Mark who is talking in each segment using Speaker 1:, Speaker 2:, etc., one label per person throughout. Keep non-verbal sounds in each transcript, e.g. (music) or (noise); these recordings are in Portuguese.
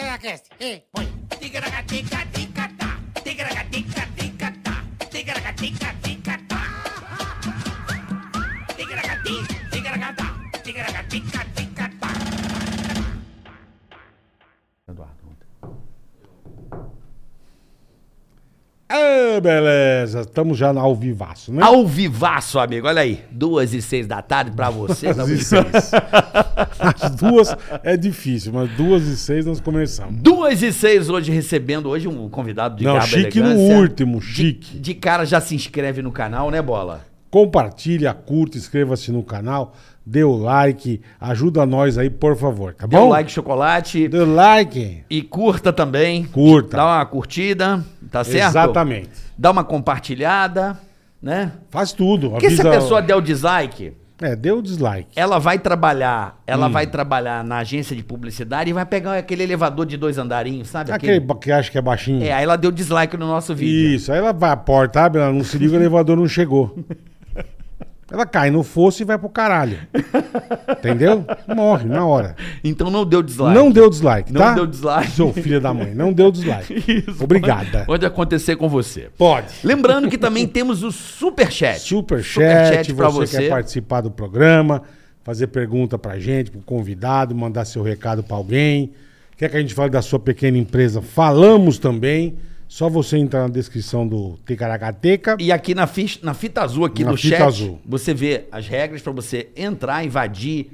Speaker 1: Ticaracast. E põe.
Speaker 2: Ticaracatica-ticatá, ticaracatica-ticatá, ticaracatica-ticatá. Ticaracati, ticaracatá, ticaracatica-ticatá.
Speaker 3: Eduardo, ontem.
Speaker 4: É, beleza. Estamos já ao vivaço, né?
Speaker 3: Ao vivaço, amigo, olha aí. Duas e seis da tarde pra você. Duas e seis.
Speaker 4: As duas é difícil, mas duas e seis nós começamos.
Speaker 3: Duas e seis hoje, recebendo hoje um convidado de
Speaker 4: Não,
Speaker 3: braba
Speaker 4: chique
Speaker 3: elegância.
Speaker 4: no último, chique.
Speaker 3: De cara já se inscreve no canal, né, Bola?
Speaker 4: Compartilha, curta, inscreva-se no canal, dê o like, ajuda nós aí, por favor, tá
Speaker 3: Dê
Speaker 4: bom?
Speaker 3: um like, chocolate.
Speaker 4: Dê o like.
Speaker 3: E curta também.
Speaker 4: Curta.
Speaker 3: Dá uma curtida, tá certo?
Speaker 4: Exatamente.
Speaker 3: Dá uma compartilhada, né?
Speaker 4: Faz tudo.
Speaker 3: Porque se a
Speaker 4: avisa-
Speaker 3: pessoa der o dislike,
Speaker 4: É, dê o dislike.
Speaker 3: ela vai trabalhar, ela
Speaker 4: Hum.
Speaker 3: vai trabalhar na agência de publicidade e vai pegar aquele elevador de dois andarinhos, sabe?
Speaker 4: Aquele ba- que acha que é baixinho.
Speaker 3: É, aí ela deu dislike no nosso vídeo.
Speaker 4: Isso, aí ela vai, a porta abre, ela não se liga, o elevador não chegou. Ela cai no fosso e vai pro caralho. Entendeu? Morre na hora.
Speaker 3: Então não deu dislike.
Speaker 4: Não deu dislike,
Speaker 3: Não
Speaker 4: tá?
Speaker 3: deu dislike.
Speaker 4: Seu filho da mãe, não deu dislike.
Speaker 3: (laughs) Isso,
Speaker 4: Obrigada.
Speaker 3: Pode, pode acontecer com você.
Speaker 4: Pode.
Speaker 3: Lembrando
Speaker 4: (laughs)
Speaker 3: que também temos o Superchat.
Speaker 4: Superchat,
Speaker 3: pra
Speaker 4: você, quer participar do programa, fazer pergunta pra gente, pro convidado, mandar seu recado pra alguém. Quer que a gente fale da sua pequena empresa? Falamos também. Só você entrar na descrição do Ticaracateca.
Speaker 3: E aqui na, fis- na fita azul aqui
Speaker 4: Na
Speaker 3: do
Speaker 4: fita
Speaker 3: chat,
Speaker 4: azul.
Speaker 3: você vê as regras pra você entrar, invadir,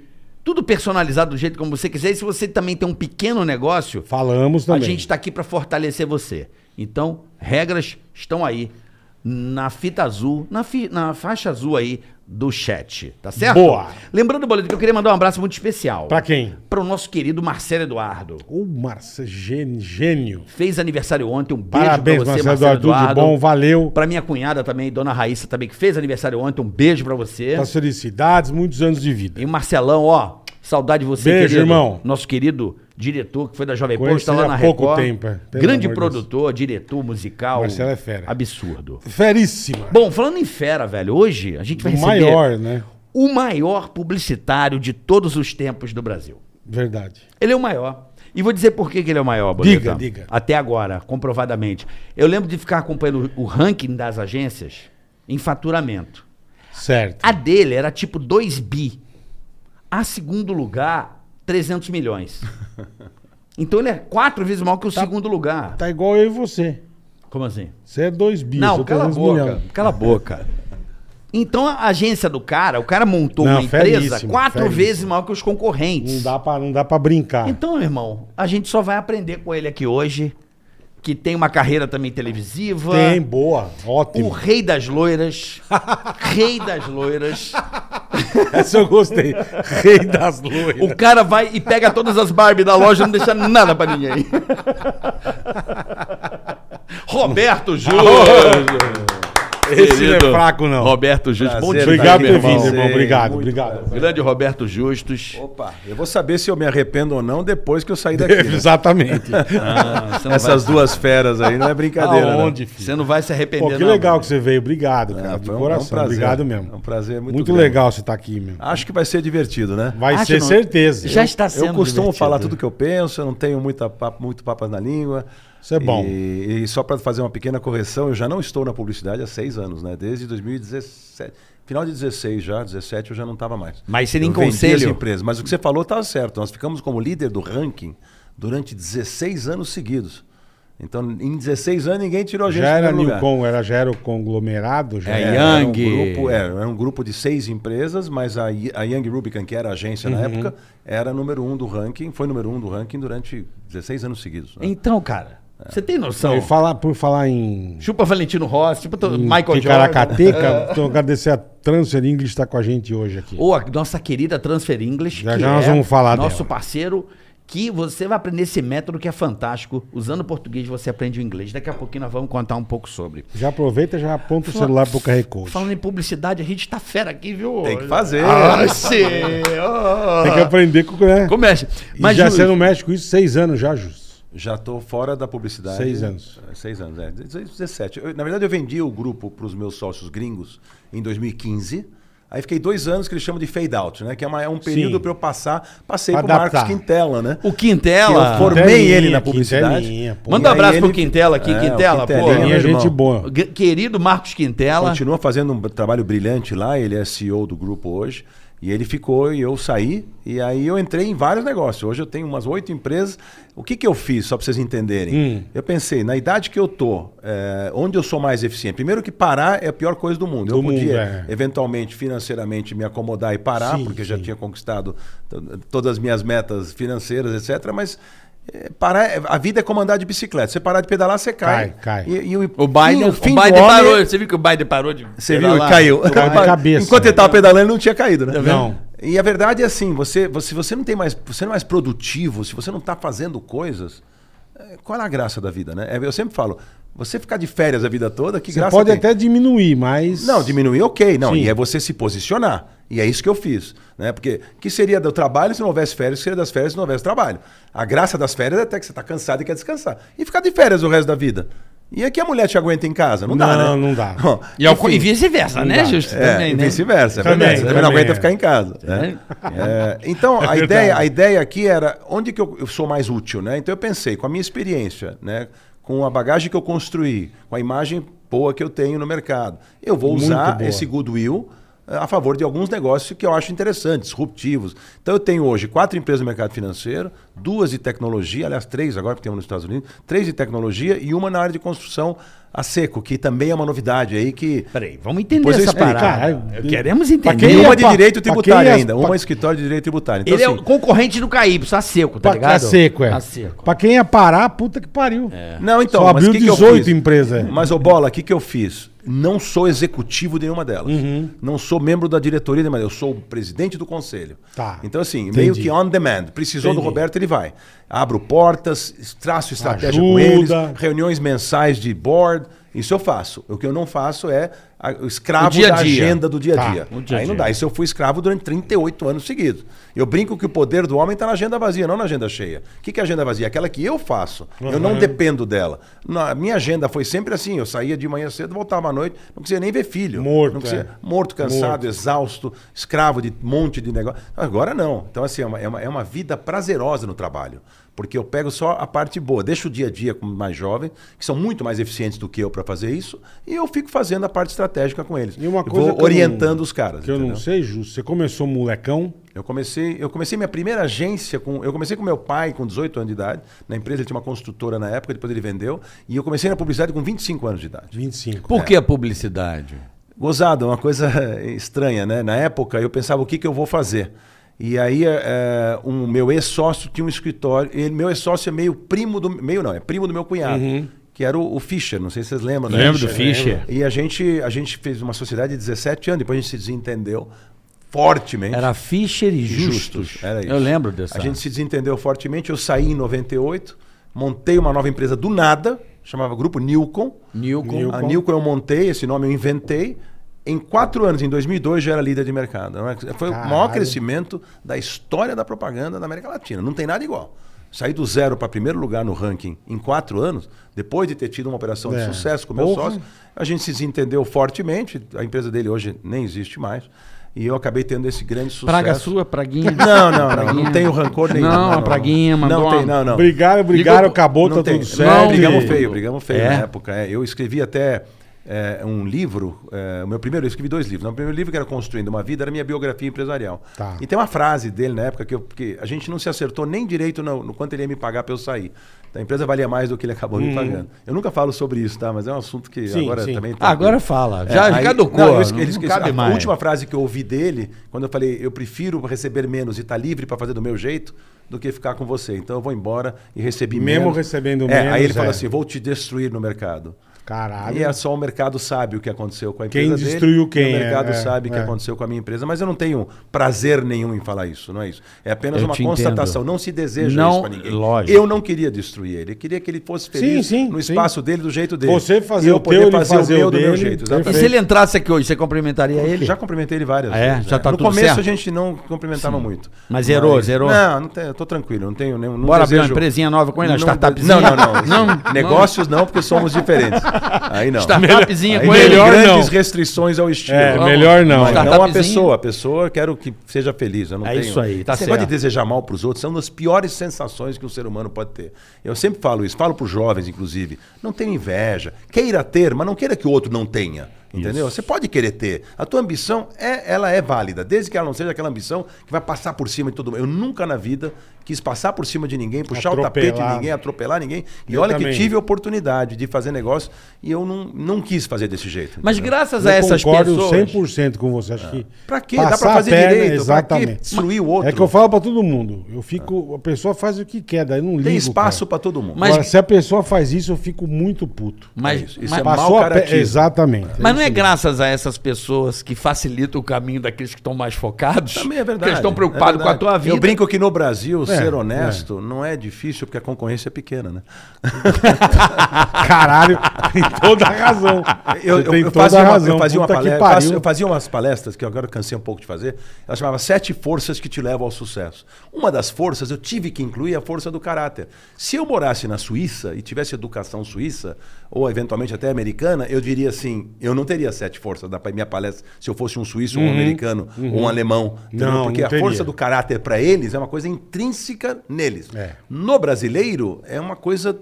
Speaker 3: tudo personalizado do jeito como você quiser. E se você também tem um pequeno negócio,
Speaker 4: Falamos
Speaker 3: a
Speaker 4: também.
Speaker 3: gente tá aqui pra fortalecer você. Então, regras estão aí na fita azul, na, fi- na faixa azul aí do chat, tá certo?
Speaker 4: Boa.
Speaker 3: Lembrando, Boleto, que eu queria mandar um abraço muito especial.
Speaker 4: Pra quem?
Speaker 3: Para o nosso querido Marcelo Eduardo.
Speaker 4: Ô, Marcelo, gênio. gênio.
Speaker 3: Fez aniversário ontem, um beijo
Speaker 4: Parabéns,
Speaker 3: pra você,
Speaker 4: Marcelo Eduardo. Tudo de bom, valeu.
Speaker 3: Pra minha cunhada também, Dona Raíssa também, que fez aniversário ontem, um beijo pra você.
Speaker 4: As felicidades, muitos anos de vida.
Speaker 3: E o Marcelão, ó, saudade de você,
Speaker 4: Beijo, irmão.
Speaker 3: Nosso querido diretor, que foi da Jovem Pan,
Speaker 4: Conheci
Speaker 3: está lá
Speaker 4: há
Speaker 3: na
Speaker 4: pouco
Speaker 3: Record.
Speaker 4: tempo, é. Pelo
Speaker 3: Grande
Speaker 4: amor de Deus.
Speaker 3: produtor, diretor musical.
Speaker 4: Marcelo é fera.
Speaker 3: Absurdo.
Speaker 4: Feríssima.
Speaker 3: Bom, falando em fera, velho, hoje a gente vai
Speaker 4: o
Speaker 3: receber
Speaker 4: maior, né?
Speaker 3: o maior publicitário de todos os tempos do Brasil.
Speaker 4: Verdade.
Speaker 3: Ele é o maior. E vou dizer por que, que ele é o maior, Boletar.
Speaker 4: Diga, diga.
Speaker 3: Até agora, comprovadamente. Eu lembro de ficar acompanhando o ranking das agências em faturamento.
Speaker 4: Certo.
Speaker 3: A dele era tipo 2 bi. A segundo lugar,
Speaker 4: (laughs)
Speaker 3: 300 milhões. Então ele é quatro vezes maior que o segundo lugar.
Speaker 4: Tá igual eu e você.
Speaker 3: Como assim?
Speaker 4: Você é dois bis,
Speaker 3: Não,
Speaker 4: eu
Speaker 3: cala a
Speaker 4: dois
Speaker 3: boca.
Speaker 4: milhão.
Speaker 3: Cala a boca. Então a agência do cara, o cara montou
Speaker 4: Não,
Speaker 3: uma empresa
Speaker 4: feríssimo,
Speaker 3: quatro
Speaker 4: feríssimo.
Speaker 3: vezes maior que os concorrentes.
Speaker 4: Não dá pra, não dá pra brincar.
Speaker 3: Então, meu irmão, a gente só vai aprender com ele aqui hoje, que tem uma carreira também televisiva.
Speaker 4: Tem, boa,
Speaker 3: O
Speaker 4: ótimo.
Speaker 3: (laughs) rei
Speaker 4: (laughs)
Speaker 3: das loiras. rei das loiras.
Speaker 4: Essa eu gostei. Rei das loiras.
Speaker 3: O cara vai e pega todas as Barbie da loja, não deixa nada pra
Speaker 4: (laughs)
Speaker 3: ninguém. Roberto Júnior.
Speaker 4: Ah, Esse não
Speaker 3: Querido
Speaker 4: é fraco, não.
Speaker 3: Roberto Justus. Bom dia,
Speaker 5: Prazer
Speaker 4: Obrigado por
Speaker 5: meu
Speaker 4: ter
Speaker 5: irmão.
Speaker 4: vindo, irmão.
Speaker 5: Sim,
Speaker 4: Obrigado,
Speaker 5: muito
Speaker 4: obrigado.
Speaker 3: Grande Roberto Justus.
Speaker 5: Opa, eu vou saber se eu me arrependo ou não depois que eu sair daqui. né?
Speaker 4: (laughs) Exatamente.
Speaker 3: Ah, você não
Speaker 5: Essas
Speaker 3: vai-
Speaker 5: duas feras aí não é brincadeira.
Speaker 4: Aonde,
Speaker 5: Né?
Speaker 4: filho?
Speaker 3: Você não vai se arrepender,
Speaker 4: Pô, que
Speaker 3: não,
Speaker 4: legal
Speaker 3: mano.
Speaker 4: que você veio. Obrigado, cara.
Speaker 5: Ah,
Speaker 4: de
Speaker 5: foi um-
Speaker 4: coração.
Speaker 5: é um prazer.
Speaker 4: Obrigado mesmo.
Speaker 5: É um prazer muito
Speaker 4: Muito
Speaker 5: grande.
Speaker 4: legal você estar aqui, meu.
Speaker 5: Acho que vai ser divertido, né?
Speaker 4: Vai
Speaker 3: Acho
Speaker 4: ser
Speaker 3: não.
Speaker 4: certeza.
Speaker 3: Ah, Já está sendo
Speaker 5: eu costumo
Speaker 3: divertido.
Speaker 5: falar tudo que eu penso, eu não tenho muita papo, muito papas na língua.
Speaker 4: Isso é bom.
Speaker 5: E, e só para fazer uma pequena correção, eu já não estou na publicidade há seis anos, né? Desde 2017. Final de 16 já, 17 eu já não estava mais.
Speaker 3: Mas você nem
Speaker 5: Eu vendi
Speaker 3: conselho.
Speaker 5: essa empresa. Mas o que você falou estava certo. Nós ficamos como líder do ranking durante 16 anos seguidos. Então, em 16 anos, ninguém tirou a gente
Speaker 4: Já
Speaker 5: do
Speaker 4: era
Speaker 5: primeiro lugar.
Speaker 4: Newcom, era, já era o conglomerado? Já
Speaker 3: É,
Speaker 4: era.
Speaker 3: Yang.
Speaker 5: Era um grupo, é, era um grupo de seis empresas, mas a, I- a Young Rubicon, que era a agência
Speaker 4: Uhum.
Speaker 5: na época, era número um do ranking, foi número um do ranking durante 16 anos seguidos. né?
Speaker 3: Então, cara, você tem noção?
Speaker 4: E falar, por falar em
Speaker 3: Chupa Valentino Rossi, tipo to- Michael Jordan.
Speaker 4: Ticaracateca, então agradecer a Transfer English estar com a gente hoje aqui.
Speaker 3: Ou a nossa querida Transfer English. é
Speaker 4: Já, já nós vamos falar
Speaker 3: Nosso
Speaker 4: dela.
Speaker 3: parceiro, que você vai aprender esse método que é fantástico. Usando o português, você aprende o inglês. Daqui a pouquinho nós vamos contar um pouco sobre.
Speaker 4: Já aproveita, já aponta o
Speaker 3: Fala-
Speaker 4: celular pro QR Code.
Speaker 3: Falando em publicidade, a gente tá fera aqui, viu?
Speaker 5: Tem que fazer.
Speaker 3: Ah, sim. Ah.
Speaker 4: Tem que aprender com né?
Speaker 3: Comece.
Speaker 4: E
Speaker 3: Mas,
Speaker 4: já
Speaker 3: Júlio,
Speaker 4: sendo México isso, seis anos já, Jus.
Speaker 5: Já estou fora da publicidade.
Speaker 4: Seis anos.
Speaker 5: É, Seis anos, é. 16, 17. Eu, na verdade, eu vendi o grupo para os meus sócios gringos em 2015. Aí fiquei dois anos que eles chamam de fade out, né? Que é, uma- é um período
Speaker 4: Sim.
Speaker 5: para eu passar. Passei
Speaker 4: Pra
Speaker 5: pro Marcos
Speaker 4: adaptar.
Speaker 5: Quintela, né?
Speaker 3: O Quintela.
Speaker 5: Eu formei
Speaker 4: Quintelinha,
Speaker 5: ele na publicidade.
Speaker 4: Quintelinha, pô.
Speaker 3: Manda um
Speaker 5: E aí
Speaker 3: abraço pro
Speaker 5: ele-
Speaker 3: Quintela aqui,
Speaker 5: É, o
Speaker 3: Quintela, pô.
Speaker 5: Quintelinha,
Speaker 4: Quintelinha é
Speaker 5: meu irmão.
Speaker 4: gente boa.
Speaker 3: G- Querido Marcos Quintela.
Speaker 5: Continua fazendo um trabalho brilhante lá, ele é CEO do grupo hoje. E ele ficou e eu saí, e aí eu entrei em vários negócios. Hoje eu tenho umas oito empresas. O que, que eu fiz, só para vocês entenderem?
Speaker 4: Hum.
Speaker 5: Eu pensei, na idade que eu tô, é, onde eu sou mais eficiente? Primeiro que parar é a pior coisa do mundo. eu
Speaker 4: Do mundo,
Speaker 5: podia,
Speaker 4: é.
Speaker 5: eventualmente, financeiramente, me acomodar e parar,
Speaker 4: Sim,
Speaker 5: porque eu já
Speaker 4: sim.
Speaker 5: tinha conquistado to- todas as minhas metas financeiras, etc. Mas é, parar, é- a vida é como andar de bicicleta. Você parar de pedalar, você cai.
Speaker 4: Cai, cai.
Speaker 5: E, e o,
Speaker 3: O Biden,
Speaker 5: fim- o
Speaker 3: o é
Speaker 5: fim do
Speaker 3: Biden
Speaker 5: homem-
Speaker 3: parou. Você viu que o Biden parou de.
Speaker 5: você
Speaker 3: sei
Speaker 5: viu?
Speaker 3: lá.
Speaker 5: Caiu.
Speaker 4: Caiu de cabeça. Tá
Speaker 5: Enquanto ele tava pedalando, ele não tinha caído, né?
Speaker 4: vendo? Não.
Speaker 5: E a verdade é assim, você, você, você não tem mais, você não é mais produtivo, se você não tá fazendo coisas, eh, qual é a graça da vida, né? É, Eu sempre falo, você ficar de férias a vida toda, que
Speaker 4: Você
Speaker 5: graça
Speaker 4: pode
Speaker 5: tem?
Speaker 4: até diminuir, mas.
Speaker 5: Não, diminuir, ok. Não,
Speaker 4: Sim.
Speaker 5: e é você se posicionar. E é isso que eu fiz. Né? Porque que seria do trabalho se não houvesse férias, que seria das férias se não houvesse trabalho. A graça das férias é até que você está cansado e quer descansar. E ficar de férias o resto da vida. E é que a mulher te aguenta em casa? Não, dá, né?
Speaker 4: Não, não dá.
Speaker 5: Ó,
Speaker 3: E, ao-
Speaker 5: enfim.
Speaker 3: e vice-versa, né, Justo?
Speaker 5: É,
Speaker 3: Também,
Speaker 5: e
Speaker 3: né?
Speaker 5: vice-versa. é
Speaker 4: Também,
Speaker 5: verdade. Você também não
Speaker 4: também
Speaker 5: aguenta
Speaker 4: é.
Speaker 5: ficar em casa. né? É, então, a,
Speaker 4: É
Speaker 5: ideia,
Speaker 4: verdade.
Speaker 5: a ideia aqui era onde que eu, eu sou mais útil, né? Então eu pensei, com a minha experiência, né? Com a bagagem que eu construí, com a imagem boa que eu tenho no mercado. Eu vou
Speaker 4: Muito
Speaker 5: usar
Speaker 4: boa.
Speaker 5: esse goodwill eh, a favor de alguns negócios que eu acho interessantes, disruptivos. Então eu tenho hoje quatro empresas no mercado financeiro, duas de tecnologia, aliás, três agora, porque tem uma nos Estados Unidos, três de tecnologia e uma na área de construção a seco, que também é uma novidade aí que
Speaker 3: Peraí, vamos entender
Speaker 5: Depois eu assim.
Speaker 3: essa
Speaker 5: explico.
Speaker 3: parada.
Speaker 4: Caralho.
Speaker 3: Queremos
Speaker 4: Pra
Speaker 3: entender.
Speaker 5: E
Speaker 4: quem
Speaker 5: uma
Speaker 4: é
Speaker 5: de
Speaker 4: pa-
Speaker 5: direito
Speaker 4: pra
Speaker 5: tributário
Speaker 4: quem é-
Speaker 5: ainda, uma
Speaker 4: pra-
Speaker 5: escritório de direito tributário. Então,
Speaker 3: Ele é
Speaker 5: assim,
Speaker 3: o concorrente do Caíbe, só seco, tá
Speaker 4: Pra
Speaker 3: ligado?
Speaker 4: tá seco, é.
Speaker 3: Tá seco.
Speaker 4: Pra quem é parar, puta que pariu.
Speaker 5: Não, então,
Speaker 4: Só abriu
Speaker 5: que
Speaker 4: 18
Speaker 5: que eu fiz?
Speaker 4: empresas. é.
Speaker 5: Mas, ô Bola, o que, que eu fiz? Não sou executivo de nenhuma delas.
Speaker 4: Uhum.
Speaker 5: Não sou membro da diretoria, de nenhuma- eu sou o presidente do conselho.
Speaker 4: Tá.
Speaker 5: Então, assim,
Speaker 4: Entendi.
Speaker 5: meio que on demand. Precisou
Speaker 4: Entendi.
Speaker 5: do Roberto, ele vai. Abro portas, traço estratégia com eles,
Speaker 4: Ajuda.
Speaker 5: reuniões mensais de board. Isso eu faço. O que eu não faço é a- o escravo
Speaker 3: O dia a
Speaker 5: da
Speaker 3: dia.
Speaker 5: agenda do dia
Speaker 4: Tá,
Speaker 5: a dia.
Speaker 3: o dia a
Speaker 5: Aí não
Speaker 3: dia.
Speaker 5: dá. Isso eu fui escravo durante 38 anos seguidos. Eu brinco que o poder do homem está na agenda vazia, não na agenda cheia. O que, que é agenda vazia? Aquela que eu faço. Eu não dependo dela. Na, minha agenda foi sempre assim. Eu saía de manhã cedo, voltava à noite, não conseguia nem ver filho.
Speaker 4: Morto,
Speaker 5: Não
Speaker 4: é.
Speaker 5: Morto, cansado,
Speaker 4: Morto.
Speaker 5: exausto, escravo de um monte de negócio. Agora não. Então, assim, é uma, é uma- é uma vida prazerosa no trabalho. Porque eu pego só a parte boa, deixo o dia a dia com mais jovens, que são muito mais eficientes do que eu para fazer isso, e eu fico fazendo a parte estratégica com eles.
Speaker 4: E uma
Speaker 5: Eu
Speaker 4: coisa que
Speaker 5: vou
Speaker 4: eu
Speaker 5: orientando
Speaker 4: não-
Speaker 5: os caras.
Speaker 4: Que eu não
Speaker 5: entendeu?
Speaker 4: sei, Ju. Você começou molecão.
Speaker 5: Eu comecei, eu comecei minha primeira agência com, eu comecei com meu pai com 18 anos de idade, na empresa ele tinha uma construtora na época, depois ele vendeu, e eu comecei na publicidade com 25 anos de idade.
Speaker 4: 25.
Speaker 3: É.
Speaker 1: Por que a publicidade?
Speaker 5: Gozado, uma coisa (laughs) estranha, né? Na época eu pensava o que, que eu vou fazer. E aí é, um meu ex-sócio tinha um escritório, ele, meu ex-sócio é meio primo do, meio não, é primo do meu cunhado, que era o, o Fischer, não sei se vocês lembram, né?
Speaker 3: Uhum. Lembro do
Speaker 5: Fischer.
Speaker 3: Fischer.
Speaker 5: E a gente, a gente fez uma sociedade de 17 anos, depois a gente se desentendeu fortemente.
Speaker 3: Era Fischer e Justus.
Speaker 5: Justus, era isso.
Speaker 3: Eu lembro dessa.
Speaker 5: A gente se desentendeu fortemente. Eu saí em 98, montei uma nova empresa do nada, chamava Grupo Nilcon.
Speaker 3: Nilcon.
Speaker 5: A Nilcon eu montei, esse nome eu inventei. Em quatro anos, em 2002, já era líder de mercado. né? Foi o maior
Speaker 4: Caralho.
Speaker 5: crescimento da história da propaganda da América Latina. Não tem nada igual. Saí do zero para primeiro lugar no ranking em quatro anos, depois de ter tido uma operação de
Speaker 4: É.
Speaker 5: sucesso com o meu
Speaker 4: Porra.
Speaker 5: sócio, a gente se desentendeu fortemente. A empresa dele hoje nem existe mais. E eu acabei tendo esse grande sucesso.
Speaker 3: Praga sua, praguinha.
Speaker 5: Não, não, não.
Speaker 3: Praguinha.
Speaker 5: Não tenho rancor nenhum.
Speaker 3: Não, a praguinha mandou
Speaker 5: Não
Speaker 3: uma-
Speaker 5: tem, não, não.
Speaker 4: Brigaram, brigaram,
Speaker 3: Ligou-
Speaker 4: acabou,
Speaker 5: Não
Speaker 4: tá
Speaker 5: tem.
Speaker 4: é tudo certo.
Speaker 5: Não,
Speaker 4: e-
Speaker 5: brigamos feio, brigamos feio
Speaker 3: É.
Speaker 5: na época. é. Eu escrevi até é, um livro, é, o meu primeiro, eu escrevi dois livros. O primeiro livro que era Construindo uma Vida era minha biografia empresarial.
Speaker 4: Tá.
Speaker 5: E tem uma frase dele na época que, eu, que a gente não se acertou nem direito no, no quanto ele ia me pagar pra eu sair. A empresa valia mais do que ele acabou me pagando. Eu nunca falo sobre isso, tá? Mas é um assunto que
Speaker 4: Hum. Sim,
Speaker 5: agora
Speaker 4: sim.
Speaker 5: também...
Speaker 3: Ah, agora fala.
Speaker 5: É,
Speaker 3: já
Speaker 5: aí-
Speaker 3: caducou.
Speaker 5: não, eu
Speaker 3: Não,
Speaker 5: esque- ele esqueceu.
Speaker 3: cabe
Speaker 5: a
Speaker 3: mais.
Speaker 5: última frase que eu ouvi dele, quando eu falei, eu prefiro receber menos e estar livre para fazer do meu jeito, do que ficar com você. Então eu vou embora e recebi
Speaker 4: Mesmo
Speaker 5: menos.
Speaker 4: recebendo
Speaker 5: é,
Speaker 4: menos,
Speaker 5: Aí ele
Speaker 4: é.
Speaker 5: falou assim, vou te destruir no mercado.
Speaker 4: Caralho.
Speaker 5: E é só o mercado sabe o que aconteceu com a
Speaker 4: Quem
Speaker 5: empresa dele,
Speaker 4: destruiu
Speaker 5: e
Speaker 4: quem,
Speaker 5: O
Speaker 4: é,
Speaker 5: mercado
Speaker 4: é,
Speaker 5: sabe o que
Speaker 4: é.
Speaker 5: aconteceu com a minha empresa, mas eu não tenho prazer nenhum em falar isso, não é isso. É apenas
Speaker 3: Eu
Speaker 5: uma
Speaker 3: te entendo.
Speaker 5: constatação, não se deseja
Speaker 3: Não,
Speaker 5: isso pra ninguém.
Speaker 3: lógico.
Speaker 5: Eu não queria destruir ele, eu queria que ele fosse feliz
Speaker 4: Sim, sim,
Speaker 5: no
Speaker 4: sim.
Speaker 5: espaço dele, do jeito dele.
Speaker 4: Você fazer
Speaker 5: E eu
Speaker 4: o teu,
Speaker 5: poder
Speaker 4: ele
Speaker 5: fazer
Speaker 4: fazer
Speaker 5: o meu
Speaker 4: o
Speaker 5: do meu
Speaker 4: dele,
Speaker 5: jeito,
Speaker 3: E
Speaker 5: exatamente.
Speaker 3: se ele entrasse aqui hoje, você cumprimentaria ele?
Speaker 5: Já cumprimentei ele várias
Speaker 3: Ah, é?
Speaker 5: vezes.
Speaker 3: Já tá
Speaker 5: no
Speaker 3: tudo
Speaker 5: começo
Speaker 3: certo?
Speaker 5: a gente não cumprimentava muito.
Speaker 3: Mas zerou, zerou?
Speaker 5: Não, não tem, eu tô tranquilo, não tenho nenhum. não
Speaker 3: Bora abrir uma
Speaker 5: desejo-
Speaker 3: empresinha nova com ele, uma
Speaker 5: não-
Speaker 3: startupzinha?
Speaker 5: Não, não, não.
Speaker 3: (laughs) Não,
Speaker 5: Negócios não, porque somos diferentes. Aí não.
Speaker 3: Startupzinha
Speaker 5: Aí
Speaker 3: com
Speaker 5: tem
Speaker 3: ele.
Speaker 4: melhor
Speaker 5: grandes
Speaker 4: não.
Speaker 5: restrições ao estilo.
Speaker 4: É,
Speaker 5: Vamos.
Speaker 4: melhor não.
Speaker 5: Mas não a
Speaker 3: Um Startupzinho.
Speaker 5: pessoa. A pessoa eu quero que seja feliz. Eu não
Speaker 3: É
Speaker 5: tenho-
Speaker 3: isso aí, tá
Speaker 5: Esse negócio
Speaker 3: certo.
Speaker 5: de desejar mal para os outros é uma das piores sensações que um ser humano pode ter. Eu sempre falo isso, falo para os jovens, inclusive. Não tenha inveja. Queira ter, mas não queira que o outro não tenha. Entendeu? Você pode querer ter. A tua ambição, é, ela é válida, desde que ela não seja aquela ambição que vai passar por cima de todo mundo. Eu nunca na vida quis passar por cima de ninguém, puxar o tapete de
Speaker 4: Atropelar.
Speaker 5: ninguém, atropelar ninguém. E
Speaker 4: Eu
Speaker 5: olha
Speaker 4: também.
Speaker 5: que tive oportunidade de fazer negócio e eu não, não quis fazer desse jeito.
Speaker 3: Mas
Speaker 5: entendeu?
Speaker 3: graças
Speaker 4: Eu
Speaker 3: a essas
Speaker 4: concordo
Speaker 3: pessoas.
Speaker 4: 100% com você. Acho que
Speaker 5: É. Pra quê? Dá pra
Speaker 4: passar a
Speaker 5: fazer direito, pra
Speaker 4: Exatamente.
Speaker 5: quê destruir o outro?
Speaker 4: É que eu falo pra todo mundo. Eu fico. A pessoa faz o que quer, daí eu não ligo.
Speaker 5: Tem espaço
Speaker 4: cara.
Speaker 5: pra todo mundo.
Speaker 3: Mas-
Speaker 4: Agora, se a pessoa faz isso, eu fico muito puto.
Speaker 3: Mas,
Speaker 5: É isso, isso
Speaker 3: mas,
Speaker 5: é mau
Speaker 4: Passou a pe...
Speaker 5: caratismo.
Speaker 4: Exatamente.
Speaker 3: mas não é
Speaker 4: isso mesmo.
Speaker 3: graças a essas pessoas que facilitam o caminho daqueles que estão mais focados?
Speaker 5: Também é verdade.
Speaker 3: Que eles estão
Speaker 5: é
Speaker 3: preocupados com a
Speaker 5: verdade.
Speaker 3: tua vida.
Speaker 5: Eu brinco que no Brasil, ser
Speaker 4: é.
Speaker 5: honesto não é difícil porque a concorrência é pequena, né?
Speaker 4: (laughs) Caralho, tem toda a razão.
Speaker 5: Eu,
Speaker 4: Você
Speaker 5: eu-
Speaker 4: tem
Speaker 5: eu
Speaker 4: toda
Speaker 5: fazia
Speaker 4: a
Speaker 5: uma,
Speaker 4: razão.
Speaker 5: eu fazia uma
Speaker 4: Puta que
Speaker 5: palestra, eu
Speaker 4: pariu.
Speaker 5: faço- eu fazia umas palestras que eu agora cansei um pouco de fazer. Ela chamava Sete Forças que te levam ao sucesso. Uma das forças eu tive que incluir a força do caráter. Se eu morasse na Suíça e tivesse educação suíça ou eventualmente até americana, eu diria assim, eu não teria sete forças da pa- minha palestra se eu fosse um suíço ou um americano ou um alemão, entendeu?
Speaker 4: Uhum. Não,
Speaker 5: porque
Speaker 4: não
Speaker 5: a
Speaker 4: teria.
Speaker 5: força do caráter para eles é uma coisa intrínseca neles.
Speaker 4: É.
Speaker 5: No brasileiro, é uma coisa.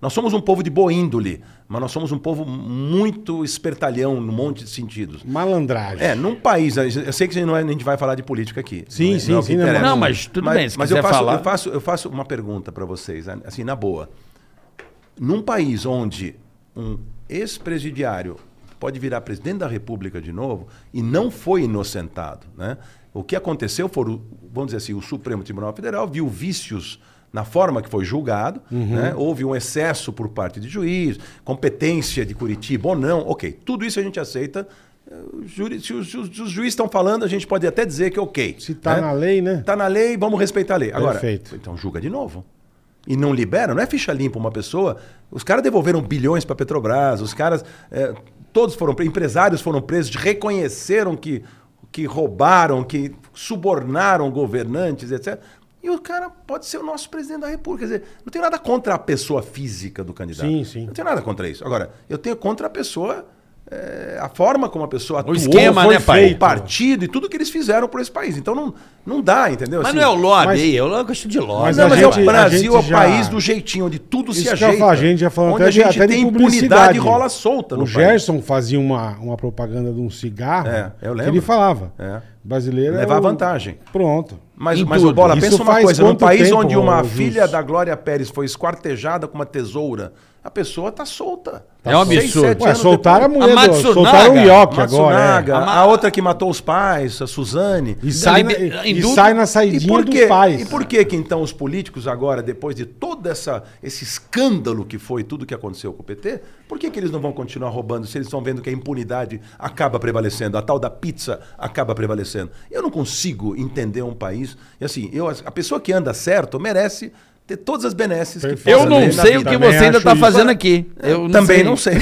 Speaker 5: Nós somos um povo de boa índole, mas nós somos um povo muito espertalhão num monte de sentidos.
Speaker 4: Malandragem.
Speaker 5: É, num país. Eu sei que a gente, não é- a gente vai falar de política aqui.
Speaker 4: Sim,
Speaker 5: não é-
Speaker 4: sim,
Speaker 5: não é o
Speaker 4: sim,
Speaker 5: que
Speaker 4: não,
Speaker 5: interessa.
Speaker 3: não, mas tudo bem, se
Speaker 5: mas
Speaker 3: quiser
Speaker 5: eu faço,
Speaker 3: falar.
Speaker 5: Eu faço, eu faço uma pergunta para vocês, assim, na boa. Num país onde um ex-presidiário pode virar presidente da República de novo e não foi inocentado, né? O que aconteceu foram, vamos dizer assim, o Supremo Tribunal Federal viu vícios na forma que foi julgado,
Speaker 4: Uhum.
Speaker 5: né? houve um excesso por parte de juiz, competência de Curitiba ou não, ok, tudo isso a gente aceita. eh, o júri- Se os, se os- se os juízes estão falando, a gente pode até dizer que é ok.
Speaker 4: Se tá na lei, né?
Speaker 5: Tá na lei, vamos respeitar a lei. Agora,
Speaker 4: Perfeito.
Speaker 5: então julga de novo. E não libera, não é ficha limpa uma pessoa. Os caras devolveram bilhões para Petrobras, os caras. eh, todos foram presos, empresários foram presos, reconheceram que, que roubaram, que subornaram governantes, etc. E o cara pode ser o nosso presidente da República. Quer dizer, não tenho nada contra a pessoa física do candidato.
Speaker 4: Sim, sim.
Speaker 5: Não tenho nada contra isso. Agora, eu tenho contra a pessoa, eh, a forma como a pessoa atuou,
Speaker 3: esquema,
Speaker 5: foi
Speaker 3: né, pai?
Speaker 5: feito, o partido e tudo que eles fizeram por esse país. Então não, não dá, entendeu?
Speaker 3: Mas
Speaker 5: Assim,
Speaker 3: não é o lobby
Speaker 4: mas-
Speaker 3: aí, eu gosto de lobby.
Speaker 4: Mas
Speaker 5: não,
Speaker 4: a
Speaker 5: mas
Speaker 4: gente-
Speaker 5: é o Brasil,
Speaker 4: a
Speaker 5: é
Speaker 4: gente
Speaker 5: o
Speaker 4: já-
Speaker 5: país do jeitinho, onde tudo
Speaker 4: Isso
Speaker 5: se
Speaker 4: que eu
Speaker 5: ajeita.
Speaker 4: falo, a gente já falou
Speaker 5: onde
Speaker 4: até
Speaker 5: a
Speaker 4: de-
Speaker 5: gente
Speaker 4: até de
Speaker 5: tem
Speaker 4: publicidade.
Speaker 5: impunidade rola solta
Speaker 4: O
Speaker 5: no
Speaker 4: Gerson fazia uma, uma propaganda de um cigarro.
Speaker 5: É, eu
Speaker 4: que
Speaker 5: lembro.
Speaker 4: Ele falava.
Speaker 5: É.
Speaker 4: Brasileiro.
Speaker 5: Levar
Speaker 4: é o-
Speaker 5: vantagem.
Speaker 4: Pronto.
Speaker 5: Mas,
Speaker 3: Em
Speaker 5: mas
Speaker 3: tudo.
Speaker 5: o Bola,
Speaker 4: Isso
Speaker 5: pensa uma
Speaker 4: faz
Speaker 5: coisa: num
Speaker 4: quanto
Speaker 5: país
Speaker 4: tempo,
Speaker 5: onde uma
Speaker 4: ô, Jus?
Speaker 5: filha da Glória Pérez foi esquartejada com uma tesoura, a pessoa tá solta.
Speaker 3: É um
Speaker 5: Seis,
Speaker 3: absurdo.
Speaker 5: sete
Speaker 4: Ué,
Speaker 5: anos
Speaker 4: soltaram a
Speaker 5: depois.
Speaker 4: mulher.
Speaker 3: A
Speaker 4: do-
Speaker 3: Matsunaga.
Speaker 4: soltaram o Ioki
Speaker 5: Matsunaga,
Speaker 4: agora.
Speaker 5: a, outra que matou os pais, a Suzane.
Speaker 4: É. E, sai na,
Speaker 3: Liber-
Speaker 4: e
Speaker 3: indú-
Speaker 4: sai na saidinha dos pais.
Speaker 5: E por que que então os políticos agora, depois de todo essa, esse escândalo que foi tudo que aconteceu com o PT, por que que eles não vão continuar roubando se eles estão vendo que a impunidade acaba prevalecendo, a tal da pizza acaba prevalecendo? Eu não consigo entender um país... E assim, eu, a pessoa que anda certo merece ter todas as benesses
Speaker 4: Perfeito.
Speaker 5: que possa
Speaker 3: Eu não
Speaker 5: ter
Speaker 3: sei
Speaker 5: na
Speaker 3: o
Speaker 5: vida.
Speaker 3: que
Speaker 4: Também
Speaker 3: você ainda
Speaker 4: acho
Speaker 3: está
Speaker 4: isso.
Speaker 3: fazendo aqui. Eu
Speaker 5: também não (laughs) sei.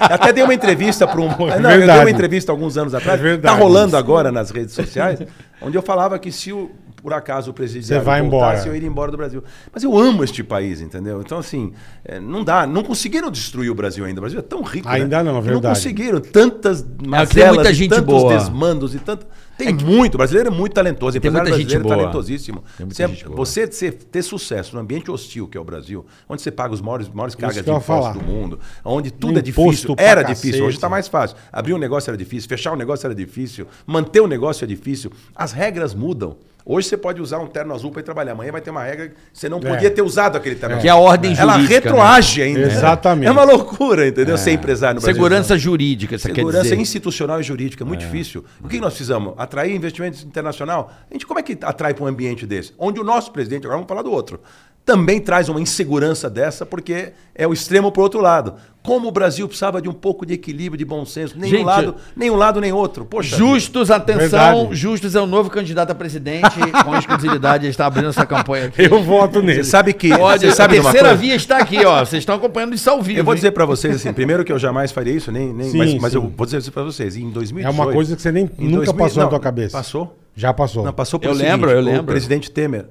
Speaker 5: Até dei uma entrevista para um.
Speaker 4: é
Speaker 5: não, (laughs) eu dei
Speaker 4: verdade.
Speaker 5: uma entrevista alguns anos atrás.
Speaker 4: É verdade.
Speaker 5: tá rolando agora nas redes sociais, onde eu falava que se o, por acaso o presidente
Speaker 4: Você vai embora.
Speaker 5: eu iria embora do Brasil. Mas eu amo este país, entendeu? Então, assim, é, não dá. Não conseguiram destruir o Brasil ainda. O Brasil é tão rico.
Speaker 4: Ainda não, é
Speaker 5: né?
Speaker 4: verdade.
Speaker 5: Não conseguiram. Tantas mazelas,
Speaker 3: muita
Speaker 5: e
Speaker 3: gente
Speaker 5: tantos
Speaker 3: boa.
Speaker 5: desmandos e tanto. Tem muito. O brasileiro é muito talentoso.
Speaker 3: Tem
Speaker 5: empresário
Speaker 3: muita gente
Speaker 5: brasileiro é
Speaker 3: boa.
Speaker 5: talentosíssimo.
Speaker 3: Tem muita
Speaker 5: Você, é
Speaker 3: gente boa.
Speaker 5: você ser- ter sucesso no ambiente hostil que é o Brasil, onde você paga os maiores, maiores cargas
Speaker 4: que
Speaker 5: de
Speaker 4: eu ia
Speaker 5: impostos
Speaker 4: falar.
Speaker 5: do mundo, onde tudo é
Speaker 4: Imposto
Speaker 5: difícil.
Speaker 4: pra
Speaker 5: Era
Speaker 4: cacete.
Speaker 5: difícil, hoje está mais fácil. Abrir um negócio era difícil, fechar um negócio era difícil, manter um negócio é difícil. As regras mudam. Hoje você pode usar um terno azul para ir trabalhar. Amanhã vai ter uma regra que você não
Speaker 4: É.
Speaker 5: podia ter usado aquele terno azul.
Speaker 3: Que é a ordem
Speaker 5: Ela
Speaker 3: jurídica,
Speaker 5: retroage ainda.
Speaker 4: Exatamente. É.
Speaker 5: É uma loucura, entendeu? Ser empresário no Brasil.
Speaker 3: Segurança jurídica, você quer
Speaker 5: Segurança
Speaker 3: dizer.
Speaker 5: institucional e jurídica, é muito difícil. O que nós precisamos? Atrair investimento internacional? A gente como é que atrai para um ambiente desse? Onde o nosso presidente, agora vamos falar do outro, também traz uma insegurança dessa, porque é o extremo para o outro lado. Como o Brasil precisava de um pouco de equilíbrio, de bom senso. Nenhum
Speaker 3: Gente,
Speaker 5: lado, nem um lado, nem outro. Poxa.
Speaker 3: Justus, atenção,
Speaker 4: Verdade.
Speaker 3: Justus é o novo candidato a presidente,
Speaker 5: (laughs)
Speaker 3: com exclusividade, ele está abrindo essa campanha aqui.
Speaker 4: (laughs) Eu voto nele.
Speaker 5: Você sabe que.
Speaker 3: Olha,
Speaker 5: você sabe de
Speaker 3: a
Speaker 5: uma
Speaker 3: terceira
Speaker 5: coisa?
Speaker 3: via está aqui, ó. Vocês estão acompanhando isso ao vivo.
Speaker 5: Eu vou
Speaker 3: hein?
Speaker 5: dizer para vocês assim, primeiro que eu jamais faria isso, nem, nem
Speaker 4: Sim,
Speaker 5: mas, mas
Speaker 4: sim.
Speaker 5: eu vou dizer isso para vocês. Em 2018,
Speaker 4: É uma coisa que você nem,
Speaker 5: em
Speaker 4: nunca
Speaker 5: 2000
Speaker 4: passou na
Speaker 5: não,
Speaker 4: tua cabeça.
Speaker 5: Passou?
Speaker 4: Já passou.
Speaker 5: Não, passou pelo
Speaker 3: Eu lembro, eu
Speaker 5: O
Speaker 3: lembro.
Speaker 5: presidente Temer,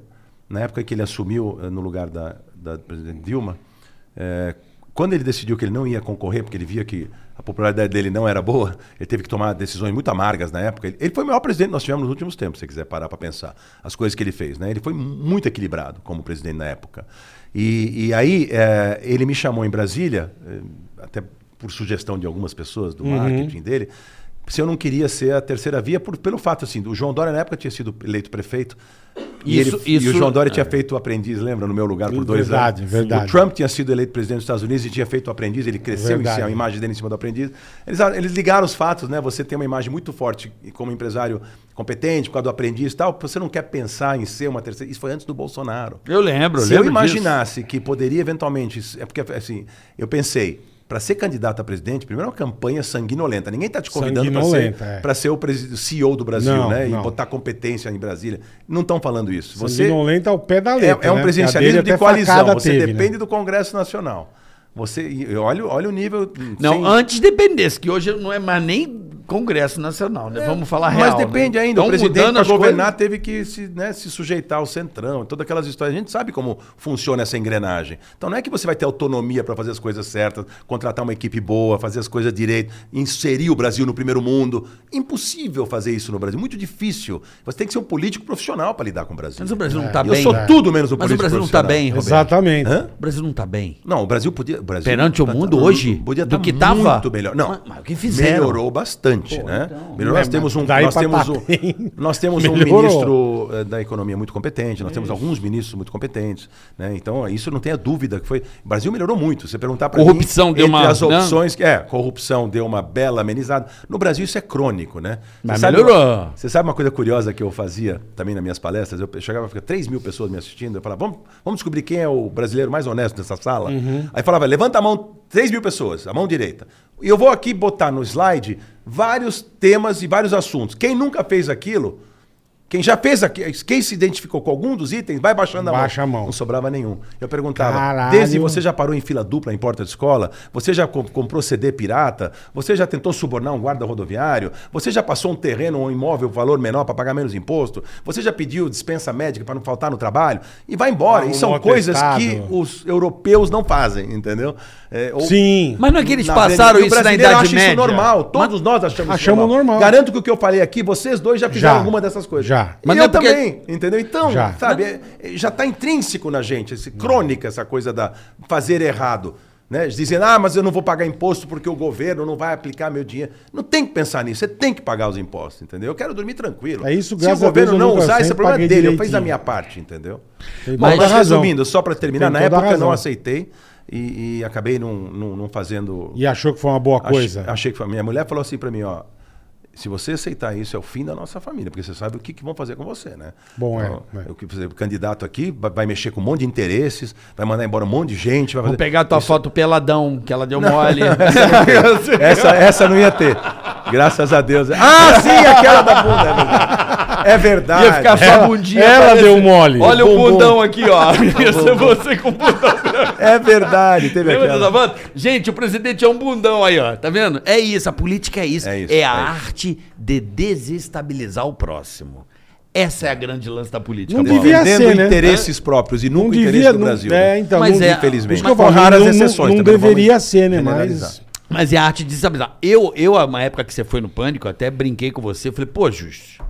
Speaker 5: na época que ele assumiu eh, no lugar da, da presidente Dilma, eh, Quando ele decidiu que ele não ia concorrer, porque ele via que a popularidade dele não era boa, ele teve que tomar decisões muito amargas na época. Ele, ele foi o melhor presidente que nós tivemos nos últimos tempos, se você quiser parar para pensar. As coisas que ele fez, né? Ele foi muito equilibrado como presidente na época. E, e aí eh, ele me chamou em Brasília, eh, até por sugestão de algumas pessoas do marketing dele, se eu não queria ser a terceira via, por- pelo fato assim, o João Dória na época tinha sido eleito prefeito. E,
Speaker 3: Isso-
Speaker 5: ele, e
Speaker 3: isso- É.
Speaker 5: o João Dória tinha feito o aprendiz, lembra, no meu lugar por dois
Speaker 4: Verdade,
Speaker 5: anos.
Speaker 4: verdade.
Speaker 5: O Trump tinha sido eleito presidente dos Estados Unidos e tinha feito o aprendiz, ele cresceu em
Speaker 4: Verdade.
Speaker 5: cima, a imagem dele em cima do aprendiz. Eles, eles ligaram os fatos, né? Você tem uma imagem muito forte e como empresário competente, por causa do aprendiz e tal, você não quer pensar em ser uma terceira. Isso foi antes do Bolsonaro.
Speaker 3: Eu lembro,
Speaker 5: Se
Speaker 3: lembro disso.
Speaker 5: eu imaginasse que poderia eventualmente. É porque, assim, eu pensei. Para ser candidato a presidente, primeiro é uma campanha sanguinolenta. Ninguém está te convidando para ser,
Speaker 4: Sanguinolenta, é.
Speaker 5: pra ser o presi- CEO do Brasil,
Speaker 4: Não,
Speaker 5: né?
Speaker 4: não.
Speaker 5: E botar competência em Brasília. Não estão falando isso.
Speaker 4: Você
Speaker 5: Você
Speaker 4: não lenta ao pé da
Speaker 5: é,
Speaker 4: letra.
Speaker 5: é um
Speaker 4: né?
Speaker 5: presidencialismo
Speaker 4: Porque a
Speaker 5: de
Speaker 4: dele até facada
Speaker 5: coalizão. Você
Speaker 4: teve, né?
Speaker 5: depende do Congresso Nacional. Você e olha, olha o nível. hum,
Speaker 3: Não,
Speaker 5: sem-
Speaker 3: antes dependesse, que hoje não é mais nem Congresso Nacional, né? Vamos falar
Speaker 5: É, Mas
Speaker 3: real.
Speaker 5: depende
Speaker 3: né?
Speaker 5: ainda.
Speaker 3: Tão
Speaker 5: o presidente,
Speaker 3: mudando
Speaker 5: para
Speaker 3: as
Speaker 5: governar,
Speaker 3: coisas.
Speaker 5: teve que se, né, se sujeitar ao centrão, todas aquelas histórias. A gente sabe como funciona essa engrenagem. Então não é que você vai ter autonomia para fazer as coisas certas, contratar uma equipe boa, fazer as coisas direito, inserir o Brasil no primeiro mundo. Impossível fazer isso no Brasil, muito difícil. Você tem que ser um político profissional para lidar com o Brasil.
Speaker 3: Mas o Brasil não tá
Speaker 5: eu
Speaker 3: bem.
Speaker 5: sou tudo menos um
Speaker 3: Mas o
Speaker 5: político
Speaker 3: Brasil não tá
Speaker 5: profissional.
Speaker 3: bem, Roberto.
Speaker 4: Exatamente.
Speaker 5: Hã?
Speaker 3: O Brasil não tá bem.
Speaker 5: Não, o Brasil podia. o Brasil
Speaker 3: Perante o
Speaker 5: tá-
Speaker 3: mundo
Speaker 5: tá-
Speaker 3: hoje,
Speaker 5: podia
Speaker 3: do
Speaker 5: tá
Speaker 3: que tava,
Speaker 5: Muito melhor. Não,
Speaker 3: mas- mas o que fizeram? então,
Speaker 5: Melhorou bastante, né? Melhorou. Nós
Speaker 4: É,
Speaker 5: temos
Speaker 4: mas
Speaker 5: um,
Speaker 4: daí
Speaker 5: nós
Speaker 4: pra
Speaker 5: temos
Speaker 4: tá
Speaker 3: (laughs)
Speaker 5: um,
Speaker 4: bem.
Speaker 5: nós temos um
Speaker 4: Melhorou.
Speaker 5: ministro eh, da economia muito competente. Nós temos alguns ministros muito competentes, né? Então isso não tenha dúvida que foi. O Brasil melhorou muito. Você perguntar para
Speaker 3: Corrupção
Speaker 5: mim,
Speaker 3: deu
Speaker 5: entre
Speaker 3: uma-
Speaker 5: as
Speaker 3: né?
Speaker 5: opções, é, corrupção deu uma bela amenizada. No Brasil isso é crônico, né?
Speaker 3: Mas
Speaker 5: sabe-
Speaker 3: melhorou.
Speaker 5: você sabe uma coisa curiosa que eu fazia também nas minhas palestras? Eu chegava, ficava 3 mil pessoas me assistindo. Eu falava, vamos, vamos descobrir quem é o brasileiro mais honesto nessa sala.
Speaker 4: Uhum.
Speaker 5: Aí falava, levanta a mão, 3 mil pessoas, a mão direita. E eu vou aqui botar no slide vários temas e vários assuntos. Quem nunca fez aquilo, quem já fez aquilo, quem se identificou com algum dos itens, vai baixando a mão.
Speaker 4: Baixa a mão.
Speaker 5: Não sobrava nenhum. Eu perguntava,
Speaker 4: Caralho.
Speaker 5: desde você já parou em fila dupla em porta de escola? Você já com- comprou CD pirata? Você já tentou subornar um guarda rodoviário? Você já passou um terreno ou um imóvel valor menor para pagar menos imposto? Você já pediu dispensa médica para não faltar no trabalho? E vai embora.
Speaker 4: Ah, um
Speaker 5: e são
Speaker 4: atestado.
Speaker 5: coisas que os europeus não fazem, entendeu? É, ou-
Speaker 4: Sim.
Speaker 3: Mas não é que eles
Speaker 5: na
Speaker 3: passaram
Speaker 5: verdade, e o
Speaker 3: isso na
Speaker 5: brasileiro
Speaker 3: Idade
Speaker 5: acha
Speaker 3: Média.
Speaker 5: Isso normal. Todos nós achamos,
Speaker 4: Achamos normal.
Speaker 5: Garanto que o que eu falei aqui, vocês dois já fizeram
Speaker 4: Já.
Speaker 5: alguma dessas coisas.
Speaker 4: Já.
Speaker 5: E
Speaker 3: Mas
Speaker 5: eu
Speaker 3: não é porque-
Speaker 5: também, entendeu? Então,
Speaker 4: Já.
Speaker 5: sabe, é- é- já está intrínseco na gente, esse, crônica essa coisa da fazer errado. Né? Dizendo, ah, mas eu não vou pagar imposto porque o governo não vai aplicar meu dinheiro. Não tem que pensar nisso, você tem que pagar os impostos, entendeu? Eu quero dormir tranquilo.
Speaker 4: É isso,
Speaker 5: Se o
Speaker 4: graças a
Speaker 5: governo
Speaker 4: Deus, eu
Speaker 5: não
Speaker 4: nunca-
Speaker 5: usar, esse é
Speaker 4: sempre
Speaker 5: problema
Speaker 4: paguei
Speaker 5: dele. Eu fiz a
Speaker 4: direitinho.
Speaker 5: minha parte, entendeu?
Speaker 4: Tem
Speaker 5: Mas,
Speaker 4: toda a razão.
Speaker 5: tá resumindo, só para terminar,
Speaker 4: Tem
Speaker 5: na
Speaker 4: toda a
Speaker 5: época eu não
Speaker 4: razão.
Speaker 5: aceitei e, e acabei não, não, não fazendo.
Speaker 4: E achou que foi uma boa
Speaker 5: Achei-
Speaker 4: coisa.
Speaker 5: Achei, que foi. Minha mulher falou assim pra mim, ó. Se você aceitar isso, é o fim da nossa família, porque você sabe o que, que vão fazer com você, né?
Speaker 4: Bom, é, é.
Speaker 5: O que, por exemplo, o candidato aqui vai, vai mexer com um monte de interesses, vai mandar embora um monte de gente, vai
Speaker 3: Vou
Speaker 5: fazer.
Speaker 3: pegar a tua foto peladão, que ela deu mole.
Speaker 5: (laughs) Essa, é essa não ia ter. Graças a Deus. Ah, sim, aquela da bunda. É verdade. É
Speaker 3: Ia ficar
Speaker 5: verdade.
Speaker 3: só a bundinha.
Speaker 4: ela deu mole.
Speaker 3: Olha o
Speaker 5: Bumbum.
Speaker 3: bundão aqui,
Speaker 5: (laughs)
Speaker 3: ó.
Speaker 5: Tá
Speaker 3: Ia ser você com o bundão.
Speaker 5: É verdade. Teve
Speaker 3: Lembra dessa
Speaker 5: aquela.
Speaker 3: banda? Gente, o presidente é um bundão aí, ó. Tá vendo? É isso, a política é isso. É,
Speaker 5: É isso,
Speaker 3: a
Speaker 5: é isso.
Speaker 3: arte de desestabilizar o próximo. Essa é a grande lance da política.
Speaker 4: Não
Speaker 3: Bola.
Speaker 4: devia
Speaker 5: Defendendo
Speaker 4: ser, né?
Speaker 5: interesses próprios e nunca
Speaker 4: Não
Speaker 5: o interesse
Speaker 4: devia.
Speaker 5: do
Speaker 4: Não,
Speaker 5: Brasil.
Speaker 4: é,
Speaker 5: né?
Speaker 4: então,
Speaker 3: Mas
Speaker 4: não,
Speaker 3: é-
Speaker 5: Infelizmente.
Speaker 4: Por isso que eu
Speaker 5: Mas com
Speaker 4: falo,
Speaker 5: raras
Speaker 4: não,
Speaker 5: exceções
Speaker 4: Não, não
Speaker 5: também, não vamos
Speaker 4: deveria ser, né?
Speaker 5: generalizar.
Speaker 4: Mas.
Speaker 3: Mas é a arte de desestabilizar. Eu, eu, uma época que você foi no pânico, eu até brinquei com você. eu Falei, pô, Justo,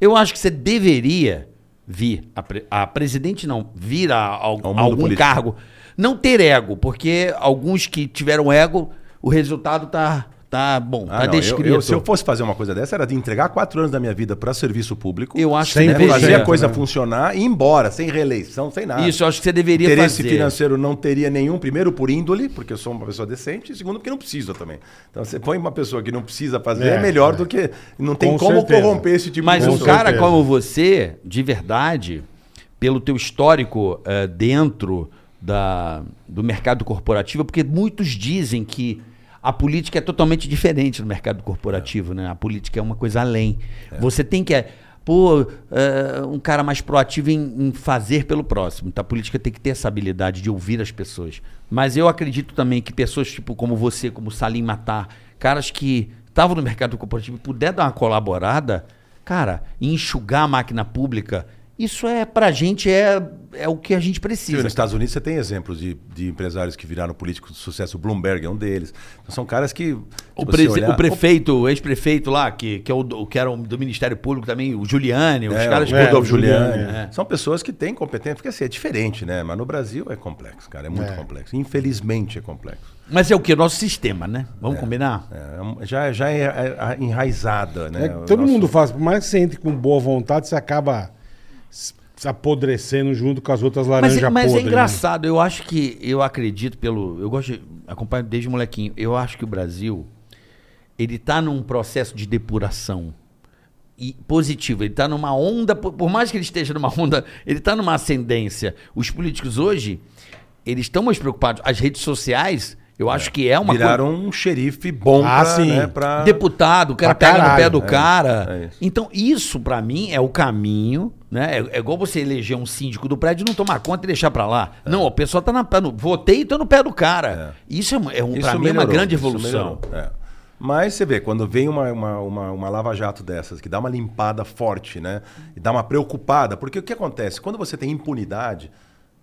Speaker 3: eu acho que você deveria vir a, pre- a presidente, não, vir a, al-
Speaker 5: Ao mundo
Speaker 3: algum
Speaker 5: político.
Speaker 3: cargo. Não ter ego, porque alguns que tiveram ego, o resultado tá, tá bom,
Speaker 5: Ah,
Speaker 3: tá
Speaker 5: não, eu-
Speaker 3: descrito.
Speaker 5: eu- se eu fosse fazer uma coisa dessa, era de entregar quatro anos da minha vida para serviço público.
Speaker 3: Eu acho que você
Speaker 4: Sem
Speaker 3: deveria.
Speaker 5: fazer a
Speaker 4: projeto,
Speaker 5: coisa
Speaker 4: né?
Speaker 5: funcionar e ir embora, sem reeleição, sem nada.
Speaker 3: Isso, eu acho que você deveria
Speaker 5: Interesse
Speaker 3: fazer.
Speaker 5: financeiro não teria nenhum, primeiro por índole, porque eu sou uma pessoa decente, e segundo porque não precisa também. Então você põe uma pessoa que não precisa fazer,
Speaker 4: É,
Speaker 5: é, melhor
Speaker 4: é.
Speaker 5: do que. Não tem
Speaker 4: Com
Speaker 5: como
Speaker 4: certeza.
Speaker 5: corromper esse tipo
Speaker 3: Mas
Speaker 5: de
Speaker 4: Com
Speaker 3: um cara
Speaker 4: certeza.
Speaker 3: como você, de verdade, pelo teu histórico eh, dentro da, do mercado corporativo, porque muitos dizem que a política é totalmente diferente do mercado corporativo, né? A política é uma coisa além.
Speaker 4: É.
Speaker 3: Você tem que. eh, Pô, eh, um cara mais proativo em, em fazer pelo próximo. Então, a política tem que ter essa habilidade de ouvir as pessoas. Mas eu acredito também que pessoas tipo como você, como Salim Matar, caras que estavam no mercado corporativo e puder dar uma colaborada, Cara, enxugar a máquina pública Isso é, pra gente, é, é o que a gente precisa.
Speaker 5: Nos Estados Unidos você tem exemplos de, de empresários que viraram políticos de sucesso. O Bloomberg é um deles. Então, são caras que.
Speaker 3: O,
Speaker 5: se você
Speaker 3: prese-
Speaker 5: olhar-
Speaker 3: o prefeito, o ex-prefeito lá, que, que, é o, do- que era o do Ministério Público também, o Giuliani, os
Speaker 5: É,
Speaker 3: caras...
Speaker 5: o
Speaker 3: que-
Speaker 5: Rodolfo
Speaker 4: é, Giuliani,
Speaker 5: Giuliani. né?
Speaker 3: é.
Speaker 5: São pessoas que têm competência, porque assim, é diferente, né? Mas no Brasil é complexo, cara, é muito
Speaker 4: É.
Speaker 5: complexo. Infelizmente é complexo.
Speaker 3: Mas é o que? Nosso sistema, né? Vamos combinar?
Speaker 5: É, já, já é, é, é enraizada, né?
Speaker 4: É,
Speaker 5: O
Speaker 4: todo
Speaker 5: nosso-
Speaker 4: mundo faz, por mais que você entre com boa vontade, você acaba se se apodrecendo junto com as outras
Speaker 3: Mas,
Speaker 4: laranjas
Speaker 3: é- mas é
Speaker 4: podres, né?
Speaker 3: engraçado, eu acho que, eu acredito pelo, eu gosto, de, acompanho desde molequinho, eu acho que o Brasil, ele tá num processo de depuração e positivo, ele tá numa onda, por, por mais que ele esteja numa onda, ele tá numa ascendência. Os políticos hoje, eles estão mais preocupados, as redes sociais, eu acho que é uma
Speaker 5: Viraram um xerife bom
Speaker 4: Ah,
Speaker 5: pra,
Speaker 4: sim.
Speaker 5: né, pra-
Speaker 3: deputado, o cara
Speaker 4: Pra
Speaker 3: pega no pé
Speaker 4: caralho,
Speaker 3: do
Speaker 4: é,
Speaker 3: cara.
Speaker 5: é isso.
Speaker 3: então, isso pra mim é o caminho, né? É, é igual você eleger um síndico do prédio e não tomar conta e deixar pra lá.
Speaker 5: É.
Speaker 3: Não, o pessoal tá na pé no, votei e tô no pé do cara. Isso é, um- é um, pra mim é uma
Speaker 5: melhorou,
Speaker 3: grande
Speaker 5: isso
Speaker 3: evolução.
Speaker 5: melhorou, é. Mas você vê, quando vem uma, uma, uma, uma lava-jato dessas, que dá uma limpada forte, né? E dá uma preocupada. Porque o que acontece? Quando você tem impunidade,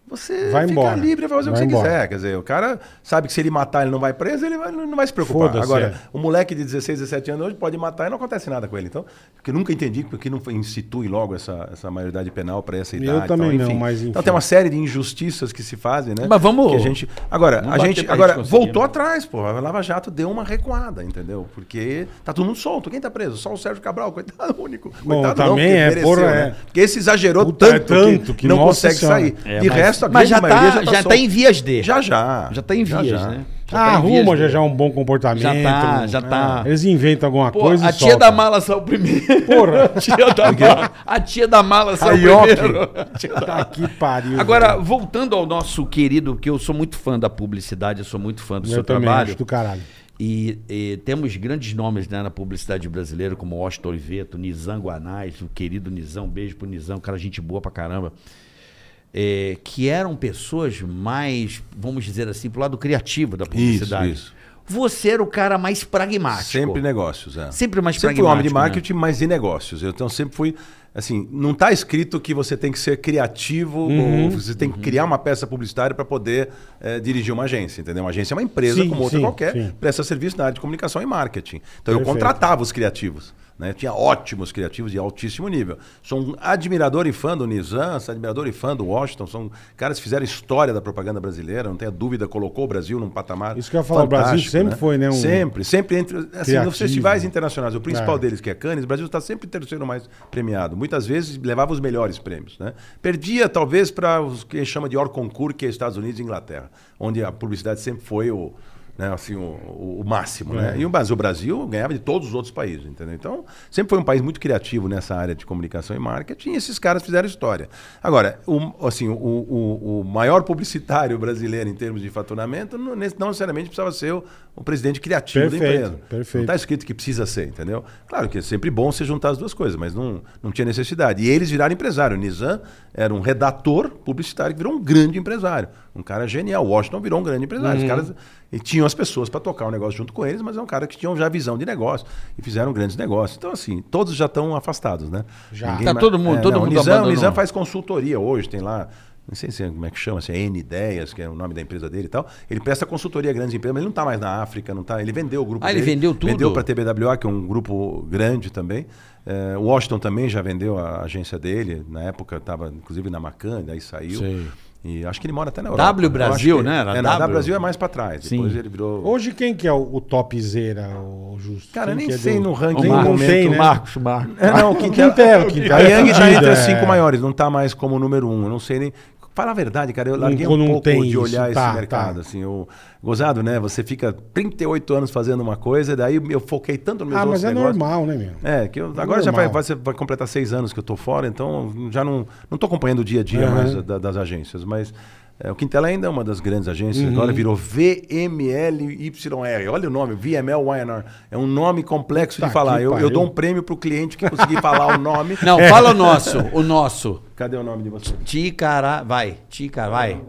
Speaker 5: você
Speaker 4: Vai
Speaker 5: fica
Speaker 4: embora.
Speaker 5: livre pra fazer o
Speaker 4: Vai
Speaker 5: que você
Speaker 4: embora.
Speaker 5: quiser. Quer dizer, o cara sabe que se ele matar, ele não vai preso, ele vai- não vai se preocupar.
Speaker 4: Foda-se,
Speaker 5: Agora,
Speaker 4: é.
Speaker 5: o moleque de 16, 17 anos hoje pode matar e não acontece nada com ele. Então, porque eu nunca entendi porque não foi- institui logo essa, essa maioridade penal para essa
Speaker 4: Eu
Speaker 5: idade. e tal,
Speaker 4: também não,
Speaker 5: enfim.
Speaker 4: mas enfim.
Speaker 5: Então tem uma série de injustiças que se fazem, né?
Speaker 3: Mas vamos-
Speaker 5: Que a gente... Agora,
Speaker 3: Vamos
Speaker 5: a
Speaker 3: bater
Speaker 5: gente
Speaker 3: pra
Speaker 5: agora
Speaker 3: gente conseguir,
Speaker 5: voltou
Speaker 3: né?
Speaker 5: atrás, pô. A Lava Jato deu uma recuada, entendeu? Porque tá todo mundo solto. Quem tá preso? Só o Sérgio Cabral, coitado (laughs) único.
Speaker 4: Bom,
Speaker 5: coitado
Speaker 4: também
Speaker 5: porque
Speaker 4: é,
Speaker 5: mereceu,
Speaker 4: porra,
Speaker 5: né?
Speaker 4: é.
Speaker 5: Porque esse exagerou
Speaker 4: Puta, é
Speaker 5: tanto,
Speaker 4: tanto
Speaker 5: que,
Speaker 4: que,
Speaker 5: não
Speaker 4: nossa
Speaker 5: consegue
Speaker 4: senhora.
Speaker 5: sair.
Speaker 3: É,
Speaker 5: de
Speaker 3: mas-
Speaker 5: resto, a
Speaker 3: mas
Speaker 5: grande
Speaker 3: já tá-
Speaker 5: maioria já tá
Speaker 3: já tá
Speaker 5: solta.
Speaker 3: em vias de.
Speaker 5: Já, já.
Speaker 3: Já tá em vias,
Speaker 5: já.
Speaker 3: né? Já
Speaker 4: Ah,
Speaker 3: tá em vias
Speaker 4: arruma
Speaker 3: de-
Speaker 4: já já um bom comportamento.
Speaker 3: Já tá, já
Speaker 4: né?
Speaker 3: tá.
Speaker 4: Eles inventam alguma
Speaker 3: Pô,
Speaker 4: coisa
Speaker 3: a
Speaker 4: e
Speaker 3: tia
Speaker 4: soltam.
Speaker 3: da
Speaker 4: (laughs)
Speaker 3: mala saiu primeiro.
Speaker 4: Porra.
Speaker 3: (laughs) A tia da mala, a tia da mala saiu
Speaker 5: Aioki.
Speaker 3: primeiro. A tia da-
Speaker 4: Tá que pariu.
Speaker 3: Agora,
Speaker 4: velho.
Speaker 3: voltando ao nosso querido, que eu sou muito fã da publicidade, eu sou muito fã do
Speaker 4: eu
Speaker 3: seu
Speaker 4: também
Speaker 3: trabalho.
Speaker 4: acho do caralho.
Speaker 3: E, e temos grandes nomes né, na publicidade brasileira, como Washington Oliveto, Nizam Guanais, o querido Nizam, um beijo pro Nizam, cara, gente boa pra caramba. É, que eram pessoas mais, vamos dizer assim, pro lado criativo da publicidade.
Speaker 5: Isso, isso.
Speaker 3: Você era o cara mais pragmático.
Speaker 5: Sempre negócios, é.
Speaker 3: Sempre mais
Speaker 5: Sempre fui um homem
Speaker 4: né?
Speaker 5: de
Speaker 3: pragmático,
Speaker 5: marketing, mas de negócios. Então sempre fui assim, não está escrito que você tem que ser criativo,
Speaker 4: Uhum.
Speaker 5: ou você tem que criar uma peça publicitária para poder eh, dirigir uma agência, entendeu? Uma agência é uma empresa
Speaker 4: Sim,
Speaker 5: como outra
Speaker 4: sim,
Speaker 5: qualquer,
Speaker 4: sim.
Speaker 5: presta serviço na área de comunicação e marketing. Então eu
Speaker 4: Perfeito.
Speaker 5: contratava os criativos. Né? Tinha ótimos criativos de altíssimo nível. Sou um admirador e fã do Nizam, sou admirador e fã do Washington. São caras que fizeram história da propaganda brasileira, não tenha dúvida, colocou o Brasil num patamar.
Speaker 4: Isso que eu ia falar, o Brasil
Speaker 5: fantástico,
Speaker 4: sempre foi, né, um-
Speaker 5: Sempre, sempre entre. Assim,
Speaker 4: Criativo.
Speaker 5: nos festivais internacionais, o principal
Speaker 4: É.
Speaker 5: deles, que é Cannes, o Brasil está sempre terceiro mais premiado. Muitas vezes levava os melhores prêmios. Né? Perdia, talvez, para os que chama de or concurso, que é Estados Unidos e Inglaterra, onde a publicidade sempre foi o, né, assim, o, o- o máximo.
Speaker 4: É.
Speaker 5: Né? E o Brasil, o Brasil ganhava de todos os outros países. Entendeu? Então, sempre foi um país muito criativo nessa área de comunicação e marketing, e esses caras fizeram história. Agora, o, assim, o, o- o maior publicitário brasileiro em termos de faturamento não, não necessariamente precisava ser o, o presidente criativo da
Speaker 4: Perfeito,
Speaker 5: empresa.
Speaker 4: perfeito.
Speaker 5: Não tá está escrito que precisa ser, entendeu? Claro que é sempre bom você juntar as duas coisas, mas não, não tinha necessidade. E eles viraram empresário. O Nizam era um redator publicitário que virou um grande empresário. Um cara genial. O Washington virou um grande empresário.
Speaker 3: Uhum.
Speaker 5: Os caras e tinham as pessoas para tocar o negócio junto com eles, mas é um cara que tinham já visão de negócio e fizeram grandes negócios. Então, assim, todos já estão afastados, né?
Speaker 4: Já.
Speaker 5: Ninguém
Speaker 3: Tá
Speaker 5: mais-
Speaker 3: todo mundo- todo
Speaker 5: o
Speaker 3: mundo
Speaker 5: Nizam- O
Speaker 3: abandonou.
Speaker 5: Nizam faz consultoria hoje, tem lá. Não sei se é- como é que chama, se é N Ideias, que é o nome da empresa dele e tal. Ele presta consultoria a grandes empresas, mas ele não está mais na África, não tá. Ele vendeu o grupo grupo
Speaker 3: Ah, ele
Speaker 5: dele.
Speaker 3: vendeu tudo?
Speaker 5: Vendeu para a TBWA, que é um grupo grande também. É, o Washington também já vendeu a agência dele. Na época estava, inclusive, na Macan, daí saiu.
Speaker 4: Sei.
Speaker 5: E acho que ele mora até na Europa.
Speaker 3: W
Speaker 5: Eu acho
Speaker 3: Brasil,
Speaker 5: que-
Speaker 3: né? Era
Speaker 5: é, na
Speaker 3: W.
Speaker 5: W Brasil é mais para trás. Depois
Speaker 3: Sim.
Speaker 5: ele virou...
Speaker 4: Hoje quem que é o, o topzera, o Justo?
Speaker 5: Cara,
Speaker 4: Quem
Speaker 5: nem
Speaker 4: que é
Speaker 5: sei
Speaker 4: do-
Speaker 5: no
Speaker 3: Um
Speaker 5: ranking
Speaker 4: Quem
Speaker 5: no
Speaker 4: não
Speaker 5: momento.
Speaker 4: tem, né?
Speaker 3: Marcos, Marcos.
Speaker 5: É, (laughs) não, o Quintela.
Speaker 4: Quintela, o Quintela
Speaker 5: A Yang
Speaker 4: tá
Speaker 5: tá entre as
Speaker 4: fudido, é.
Speaker 5: cinco maiores, não tá mais como número um. Eu não sei nem. Fala a verdade, cara, eu larguei
Speaker 4: Não-
Speaker 5: um
Speaker 4: não
Speaker 5: pouco
Speaker 4: tem
Speaker 5: de
Speaker 4: isso,
Speaker 5: olhar
Speaker 4: tá,
Speaker 5: esse mercado.
Speaker 4: tá.
Speaker 5: Assim, eu, gozado, né? Você fica 38 anos fazendo uma coisa, daí eu foquei tanto no meu
Speaker 4: Ah,
Speaker 5: outros
Speaker 4: mas é
Speaker 5: negócios.
Speaker 4: normal, né, meu?
Speaker 5: É, que eu, agora já vai,
Speaker 4: normal.
Speaker 5: vai- vai completar seis anos que eu tô fora, então já não não tô acompanhando o dia a dia
Speaker 4: Aham.
Speaker 5: mais da- das agências, mas é, o Quintela ainda é uma das grandes agências.
Speaker 4: Uhum.
Speaker 5: Agora virou VMLYR. Olha o nome, VML YNR. É um nome complexo
Speaker 4: Tá
Speaker 5: de falar.
Speaker 4: que
Speaker 5: Eu,
Speaker 4: pariu.
Speaker 5: eu dou um prêmio pro cliente que conseguir falar o
Speaker 4: (laughs)
Speaker 5: nome. É.
Speaker 3: Não, fala o nosso, o nosso.
Speaker 5: Cadê o nome de você?
Speaker 3: Ticará, vai, Ticará, vai.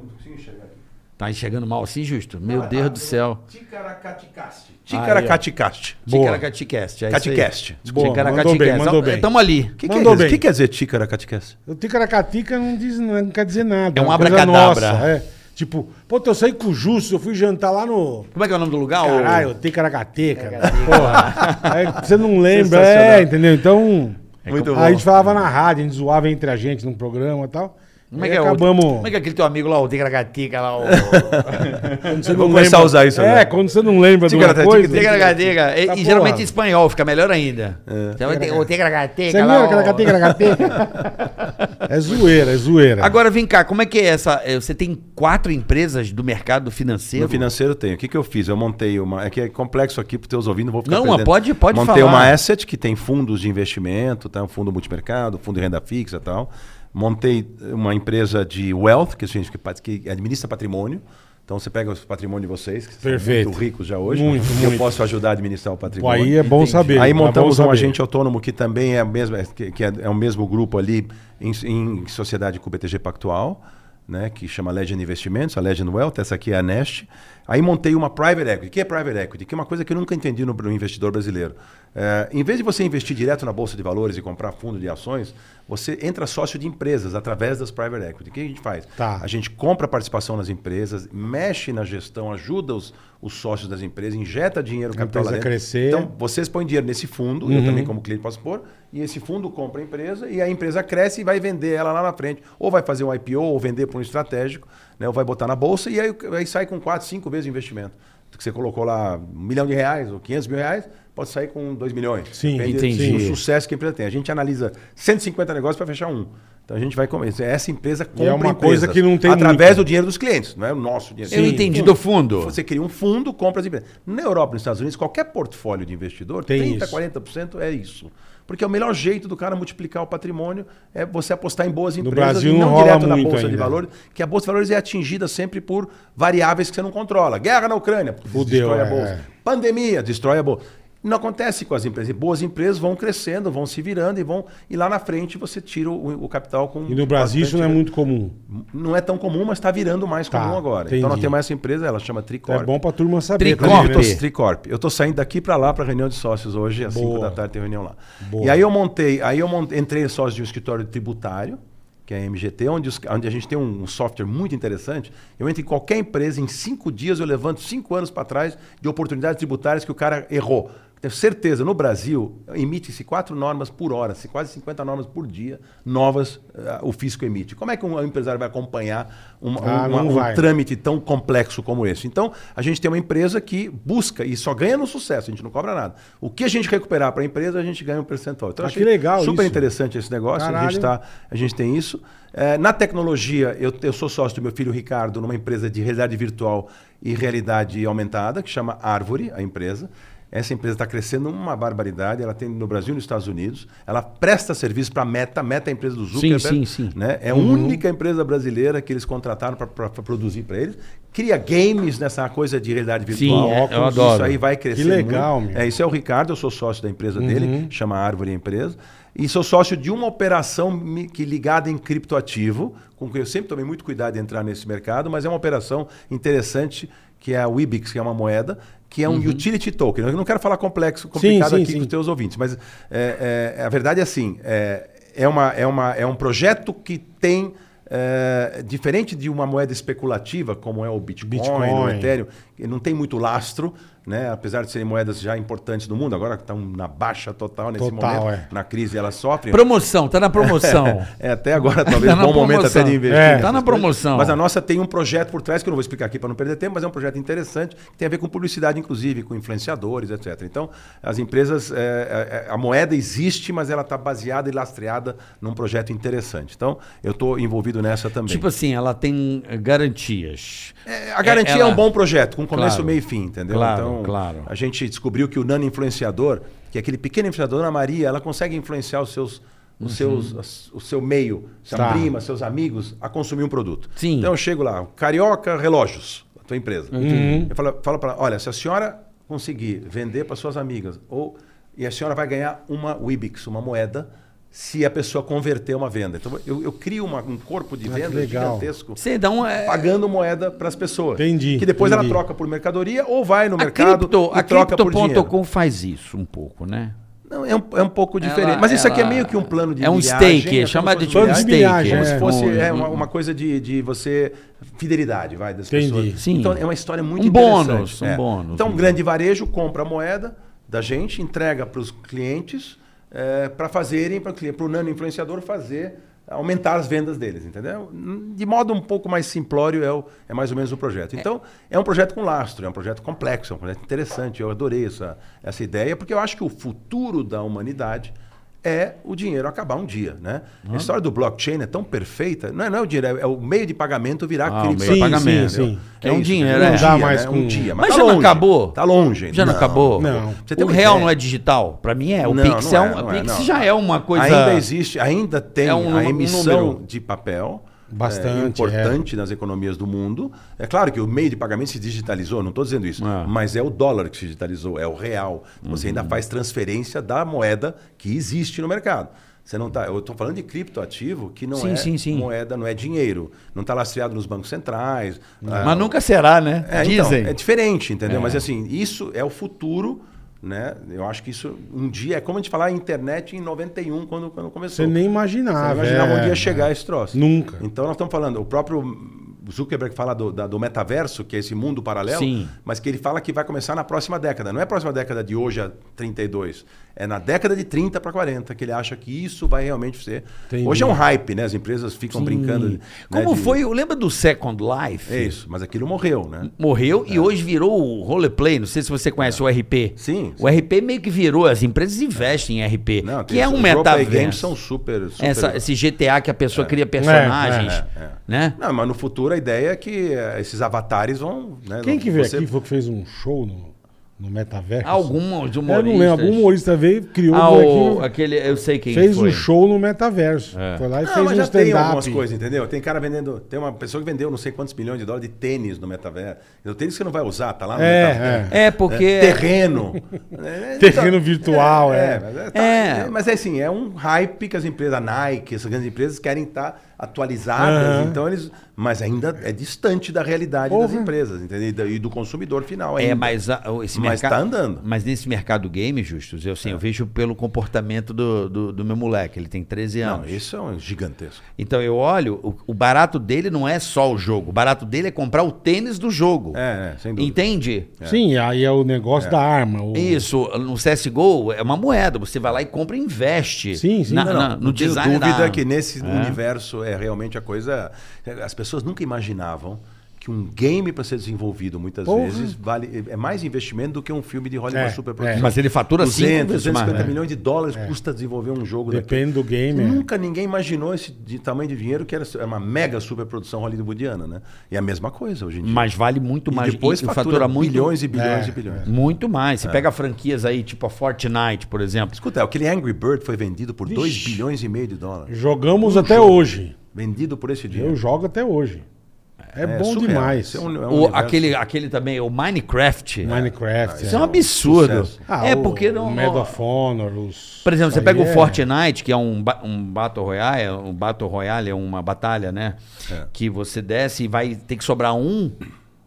Speaker 3: Tá enxergando mal assim, justo? Meu Deus do céu.
Speaker 5: Ticaracaticaste. Ticaracaticaste.
Speaker 4: Boa.
Speaker 3: Ticaracatiquest. É
Speaker 5: Caticast.
Speaker 4: Boa,
Speaker 3: Desculpa.
Speaker 4: mandou bem, mandou bem.
Speaker 3: Estamos ali.
Speaker 5: O que, que,
Speaker 4: Mandou
Speaker 5: é,
Speaker 4: bem.
Speaker 5: o que quer dizer ticaracaticaste?
Speaker 4: O ticaracatica não, diz, não quer dizer nada.
Speaker 3: É um
Speaker 4: uma coisa
Speaker 3: abracadabra.
Speaker 4: nossa, É. Tipo, pô, eu saí com o Justo, eu fui jantar lá no.
Speaker 3: Como é que é o nome do lugar? ô?
Speaker 4: Caralho, ticaracateca. Porra. Aí você não lembra, é, entendeu? Então.
Speaker 3: É
Speaker 5: Muito
Speaker 4: aí a gente falava na rádio, a gente zoava entre a gente num programa e tal.
Speaker 3: Como é
Speaker 4: Aí
Speaker 3: que é,
Speaker 4: acabamos.
Speaker 3: o, como é que é aquele teu amigo lá, o Tigragatica lá, o...
Speaker 4: Quando você
Speaker 5: Eu vou começar a usar isso
Speaker 4: É,
Speaker 5: agora.
Speaker 4: quando você não lembra de uma
Speaker 5: Ticaracate-
Speaker 4: coisa.
Speaker 3: Tigragatica. E,
Speaker 4: Tá
Speaker 3: e geralmente
Speaker 4: porra.
Speaker 3: em espanhol, fica melhor ainda. Então, o Tig- O
Speaker 4: Você
Speaker 3: Tigragatica lá,
Speaker 4: lembra
Speaker 3: o-
Speaker 4: aquela gateca, aquela gateca?
Speaker 3: (laughs)
Speaker 4: É zoeira, é zoeira.
Speaker 3: Agora vem cá, como é que é essa... é, Você tem quatro empresas do mercado financeiro?
Speaker 5: No financeiro tem. O que, que eu fiz? Eu montei uma. É que é complexo aqui para os teus ouvintes, não vou ficar
Speaker 3: Não, mas
Speaker 5: perdendo.
Speaker 3: pode- pode
Speaker 5: Montei
Speaker 3: falar.
Speaker 5: uma asset que tem fundos de investimento, tá? um fundo multimercado, fundo de renda fixa e tal. Montei uma empresa de wealth, que, gente, que, pa- que administra patrimônio. Então você pega o patrimônio de vocês, que vocês
Speaker 4: Perfeito.
Speaker 5: são muito ricos já hoje,
Speaker 4: Muito,
Speaker 5: que
Speaker 4: muito.
Speaker 5: eu posso ajudar a administrar o
Speaker 4: Pô,
Speaker 5: patrimônio.
Speaker 4: aí é bom saber.
Speaker 5: Aí
Speaker 4: é bom
Speaker 5: montamos um
Speaker 4: saber.
Speaker 5: agente autônomo que também é, a mesma, que, que é, é o mesmo grupo ali em, em sociedade com o BTG Pactual, né, que chama Legend Investimentos, a Legend Wealth, essa aqui é a Nest. Aí montei uma private equity. O que é private equity? Que é uma coisa que eu nunca entendi no, no investidor brasileiro. É, em vez de você investir direto na Bolsa de Valores e comprar fundo de ações, você entra sócio de empresas através das private equity. O que a gente faz?
Speaker 4: Tá.
Speaker 5: A gente compra participação nas empresas, mexe na gestão, ajuda os, os sócios das empresas, injeta dinheiro, capital lá
Speaker 4: empresa
Speaker 5: dentro.
Speaker 4: crescer.
Speaker 5: Então, vocês põem dinheiro nesse fundo,
Speaker 4: Uhum.
Speaker 5: eu também como cliente posso pôr, e esse fundo compra a empresa e a empresa cresce e vai vender ela lá na frente. Ou vai fazer um IPO, ou vender para um estratégico, né? ou vai botar na bolsa e aí, aí sai com 4, 5 vezes o investimento. Que você colocou lá um milhão de reais ou 500 mil reais, pode sair com 2 milhões.
Speaker 4: Sim,
Speaker 3: entendi.
Speaker 5: do sucesso que a empresa tem. A gente analisa 150 negócios para fechar um. Então a gente vai começar. Essa empresa compra
Speaker 4: é uma coisa
Speaker 5: empresas
Speaker 4: que não tem
Speaker 5: através
Speaker 4: muito.
Speaker 5: do dinheiro dos clientes, não é o nosso dinheiro.
Speaker 3: Eu
Speaker 5: Sim.
Speaker 3: entendi do fundo.
Speaker 5: Você cria um fundo, compra as empresas. Na Europa, nos Estados Unidos, qualquer portfólio de investidor,
Speaker 4: Tem
Speaker 5: 30%,
Speaker 4: isso.
Speaker 5: 40% é isso. Porque o melhor jeito do cara multiplicar o patrimônio é você apostar em boas empresas
Speaker 4: Brasil
Speaker 5: e
Speaker 4: não
Speaker 5: não
Speaker 4: rola
Speaker 5: direto na
Speaker 4: muito
Speaker 5: Bolsa de
Speaker 4: ainda.
Speaker 5: Valores, que a Bolsa de Valores é atingida sempre por variáveis que você não controla. Guerra na Ucrânia,
Speaker 4: Fudeu,
Speaker 5: destrói a
Speaker 4: é.
Speaker 5: Bolsa. Pandemia, destrói a Bolsa. Não acontece com as empresas. E Boas empresas vão crescendo, vão se virando e vão. E lá na frente você tira o, o capital com.
Speaker 4: E no Brasil isso não é
Speaker 5: bastante-
Speaker 4: muito comum.
Speaker 5: não é tão comum, mas está virando mais
Speaker 4: Tá,
Speaker 5: comum agora.
Speaker 4: entendi.
Speaker 5: Então nós temos essa empresa, ela chama Tricorp.
Speaker 4: É bom pra turma saber.
Speaker 3: Tricorp.
Speaker 5: Eu tô,
Speaker 4: também, né?
Speaker 5: Tricorp. Eu tô saindo daqui para lá para reunião de sócios hoje, às
Speaker 4: Boa.
Speaker 5: 5 da tarde tem reunião lá.
Speaker 4: Boa.
Speaker 5: E aí eu montei, aí eu montei, entrei sócio de um escritório tributário, que é a MGT, onde, os- onde a gente tem um, software muito interessante. Eu entro em qualquer empresa, em cinco dias eu levanto cinco anos para trás de oportunidades tributárias que o cara errou. Tenho certeza, no Brasil, emite-se quatro normas por hora, se quase 50 normas por dia novas eh, o fisco emite. Como é que um empresário vai acompanhar uma,
Speaker 4: Ah,
Speaker 5: uma-
Speaker 4: não
Speaker 5: um
Speaker 4: vai.
Speaker 5: trâmite? trâmite tão complexo como esse. Então, a gente tem uma empresa que busca e só ganha no sucesso, a gente não cobra nada. O que a gente recuperar para a empresa, a gente ganha um percentual. Então,
Speaker 4: Ah,
Speaker 5: achei
Speaker 4: que legal
Speaker 5: super
Speaker 4: isso.
Speaker 5: interessante esse negócio, a
Speaker 4: Caralho.
Speaker 5: gente, tá, a gente tem isso. É, na tecnologia, eu, eu sou sócio do meu filho Ricardo numa empresa de realidade virtual e realidade aumentada, que chama Árvore, a empresa. Essa empresa está crescendo uma barbaridade, ela tem no Brasil e nos Estados Unidos, ela presta serviço para a Meta, Meta é a empresa do Zuckerberg,
Speaker 3: sim, sim. Uhum.
Speaker 5: né? É a única empresa brasileira que eles contrataram para produzir para eles. Cria games nessa coisa de realidade virtual.
Speaker 3: Sim, é, eu
Speaker 5: óculos,
Speaker 3: adoro.
Speaker 5: Isso aí vai crescer
Speaker 4: Que legal,
Speaker 5: muito.
Speaker 4: meu.
Speaker 5: É, isso é o Ricardo, eu sou sócio da empresa
Speaker 4: Uhum.
Speaker 5: dele, chama Árvore Empresa. E sou sócio de uma operação mi- que é ligada em criptoativo, com que eu sempre tomei muito cuidado de entrar nesse mercado, mas é uma operação interessante que é a Wibix, que é uma moeda, que é um utility token. Eu não quero falar complexo, complicado
Speaker 4: Uhum. sim,
Speaker 5: aqui
Speaker 4: sim.
Speaker 5: com os teus ouvintes, mas é, é, a verdade é assim, é, é, uma, é, uma, é um projeto que tem, é, diferente de uma moeda especulativa, como é o Bitcoin, o
Speaker 4: Bitcoin.
Speaker 5: Ethereum, que não tem muito lastro, né? apesar de serem moedas já importantes no mundo, agora estão na baixa total nesse
Speaker 4: Total,
Speaker 5: momento,
Speaker 4: é.
Speaker 5: na crise elas sofrem.
Speaker 3: Promoção, tá na promoção.
Speaker 5: (laughs) É, até
Speaker 3: (laughs)
Speaker 5: agora talvez
Speaker 3: Tá
Speaker 5: um
Speaker 3: na
Speaker 5: bom momento
Speaker 3: promoção.
Speaker 5: até de investir.
Speaker 4: É.
Speaker 5: nessas
Speaker 3: Tá na
Speaker 5: coisas.
Speaker 3: promoção.
Speaker 5: Mas a nossa tem um projeto por trás, que eu não vou explicar aqui para não perder tempo, mas é um projeto interessante, que tem a ver com publicidade, inclusive, com influenciadores, etc. Então, as empresas, é, é, é, a moeda existe, mas ela está baseada e lastreada num projeto interessante. Então, eu estou envolvido nessa também.
Speaker 3: tipo assim, ela tem eh, garantias.
Speaker 5: É, a garantia
Speaker 3: ela-
Speaker 5: é um bom projeto, com começo,
Speaker 3: Claro.
Speaker 5: meio e fim, entendeu? Então,
Speaker 3: Claro, claro.
Speaker 5: A gente descobriu que o nano influenciador, que é aquele pequeno influenciador, Ana Maria, ela consegue influenciar os seus,
Speaker 3: Uhum.
Speaker 5: os seus, as- o seu meio, sua
Speaker 4: Tá.
Speaker 5: prima, seus amigos, a consumir um produto.
Speaker 3: Sim.
Speaker 5: Então eu chego lá, Carioca Relógios, a tua empresa.
Speaker 3: Uhum.
Speaker 5: Eu falo, falo para ela, olha, se a senhora conseguir vender para suas amigas, ou e a senhora vai ganhar uma Wibix, uma moeda se a pessoa converter uma venda. Então eu, eu crio uma- um corpo de
Speaker 4: Ah, que
Speaker 5: venda
Speaker 4: legal.
Speaker 5: gigantesco.
Speaker 3: Você dá um. É,
Speaker 5: Pagando moeda para as pessoas.
Speaker 4: Entendi,
Speaker 5: Que depois
Speaker 4: entendi.
Speaker 5: ela troca por mercadoria ou vai no
Speaker 3: a
Speaker 5: mercado
Speaker 3: cripto,
Speaker 5: e
Speaker 3: a
Speaker 5: troca por dinheiro.
Speaker 3: cripto.com faz isso um pouco, né?
Speaker 5: Não, é um, é um pouco diferente.
Speaker 3: Ela-
Speaker 5: Mas isso aqui é
Speaker 3: ela-
Speaker 5: meio que um plano de
Speaker 3: É um
Speaker 5: milhagem,
Speaker 3: stake,
Speaker 5: como
Speaker 3: chama
Speaker 5: se
Speaker 3: de
Speaker 5: fosse
Speaker 3: tipo
Speaker 5: um
Speaker 3: um
Speaker 4: Plano de
Speaker 3: stake.
Speaker 4: milhagem,
Speaker 5: como
Speaker 3: é.
Speaker 5: se
Speaker 4: É.
Speaker 5: fosse é,
Speaker 3: um-
Speaker 5: uma, uma coisa de, de você. Fidelidade, vai, das
Speaker 4: Entendi.
Speaker 5: pessoas.
Speaker 3: Sim.
Speaker 5: Então é uma história muito
Speaker 3: Um
Speaker 5: interessante.
Speaker 3: bônus, um
Speaker 5: é.
Speaker 3: bônus,
Speaker 5: Então,
Speaker 3: um
Speaker 5: um grande varejo compra a moeda da gente, entrega para os clientes eh, para fazerem, para o nano influenciador fazer, aumentar as vendas deles, entendeu? De modo um pouco mais simplório é, o- é mais ou menos o projeto. Então, é um projeto com lastro, é um projeto complexo, é um projeto interessante. Eu adorei essa, essa ideia, porque eu acho que o futuro da humanidade é o dinheiro acabar um dia, né? A história do blockchain é tão perfeita, não é, não é o dinheiro, é é o meio de pagamento virar
Speaker 3: Ah, o
Speaker 5: cripto.
Speaker 3: meio
Speaker 4: de Sim,
Speaker 5: Sim,
Speaker 4: pagamento. sim, sim.
Speaker 3: É um dinheiro,
Speaker 5: um
Speaker 3: é.
Speaker 5: dia,
Speaker 4: Não dá mais
Speaker 5: né?
Speaker 4: com-
Speaker 5: um dia,
Speaker 3: Mas já não acabou?
Speaker 5: Tá longe.
Speaker 3: Já não, acabou?
Speaker 4: não.
Speaker 5: Pra você ter
Speaker 3: O
Speaker 5: uma
Speaker 3: real
Speaker 5: ideia-
Speaker 3: não é digital? Pra mim é. O
Speaker 5: Não,
Speaker 3: Pix,
Speaker 5: não
Speaker 3: é, um,
Speaker 5: é, não
Speaker 3: o
Speaker 5: é,
Speaker 3: Pix
Speaker 5: não.
Speaker 3: já é uma coisa.
Speaker 5: Ainda existe, ainda tem
Speaker 3: É um nu-
Speaker 5: a
Speaker 3: um
Speaker 5: emissão
Speaker 3: número.
Speaker 5: de papel. é,
Speaker 4: Bastante,
Speaker 5: importante nas economias do mundo. É claro que o meio de pagamento se digitalizou, não estou dizendo isso,
Speaker 3: É. Uhum.
Speaker 5: mas é o dólar que se digitalizou, é o real. Você ainda faz transferência da moeda que existe no mercado. Você não tá, eu estou falando de criptoativo que não
Speaker 3: Sim,
Speaker 5: é
Speaker 3: sim, sim.
Speaker 5: moeda, não é dinheiro. Não está lastreado nos bancos centrais. ah,
Speaker 3: Mas nunca será, né?
Speaker 5: é, então,
Speaker 3: Dizem.
Speaker 5: é diferente, entendeu?
Speaker 3: É.
Speaker 5: Mas assim, isso é o futuro, né? Eu acho que isso um dia é como a gente falar internet em 91 quando quando começou.
Speaker 4: Você nem
Speaker 5: Você
Speaker 4: imaginava.
Speaker 5: não imaginava
Speaker 4: é.
Speaker 5: um dia chegar a esse troço.
Speaker 4: Nunca.
Speaker 5: Então nós estamos falando, o próprio Zuckerberg fala do, da- do metaverso, que é esse mundo paralelo,
Speaker 3: Sim.
Speaker 5: mas que ele fala que vai começar na próxima década. Não é a próxima década de hoje a 32, é na década de 30 para 40 que ele acha que isso vai realmente ser.
Speaker 4: Entendi.
Speaker 5: Hoje é um hype, né? As empresas ficam brincando. né,
Speaker 3: Como
Speaker 5: de-
Speaker 3: foi? Lembra do Second Life?
Speaker 5: É isso, mas aquilo morreu, né?
Speaker 3: Morreu e hoje virou o roleplay. Não sei se você conhece o RP.
Speaker 5: Sim,
Speaker 3: O RP meio que virou, as empresas investem em RP,
Speaker 5: Não,
Speaker 3: que
Speaker 5: tem-
Speaker 3: é um
Speaker 5: os roleplay games
Speaker 3: metaverso.
Speaker 5: são super, super
Speaker 3: Essa- esse GTA que a pessoa cria personagens,
Speaker 5: é, é.
Speaker 3: né?
Speaker 5: Não, mas no futuro a ideia é que eh, esses avatares vão. né,
Speaker 4: Quem
Speaker 5: vão-
Speaker 4: que veio
Speaker 5: você-
Speaker 4: aqui foi que fez um show no, no metaverso?
Speaker 3: Alguns
Speaker 4: Eu não
Speaker 3: humoristas.
Speaker 4: lembro.
Speaker 5: um
Speaker 4: Algum humorista veio, criou
Speaker 3: Ah,
Speaker 4: um
Speaker 3: o,
Speaker 4: aqui,
Speaker 3: aquele, eu sei quem
Speaker 4: fez
Speaker 3: foi. É. Ah,
Speaker 4: um show no metaverso. Foi lá e
Speaker 5: Não,
Speaker 4: fez
Speaker 5: mas
Speaker 4: um
Speaker 5: já tem algumas
Speaker 4: stand-up.
Speaker 5: coisas, entendeu? Tem cara vendendo. Tem uma pessoa que vendeu não sei quantos milhões de dólares de tênis no metaverso. O tênis que você não vai usar, tá lá no
Speaker 4: É,
Speaker 5: metaverso.
Speaker 3: É, porque... (laughs)
Speaker 5: Terreno. É,
Speaker 4: Terreno
Speaker 5: tá-
Speaker 4: virtual, é.
Speaker 5: mas tá-
Speaker 3: É.
Speaker 5: é, Mas é assim, é um hype que as empresas, a Nike, essas grandes empresas querem estar atualizadas,
Speaker 4: Aham.
Speaker 5: então eles, mas ainda é distante da realidade das
Speaker 4: Porra.
Speaker 5: empresas, entendeu? E do- E do consumidor final.
Speaker 3: É,
Speaker 5: ainda.
Speaker 3: mas a- o- esse
Speaker 5: Mas
Speaker 3: mercado.
Speaker 5: tá andando. É.
Speaker 3: Mas nesse mercado game, Justus, eu, assim, eu vejo pelo comportamento do, do, do meu moleque. Ele tem 13
Speaker 5: Não,
Speaker 3: anos.
Speaker 5: isso é um gigantesco.
Speaker 3: Então eu olho, o, o barato dele não é só o jogo. O barato dele é comprar o tênis do jogo.
Speaker 5: É, é, sem dúvida.
Speaker 3: Entende?
Speaker 4: Sim, aí é o negócio da arma. o-
Speaker 3: né? Isso, no CSGO é uma moeda. Você vai lá e compra e investe.
Speaker 4: Sim, sim.
Speaker 3: Na-
Speaker 4: Não,
Speaker 3: na-
Speaker 5: Não,
Speaker 3: no
Speaker 5: não tenho
Speaker 3: design
Speaker 5: dúvida
Speaker 3: da...
Speaker 5: que nesse universo é realmente a coisa. As pessoas nunca imaginavam que um game para ser desenvolvido muitas
Speaker 4: Porra.
Speaker 5: vezes vale é mais investimento do que um filme de Hollywood
Speaker 4: É,
Speaker 5: super
Speaker 4: é.
Speaker 3: Mas ele fatura 5
Speaker 5: 200,
Speaker 3: vezes mais.
Speaker 5: 250
Speaker 3: né?
Speaker 5: milhões de dólares custa desenvolver um jogo
Speaker 4: Depende do game. é.
Speaker 5: Nunca ninguém imaginou esse de- tamanho de dinheiro que era era uma mega superprodução hollywoodiana, né? E é a mesma coisa hoje em dia.
Speaker 3: Mas vale muito
Speaker 5: E
Speaker 3: mais.
Speaker 5: depois
Speaker 3: e- e
Speaker 5: fatura, bilhões e bilhões
Speaker 4: É,
Speaker 5: e É. bilhões.
Speaker 3: Muito mais. Você pega franquias aí, tipo a Fortnite, por exemplo.
Speaker 5: Escuta, aquele Angry Bird foi vendido por 2 bilhões e meio de dólares.
Speaker 4: Jogamos
Speaker 3: Um
Speaker 4: até hoje.
Speaker 5: Vendido por esse dinheiro.
Speaker 4: Eu jogo até hoje. É, bom
Speaker 5: surreal.
Speaker 4: demais.
Speaker 5: Isso é um- é um
Speaker 3: O-
Speaker 5: universo-
Speaker 3: aquele, aquele também, o Minecraft.
Speaker 4: Minecraft.
Speaker 3: Isso é um absurdo.
Speaker 5: Sucesso.
Speaker 4: Ah,
Speaker 3: é
Speaker 4: o-
Speaker 3: porque
Speaker 4: o
Speaker 3: não.
Speaker 4: Medal of Honor, os...
Speaker 3: Por exemplo,
Speaker 4: isso
Speaker 3: você pega
Speaker 4: aí
Speaker 3: o
Speaker 4: é-
Speaker 3: Fortnite, que é um, ba- um Battle Royale, um Battle Royale é uma batalha, né?
Speaker 5: É.
Speaker 3: Que você desce e vai ter que sobrar um,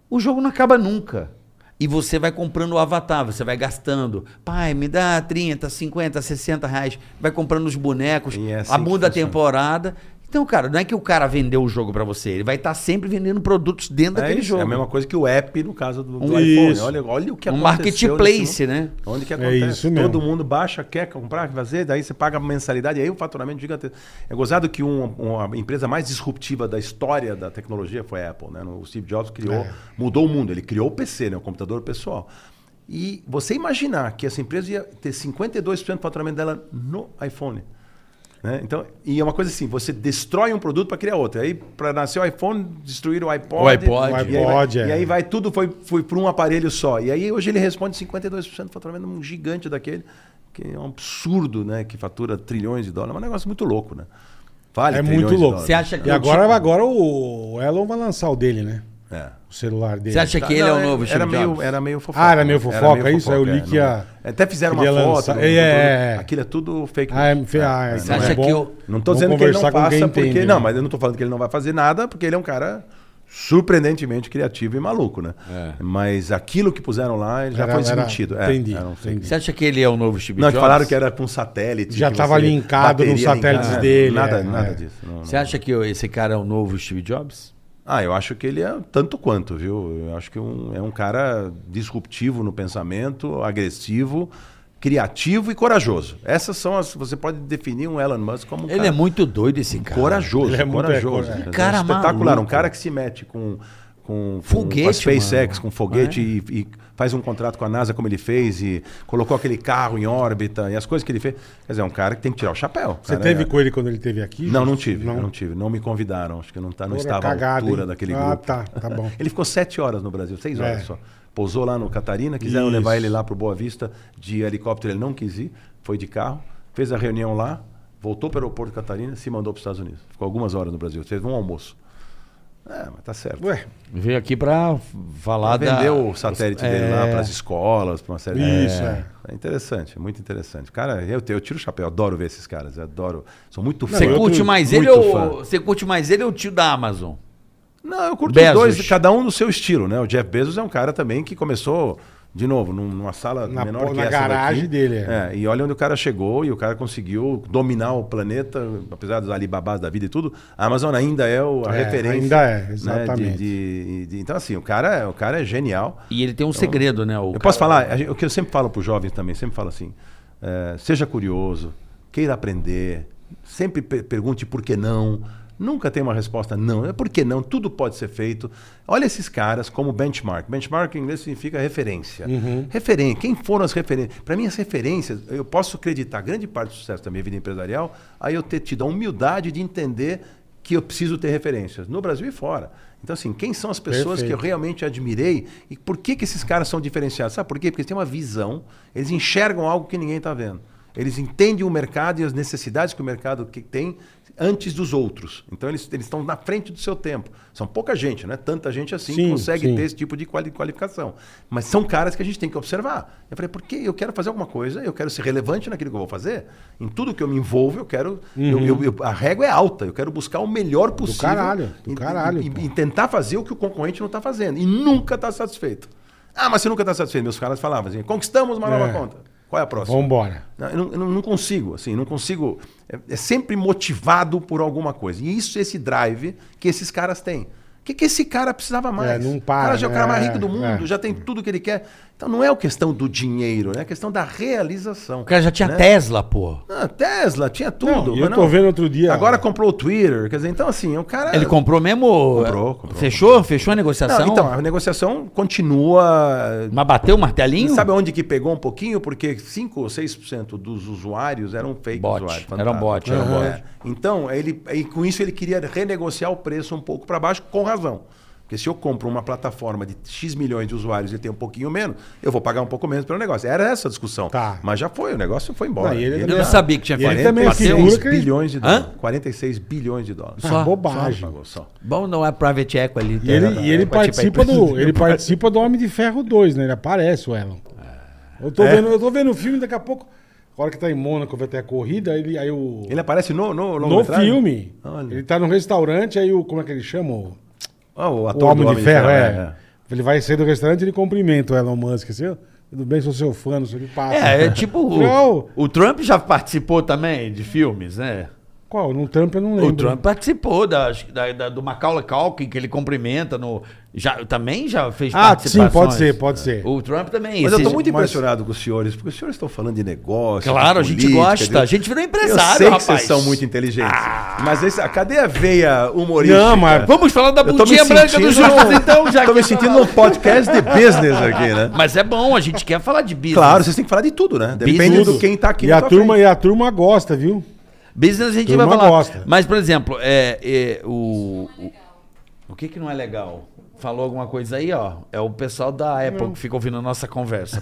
Speaker 3: o jogo não acaba nunca. E você vai comprando o avatar, você vai gastando. Pai, me dá 30, 50, 60 reais. Vai comprando os bonecos,
Speaker 5: E é assim
Speaker 3: a
Speaker 5: que
Speaker 3: muda a
Speaker 5: funciona.
Speaker 3: temporada. Então, cara, não é que o cara vendeu o jogo pra você, ele vai estar sempre vendendo produtos dentro
Speaker 5: É,
Speaker 3: daquele
Speaker 5: isso,
Speaker 3: jogo.
Speaker 5: é a mesma coisa que o app no caso do, do
Speaker 4: Um-
Speaker 5: iPhone.
Speaker 4: Isso.
Speaker 5: Olha, olha o que
Speaker 3: Um
Speaker 5: aconteceu.
Speaker 3: marketplace,
Speaker 5: nesse mundo.
Speaker 3: né?
Speaker 5: Onde que acontece?
Speaker 4: É isso mesmo.
Speaker 5: Todo mundo baixa, quer comprar, fazer, daí você paga a mensalidade, aí o faturamento gigantesco. É gozado que um- uma empresa mais disruptiva da história da tecnologia foi a Apple, né? O Steve Jobs criou,
Speaker 4: É.
Speaker 5: mudou o mundo. Ele criou o PC, né? O computador pessoal. E você imaginar que essa empresa ia ter 52% do faturamento dela no iPhone. Né? Então, e é uma coisa assim, você destrói um produto para criar outro. Aí, para nascer o iPhone, destruir o iPod.
Speaker 3: O iPod.
Speaker 5: e aí
Speaker 4: O iPod,
Speaker 5: vai-
Speaker 4: é.
Speaker 5: E aí vai tudo foi, foi por um aparelho só. E aí hoje ele responde 52% do faturamento um gigante daquele, que é um absurdo, né? Que fatura trilhões de dólares. É um negócio muito louco, né? Vale
Speaker 4: É
Speaker 5: trilhões
Speaker 4: muito
Speaker 5: de
Speaker 4: louco.
Speaker 5: dólares.
Speaker 3: Você acha que é um tipo-
Speaker 4: E agora, agora o Elon vai lançar o dele, né?
Speaker 5: É.
Speaker 4: o celular dele.
Speaker 3: Você acha que ele é
Speaker 5: Tá, Não,
Speaker 3: o novo Steve
Speaker 5: era meio,
Speaker 3: Jobs?
Speaker 5: era meio fofoca.
Speaker 4: Ah, era meio fofoca,
Speaker 5: meio
Speaker 4: isso? Aí eu li que
Speaker 5: é,
Speaker 4: ia-
Speaker 5: não- Até fizeram uma
Speaker 4: que ia
Speaker 5: foto.
Speaker 4: lançar.
Speaker 5: no-
Speaker 4: É, é, é.
Speaker 5: Aquilo é tudo fake
Speaker 4: Ah, é,
Speaker 5: news.
Speaker 4: fe- ah,
Speaker 5: é,
Speaker 4: isso
Speaker 5: não
Speaker 3: acha
Speaker 5: é.
Speaker 3: que eu-
Speaker 5: Não tô
Speaker 4: Vamos
Speaker 5: dizendo que ele não
Speaker 4: conversar com
Speaker 5: passa
Speaker 4: quem
Speaker 5: porque...
Speaker 4: entende,
Speaker 5: não,
Speaker 4: né?
Speaker 5: mas eu não tô falando que ele não vai fazer nada, porque ele é um cara surpreendentemente criativo e maluco, né? Mas aquilo que puseram lá ele já
Speaker 4: É. Era-
Speaker 5: foi
Speaker 4: era-
Speaker 5: desmentido. É,
Speaker 4: entendi,
Speaker 5: era um fake
Speaker 4: entendi.
Speaker 3: Você acha que ele é o novo Steve
Speaker 5: Não, que
Speaker 3: Jobs?
Speaker 5: falaram que era com satélite.
Speaker 4: Já
Speaker 5: que
Speaker 4: tava
Speaker 5: você-
Speaker 4: linkado nos
Speaker 5: bateria
Speaker 4: satélites
Speaker 5: linkada.
Speaker 4: dele,
Speaker 5: Nada,
Speaker 4: é,
Speaker 5: nada
Speaker 4: é.
Speaker 5: disso. não, não.
Speaker 3: Você acha que esse cara é o novo Steve Jobs?
Speaker 5: Ah, eu acho que ele é tanto quanto, viu? Eu acho que um- é um cara disruptivo no pensamento, agressivo, criativo e corajoso. Essas são as. Você pode definir um Elon Musk como um
Speaker 3: Ele
Speaker 5: cara
Speaker 3: é muito doido esse cara.
Speaker 5: Um corajoso.
Speaker 4: Ele é muito- é,
Speaker 5: corajoso.
Speaker 4: cora-
Speaker 5: entendeu?
Speaker 3: Cara
Speaker 5: espetacular.
Speaker 3: maluco.
Speaker 5: Um cara que se mete com. Com,
Speaker 3: Foguete,
Speaker 5: com a SpaceX,
Speaker 3: mano. É.
Speaker 5: com foguete e, e faz um contrato com a NASA como ele fez e colocou aquele carro em órbita e as coisas que ele fez. Quer dizer, é um cara que tem que tirar o chapéu.
Speaker 4: Você
Speaker 5: Cara,
Speaker 4: teve
Speaker 5: é-
Speaker 4: com ele quando ele teve aqui?
Speaker 5: não, não tive,
Speaker 4: Não.
Speaker 5: não, tive. Não me convidaram. Acho que não, tá, não
Speaker 4: Porra,
Speaker 5: estava à
Speaker 4: cagada,
Speaker 5: altura
Speaker 4: hein?
Speaker 5: daquele
Speaker 4: Ah,
Speaker 5: grupo.
Speaker 4: tá, tá
Speaker 5: (laughs)
Speaker 4: bom.
Speaker 5: ele ficou sete horas no Brasil, seis horas
Speaker 4: É.
Speaker 5: só. Pousou lá no Catarina, quiseram
Speaker 4: Isso.
Speaker 5: levar ele lá para o Boa Vista de helicóptero, ele não quis ir, foi de carro, fez a reunião lá, voltou para o aeroporto de Catarina se mandou para os Estados Unidos. Ficou algumas horas no Brasil, fez um almoço. É, mas tá certo.
Speaker 4: Ué,
Speaker 3: Veio aqui pra falar da...
Speaker 5: Vendeu o satélite dele lá
Speaker 3: É.
Speaker 5: para as escolas, para uma série
Speaker 4: Isso, é.
Speaker 5: É interessante, muito interessante. Cara, eu, eu tiro o chapéu, adoro ver esses caras, eu adoro. Sou muito fã.
Speaker 3: Você
Speaker 4: eu
Speaker 3: curte
Speaker 4: tô
Speaker 3: mais
Speaker 5: muito
Speaker 3: ele ou...
Speaker 5: fã.
Speaker 3: Você curte mais ele ou o tio da Amazon?
Speaker 5: Não, eu curto
Speaker 3: Bezos.
Speaker 5: os dois, cada um no seu estilo, né? O Jeff Bezos é um cara também que começou, de novo, num- numa sala
Speaker 4: Na
Speaker 5: menor
Speaker 4: po-
Speaker 5: que
Speaker 4: na
Speaker 5: essa
Speaker 4: garagem
Speaker 5: daqui.
Speaker 4: dele, é.
Speaker 5: É, e olha onde o cara chegou e o cara conseguiu dominar o planeta, apesar dos Alibabás da vida e tudo, a Amazon ainda é o- a
Speaker 4: É,
Speaker 5: referência.
Speaker 4: ainda é,
Speaker 5: né, de-
Speaker 4: exatamente.
Speaker 5: de- de- então, assim, o cara, o cara é genial.
Speaker 3: E ele tem um segredo, né? O
Speaker 5: Então, Eu
Speaker 3: cara-
Speaker 5: posso falar, a gen- o que eu sempre falo para os jovens também, sempre falo assim, eh, seja curioso, queira aprender, sempre pe- pergunte por que não, nunca tem uma resposta não, é por que não, tudo pode ser feito. Olha esses caras como benchmark, benchmark em inglês significa referência. Referen- quem foram as referências? Para mim as referências, eu posso acreditar grande parte do sucesso da minha vida empresarial a eu ter tido a humildade de entender que eu preciso ter referências, no Brasil e fora. Então assim, quem são as pessoas que eu
Speaker 4: Perfeito.
Speaker 5: realmente admirei. E por que, que esses caras são diferenciados? Sabe por quê? Porque eles têm uma visão, eles enxergam algo que ninguém está vendo. Eles entendem o mercado e as necessidades que o mercado que tem antes dos outros. Então eles eles estão na frente do seu tempo. São pouca gente, não é tanta gente assim que
Speaker 4: Sim,
Speaker 5: consegue
Speaker 4: sim.
Speaker 5: ter esse tipo de quali- qualificação. Mas são caras que a gente tem que observar. Eu falei, por que eu quero fazer alguma coisa, eu quero ser relevante naquilo que eu vou fazer. Em tudo que eu me envolvo, eu quero. eu- eu- eu- a régua é alta, eu quero buscar o melhor possível.
Speaker 4: caralho, Uhum. do
Speaker 5: e- e-
Speaker 4: caralho, então.
Speaker 5: e-
Speaker 4: pô.
Speaker 5: e e tentar fazer o que o concorrente não está fazendo. E nunca está satisfeito. Ah, mas você nunca está satisfeito. Meus caras falavam assim, conquistamos uma nova
Speaker 4: É.
Speaker 5: conta. Qual é a próxima?
Speaker 4: vambora.
Speaker 5: Não, eu não, eu não- não consigo, assim, não consigo. É, é sempre motivado por alguma coisa. E isso, é esse drive que esses caras têm. O que, que esse cara precisava mais?
Speaker 4: É, não
Speaker 5: o
Speaker 4: para,
Speaker 5: cara já é o cara mais
Speaker 4: né?
Speaker 5: rico do mundo,
Speaker 4: É.
Speaker 5: já tem tudo que ele quer. Então não é a questão do dinheiro, né? é a questão da realização.
Speaker 3: O cara já tinha
Speaker 5: né?
Speaker 3: Tesla, pô.
Speaker 5: Ah, Tesla, tinha tudo.
Speaker 4: Não, e eu
Speaker 5: mas
Speaker 4: tô vendo outro dia-
Speaker 5: Agora comprou o Twitter. Quer dizer, então assim, o cara.
Speaker 3: Ele comprou mesmo...
Speaker 5: Comprou, comprou.
Speaker 3: Fechou? Fechou a negociação?
Speaker 5: Não, então, a negociação continua.
Speaker 3: Mas bateu o martelinho?
Speaker 5: Sabe onde que pegou um pouquinho? Porque 5 ou 6% dos usuários eram fake
Speaker 3: Bot.
Speaker 5: usuários.
Speaker 3: Era um bot, era um
Speaker 5: Aham.
Speaker 3: bot.
Speaker 5: É. Então, ele, e com isso ele queria renegociar o preço um pouco para baixo, com razão. Porque se eu compro uma plataforma de X milhões de usuários e tem um pouquinho menos, eu vou pagar um pouco menos pelo negócio. Era essa a discussão.
Speaker 4: Tá.
Speaker 5: Mas já foi, o negócio foi embora.
Speaker 4: Não, e ele
Speaker 3: Eu não
Speaker 4: É.
Speaker 3: sabia que tinha
Speaker 4: E ele
Speaker 3: feito.
Speaker 4: também é
Speaker 3: Bateu?
Speaker 4: figura-
Speaker 5: 46
Speaker 4: que ele-
Speaker 5: bilhões de
Speaker 3: Hã?
Speaker 5: dólares. 46 bilhões de dólares.
Speaker 4: Ah,
Speaker 5: Só um
Speaker 4: bobagem.
Speaker 5: pagou, só.
Speaker 3: Bom, não é private equity ali.
Speaker 4: E ele,
Speaker 3: tá?
Speaker 4: e ele
Speaker 3: É,
Speaker 4: participa
Speaker 3: tipo,
Speaker 4: do, ele
Speaker 3: (laughs)
Speaker 4: participa do Homem de Ferro 2, né? Ele aparece, o Elon.
Speaker 5: É.
Speaker 4: Eu tô, vendo, eu tô vendo o filme, daqui a pouco, a hora que tá em Mônaco, vai ter a corrida, ele, aí o...
Speaker 5: Ele aparece no,
Speaker 4: no
Speaker 5: no longa-metragem?
Speaker 4: filme,
Speaker 5: Olha.
Speaker 4: ele tá no restaurante, aí o... Como é que ele chama? O,
Speaker 5: Ah, o
Speaker 4: o
Speaker 5: ator
Speaker 4: Homem,
Speaker 5: do
Speaker 4: de Ferro, é.
Speaker 5: é.
Speaker 4: Ele vai sair do restaurante e ele cumprimenta o Elon Musk, assim, ó, tudo bem, sou seu fã, não sei o que passa.
Speaker 3: É, é
Speaker 4: (laughs)
Speaker 3: tipo.
Speaker 4: Não.
Speaker 3: O, o Trump já participou também de filmes, né?
Speaker 4: Qual? No Trump eu não lembro.
Speaker 3: O Trump participou da, da, da- do Macaulay Culkin, que ele cumprimenta no. Já, também já fez
Speaker 4: Ah,
Speaker 3: participações. É.
Speaker 4: sim, pode ser, pode ser.
Speaker 3: O Trump também.
Speaker 5: Mas eu
Speaker 3: Esses-
Speaker 5: estou muito
Speaker 4: mas-
Speaker 5: impressionado com os senhores, porque os senhores estão falando de negócio.
Speaker 3: Claro, a
Speaker 5: de
Speaker 3: gente
Speaker 5: política,
Speaker 3: gosta, a gente virou
Speaker 5: Eu
Speaker 3: empresário,
Speaker 5: sei que
Speaker 3: rapaz. Ah.
Speaker 5: vocês são muito inteligentes. Mas esse, cadê a veia humorística?
Speaker 4: Não, mas
Speaker 3: Vamos falar da
Speaker 5: Eu tô me
Speaker 3: bundinha branca do
Speaker 5: sentindo-
Speaker 3: Júlio,
Speaker 5: (laughs)
Speaker 3: então, já
Speaker 5: Estou
Speaker 3: que
Speaker 5: me sentindo num podcast de business aqui, né?
Speaker 3: Mas é bom, a gente quer falar de business.
Speaker 5: Claro, vocês têm que falar de tudo, né? Depende
Speaker 3: Tudo.
Speaker 5: de quem está aqui
Speaker 4: E
Speaker 5: na
Speaker 4: a,
Speaker 5: tua
Speaker 4: turma,
Speaker 5: frente.
Speaker 4: e a turma gosta, viu?
Speaker 3: Business a gente
Speaker 4: Turma
Speaker 3: vai falar.
Speaker 4: gosta.
Speaker 3: Mas, por exemplo, é, é, o, o. O que que não é legal? Falou alguma coisa aí, ó. É o pessoal da Apple que fica ouvindo a nossa conversa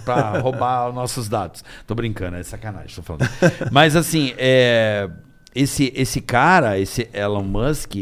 Speaker 4: (laughs)
Speaker 3: pra roubar os nossos dados. Tô brincando, é sacanagem, tô falando. Mas assim, é, esse, esse cara, esse Elon Musk,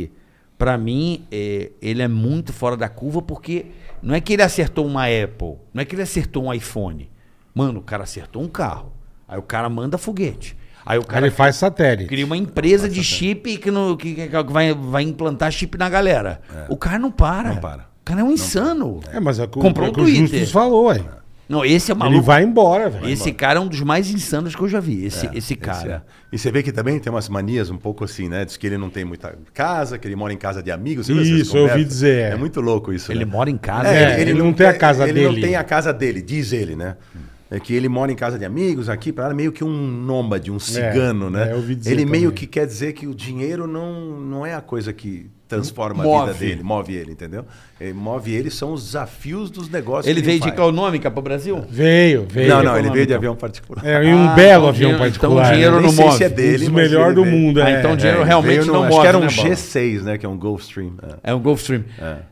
Speaker 3: Pra mim, é, ele é muito fora da curva porque não é que ele acertou uma Apple, não é que ele acertou um iPhone. Mano, o cara acertou um carro. Aí o cara manda foguete. Aí o
Speaker 4: Aí
Speaker 3: cara
Speaker 4: ele faz satélite.
Speaker 3: cria uma empresa de chip que, no, que, que vai, vai implantar chip na galera. O cara não para.
Speaker 5: É. Não para.
Speaker 3: O cara é um insano.
Speaker 4: É, mas é o que o-
Speaker 3: Comprou
Speaker 4: é
Speaker 3: o
Speaker 4: o que o Justus
Speaker 3: Twitter.
Speaker 4: falou, ué.
Speaker 3: Não, esse é maluco.
Speaker 4: Ele vai embora, velho.
Speaker 3: esse cara é um dos mais insanos que eu já vi. Esse, esse cara.
Speaker 5: é. E você vê que também tem umas manias um pouco assim, né? Diz que ele não tem muita casa, que ele mora em casa de amigos. Você viu essas
Speaker 4: Isso, eu ouvi
Speaker 5: conversas?
Speaker 4: dizer, é.
Speaker 5: É muito louco isso.
Speaker 3: Ele
Speaker 5: né?
Speaker 3: mora em casa.
Speaker 4: É, ele não tem a casa
Speaker 5: ele
Speaker 4: dele.
Speaker 5: não tem a casa dele, diz ele, né? É que ele mora em casa de amigos aqui, para meio que um nômade, um cigano, né?
Speaker 4: é, eu ouvi dizer
Speaker 5: ele meio
Speaker 4: também.
Speaker 5: que quer dizer que o dinheiro não, não é a coisa que transforma a
Speaker 3: Move.
Speaker 5: vida dele, move ele, entendeu? Ele move ele são os desafios dos negócios.
Speaker 3: Ele
Speaker 5: que
Speaker 3: veio de
Speaker 5: faz.
Speaker 3: econômica pro Brasil?
Speaker 5: É.
Speaker 4: Veio, veio.
Speaker 5: Não, não, ele
Speaker 3: econômica.
Speaker 5: veio de avião particular.
Speaker 4: É, e um
Speaker 3: Ah,
Speaker 4: belo
Speaker 3: então
Speaker 4: avião
Speaker 3: dinheiro- então
Speaker 4: particular. né?
Speaker 3: dinheiro não
Speaker 5: Nem sei
Speaker 3: move.
Speaker 5: se é dele,
Speaker 4: um dos
Speaker 5: mas
Speaker 4: melhores
Speaker 5: ele
Speaker 4: do
Speaker 5: veio.
Speaker 4: mundo,
Speaker 3: Ah,
Speaker 4: é.
Speaker 3: então o dinheiro
Speaker 5: ele
Speaker 3: realmente
Speaker 5: veio num-
Speaker 3: não
Speaker 5: acho
Speaker 3: move.
Speaker 5: que era um
Speaker 3: né, Bola?
Speaker 5: G6, né? Que é um Gulfstream. é.
Speaker 3: É um Gulfstream.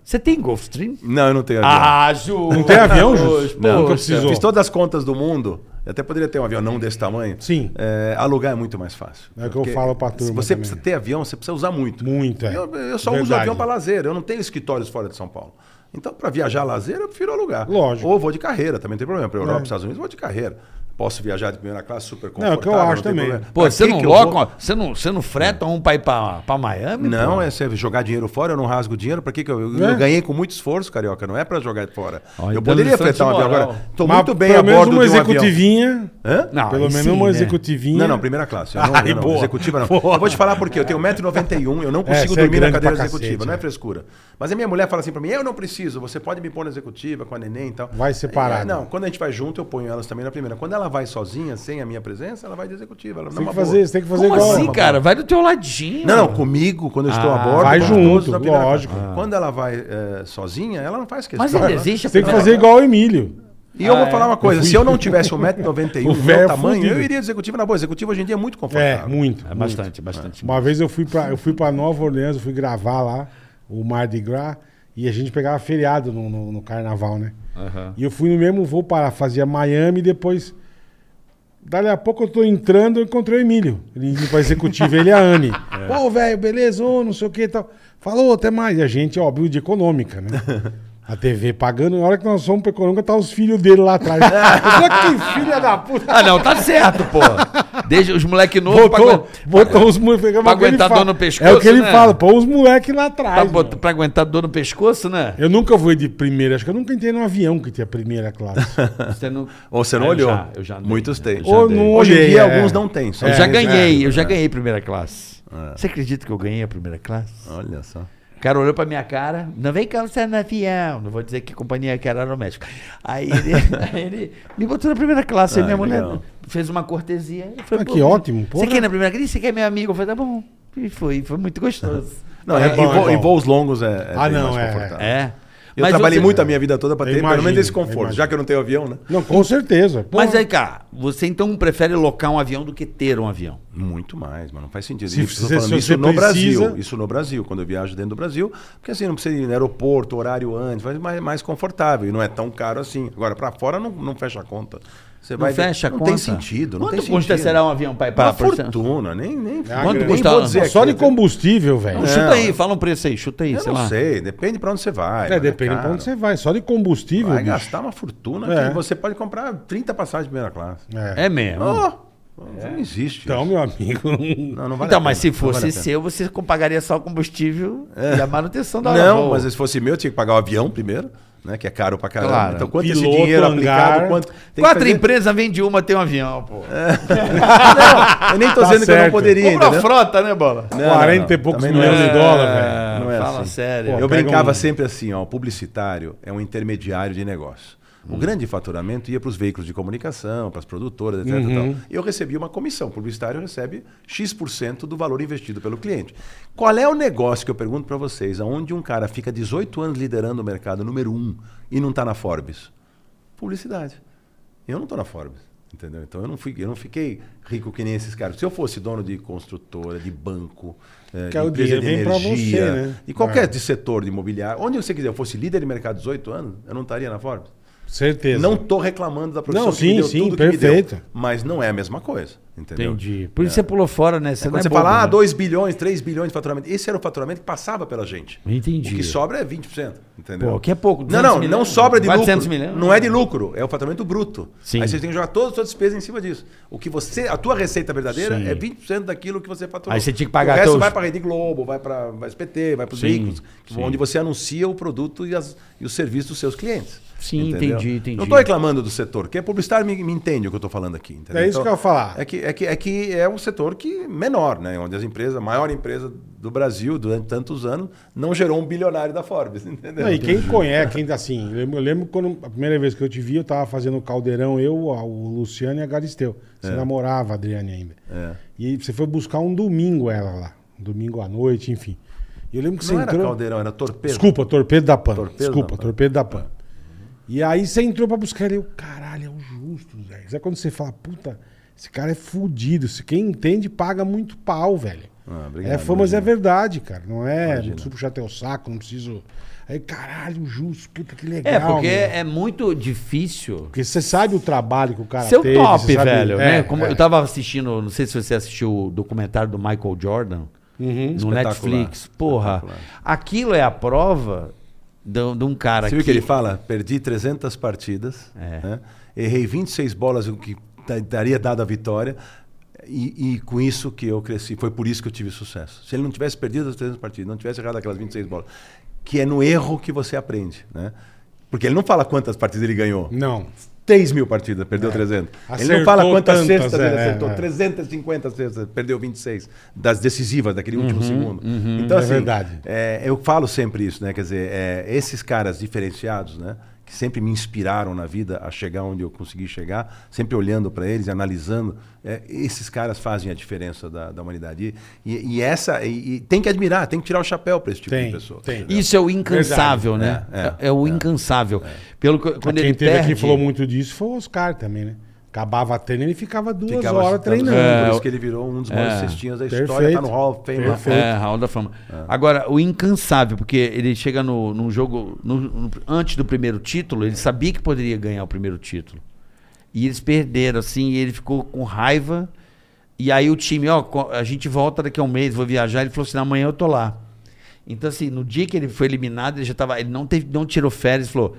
Speaker 3: Você tem Gulfstream?
Speaker 5: Não, eu não tenho avião.
Speaker 3: Ah, Ju!
Speaker 4: Não tem avião, Ju?
Speaker 3: Poxa,
Speaker 4: Não, nunca
Speaker 3: poxa.
Speaker 4: precisou.
Speaker 5: Fiz todas as contas do mundo. Eu até poderia ter um avião não desse tamanho.
Speaker 4: Sim.
Speaker 5: É, alugar é muito mais fácil.
Speaker 4: É o que eu falo pra turma
Speaker 5: Se você
Speaker 4: também.
Speaker 5: precisa ter avião, você precisa usar muito.
Speaker 4: Muito, é.
Speaker 5: Eu, eu só uso
Speaker 4: Verdade.
Speaker 5: avião para lazer. Eu não tenho escritórios fora de São Paulo. Então, para viajar a lazer, eu prefiro alugar.
Speaker 4: Lógico.
Speaker 5: Ou vou de carreira, também não tem problema. Para Europa,
Speaker 4: É.
Speaker 5: Estados Unidos, vou de carreira. Posso viajar de primeira classe super
Speaker 4: Não, é o
Speaker 5: confortável.
Speaker 4: que eu acho
Speaker 5: tem
Speaker 4: também.
Speaker 5: problema.
Speaker 3: Pô,
Speaker 5: Pra
Speaker 3: você
Speaker 5: que
Speaker 3: não
Speaker 5: que eu
Speaker 3: loca,
Speaker 5: vou?
Speaker 3: ó, você não, você não freta um pra ir pra, pra Miami?
Speaker 5: Não,
Speaker 3: pô?
Speaker 5: é você jogar dinheiro fora, eu não rasgo dinheiro. Pra que que eu, eu
Speaker 4: É.
Speaker 5: ganhei com muito esforço, Carioca? Não é pra jogar fora.
Speaker 3: Ó, e
Speaker 5: eu
Speaker 3: dando
Speaker 5: poderia
Speaker 3: lição de
Speaker 5: fretar um avião
Speaker 3: moral.
Speaker 5: agora. Tô
Speaker 4: Mas
Speaker 5: muito bem
Speaker 4: pelo
Speaker 5: a
Speaker 4: menos
Speaker 5: bordo
Speaker 4: uma
Speaker 5: de um avião.
Speaker 4: executivinha.
Speaker 5: Hã?
Speaker 3: Não,
Speaker 4: pelo
Speaker 3: aí
Speaker 4: menos
Speaker 3: sim,
Speaker 4: uma
Speaker 3: né?
Speaker 4: executivinha.
Speaker 5: Não, não, primeira classe. Eu
Speaker 4: (laughs)
Speaker 5: não,
Speaker 4: Ai,
Speaker 5: eu não,
Speaker 4: boa.
Speaker 5: executiva não. Eu vou te falar por quê. Eu tenho 1,91m, eu não consigo
Speaker 4: você é
Speaker 5: dormir
Speaker 4: grande
Speaker 5: na cadeira
Speaker 4: pra
Speaker 5: executiva.
Speaker 4: cacete,
Speaker 5: não é
Speaker 4: né?
Speaker 5: frescura. Mas a minha mulher fala assim pra mim, eu não preciso, você pode me pôr na executiva com a neném e tal.
Speaker 4: Vai separado.
Speaker 5: É, Não, quando a gente vai junto, eu ponho elas também na primeira. Quando ela vai sozinha, sem a minha presença, ela vai de executiva. Ela
Speaker 4: Você
Speaker 5: dá
Speaker 4: tem que
Speaker 5: uma boa.
Speaker 4: fazer, você tem que fazer
Speaker 3: Como
Speaker 4: igual.
Speaker 3: assim, cara? Vai do teu ladinho.
Speaker 5: Não, não, comigo, quando eu estou
Speaker 3: Ah,
Speaker 5: a bordo.
Speaker 4: vai
Speaker 5: com
Speaker 4: junto,
Speaker 5: todos na primeira classe.
Speaker 4: lógico.
Speaker 5: Ah. Quando ela vai eh, sozinha, ela não faz questão.
Speaker 3: Mas ainda
Speaker 5: Ela-
Speaker 3: existe a
Speaker 4: Você tem que
Speaker 3: primeira-
Speaker 4: fazer igual o Emílio.
Speaker 5: E eu
Speaker 3: Ah,
Speaker 5: vou
Speaker 3: é.
Speaker 5: falar uma coisa:
Speaker 4: Eu fui-
Speaker 5: se eu não tivesse
Speaker 4: (laughs) O
Speaker 5: 1,91m,
Speaker 4: velho é
Speaker 5: meu tamanho,
Speaker 4: fudido.
Speaker 5: eu iria de executiva na boa. Executiva hoje em dia é muito
Speaker 4: É,
Speaker 5: confortável.
Speaker 4: muito.
Speaker 3: É
Speaker 4: muito.
Speaker 3: bastante, bastante.
Speaker 4: Uma vez eu fui pra, eu fui pra Nova Orleans, eu fui gravar lá o Mardi Gras e a gente pegava feriado no, no- no carnaval, né?
Speaker 3: Aham.
Speaker 4: E eu fui no mesmo voo para fazia Miami e depois. Dali a pouco eu tô entrando, eu encontrei o Emílio. Ele indo pra executiva, ele e a Anne. Pô, velho, beleza, ô, não sei o que e tal. Falou, até mais. E a gente, óbvio, de econômica, né? A TV pagando, na hora que nós somos pra econômica, tá os filhos dele lá atrás. Só que filha da puta.
Speaker 3: Ah, não, tá certo, (laughs) pô. Deixa os moleque novo pra,
Speaker 4: Botou,
Speaker 3: aguentar-
Speaker 4: botou os moleques.
Speaker 3: pra aguentar dor no pescoço,
Speaker 4: É o que ele
Speaker 3: né? Tá
Speaker 4: fala, pô, os moleques lá atrás.
Speaker 3: pra,
Speaker 4: mano.
Speaker 3: bot- pra aguentar dor no pescoço, né?
Speaker 4: Eu nunca fui de primeira, acho que eu nunca entrei num avião que tinha primeira
Speaker 3: (laughs)
Speaker 4: classe.
Speaker 3: Você não... Ah,
Speaker 5: Ou
Speaker 4: Ah,
Speaker 5: você não
Speaker 3: Eu
Speaker 5: olhou?
Speaker 3: já- eu já dei,
Speaker 5: Muitos têm.
Speaker 3: eu
Speaker 4: já Ou dei. não
Speaker 5: Hoje
Speaker 4: olhei,
Speaker 5: em dia,
Speaker 4: é.
Speaker 5: alguns não têm. só
Speaker 4: É,
Speaker 3: Eu já
Speaker 5: tem.
Speaker 3: ganhei, eu já
Speaker 5: É.
Speaker 3: ganhei primeira classe. Você acredita que eu ganhei a primeira classe?
Speaker 5: Olha só.
Speaker 3: O cara olhou pra minha cara, não vem cá, você é no avião. Não vou dizer que companhia que era aeroméxico. Aí
Speaker 5: (laughs)
Speaker 3: ele, aí ele me botou na primeira classe. aí
Speaker 5: Ah,
Speaker 3: minha mulher
Speaker 5: legal.
Speaker 3: fez uma cortesia. Eu falei,
Speaker 4: Ah, que ótimo,
Speaker 3: Você
Speaker 4: porra."
Speaker 3: quer ir na primeira classe? Você quer meu amigo? Eu falei, tá bom. E foi, foi muito gostoso.
Speaker 5: (laughs) Não,
Speaker 4: É
Speaker 5: é,
Speaker 4: bom,
Speaker 5: e, vo-
Speaker 4: é bom.
Speaker 5: e voos longos é, é
Speaker 4: Ah,
Speaker 5: bem
Speaker 4: não,
Speaker 5: mais
Speaker 4: é,
Speaker 5: confortável.
Speaker 3: é.
Speaker 5: Eu trabalhei
Speaker 3: você-
Speaker 5: muito a minha vida toda para
Speaker 4: Eu
Speaker 5: ter pelo
Speaker 4: imagino,
Speaker 5: menos esse
Speaker 4: eu
Speaker 5: conforto,
Speaker 4: imagino.
Speaker 5: já que eu não tenho avião, né?
Speaker 4: Não, com certeza.
Speaker 3: Mas
Speaker 4: porra.
Speaker 3: aí, cara, você então prefere locar um avião do que ter um avião?
Speaker 5: Muito mais, mas não faz sentido.
Speaker 4: Se
Speaker 5: isso, eu tô
Speaker 4: você-
Speaker 5: falando
Speaker 4: se
Speaker 5: isso
Speaker 4: você
Speaker 5: no
Speaker 4: precisa-
Speaker 5: Brasil. Isso no Brasil, quando eu viajo dentro do Brasil. Porque assim, não precisa ir no aeroporto, horário antes, faz mais, mais confortável. E não é tão caro assim. Agora, para fora, não, não fecha a conta. Você
Speaker 3: Não fecha a
Speaker 5: não
Speaker 3: conta.
Speaker 5: tem sentido. Não
Speaker 3: Quanto
Speaker 5: tem
Speaker 3: custa
Speaker 5: sentido.
Speaker 3: será um avião pra ir pra
Speaker 5: Uma
Speaker 3: pra-
Speaker 5: fortuna, nem... nem
Speaker 4: É uma
Speaker 3: Quanto
Speaker 4: grana.
Speaker 5: nem
Speaker 3: custa-
Speaker 5: vou dizer
Speaker 4: Só
Speaker 5: aqui, né?
Speaker 4: de combustível, velho.
Speaker 3: né? Não, chuta aí, fala um preço aí, chuta aí,
Speaker 5: Eu
Speaker 3: sei
Speaker 5: não
Speaker 3: lá.
Speaker 5: sei, depende pra onde você vai.
Speaker 4: É,
Speaker 5: mas
Speaker 4: depende pra
Speaker 5: caro.
Speaker 4: onde você vai. Só de combustível,
Speaker 5: Vai
Speaker 4: bicho.
Speaker 5: gastar uma fortuna
Speaker 4: É.
Speaker 5: que você pode comprar 30 passagens de primeira classe.
Speaker 3: É mesmo.
Speaker 5: Oh, Não existe.
Speaker 4: Então,
Speaker 5: isso.
Speaker 4: meu
Speaker 3: (laughs)
Speaker 4: amigo.
Speaker 5: não, não vale
Speaker 3: então,
Speaker 5: a
Speaker 3: mas se
Speaker 5: pena, não
Speaker 3: fosse
Speaker 5: vale a pena. É.
Speaker 3: seu, você pagaria só o combustível e a manutenção da hora
Speaker 5: Não,
Speaker 3: boa.
Speaker 5: mas é se fosse meu, eu tinha que pagar o avião primeiro, né? Que é caro pra caramba.
Speaker 3: Claro.
Speaker 5: Então, quanto
Speaker 4: Piloto, um
Speaker 5: esse dinheiro
Speaker 4: hangar.
Speaker 5: aplicado, quanto. tem que
Speaker 3: Quatro
Speaker 5: fazer-
Speaker 3: empresas vende uma, tem um avião, pô. É,
Speaker 5: Não, eu nem tô
Speaker 4: Tá
Speaker 5: dizendo que eu
Speaker 4: certo.
Speaker 5: não poderia.
Speaker 3: Compra uma
Speaker 5: entendeu?
Speaker 3: frota, né, Bola?
Speaker 5: Não, não, não.
Speaker 4: 40 e poucos
Speaker 5: Também não é
Speaker 4: milhões de
Speaker 5: assim.
Speaker 4: dólares, velho.
Speaker 5: Não é
Speaker 3: Fala
Speaker 5: assim.
Speaker 3: sério.
Speaker 4: Pô,
Speaker 5: Eu
Speaker 4: pega
Speaker 5: brincava
Speaker 4: um-
Speaker 5: sempre assim, ó, o publicitário é um intermediário de negócio. O grande faturamento ia para os veículos de comunicação, para as produtoras, etc. e tal. Eu recebia uma comissão. O publicitário recebe X% do valor investido pelo cliente. Qual é o negócio que eu pergunto para vocês, aonde um cara fica 18 anos liderando o mercado número um e não está na Forbes? Publicidade. Eu não estou na Forbes, entendeu? Então eu não, fui, eu não fiquei rico que nem esses caras. Se eu fosse dono de construtora, de banco, eh,
Speaker 4: Que
Speaker 5: de
Speaker 4: é o
Speaker 5: empresa de
Speaker 4: dinheiro vem pra
Speaker 5: energia,
Speaker 4: você, né?
Speaker 5: e qualquer
Speaker 4: É.
Speaker 5: de setor de imobiliário, onde você quiser, eu fosse líder de mercado 18 anos, eu não estaria na Forbes.
Speaker 4: Certeza.
Speaker 5: Não tô reclamando da profissão
Speaker 4: Não,
Speaker 5: que
Speaker 4: sim,
Speaker 5: me deu
Speaker 4: sim,
Speaker 5: tudo que
Speaker 4: perfeito.
Speaker 5: me deu, mas não é a mesma coisa, entendeu? É.
Speaker 4: Entendi.
Speaker 3: Por isso você pulou fora, né? Você não
Speaker 5: Quando
Speaker 3: é
Speaker 5: você
Speaker 3: bobo,
Speaker 5: fala, ah,
Speaker 3: né?
Speaker 5: 2 bilhões, 3 bilhões de faturamento. Esse era o faturamento que passava pela gente.
Speaker 3: Entendi.
Speaker 5: O que sobra é 20%, entendeu?
Speaker 3: Pô, que é pouco,
Speaker 5: Não,
Speaker 3: 200
Speaker 5: não, não
Speaker 3: milhões,
Speaker 5: sobra de
Speaker 3: 400
Speaker 5: lucro.
Speaker 3: milhões.
Speaker 5: Não é de lucro, é o faturamento bruto.
Speaker 3: né? Sim.
Speaker 5: Aí você tem que jogar todas as suas despesas em cima disso. O que você, a tua receita verdadeira
Speaker 3: Sim.
Speaker 5: é 20% daquilo que você faturou.
Speaker 3: Aí você tinha que pagar
Speaker 5: O resto
Speaker 3: teus-
Speaker 5: vai para a Rede Globo, vai para vai SPT, vai para os
Speaker 3: Sim,
Speaker 5: veículos, que-
Speaker 3: sim.
Speaker 5: onde você anuncia o produto e, as, e o serviço dos seus clientes.
Speaker 3: Sim,
Speaker 5: Entendeu?
Speaker 3: entendi, entendi.
Speaker 5: Não estou reclamando do setor, porque publicitário me, me entende o que eu estou falando aqui. entendeu?
Speaker 4: É isso que eu ia falar.
Speaker 5: É é que, é que, é que é um setor que menor, né? Onde as empresas, a maior empresa do Brasil durante tantos anos, não gerou um bilionário da Forbes, (laughs) entendeu?
Speaker 4: Não, e quem conhece, quem tá assim, eu lembro, eu lembro quando a primeira vez que eu te vi, eu tava fazendo o caldeirão, eu, a- o Luciano e a Galisteu. Você namorava a Adriane ainda.
Speaker 5: É.
Speaker 4: E aí você foi buscar um domingo ela lá. Um domingo à noite, enfim. E eu lembro que
Speaker 5: Não
Speaker 4: você
Speaker 5: era
Speaker 4: entrou.
Speaker 5: caldeirão, era torpedo.
Speaker 4: Desculpa, torpedo da PAN.
Speaker 5: Torpedo
Speaker 4: Desculpa,
Speaker 5: da Pan.
Speaker 4: torpedo da PAN. E aí você entrou pra buscar ele. Eu, caralho, é o justo, velho. Isso é quando você fala, puta, esse cara é fudido. Se quem entende paga muito pau, velho.
Speaker 5: Ah, obrigado,
Speaker 4: é fama, mas é
Speaker 5: imagina.
Speaker 4: verdade, cara. Não é. Não preciso puxar teu saco, não preciso. Aí, caralho, o justo, puta, que legal.
Speaker 3: É, porque
Speaker 4: meu.
Speaker 3: é muito difícil.
Speaker 4: Porque você sabe o trabalho que o cara
Speaker 3: Seu
Speaker 4: teve.
Speaker 3: top,
Speaker 4: você sabe-
Speaker 3: velho,
Speaker 4: É,
Speaker 3: né? Como
Speaker 4: é.
Speaker 3: Eu tava assistindo, não sei se você assistiu o documentário do Michael Jordan no
Speaker 5: Uhum, Espetacular.
Speaker 3: Netflix. Porra,
Speaker 5: Espetacular.
Speaker 3: aquilo é a prova de, de um cara
Speaker 5: Você viu que ele fala? Perdi 300 partidas,
Speaker 3: É.
Speaker 5: né? errei 26 bolas, o que da- daria dado a vitória. E, e com isso que eu cresci, foi por isso que eu tive sucesso. Se ele não tivesse perdido as 300 partidas, não tivesse errado aquelas 26 bolas, que é no erro que você aprende, né? Porque ele não fala quantas partidas ele ganhou.
Speaker 4: Não.
Speaker 5: 3 mil partidas, perdeu 300. ele
Speaker 4: É. Acertou
Speaker 5: não fala quantas
Speaker 4: tantas,
Speaker 5: cestas
Speaker 4: é,
Speaker 5: ele
Speaker 4: é,
Speaker 5: acertou.
Speaker 4: é.
Speaker 5: 350 cestas, perdeu 26 das decisivas, daquele último segundo. então,
Speaker 4: é
Speaker 5: assim,
Speaker 4: verdade.
Speaker 5: é, eu falo sempre isso, né? Quer dizer, é, esses caras diferenciados, né? Que sempre me inspiraram na vida a chegar onde eu consegui chegar, sempre olhando para eles, e analisando. é, esses caras fazem a diferença da, da humanidade. E, e- e essa. E, e tem que admirar, tem que tirar o chapéu para esse tipo
Speaker 4: Tem,
Speaker 5: de pessoa.
Speaker 4: tem.
Speaker 5: entendeu?
Speaker 3: Isso é o incansável,
Speaker 5: Verdade.
Speaker 3: né?
Speaker 5: É,
Speaker 3: É, o incansável. Pelo que, quando
Speaker 4: Quem
Speaker 3: ele
Speaker 4: teve
Speaker 3: perde,
Speaker 4: aqui falou muito disso foi o Oscar também, né? Acabava treino, ele ficava duas
Speaker 5: Ficava
Speaker 4: horas
Speaker 5: chutando,
Speaker 4: treinando.
Speaker 5: Por
Speaker 3: É,
Speaker 5: isso que ele virou um dos maiores
Speaker 3: é.
Speaker 5: cestinhas da
Speaker 4: Perfeito.
Speaker 5: história, tá no Hall of Fame. lá.
Speaker 4: Perfeito.
Speaker 3: É, Hall da Fama. Agora, o incansável, porque ele chega no, num jogo. no- no- antes do primeiro título, ele sabia que poderia ganhar o primeiro título. E eles perderam, assim, e ele ficou com raiva. E aí o time, ó, co- a gente volta daqui a um mês, vou viajar. Ele falou assim: amanhã eu tô lá. Então, assim, no dia que ele foi eliminado, ele já tava. Ele não, teve, não tirou férias, falou.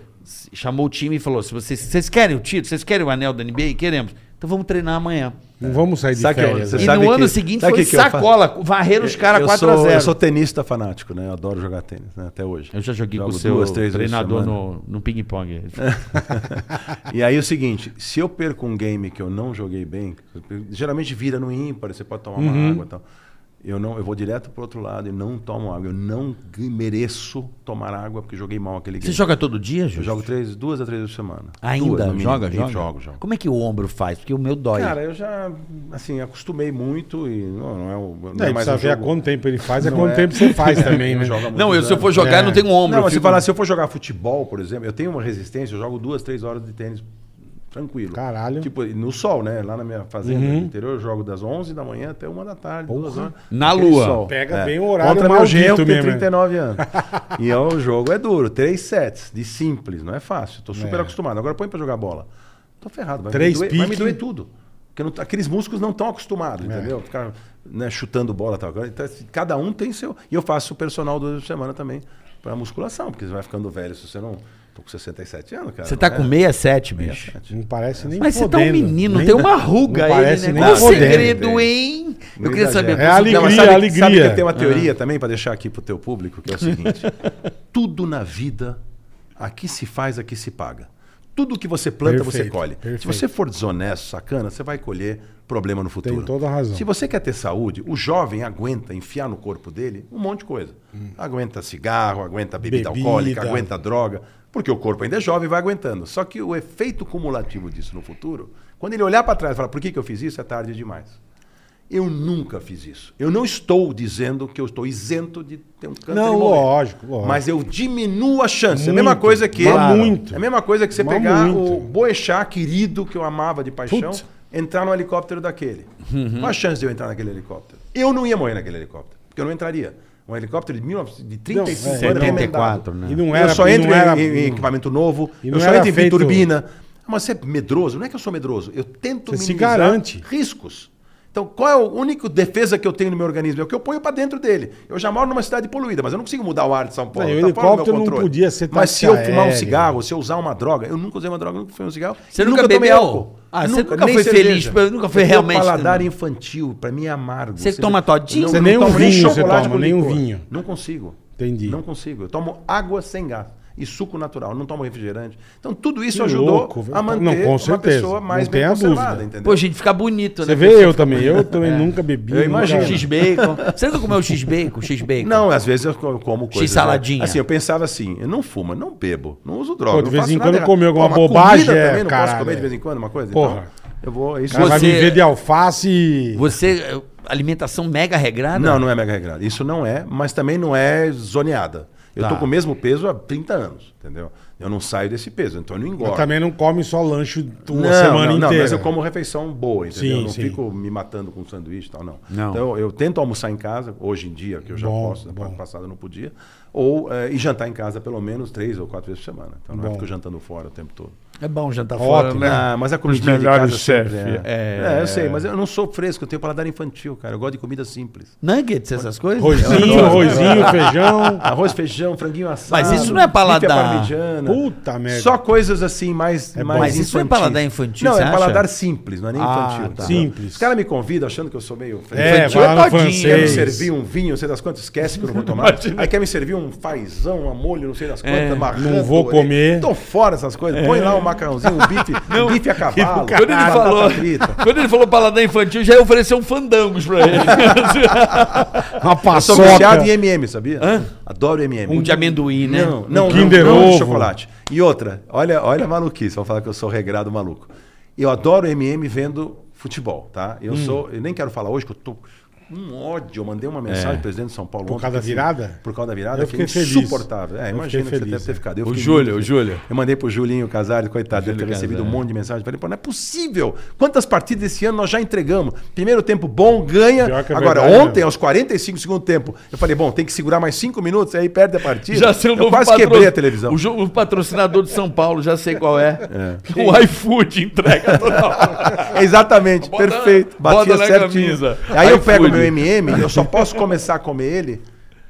Speaker 3: Chamou o time e falou: se vocês, vocês querem o título, vocês querem o anel da NBA? Queremos. Então vamos treinar amanhã.
Speaker 4: Não vamos sair de
Speaker 5: Sabe que eu-
Speaker 4: férias.
Speaker 5: você
Speaker 4: né?
Speaker 3: E
Speaker 5: sabe
Speaker 3: no
Speaker 5: que-
Speaker 3: ano seguinte
Speaker 5: sabe
Speaker 3: foi
Speaker 5: que que eu faço?
Speaker 3: sacola, varreram os caras
Speaker 5: Eu
Speaker 3: 4 a
Speaker 5: sou-
Speaker 3: 0
Speaker 5: Eu sou tenista fanático, né? Eu adoro jogar tênis, né? Até hoje.
Speaker 3: Eu já joguei
Speaker 5: Jogo
Speaker 3: com o seu
Speaker 5: duas, três vezes por
Speaker 3: treinador
Speaker 5: semana.
Speaker 3: no, no ping-pong.
Speaker 5: (laughs) e aí é o seguinte, se eu perco um game que eu não joguei bem, geralmente vira no ímpar, você pode tomar
Speaker 3: Uhum.
Speaker 5: uma água e tal. Eu, não, eu vou direto pro outro lado e não tomo água. Eu não g- mereço tomar água porque joguei mal aquele game.
Speaker 3: Você joga todo dia, Júlio?
Speaker 5: Eu jogo três, duas a três vezes por semana. Duas,
Speaker 3: Ainda?
Speaker 5: no mínimo.
Speaker 3: joga,
Speaker 5: Eu
Speaker 3: joga?
Speaker 5: Jogo, jogo.
Speaker 3: Como é que o ombro faz? Porque o meu dói.
Speaker 5: Cara, eu já, assim, acostumei muito e não, não é, o- não
Speaker 4: Não,
Speaker 5: é
Speaker 4: ele
Speaker 5: mais
Speaker 4: precisa
Speaker 5: um
Speaker 4: ver há
Speaker 5: jogo...
Speaker 4: quanto tempo ele faz, é
Speaker 5: Não
Speaker 4: quanto
Speaker 5: é.
Speaker 4: tempo você
Speaker 5: (laughs)
Speaker 4: faz também, né?
Speaker 5: joga há
Speaker 3: não, eu,
Speaker 5: muitos
Speaker 3: se eu for
Speaker 5: anos.
Speaker 3: jogar,
Speaker 4: É.
Speaker 3: não tenho ombro.
Speaker 5: Não,
Speaker 3: eu
Speaker 5: mas se
Speaker 3: fico-
Speaker 5: falar, assim, se eu for jogar futebol, por exemplo, eu tenho uma resistência, eu jogo duas, três horas de tênis tranquilo.
Speaker 4: Caralho. Uhum.
Speaker 5: Tipo, no sol, né? Lá na minha fazenda no interior, eu jogo das 11 da manhã até uma da tarde, duas horas.
Speaker 3: Na
Speaker 5: Aquele É.
Speaker 3: lua.
Speaker 4: Pega bem o horário
Speaker 5: Contra meu
Speaker 4: maldito
Speaker 5: genro, que tem
Speaker 4: mesmo, né? (laughs)
Speaker 5: 39 anos. e é, o jogo é duro. Três sets de simples, não é fácil. Tô super
Speaker 4: É.
Speaker 5: acostumado. Agora põe pra jogar bola. Tô ferrado. Vai
Speaker 4: Três
Speaker 5: me doer, vai me
Speaker 4: pique.
Speaker 5: doer tudo. Porque eu não- tá, aqueles músculos não estão acostumados,
Speaker 3: É.
Speaker 5: entendeu? Ficar né, chutando bola e tal. Agora, Então, assim, cada um tem seu. E eu faço o personal duas vezes por semana também pra musculação, porque você vai ficando velho se você não. Tô com 67 anos, cara.
Speaker 3: Você
Speaker 5: não
Speaker 3: tá
Speaker 5: é? tipo
Speaker 3: com 67, bicho.
Speaker 5: 67.
Speaker 4: Não parece nem
Speaker 3: Mas você tá um
Speaker 4: podendo.
Speaker 3: menino,
Speaker 4: Nem-
Speaker 3: tem uma ruga
Speaker 4: não
Speaker 3: aí,
Speaker 4: parece
Speaker 3: né?
Speaker 4: nem
Speaker 3: Qual o
Speaker 4: podendo.
Speaker 3: segredo,
Speaker 5: Tem.
Speaker 3: hein?
Speaker 5: Não
Speaker 3: Eu queria
Speaker 5: exagera.
Speaker 3: saber.
Speaker 4: É a
Speaker 5: Não, mas
Speaker 4: alegria,
Speaker 5: sabe,
Speaker 4: a alegria. É.
Speaker 5: Sabe que tem uma teoria também, pra deixar aqui pro teu público, que é
Speaker 4: (laughs)
Speaker 5: o seguinte: tudo na vida, aqui se faz, aqui se paga. Tudo que você planta, você
Speaker 4: Perfeito,
Speaker 5: colhe. Se
Speaker 4: perfeito.
Speaker 5: você for desonesto, sacana, você vai colher problema no futuro.
Speaker 4: Tem toda a razão.
Speaker 5: Se você quer ter saúde, o jovem aguenta enfiar no corpo dele um monte de coisa. Aguenta cigarro, aguenta bebida,
Speaker 4: Hum. Bebida.
Speaker 5: alcoólica, aguenta droga, porque o corpo ainda é jovem e vai aguentando. Só que o efeito cumulativo disso no futuro, quando ele olhar para trás e falar, por que, que eu fiz isso? É tarde demais. Eu nunca fiz isso. Eu não estou dizendo que eu estou isento de ter um câncer
Speaker 4: Não,
Speaker 5: e morrer.
Speaker 4: lógico, lógico.
Speaker 5: Mas eu diminuo a chance. é a
Speaker 4: Muito,
Speaker 5: mesma coisa que...
Speaker 4: mas muito.
Speaker 5: É a mesma coisa que você
Speaker 4: Mas
Speaker 5: pegar o
Speaker 4: muito.
Speaker 5: Boechat, querido, que eu amava de paixão,
Speaker 4: Putz. Uhum.
Speaker 5: entrar no helicóptero daquele. Qual a chance de eu entrar naquele helicóptero? Eu não ia morrer naquele helicóptero, porque eu não entraria. Um helicóptero de, 19, de 35 anos.
Speaker 3: 74,
Speaker 5: remendado.
Speaker 3: né?
Speaker 4: é, E não
Speaker 5: eu
Speaker 4: era,
Speaker 5: só
Speaker 4: e
Speaker 5: entro
Speaker 4: não
Speaker 5: em-
Speaker 4: era-
Speaker 5: em, em equipamento novo,
Speaker 4: e
Speaker 5: eu
Speaker 4: não
Speaker 5: só
Speaker 4: era
Speaker 5: entro em
Speaker 4: feito-
Speaker 5: turbina. Mas você é medroso? Não é que eu sou medroso. Eu tento
Speaker 4: Você se
Speaker 5: minimizar
Speaker 4: garante.
Speaker 5: riscos. Então, qual é o único defesa que eu tenho no meu organismo? É o que eu ponho para dentro dele. Eu já moro numa cidade poluída, mas eu não consigo mudar o ar de São Paulo.
Speaker 4: Não, e o
Speaker 5: tá fora do meu
Speaker 4: helicóptero não
Speaker 5: controle.
Speaker 4: podia ser
Speaker 5: Mas se eu
Speaker 4: táxi
Speaker 5: fumar um
Speaker 4: aéreo.
Speaker 5: cigarro, se eu usar uma droga, eu nunca usei uma droga, nunca fumei um cigarro.
Speaker 3: Você
Speaker 5: e
Speaker 3: nunca
Speaker 5: tomei
Speaker 3: bebeu?
Speaker 5: álcool.
Speaker 3: Ah, você nunca
Speaker 5: nem
Speaker 3: foi feliz,
Speaker 5: cerveja.
Speaker 3: nunca foi
Speaker 5: Eu tenho um
Speaker 3: realmente- né?
Speaker 5: paladar infantil, para mim é amargo.
Speaker 3: Você toma todinho?
Speaker 5: Não,
Speaker 3: Você
Speaker 5: eu
Speaker 4: nem
Speaker 5: não
Speaker 4: um
Speaker 5: tomo nem
Speaker 4: vinho você
Speaker 5: chocolate
Speaker 4: toma,
Speaker 5: com
Speaker 4: nem um
Speaker 5: licor.
Speaker 4: vinho.
Speaker 5: Não consigo.
Speaker 4: Entendi.
Speaker 5: Não consigo. Eu tomo água sem gás e suco natural, não tomo refrigerante. Então tudo isso
Speaker 4: Que
Speaker 5: ajudou
Speaker 4: louco, velho.
Speaker 5: a manter
Speaker 4: Não, com
Speaker 5: uma
Speaker 4: certeza.
Speaker 5: pessoa mais
Speaker 4: Não
Speaker 5: bem
Speaker 4: tenha
Speaker 5: conservada,
Speaker 4: dúvida.
Speaker 5: entendeu?
Speaker 3: Pô, gente, fica bonito, né?
Speaker 4: Você vê eu também. Eu também nunca bebi.
Speaker 5: É. Eu
Speaker 4: nunca-
Speaker 5: imagino.
Speaker 3: X-Bacon. Você nunca comeu X-Bacon? X-Bacon?
Speaker 5: Não, às vezes eu co- como coisas...
Speaker 3: saladinha.
Speaker 5: Assim, eu pensava assim, eu não fumo, não bebo, não uso droga,
Speaker 4: Pô, de
Speaker 5: não
Speaker 4: vez
Speaker 5: faço
Speaker 4: em
Speaker 5: nada
Speaker 4: quando
Speaker 5: errado.
Speaker 4: comer alguma
Speaker 5: Pô, uma
Speaker 4: bobagem,
Speaker 5: comida
Speaker 4: é,
Speaker 5: também, não
Speaker 4: caralho,
Speaker 5: posso comer de
Speaker 4: é.
Speaker 5: vez em quando uma coisa?
Speaker 4: Porra.
Speaker 5: Então, eu vou... Isso
Speaker 4: O cara vai
Speaker 3: Você-
Speaker 4: viver de alface e...
Speaker 3: Você, eh, alimentação mega regrada?
Speaker 5: Não, não é mega regrada. Isso não é, mas também não é zoneada. Eu
Speaker 3: Tá.
Speaker 5: tô com o mesmo peso há 30 anos, entendeu? Eu não saio desse peso, então eu não engordo.
Speaker 4: Mas também não come só lanche uma
Speaker 5: não,
Speaker 4: semana
Speaker 5: não,
Speaker 4: inteira.
Speaker 5: Não, mas eu como refeição boa, entendeu?
Speaker 4: Sim,
Speaker 5: eu não
Speaker 4: sim.
Speaker 5: fico me matando com sanduíche e tal, não.
Speaker 3: Não.
Speaker 5: Então eu, eu tento almoçar em casa, hoje em dia, que eu já
Speaker 4: Bom,
Speaker 5: posso, na
Speaker 4: bom.
Speaker 5: parte passada eu não podia, ou eh, e jantar em casa pelo menos três ou quatro vezes por semana. Então não é
Speaker 4: Bom.
Speaker 5: fico jantando fora o tempo todo.
Speaker 3: É bom jantar fora,
Speaker 4: Ótimo.
Speaker 3: né?
Speaker 5: Ah, mas a comidinha de
Speaker 4: melhores
Speaker 5: casa sempre
Speaker 4: chefes.
Speaker 5: é. É, eu sei, mas eu não sou fresco, eu tenho paladar infantil, cara. Eu gosto de comida simples.
Speaker 3: Nuggets, essas coisas?
Speaker 5: (laughs)
Speaker 4: Arrozinho, arrozinho, feijão.
Speaker 5: Arroz, feijão, franguinho assado.
Speaker 3: Mas isso não é paladar.
Speaker 5: bífia parmegiana.
Speaker 4: Puta merda.
Speaker 5: Só coisas assim mais, mais
Speaker 3: Mas isso não é
Speaker 5: infantis.
Speaker 3: paladar infantil,
Speaker 5: Não,
Speaker 3: você
Speaker 5: é
Speaker 3: acha?
Speaker 5: paladar simples, não é nem
Speaker 3: Ah,
Speaker 5: infantil.
Speaker 3: tá.
Speaker 5: entendeu?
Speaker 4: Simples.
Speaker 5: Os caras me convidam achando que eu sou meio...
Speaker 4: É,
Speaker 3: Infantil
Speaker 4: vai lá
Speaker 3: é
Speaker 4: no
Speaker 3: todinho.
Speaker 5: Quer me
Speaker 4: francês.
Speaker 5: servir um vinho, não sei das quantas, esquece que eu não vou tomar. Aí quer me servir um fazão, um molho, não sei das quantas,
Speaker 3: É.
Speaker 5: marrando,
Speaker 4: Não vou
Speaker 5: orelha.
Speaker 4: comer. É.
Speaker 5: Tô fora essas coisas. Põe lá um macarrãozinho, um
Speaker 3: (laughs)
Speaker 5: bife, um
Speaker 4: (laughs)
Speaker 5: bife a cavalo.
Speaker 3: Quando ele,
Speaker 5: batata
Speaker 3: falou,
Speaker 5: frita.
Speaker 3: quando ele falou paladar infantil, já ofereceu um fandangos pra ele.
Speaker 4: Uma
Speaker 5: Eu sou
Speaker 4: paçoca.
Speaker 5: viciado em M&M, sabia? Adoro
Speaker 3: (laughs)
Speaker 5: M&M.
Speaker 3: um de amendoim, né?
Speaker 5: Não, não,
Speaker 4: Kinder
Speaker 5: não, não
Speaker 4: Ovo.
Speaker 5: de chocolate. E outra, olha, olha a maluquice, vão falar que eu sou regrado maluco. Eu adoro MM vendo futebol, tá?
Speaker 4: Hum.
Speaker 5: Eu sou, eu nem quero falar hoje que eu tô com um ódio, eu mandei uma mensagem pro presidente de São
Speaker 4: É.
Speaker 5: Paulo
Speaker 4: Por
Speaker 5: ontem,
Speaker 4: causa da
Speaker 5: que, assim,
Speaker 4: virada?
Speaker 5: Por causa da virada,
Speaker 4: Eu
Speaker 5: que é
Speaker 4: fiquei feliz.
Speaker 5: insuportável. É,
Speaker 4: Eu
Speaker 5: imagina que
Speaker 4: fiquei
Speaker 5: você
Speaker 4: feliz,
Speaker 5: deve ter
Speaker 4: é.
Speaker 5: ficado. Eu
Speaker 3: O
Speaker 5: fiquei
Speaker 3: Júlio,
Speaker 5: muito
Speaker 3: o
Speaker 5: feliz.
Speaker 3: Júlio.
Speaker 5: Eu mandei pro Julinho Casares, coitado, deve ter
Speaker 3: Júlio
Speaker 5: recebido um
Speaker 3: Casares.
Speaker 5: monte de mensagem. Falei, pô, não é possível. Quantas partidas esse ano nós já entregamos? Primeiro tempo bom, ganha.
Speaker 4: Pior que é
Speaker 5: Agora,
Speaker 4: verdade,
Speaker 5: ontem,
Speaker 4: né?
Speaker 5: aos 45 do segundo tempo, eu falei, bom, tem que segurar mais 5 minutos, aí perde a partida.
Speaker 3: Já sei o
Speaker 5: eu
Speaker 3: novo
Speaker 5: quase
Speaker 3: patro-
Speaker 5: quebrei a televisão.
Speaker 3: O, jo- o patrocinador de São Paulo, já sei qual é. O iFood entrega toda hora.
Speaker 5: É, (laughs) Exatamente,
Speaker 3: Bota-
Speaker 5: perfeito.
Speaker 3: bota
Speaker 5: Batia
Speaker 3: na
Speaker 5: certinho.
Speaker 3: camisa.
Speaker 5: Aí eu
Speaker 3: iFood.
Speaker 5: pego meu MM, eu só posso começar a comer ele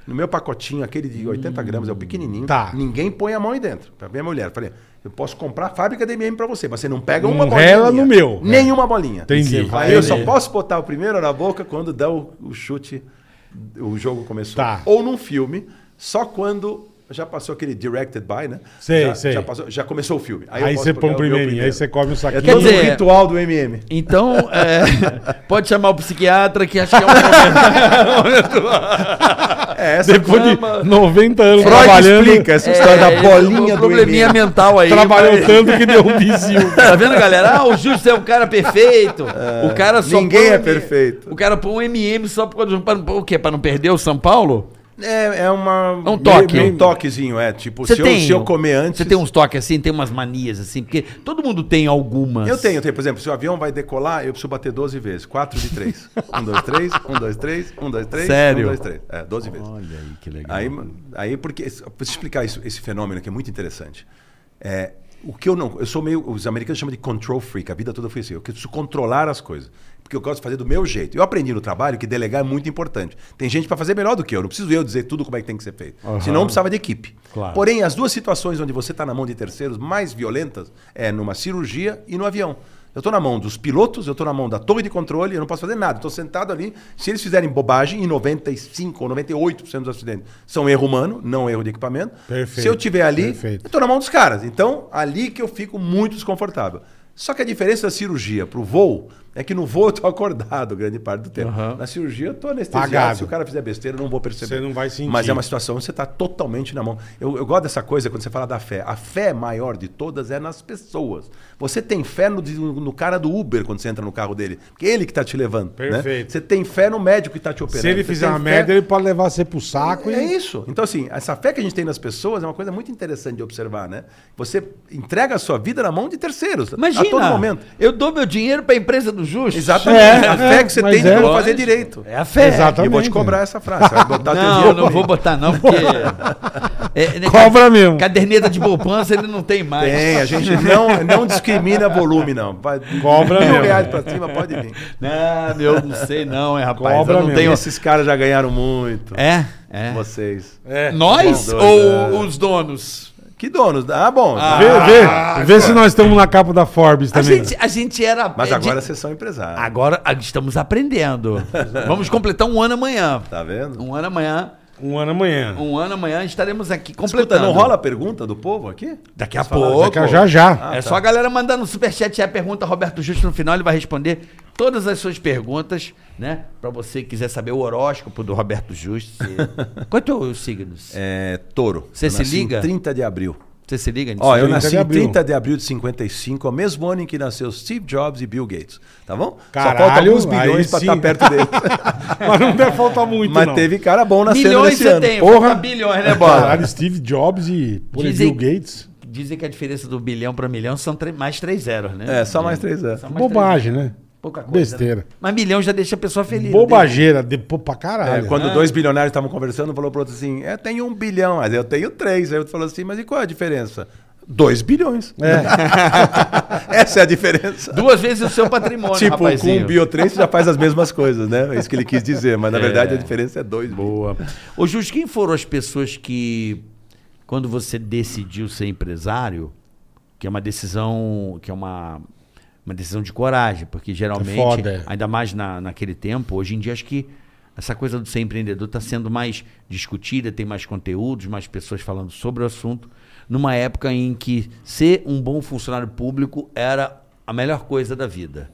Speaker 5: no meu pacotinho, aquele de 80 gramas, é o pequenininho.
Speaker 4: Tá.
Speaker 5: Ninguém põe a mão aí dentro. Pra minha mulher, falei, eu posso comprar a fábrica de MM pra você, mas você não pega uma
Speaker 4: Não
Speaker 5: bolinha.
Speaker 4: rela
Speaker 5: minha.
Speaker 4: no meu.
Speaker 5: Nenhuma bolinha.
Speaker 4: Entendi.
Speaker 5: Aí eu só posso botar o primeiro na boca quando dá o, o chute, o jogo começou.
Speaker 4: Tá.
Speaker 5: Ou num filme, só quando já passou aquele directed by, né?
Speaker 4: Sei,
Speaker 5: já,
Speaker 4: sei.
Speaker 5: Já, passou- já começou o filme.
Speaker 4: Aí
Speaker 5: eu posso
Speaker 4: você
Speaker 5: pegar
Speaker 4: põe o
Speaker 5: meu
Speaker 4: primeirinho, aí você come um
Speaker 5: É
Speaker 4: saquinho.
Speaker 5: todo
Speaker 3: dizer-
Speaker 5: o ritual do MM.
Speaker 3: Então, é, pode chamar o psiquiatra que acho que é um (laughs) momento.
Speaker 5: É, essa
Speaker 4: Depois
Speaker 5: coisa-
Speaker 4: de 90 anos
Speaker 5: Freud
Speaker 4: trabalhando,
Speaker 5: explica essa história da bolinha
Speaker 3: um
Speaker 5: do
Speaker 3: É, probleminha
Speaker 5: MM.
Speaker 3: mental aí.
Speaker 4: trabalhou
Speaker 3: mas-
Speaker 4: tanto que deu um vizinho.
Speaker 3: Tá vendo, galera? Ah, o Justo é um cara perfeito. o cara só
Speaker 5: ninguém
Speaker 3: põe um
Speaker 5: é
Speaker 3: M-
Speaker 5: perfeito.
Speaker 3: O cara põe um MM só por causa do. O quê? Pra não perder o São Paulo?
Speaker 5: É, é uma...
Speaker 3: É um toque.
Speaker 5: meio- meio um toquezinho, é. Tipo, se eu, se eu comer antes...
Speaker 3: Você tem uns toques assim, tem umas manias assim, porque todo mundo tem algumas.
Speaker 5: Eu tenho, eu tenho. Por exemplo, se o avião vai decolar, eu preciso bater 12 vezes. 4 de Um, 3. 1, 2, 3. 1, 2, 3. 1, 2, 3.
Speaker 3: Sério?
Speaker 5: 1, 2, 3. É, 12 vezes.
Speaker 3: Olha aí que legal.
Speaker 5: Aí, aí porque eu preciso explicar isso- esse fenômeno que é muito interessante. É, o que eu não, eu sou meio, os americanos chamam de control freak. A vida toda foi assim. Eu preciso controlar as coisas porque eu gosto de fazer do meu jeito. Eu aprendi no trabalho que delegar é muito importante. Tem gente para fazer melhor do que eu. Não preciso eu dizer tudo como é que tem que ser feito. Senão eu precisava de equipe.
Speaker 3: Claro.
Speaker 5: Porém, as duas situações onde você está na mão de terceiros mais violentas é numa cirurgia e no avião. Eu estou na mão dos pilotos, eu estou na mão da torre de controle, eu não posso fazer nada. Estou sentado ali. Se eles fizerem bobagem, em 95 ou 98% dos acidentes são erro humano, não erro de equipamento.
Speaker 4: Perfeito,
Speaker 5: Se eu estiver ali,
Speaker 4: perfeito.
Speaker 5: eu estou na mão dos caras. Então, ali que eu fico muito desconfortável. Só que a diferença da cirurgia para o voo é que no voo eu estou (laughs) acordado grande parte do tempo.
Speaker 3: Aham.
Speaker 5: Na cirurgia eu estou anestesiado.
Speaker 4: Apagado.
Speaker 5: Se o cara fizer besteira, eu não vou perceber.
Speaker 4: Você não vai sentir.
Speaker 5: Mas é uma situação onde você está totalmente na mão. Eu, eu gosto dessa coisa quando você fala da fé. A fé maior de todas é nas pessoas. Você tem fé no, no cara do Uber quando você entra no carro dele. Porque é ele que está te levando. né?
Speaker 4: Perfeito.
Speaker 5: Você tem fé no médico que está te operando.
Speaker 4: (laughs) Se ele
Speaker 5: Você
Speaker 4: fizer
Speaker 5: tem
Speaker 4: uma
Speaker 5: fé-
Speaker 4: merda, ele pode levar você pro saco
Speaker 5: é
Speaker 4: e...
Speaker 5: isso. Então, assim, essa fé que a gente tem nas pessoas é uma coisa muito interessante de observar, né? Você entrega a sua vida na mão de terceiros
Speaker 3: Imagina,
Speaker 5: a todo momento.
Speaker 3: eu dou meu dinheiro pra empresa do dos justos.
Speaker 5: Exatamente.
Speaker 4: É,
Speaker 5: a fé
Speaker 4: é,
Speaker 5: que você
Speaker 4: mas
Speaker 5: tem de
Speaker 4: é.
Speaker 5: não fazer direito.
Speaker 3: É a fé.
Speaker 4: Exato.
Speaker 5: E eu vou te
Speaker 4: Exatamente.
Speaker 5: cobrar essa frase. Você vai botar teu
Speaker 3: Não,
Speaker 5: dinheiro
Speaker 3: não vou
Speaker 5: comigo.
Speaker 3: botar não,
Speaker 5: (laughs)
Speaker 3: porque... É, né,
Speaker 4: Cobra mesmo.
Speaker 3: Caderneta de poupança ele não tem mais.
Speaker 5: Tem, a gente não, não discrimina volume, não. Vai,
Speaker 4: Cobra
Speaker 5: mil
Speaker 4: mesmo.
Speaker 5: reais pra cima, pode vir.
Speaker 3: Não, eu não sei não, é rapaz.
Speaker 4: Cobra
Speaker 3: eu não
Speaker 4: mesmo.
Speaker 3: tenho...
Speaker 5: Esses caras já ganharam muito.
Speaker 3: É, é.
Speaker 5: Vocês.
Speaker 4: É.
Speaker 3: Nós
Speaker 5: Bom,
Speaker 3: ou
Speaker 5: dois, é.
Speaker 3: os donos?
Speaker 5: Que donos? Ah, bom.
Speaker 4: Vê,
Speaker 5: Ah,
Speaker 4: vê, vê se nós estamos na capa da Forbes
Speaker 3: A
Speaker 4: também.
Speaker 3: gente, a gente era...
Speaker 5: Mas
Speaker 3: é,
Speaker 5: agora
Speaker 3: de-
Speaker 5: vocês são empresários.
Speaker 3: Agora ah, estamos
Speaker 5: (laughs)
Speaker 3: aprendendo. Vamos completar um ano amanhã.
Speaker 5: Tá vendo?
Speaker 3: Um ano amanhã.
Speaker 4: Um ano amanhã.
Speaker 3: Um ano amanhã estaremos aqui
Speaker 5: Escuta,
Speaker 3: completando.
Speaker 5: não rola a pergunta do povo aqui?
Speaker 3: Daqui a
Speaker 5: falaram-
Speaker 3: pouco.
Speaker 4: Daqui a já já.
Speaker 5: Ah,
Speaker 3: é
Speaker 5: tá.
Speaker 3: só a galera mandar no superchat aí a pergunta, Roberto Justo, no final ele vai responder todas as suas perguntas, né? Pra você que quiser saber o horóscopo do Roberto Justo.
Speaker 5: (laughs)
Speaker 3: se- Qual é o teu signo? Você
Speaker 5: É, touro.
Speaker 3: Você
Speaker 5: Eu
Speaker 3: se
Speaker 5: nasci em
Speaker 3: liga?
Speaker 5: 30 de abril.
Speaker 3: se liga nisso?
Speaker 5: Ó, eu
Speaker 4: 30 de
Speaker 5: nasci em
Speaker 4: abril.
Speaker 5: 30 de abril de 55, é o mesmo ano em que nasceu Steve Jobs e Bill Gates. Tá bom?
Speaker 4: Caralho,
Speaker 5: Só faltam alguns
Speaker 4: aí
Speaker 5: bilhões pra
Speaker 4: sim.
Speaker 5: estar perto dele.
Speaker 4: (laughs) Mas não deve faltar muito,
Speaker 5: Mas
Speaker 4: não.
Speaker 5: teve cara bom tá nascendo
Speaker 3: Milhões
Speaker 5: nesse
Speaker 3: você
Speaker 5: ano.
Speaker 3: tem,
Speaker 4: Porra.
Speaker 3: falta bilhões, né,
Speaker 5: (laughs)
Speaker 3: Bola?
Speaker 4: Caralho, Steve Jobs e por aí,
Speaker 3: Dizem-
Speaker 4: Bill Gates.
Speaker 3: Dizem que a diferença do bilhão pra milhão são tre- mais três zeros, né?
Speaker 5: É, só mais três anos.
Speaker 3: Só mais três-
Speaker 4: Bobagem, né?
Speaker 3: Pouca coisa.
Speaker 4: Besteira.
Speaker 3: né? Mas milhão já deixa a pessoa feliz. né?
Speaker 4: Bobageira, de, pô, pra
Speaker 5: É,
Speaker 4: caralho.
Speaker 3: Ah.
Speaker 5: quando dois bilionários estavam conversando, falou pro outro assim: É, tem um bilhão, mas eu tenho três. Aí o outro falou assim: Mas e qual é a diferença? Dois bilhões. (laughs) Essa é a diferença.
Speaker 3: Duas vezes o seu patrimônio,
Speaker 5: (laughs) tipo, com
Speaker 3: rapazinho.
Speaker 5: um bio três você já faz as mesmas coisas, né? É isso que ele quis dizer, mas na verdade a diferença é dois. Boa.
Speaker 3: Ô, Jus, quem foram as pessoas que, quando você decidiu ser empresário, que é uma decisão, que é uma, uma decisão de coragem, porque geralmente,
Speaker 4: foda, é.
Speaker 3: ainda mais na, naquele tempo, hoje em dia acho que essa coisa do ser empreendedor está sendo mais discutida, tem mais conteúdos, mais pessoas falando sobre o assunto, numa época em que ser um bom funcionário público era a melhor coisa da vida.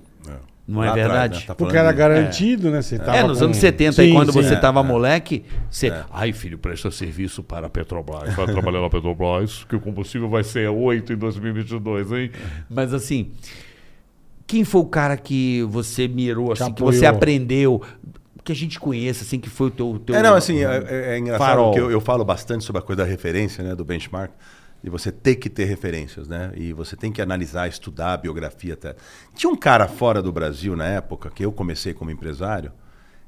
Speaker 3: Não é
Speaker 5: Lá atrás,
Speaker 3: verdade?
Speaker 5: né? Tá
Speaker 4: Porque era
Speaker 5: falando de-
Speaker 4: garantido, né? Você tava
Speaker 3: É, nos
Speaker 4: com-
Speaker 3: anos 70, aí,
Speaker 4: Sim,
Speaker 3: quando
Speaker 4: sim.
Speaker 3: você
Speaker 4: É.
Speaker 3: tava moleque, você.
Speaker 5: É.
Speaker 1: Ai, filho, presta serviço para a Petrobras. Vai trabalhar na
Speaker 3: (laughs)
Speaker 1: Petrobras, que o combustível vai ser 8 em 2022, hein?
Speaker 3: Mas assim, quem foi o cara que você mirou, assim, que
Speaker 4: apoiou.
Speaker 3: você aprendeu, que a gente conheça, assim, que foi o teu. teu
Speaker 5: É, não, assim, é, é- é engraçado
Speaker 3: Farol.
Speaker 5: porque eu, eu falo bastante sobre a coisa da referência, né, do benchmark, e você tem que ter referências, né? E você tem que analisar, estudar a biografia até. Tinha um cara fora do Brasil na época que eu comecei como empresário,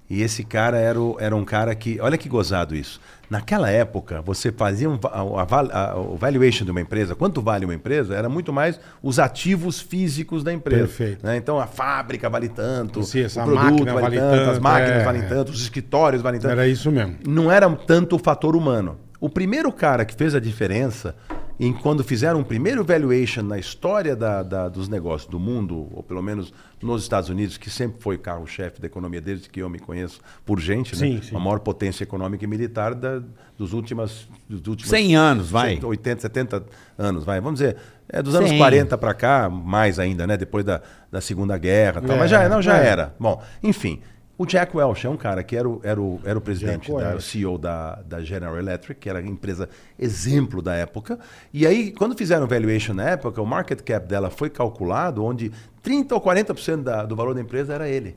Speaker 5: e esse cara era, o- era um cara que, olha que gozado isso. Naquela época, você fazia um, va- a- a val- a- o valuation de uma empresa, quanto vale uma empresa, era muito mais os ativos físicos da empresa.
Speaker 4: Perfeito.
Speaker 5: né? Então a fábrica vale tanto,
Speaker 4: Sim, essa
Speaker 5: o produto
Speaker 4: máquina
Speaker 5: vale,
Speaker 4: vale
Speaker 5: tanto, as
Speaker 4: tanto,
Speaker 5: máquinas
Speaker 4: é.
Speaker 5: valem tanto, os escritórios valem tanto
Speaker 4: Era isso mesmo.
Speaker 5: não era tanto o fator humano. O primeiro cara que fez a diferença em quando fizeram o primeiro valuation na história da- da- dos negócios do mundo, ou pelo menos nos Estados Unidos, que sempre foi carro-chefe da economia desde que eu me conheço por gente, né?
Speaker 4: Sim, sim.
Speaker 5: a maior potência econômica e militar da- dos últimos dos últimos
Speaker 3: 100 anos, vai.
Speaker 5: 80, 70 anos, vai. Vamos dizer, é dos anos
Speaker 3: Sim.
Speaker 5: 40 para cá, mais ainda, né? Depois da, da Segunda Guerra, e tal.
Speaker 4: É,
Speaker 5: mas já, não, já
Speaker 4: é.
Speaker 5: era. Bom, enfim, o Jack Welch é um cara que era o, era o, era o presidente,
Speaker 4: Jack
Speaker 5: da-
Speaker 4: Welch.
Speaker 5: o CEO da, da General Electric, que era a empresa exemplo da época. E aí, quando fizeram o valuation na época, o market cap dela foi calculado onde 30 ou 40% da, do valor da empresa era ele.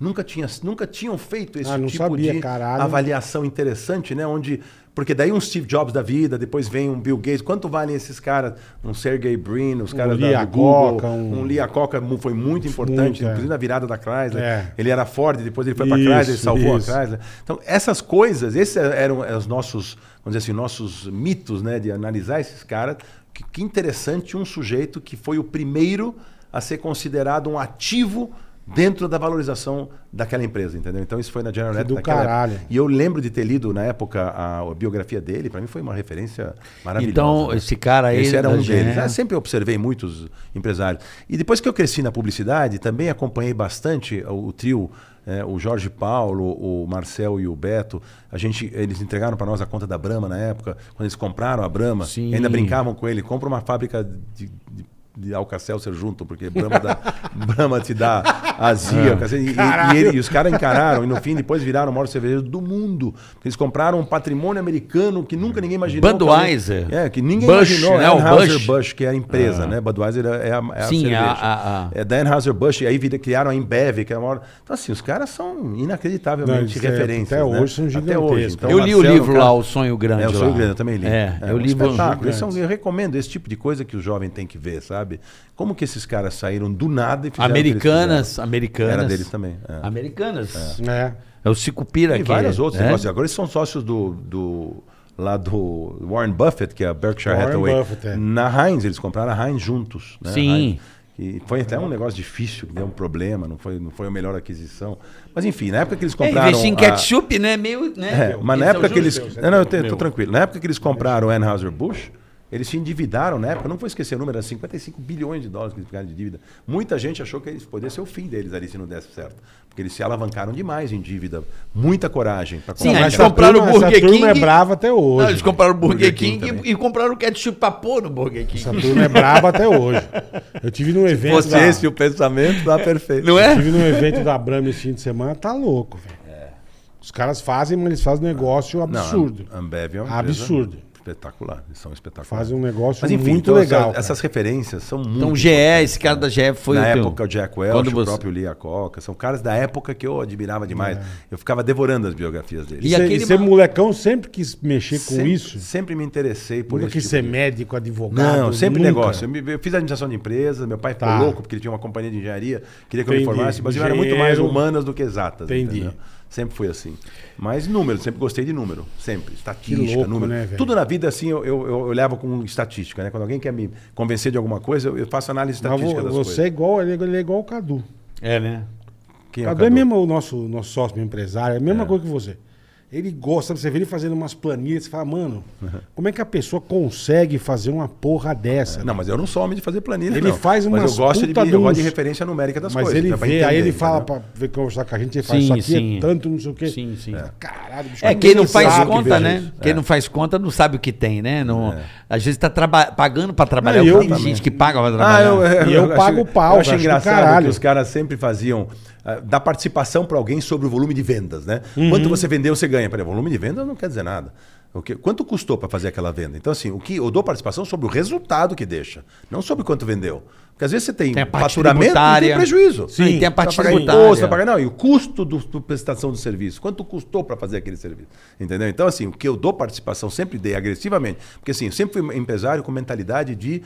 Speaker 5: Nunca, tinha, nunca tinham feito esse
Speaker 4: Ah, não
Speaker 5: tipo
Speaker 4: sabia,
Speaker 5: de
Speaker 4: caralho.
Speaker 5: avaliação avaliação interessante, né? Onde. Porque daí um Steve Jobs da vida, depois vem um Bill Gates. Quanto valem esses caras? Um Sergey Brin, os caras
Speaker 4: Lee
Speaker 5: da do Google.
Speaker 4: Iacocca, um-
Speaker 5: um Lee Iacocca mu- foi muito importante,
Speaker 4: Muito, é.
Speaker 5: inclusive na virada da Chrysler.
Speaker 4: É.
Speaker 5: Ele era Ford, depois ele foi para
Speaker 4: Isso,
Speaker 5: Chrysler, salvou
Speaker 4: isso.
Speaker 5: a Chrysler. Então, essas coisas, esses eram os nossos, vamos dizer assim, nossos mitos, né? De analisar esses caras. Que, que interessante um sujeito que foi o primeiro a ser considerado um ativo dentro da valorização daquela empresa, entendeu? Então isso foi na General
Speaker 4: Que do
Speaker 5: Electric naquela época.
Speaker 4: caralho.
Speaker 5: E eu lembro de ter lido na época a, a biografia dele, pra mim foi uma referência maravilhosa.
Speaker 3: Então,
Speaker 5: né?
Speaker 3: esse cara aí
Speaker 5: Esse era
Speaker 3: da
Speaker 5: um deles.
Speaker 3: General-
Speaker 5: Eu sempre observei muitos empresários. E depois que eu cresci na publicidade, também acompanhei bastante o, o trio, eh, o Jorge Paulo, o Marcel e o Beto. A gente, eles entregaram para nós a conta da Brahma na época, quando eles compraram a Brahma,
Speaker 3: Sim.
Speaker 5: e ainda brincavam com ele, compra uma fábrica de. de de Alcacelser junto, porque Brahma, dá- (laughs) Brahma te dá azia.
Speaker 3: Ah.
Speaker 5: Alcacelser. E- e- e, ele- e os caras encararam, e no fim depois viraram o maior cervejeiro do mundo. Eles compraram um patrimônio americano que nunca ninguém imaginou. que alguém-
Speaker 3: Budweiser.
Speaker 5: É, que ninguém
Speaker 3: Bush,
Speaker 5: imaginou.
Speaker 3: né? O
Speaker 5: Anheuser
Speaker 3: Bush.
Speaker 5: Bush, que é a empresa, né? Budweiser é a, é a
Speaker 3: Ah. Sim,
Speaker 5: cerveja.
Speaker 3: a- a- a-
Speaker 5: É da Anheuser-Busch, e aí vira- criaram a Embev, que é a maior... Então, assim, os caras são
Speaker 4: Não,
Speaker 5: inacreditavelmente
Speaker 4: eles, é,
Speaker 5: referências,
Speaker 4: até
Speaker 5: né?
Speaker 4: hoje são gigantescos.
Speaker 5: Então,
Speaker 3: eu li o
Speaker 5: Marcelo,
Speaker 3: livro
Speaker 5: cara-
Speaker 3: lá, O Sonho Grande.
Speaker 5: É, o
Speaker 3: lá.
Speaker 5: Sonho Grande, eu também li.
Speaker 3: É, eu li
Speaker 5: um espetáculo.
Speaker 4: gigante.
Speaker 5: Esse é um- eu recomendo esse tipo de coisa que o jovem tem que ver, sabe? sabe? Como que esses caras saíram do nada e fizeram o que eles
Speaker 3: Americanas,
Speaker 5: fizeram?
Speaker 3: americanas.
Speaker 5: Era deles também. é.
Speaker 3: Americanas.
Speaker 4: É.
Speaker 3: É o Cicupira
Speaker 5: E
Speaker 3: aqui.
Speaker 5: vários outros
Speaker 3: né?
Speaker 5: negócios. Agora eles são sócios do, do- lá do Warren Buffett, que é a Berkshire
Speaker 4: Warren
Speaker 5: Hathaway.
Speaker 4: Buffett, é.
Speaker 5: Na Heinz, eles compraram a Heinz juntos. Né?
Speaker 3: Sim.
Speaker 5: A Heinz. E foi até um negócio difícil, que deu um problema, não foi, não foi a melhor aquisição. Mas enfim, na época que eles
Speaker 3: É,
Speaker 5: compraram.
Speaker 3: investir em
Speaker 5: a-
Speaker 3: ketchup, né? Meio. Né?
Speaker 5: é, mas na
Speaker 3: Eles são
Speaker 5: época que eles.
Speaker 3: justos.
Speaker 4: né?
Speaker 5: Não, não, eu te- tô tranquilo. Na época que eles compraram o Anheuser-Busch, eles se endividaram na época, não vou esquecer o número, era 55 bilhões de dólares que eles ficaram de dívida. Muita gente achou que eles poderia ser o fim deles ali se não desse certo. Porque eles se alavancaram demais em dívida. Muita coragem um para
Speaker 3: Sim, eles
Speaker 4: Essa
Speaker 3: compraram
Speaker 4: turma-
Speaker 3: o Burger
Speaker 4: essa turma
Speaker 3: King.
Speaker 4: é brava até hoje.
Speaker 3: Não, eles compraram o Burger,
Speaker 5: Burger
Speaker 3: King,
Speaker 5: King também.
Speaker 3: e, e compraram o ketchup pra pôr no Burger King.
Speaker 4: Essa turma é brava até hoje. Eu tive num evento. da-
Speaker 5: Você, se o pensamento dá perfeito.
Speaker 3: Não
Speaker 4: Eu
Speaker 3: é?
Speaker 4: Estive num evento da Abrams esse fim de semana, tá louco, velho. Os caras fazem, mas eles fazem um negócio
Speaker 5: É. Não,
Speaker 4: absurdo.
Speaker 5: a Ambev é uma
Speaker 4: Absurdo.
Speaker 5: empresa Espetacular. Eles são espetaculares.
Speaker 4: Fazem um negócio
Speaker 5: Mas enfim,
Speaker 4: muito
Speaker 5: então,
Speaker 4: legal.
Speaker 5: Essas, essas referências são muito.
Speaker 3: Então, GE, esse cara da GE foi
Speaker 5: na
Speaker 3: o teu-
Speaker 5: época, o Jack Welch,
Speaker 3: então. Quando
Speaker 5: o
Speaker 3: você-
Speaker 5: próprio Lia Coca, são caras da época que eu admirava demais.
Speaker 4: É.
Speaker 5: Eu ficava devorando as biografias deles.
Speaker 3: E
Speaker 4: E,
Speaker 3: aquele
Speaker 4: ser
Speaker 3: ma-
Speaker 4: molecão sempre quis mexer com
Speaker 5: sempre,
Speaker 4: isso.
Speaker 5: Sempre me interessei por
Speaker 4: Nunca
Speaker 5: esse
Speaker 4: quis
Speaker 5: tipo
Speaker 4: ser
Speaker 5: de-
Speaker 4: médico, advogado.
Speaker 5: Não, sempre
Speaker 4: nunca.
Speaker 5: negócio. Eu, me- eu fiz administração de empresa, meu pai ficou
Speaker 4: Tá.
Speaker 5: louco porque ele tinha uma companhia de engenharia, queria que eu me
Speaker 4: Entendi.
Speaker 5: formasse, mas eu era muito mais
Speaker 4: Engenheiro.
Speaker 5: humanas do que exatas.
Speaker 4: Entendi.
Speaker 5: entendeu? Sempre foi assim. Mas número, sempre gostei de número. Sempre. Estatística,
Speaker 4: Que louco,
Speaker 5: número.
Speaker 4: né, velho?
Speaker 5: Tudo na vida, assim, eu, eu, eu levo com estatística, né? Quando alguém quer me convencer de alguma coisa, eu, eu faço análise
Speaker 4: Mas
Speaker 5: estatística
Speaker 4: vo-
Speaker 5: das
Speaker 4: você é
Speaker 5: coisas.
Speaker 4: igual, ele é- ele é igual o Cadu.
Speaker 3: É, né?
Speaker 5: Quem
Speaker 4: Cadu é mesmo o nosso, nosso sócio, meu empresário, é a mesma coisa que você. Ele gosta, você vê ele fazendo umas planilhas, você fala, mano, como é que a pessoa consegue fazer uma porra dessa? né?"
Speaker 5: Não, mas eu não sou homem de fazer planilha.
Speaker 4: Ele
Speaker 5: não.
Speaker 4: faz
Speaker 5: Mas
Speaker 4: umas
Speaker 5: eu gosto de,
Speaker 4: puta
Speaker 5: eu gosto de
Speaker 4: de uns-
Speaker 5: referência numérica das
Speaker 4: Mas
Speaker 5: coisas.
Speaker 4: ele
Speaker 5: né, pra
Speaker 4: vê, aí
Speaker 5: entender,
Speaker 4: ele fala
Speaker 5: entendeu?
Speaker 4: pra ver conversar com a gente, ele fala,
Speaker 3: Sim,
Speaker 4: isso aqui
Speaker 3: sim.
Speaker 4: é tanto, não sei o quê.
Speaker 3: Sim, sim.
Speaker 4: Ah, Caralho, bicho,
Speaker 3: É,
Speaker 4: como
Speaker 3: quem não
Speaker 4: que
Speaker 3: faz
Speaker 4: sabe
Speaker 3: conta,
Speaker 4: que
Speaker 3: né?
Speaker 4: vejo
Speaker 5: É.
Speaker 4: isso?
Speaker 3: Quem não faz conta não sabe o que tem, né? Não, Às vezes tá traba- pagando pra trabalhar.
Speaker 4: Não, eu-
Speaker 3: tem gente que paga
Speaker 5: Ah,
Speaker 3: pra trabalhar.
Speaker 4: E eu pago o pau,
Speaker 5: é, Eu
Speaker 4: acho
Speaker 5: acho
Speaker 4: do
Speaker 5: engraçado
Speaker 4: caralho.
Speaker 5: que os caras sempre faziam ah, da participação para alguém sobre o volume de vendas, né? Quanto você vendeu, você ganha. Peraí, volume de vendas não quer dizer nada. O que, quanto custou para fazer aquela venda? Então, assim, o que eu dou participação sobre o resultado que deixa, não sobre quanto vendeu. Porque às vezes você tem,
Speaker 3: Tem a parte
Speaker 5: faturamento e
Speaker 3: tributária.
Speaker 5: tem prejuízo.
Speaker 3: Sim. Aí tem a
Speaker 5: Você vai
Speaker 3: parte
Speaker 5: pagar
Speaker 3: tributária.
Speaker 5: imposto, vai pagar- não, e o custo do, do prestação do serviço. Quanto custou para fazer aquele serviço? Entendeu? Então, assim, o que eu dou participação, sempre dei agressivamente. Porque, assim, eu sempre fui empresário com mentalidade de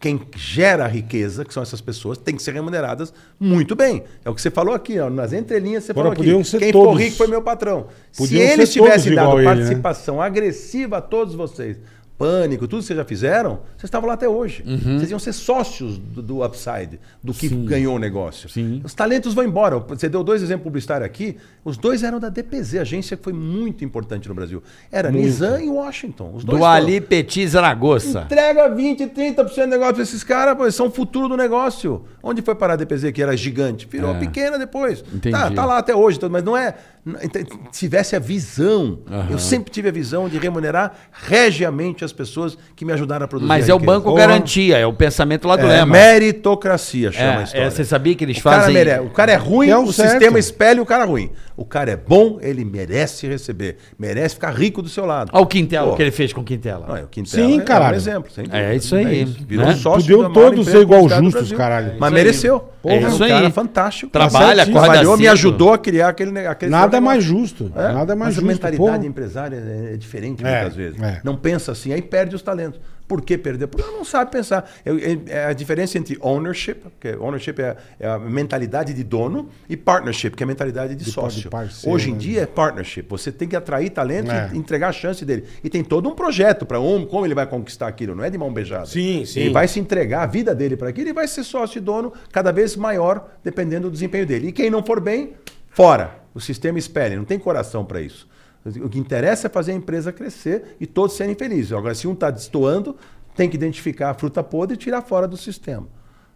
Speaker 5: quem gera a riqueza, que são essas pessoas, tem que ser remuneradas muito bem. É o que você falou aqui, ó, nas entrelinhas você
Speaker 4: Agora,
Speaker 5: falou
Speaker 4: podiam
Speaker 5: aqui.
Speaker 4: ser
Speaker 5: quem for
Speaker 4: todos.
Speaker 5: rico foi meu patrão. Se
Speaker 4: Podiam
Speaker 5: eles
Speaker 4: ser todos
Speaker 5: tivessem
Speaker 4: igual
Speaker 5: dado
Speaker 4: ele, né?
Speaker 5: participação agressiva a todos vocês, pânico, tudo que vocês já fizeram, vocês estavam lá até hoje. Vocês iam ser sócios do, do upside, do que ganhou o negócio. Os talentos vão embora. Você deu dois exemplos publicitários aqui. Os dois eram da DPZ, agência que foi muito importante no Brasil. Era Nizam e Washington. Os
Speaker 3: Do
Speaker 5: dois foram.
Speaker 3: Ali Petit Zaragoza.
Speaker 5: Entrega 20, 30% do negócio pra esses caras, pô, eles são o futuro do negócio. Onde foi parar a DPZ, que era gigante? Virou
Speaker 3: É.
Speaker 5: pequena depois.
Speaker 3: Entendi.
Speaker 5: Tá, tá lá até hoje, tudo, mas não é. não- ent- Tivesse a visão. Eu sempre tive a visão de remunerar regiamente as pessoas que me ajudaram a produzir.
Speaker 3: Mas
Speaker 5: a
Speaker 3: é o
Speaker 5: riqueza.
Speaker 3: banco
Speaker 5: Ou-
Speaker 3: garantia, é o pensamento lá do
Speaker 5: É,
Speaker 3: Lema.
Speaker 5: meritocracia chama a
Speaker 3: É,
Speaker 5: história.
Speaker 3: é, você sabia que eles
Speaker 5: O cara
Speaker 3: fazem.
Speaker 5: mere- O cara é ruim,
Speaker 4: É o
Speaker 5: o,
Speaker 4: certo.
Speaker 5: sistema espelha o cara ruim. O cara é bom, ele merece receber. Merece ficar rico do seu lado.
Speaker 3: Olha o Quintela,
Speaker 5: Pô.
Speaker 3: o que ele fez com o Quintela.
Speaker 5: Não, é o Quintela
Speaker 4: Sim,
Speaker 5: é-
Speaker 4: caralho.
Speaker 5: É um exemplo. sem dúvida.
Speaker 3: É isso aí,
Speaker 5: Virou
Speaker 3: né?
Speaker 5: sócio
Speaker 4: Podiam
Speaker 5: da maior
Speaker 4: todos
Speaker 5: empresa
Speaker 4: ser igual
Speaker 5: do estado do
Speaker 4: justos,
Speaker 5: Brasil.
Speaker 4: caralho.
Speaker 5: Mas
Speaker 3: Isso
Speaker 5: mereceu.
Speaker 3: aí. É isso
Speaker 5: um cara
Speaker 3: aí.
Speaker 5: fantástico.
Speaker 3: Trabalha,
Speaker 5: certíssimo.
Speaker 3: acorda
Speaker 5: Trabalhou, me
Speaker 3: cedo.
Speaker 5: ajudou a criar aquele ne- aquele
Speaker 4: Nada
Speaker 5: negócio.
Speaker 4: mais justo.
Speaker 5: É,
Speaker 4: Nada mais
Speaker 5: mas
Speaker 4: justo.
Speaker 5: a mentalidade
Speaker 4: porra.
Speaker 5: empresária é é diferente
Speaker 4: É,
Speaker 5: muitas vezes.
Speaker 4: é.
Speaker 5: Não pensa assim, aí perde os talentos. Por que perder? Porque ela não sabe pensar. Eu- eu- É a diferença entre ownership, que ownership é, é a mentalidade de dono, e partnership, que é a mentalidade de,
Speaker 4: de
Speaker 5: sócio.
Speaker 4: parceiro,
Speaker 5: Hoje em
Speaker 4: né?
Speaker 5: dia é partnership. Você tem que atrair talento
Speaker 4: É.
Speaker 5: e entregar a chance dele. E tem todo um projeto para um, como ele vai conquistar aquilo. Não é de mão beijada.
Speaker 4: Sim, sim.
Speaker 5: Ele vai se entregar a vida dele para aquilo e vai ser sócio e dono cada vez maior, dependendo do desempenho dele. E quem não for bem, fora. O sistema espere, não tem coração para isso. O que interessa é fazer a empresa crescer e todos serem felizes. Agora, se um está destoando, tem que identificar a fruta podre e tirar fora do sistema.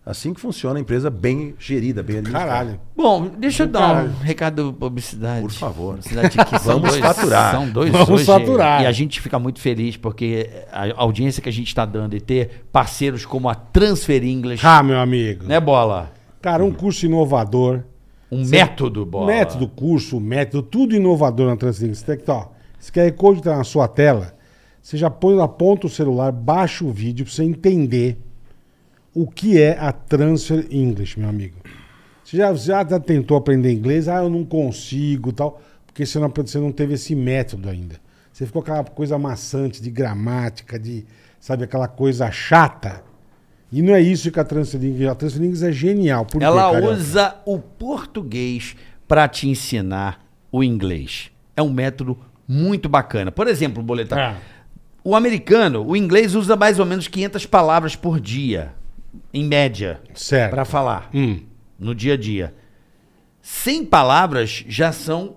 Speaker 5: Assim que funciona a empresa bem gerida, bem administrada.
Speaker 4: Caralho.
Speaker 3: Bom, deixa eu dar
Speaker 4: caralho.
Speaker 3: um recado de publicidade.
Speaker 5: Por favor.
Speaker 3: Publicidade aqui, são
Speaker 5: Vamos
Speaker 3: dois,
Speaker 5: faturar.
Speaker 3: São dois
Speaker 4: Vamos
Speaker 3: hoje,
Speaker 4: faturar.
Speaker 3: E a gente fica muito feliz porque a audiência que a gente está dando e ter parceiros como a Transfer English,
Speaker 4: Ah, meu amigo.
Speaker 3: né, Bola?
Speaker 4: Cara, um curso inovador.
Speaker 3: Um método, Bola.
Speaker 4: Método, curso, método, tudo inovador na Translink. Você tem que, ó, esse QR Code tá na sua tela. Você já põe, aponta o celular, baixa o vídeo pra você entender o que é a Transfer English, meu amigo. Você já, já tá- tentou aprender inglês? Ah, eu não consigo tal. Porque você não, você não teve esse método ainda. Você ficou aquela coisa maçante de gramática, de, sabe, aquela coisa chata. E não é isso que a Translingues... A Translingues é genial. Por quê,
Speaker 3: Ela
Speaker 4: Carioca?
Speaker 3: usa o português para te ensinar o inglês. É um método muito bacana. Por exemplo, Boleta,
Speaker 4: É.
Speaker 3: o americano, o inglês usa mais ou menos 500 palavras por dia, em média,
Speaker 4: Certo.
Speaker 3: para falar
Speaker 4: Hum.
Speaker 3: no dia a dia. 100 palavras já são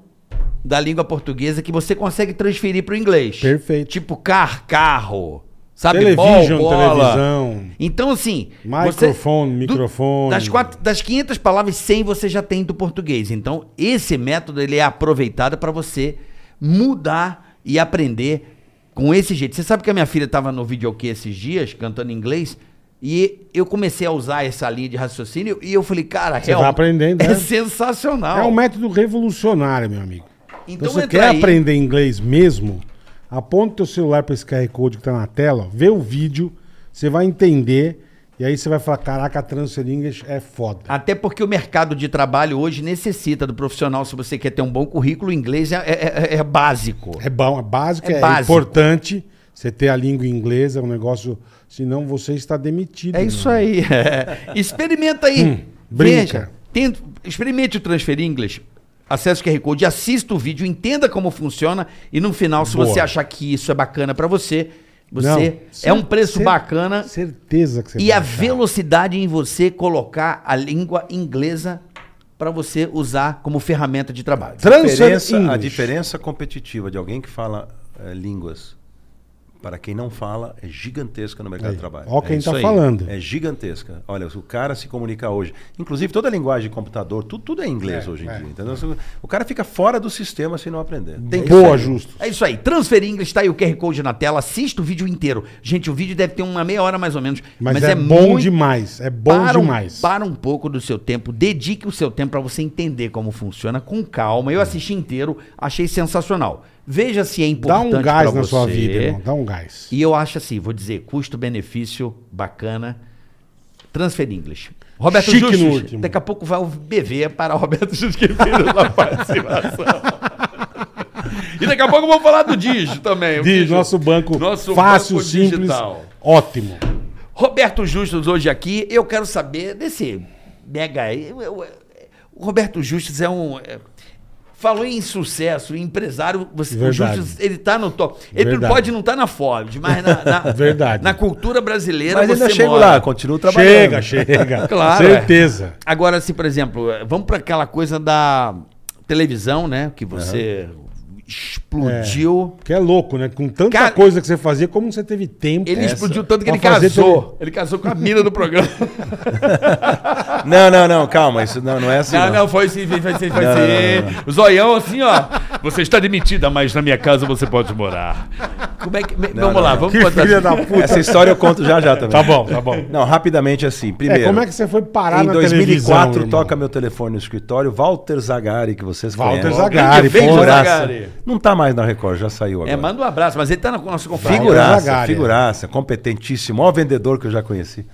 Speaker 3: da língua portuguesa que você consegue transferir para o inglês.
Speaker 4: Perfeito.
Speaker 3: Tipo car, carro, sabe?
Speaker 4: Television,
Speaker 3: Bol, bola.
Speaker 4: televisão.
Speaker 3: Então, assim.
Speaker 4: Microfone,
Speaker 3: do-
Speaker 4: microfone.
Speaker 3: Das, quatro, das 500 palavras, 100 você já tem do português. Então, esse método ele é aproveitado para você mudar e aprender com esse jeito. Você sabe que a minha filha estava no videokê esses dias, cantando em inglês, e eu comecei a usar essa linha de raciocínio e eu falei, cara,
Speaker 4: Você vai aprendendo,
Speaker 3: (laughs) é
Speaker 4: né?
Speaker 3: sensacional.
Speaker 4: É um método revolucionário, meu amigo.
Speaker 3: Então
Speaker 4: Então, você
Speaker 3: entra
Speaker 4: quer
Speaker 3: aí.
Speaker 4: aprender inglês mesmo? Aponta o teu celular para esse QR Code que tá na tela, ó, vê o vídeo, você vai entender e aí você vai falar, caraca, a Translingues é foda.
Speaker 3: Até porque o mercado de trabalho hoje necessita do profissional. Se você quer ter um bom currículo, o inglês é, é- é- é básico.
Speaker 4: É bom, é básico,
Speaker 3: É
Speaker 4: é,
Speaker 3: básico.
Speaker 4: importante você ter a língua inglesa, é um negócio, senão você está demitido.
Speaker 3: É
Speaker 4: meu
Speaker 3: isso aí. (laughs) É. Experimenta aí.
Speaker 4: Hum. brinca.
Speaker 3: Veja, tenta- experimente o Transfer English. Acesse o QR Code, assista o vídeo, entenda como funciona e no final, se
Speaker 4: Boa.
Speaker 3: você achar que isso é bacana pra você, você é um preço
Speaker 4: cer-
Speaker 3: bacana
Speaker 4: Certeza que você
Speaker 3: e
Speaker 4: vai
Speaker 3: a
Speaker 4: achar.
Speaker 3: velocidade em você colocar a língua inglesa pra você usar como ferramenta de trabalho.
Speaker 4: Transfer
Speaker 5: diferença, a
Speaker 4: English.
Speaker 5: diferença competitiva de alguém que fala eh, línguas para quem não fala é gigantesca no mercado
Speaker 4: Aí,
Speaker 5: de trabalho.
Speaker 4: Ó quem
Speaker 3: É isso
Speaker 4: tá
Speaker 3: aí.
Speaker 4: falando.
Speaker 5: É gigantesca. Olha, o cara se comunica hoje. Inclusive, toda a linguagem de computador, tudo, tudo é inglês
Speaker 4: É,
Speaker 5: hoje em
Speaker 4: é,
Speaker 5: dia. Entendeu? O cara fica fora do sistema se não aprender.
Speaker 4: Tem
Speaker 5: É isso
Speaker 4: Boa,
Speaker 5: aí.
Speaker 4: justo.
Speaker 3: É isso aí. Transfer English, tá aí o QR Code na tela. Assista o vídeo inteiro. Gente, o vídeo deve ter uma meia hora mais ou menos.
Speaker 4: Mas, é, bom demais. É bom
Speaker 3: para um-
Speaker 4: demais.
Speaker 3: para um pouco do seu tempo, dedique o seu tempo para você entender como funciona com calma. Eu assisti inteiro, achei sensacional. Veja se é
Speaker 4: Hum. Dá
Speaker 3: importante
Speaker 4: um gás
Speaker 3: pra
Speaker 4: na sua
Speaker 3: você.
Speaker 4: vida, irmão. Dá um gás.
Speaker 3: E eu acho assim, vou dizer, custo-benefício bacana. Transfer English. Roberto
Speaker 4: Chique no
Speaker 3: Justus,
Speaker 4: último.
Speaker 3: daqui a pouco vai o BV para Roberto Justus que fez na (laughs) participação. e daqui a pouco eu vou falar do Digio também. o
Speaker 4: Diz,
Speaker 3: Digio.
Speaker 4: nosso banco
Speaker 1: Nosso
Speaker 4: fácil,
Speaker 1: banco
Speaker 4: simples,
Speaker 1: digital.
Speaker 4: ótimo.
Speaker 3: Roberto Justus hoje aqui, eu quero saber desse mega. eu- eu- O Roberto Justus é um. é, Falou em sucesso, em empresário. Você, o
Speaker 4: Verdade.
Speaker 3: Justus, ele tá no top. Ele
Speaker 4: Verdade.
Speaker 3: pode não estar na Forbes, mas na, na-
Speaker 4: (laughs) Verdade.
Speaker 3: na cultura brasileira
Speaker 5: Mas
Speaker 3: você
Speaker 5: ainda chego
Speaker 3: mora.
Speaker 5: lá, continuo trabalhando.
Speaker 4: Chega, chega.
Speaker 3: (laughs) Claro, é.
Speaker 4: Certeza.
Speaker 3: Agora, se, por exemplo, eh, vamos para aquela coisa da televisão, né? Que você explodiu.
Speaker 4: Que é louco, né? Com tanta
Speaker 3: Cara-
Speaker 4: coisa que você fazia, como você teve tempo.
Speaker 3: Ele
Speaker 4: É. Essa-
Speaker 3: explodiu tanto que
Speaker 4: pra
Speaker 3: ele
Speaker 4: fazer
Speaker 3: casou.
Speaker 4: tele-
Speaker 3: Ele casou com a mina do programa.
Speaker 5: Não, não, não, calma. Isso não, não é assim.
Speaker 3: não,
Speaker 5: não.
Speaker 3: não, foi sim, foi sim, foi
Speaker 5: Não,
Speaker 3: sim.
Speaker 5: não,
Speaker 3: O zoião assim, ó.
Speaker 1: Você está demitida, mas na minha casa você pode morar.
Speaker 3: Como é que. me-
Speaker 5: Não,
Speaker 3: vamos
Speaker 5: não,
Speaker 3: lá,
Speaker 5: não.
Speaker 3: vamos assim.
Speaker 4: Que
Speaker 3: contar.
Speaker 4: filha da puta.
Speaker 5: Essa história eu conto já já também.
Speaker 4: Tá bom, tá bom.
Speaker 5: Não, rapidamente assim. Primeiro.
Speaker 4: É, como é que você foi parar
Speaker 5: Em
Speaker 4: na
Speaker 5: 2004
Speaker 4: televisão, irmão?
Speaker 5: toca meu telefone no escritório, Walter Zagari, que vocês
Speaker 4: Walter
Speaker 5: conhecem.
Speaker 4: Zagari,
Speaker 3: Grande
Speaker 4: pô.
Speaker 3: Walter
Speaker 5: Figuraça.
Speaker 3: Zagari.
Speaker 5: Não tá mais na Record, já saiu agora.
Speaker 3: É, manda um abraço, mas ele tá no nosso confrade.
Speaker 5: Figuraça,
Speaker 4: Zagari.
Speaker 5: figuraça, competentíssimo, maior vendedor que eu já conheci.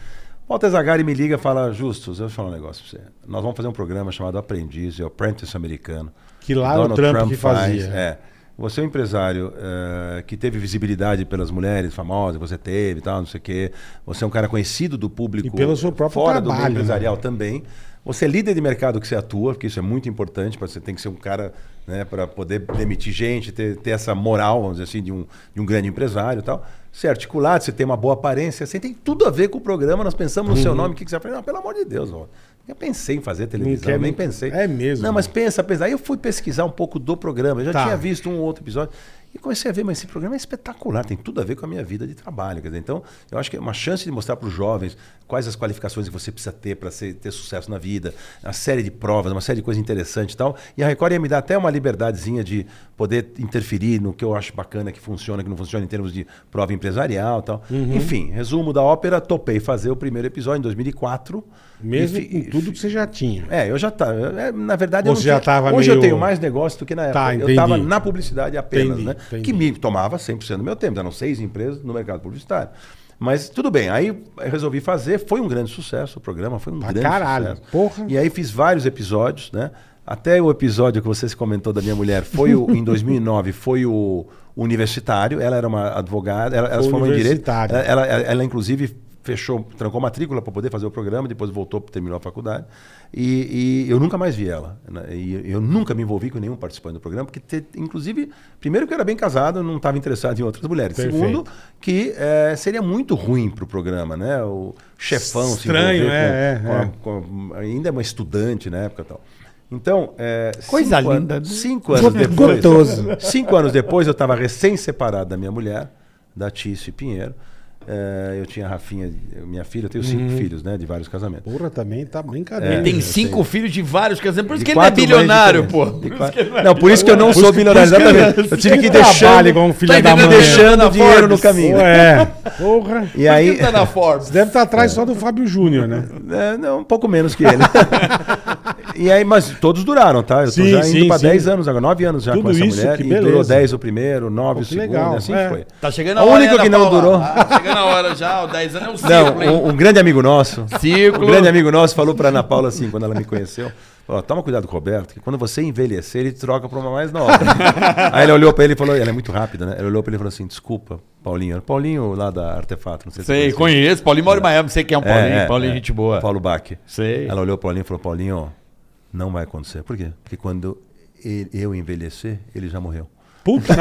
Speaker 5: Walter Zagari me liga e fala, Justus, eu vou falar um negócio pra você. Nós vamos fazer um programa chamado Aprendiz, e Apprentice Americano.
Speaker 4: Que lá era o Trump que fazia.
Speaker 5: é. Você é um empresário eh, que teve visibilidade pelas mulheres famosas, você teve e tal, não sei o quê. Você é um cara conhecido do público.
Speaker 4: E pelo seu próprio
Speaker 5: Fora do meio
Speaker 4: trabalho, né?
Speaker 5: empresarial também. Você é líder de mercado que você atua, porque isso é muito importante. pra Você tem que ser um cara né, para poder demitir gente, ter, ter essa moral, vamos dizer assim, de um, de um grande empresário e tal. Você é articulado, você tem uma boa aparência, você tem tudo a ver com o programa. Nós pensamos no
Speaker 4: Uhum.
Speaker 5: seu nome, o que, que você vai fazer? Não, pelo amor de Deus, ó. Eu pensei em fazer televisão,
Speaker 4: quer,
Speaker 5: nem
Speaker 4: não-
Speaker 5: pensei.
Speaker 4: é mesmo.
Speaker 5: Não, mas pensa, pensa. Aí eu fui pesquisar um pouco do programa. Eu já
Speaker 4: Tá.
Speaker 5: tinha visto um ou outro episódio. E comecei a ver, mas esse programa é espetacular, tem tudo a ver com a minha vida de trabalho. Quer dizer, então, eu acho que é uma chance de mostrar para os jovens quais as qualificações que você precisa ter para ter sucesso na vida, uma série de provas, uma série de coisa interessante e tal. E a Record ia me dar até uma liberdadezinha de poder interferir no que eu acho bacana, que funciona, que não funciona em termos de prova empresarial e tal.
Speaker 4: Uhum.
Speaker 5: Enfim, resumo da ópera, topei fazer o primeiro episódio em 2004.
Speaker 4: Mesmo
Speaker 5: E fi-
Speaker 4: com tudo que você já tinha.
Speaker 5: é, eu já tava. é, Na verdade, eu
Speaker 4: Você
Speaker 5: não
Speaker 4: já tava
Speaker 5: hoje eu
Speaker 4: meio-
Speaker 5: tenho mais negócio do que na época.
Speaker 4: Tá,
Speaker 5: eu
Speaker 4: entendi.
Speaker 5: estava na publicidade apenas,
Speaker 4: Entendi,
Speaker 5: né?
Speaker 4: entendi.
Speaker 5: Que me tomava 100% do meu tempo. Eram seis empresas no mercado publicitário. Mas tudo bem, aí eu resolvi fazer. Foi um grande sucesso o programa, foi um
Speaker 4: Pra
Speaker 5: grande
Speaker 4: caralho,
Speaker 5: sucesso.
Speaker 4: porra.
Speaker 5: E aí fiz vários episódios, né? Até o episódio que você se comentou da minha mulher foi o,
Speaker 4: (laughs)
Speaker 5: em 2009, foi o universitário. Ela era uma advogada, ela, ela
Speaker 4: Foi
Speaker 5: se formou em direito.
Speaker 4: universitária.
Speaker 5: Ela- ela, ela, ela, inclusive fechou, trancou matrícula para poder fazer o programa, depois voltou, terminou a faculdade. E, e eu nunca mais vi ela. né? E eu nunca me envolvi com nenhum participante do programa, porque, te- inclusive, primeiro que eu era bem casado, eu não estava interessado em outras mulheres.
Speaker 4: Perfeito.
Speaker 5: Segundo, que eh, seria muito ruim para o programa, né? O chefão
Speaker 4: Estranho,
Speaker 5: se envolver
Speaker 4: é,
Speaker 5: com,
Speaker 4: é,
Speaker 5: com a-
Speaker 4: é.
Speaker 5: com- ainda é uma estudante na época e tal. Então, é,
Speaker 6: Coisa
Speaker 5: cinco an-
Speaker 6: linda, né?
Speaker 5: cinco anos depois.
Speaker 6: Gostoso.
Speaker 5: Cinco anos depois, eu estava recém-separado da minha mulher, da Tício Pinheiro. É, eu tinha a Rafinha, minha filha, eu tenho cinco filhos, né? De vários casamentos.
Speaker 4: Porra, também tá brincadeira.
Speaker 3: É. Tem
Speaker 5: eu
Speaker 3: cinco filhos de vários casamentos. Por isso
Speaker 5: De
Speaker 3: que ele não é
Speaker 5: quatro mães
Speaker 3: bilionário, pô.
Speaker 5: diferentes.
Speaker 3: Por
Speaker 5: De
Speaker 3: isso
Speaker 5: quatro-
Speaker 3: que ele não é
Speaker 5: Não, por isso que eu não sou bilionário.
Speaker 4: por isso que-
Speaker 5: Exatamente. Eu tive que
Speaker 4: Ele é trabalha
Speaker 5: deixar.
Speaker 4: igual um filho
Speaker 3: Tá
Speaker 4: da
Speaker 5: entendendo?
Speaker 4: mãe.
Speaker 5: Deixando o dinheiro no caminho. (laughs)
Speaker 4: É. Porra.
Speaker 5: E
Speaker 3: Por que
Speaker 5: aí. (laughs)
Speaker 3: ele tá na Forbes.
Speaker 4: Você deve estar atrás só do Fábio Júnior, né?
Speaker 5: É, não, um pouco menos que ele. (laughs) e aí, mas todos duraram, tá? Eu tô
Speaker 4: Sim,
Speaker 5: já
Speaker 4: sim,
Speaker 5: indo pra
Speaker 4: sim.
Speaker 5: 10 anos agora, 9 anos já
Speaker 4: Tudo
Speaker 5: com essa
Speaker 4: isso,
Speaker 5: mulher.
Speaker 4: que
Speaker 5: e
Speaker 4: beleza.
Speaker 5: durou 10 o primeiro, 9 o
Speaker 4: Pô, que
Speaker 5: segundo,
Speaker 4: legal,
Speaker 5: e assim
Speaker 4: é.
Speaker 5: foi.
Speaker 3: Tá chegando
Speaker 5: O
Speaker 3: hora,
Speaker 5: único
Speaker 3: né,
Speaker 5: que
Speaker 3: da
Speaker 5: não
Speaker 3: Paula?
Speaker 5: durou.
Speaker 3: Tá chegando a hora já, o 10 anos é um ciclo,
Speaker 5: Não,
Speaker 3: hein?
Speaker 5: um, um grande amigo nosso.
Speaker 3: Ciclo.
Speaker 5: Um grande amigo nosso falou pra Ana Paula assim, quando ela me conheceu. Ó, toma cuidado com o Roberto, que quando você envelhecer, ele troca pra uma mais nova.
Speaker 3: (laughs)
Speaker 5: Aí ele olhou pra ele e falou, ela é muito rápida, né? Ele olhou pra ele e falou assim, desculpa, Paulinho. Era Paulinho lá da Artefato, não sei se
Speaker 3: Sei,
Speaker 5: você conhece.
Speaker 3: conheço. Paulinho mora em Miami, sei quem é um Paulinho.
Speaker 5: É, é,
Speaker 3: Paulinho,
Speaker 5: é.
Speaker 3: gente boa.
Speaker 5: Paulo Bach.
Speaker 3: Sei.
Speaker 5: Ela olhou para Paulinho e falou: Paulinho, não vai acontecer. Por quê? Porque quando ele- eu envelhecer, ele já morreu. (laughs)
Speaker 4: Puta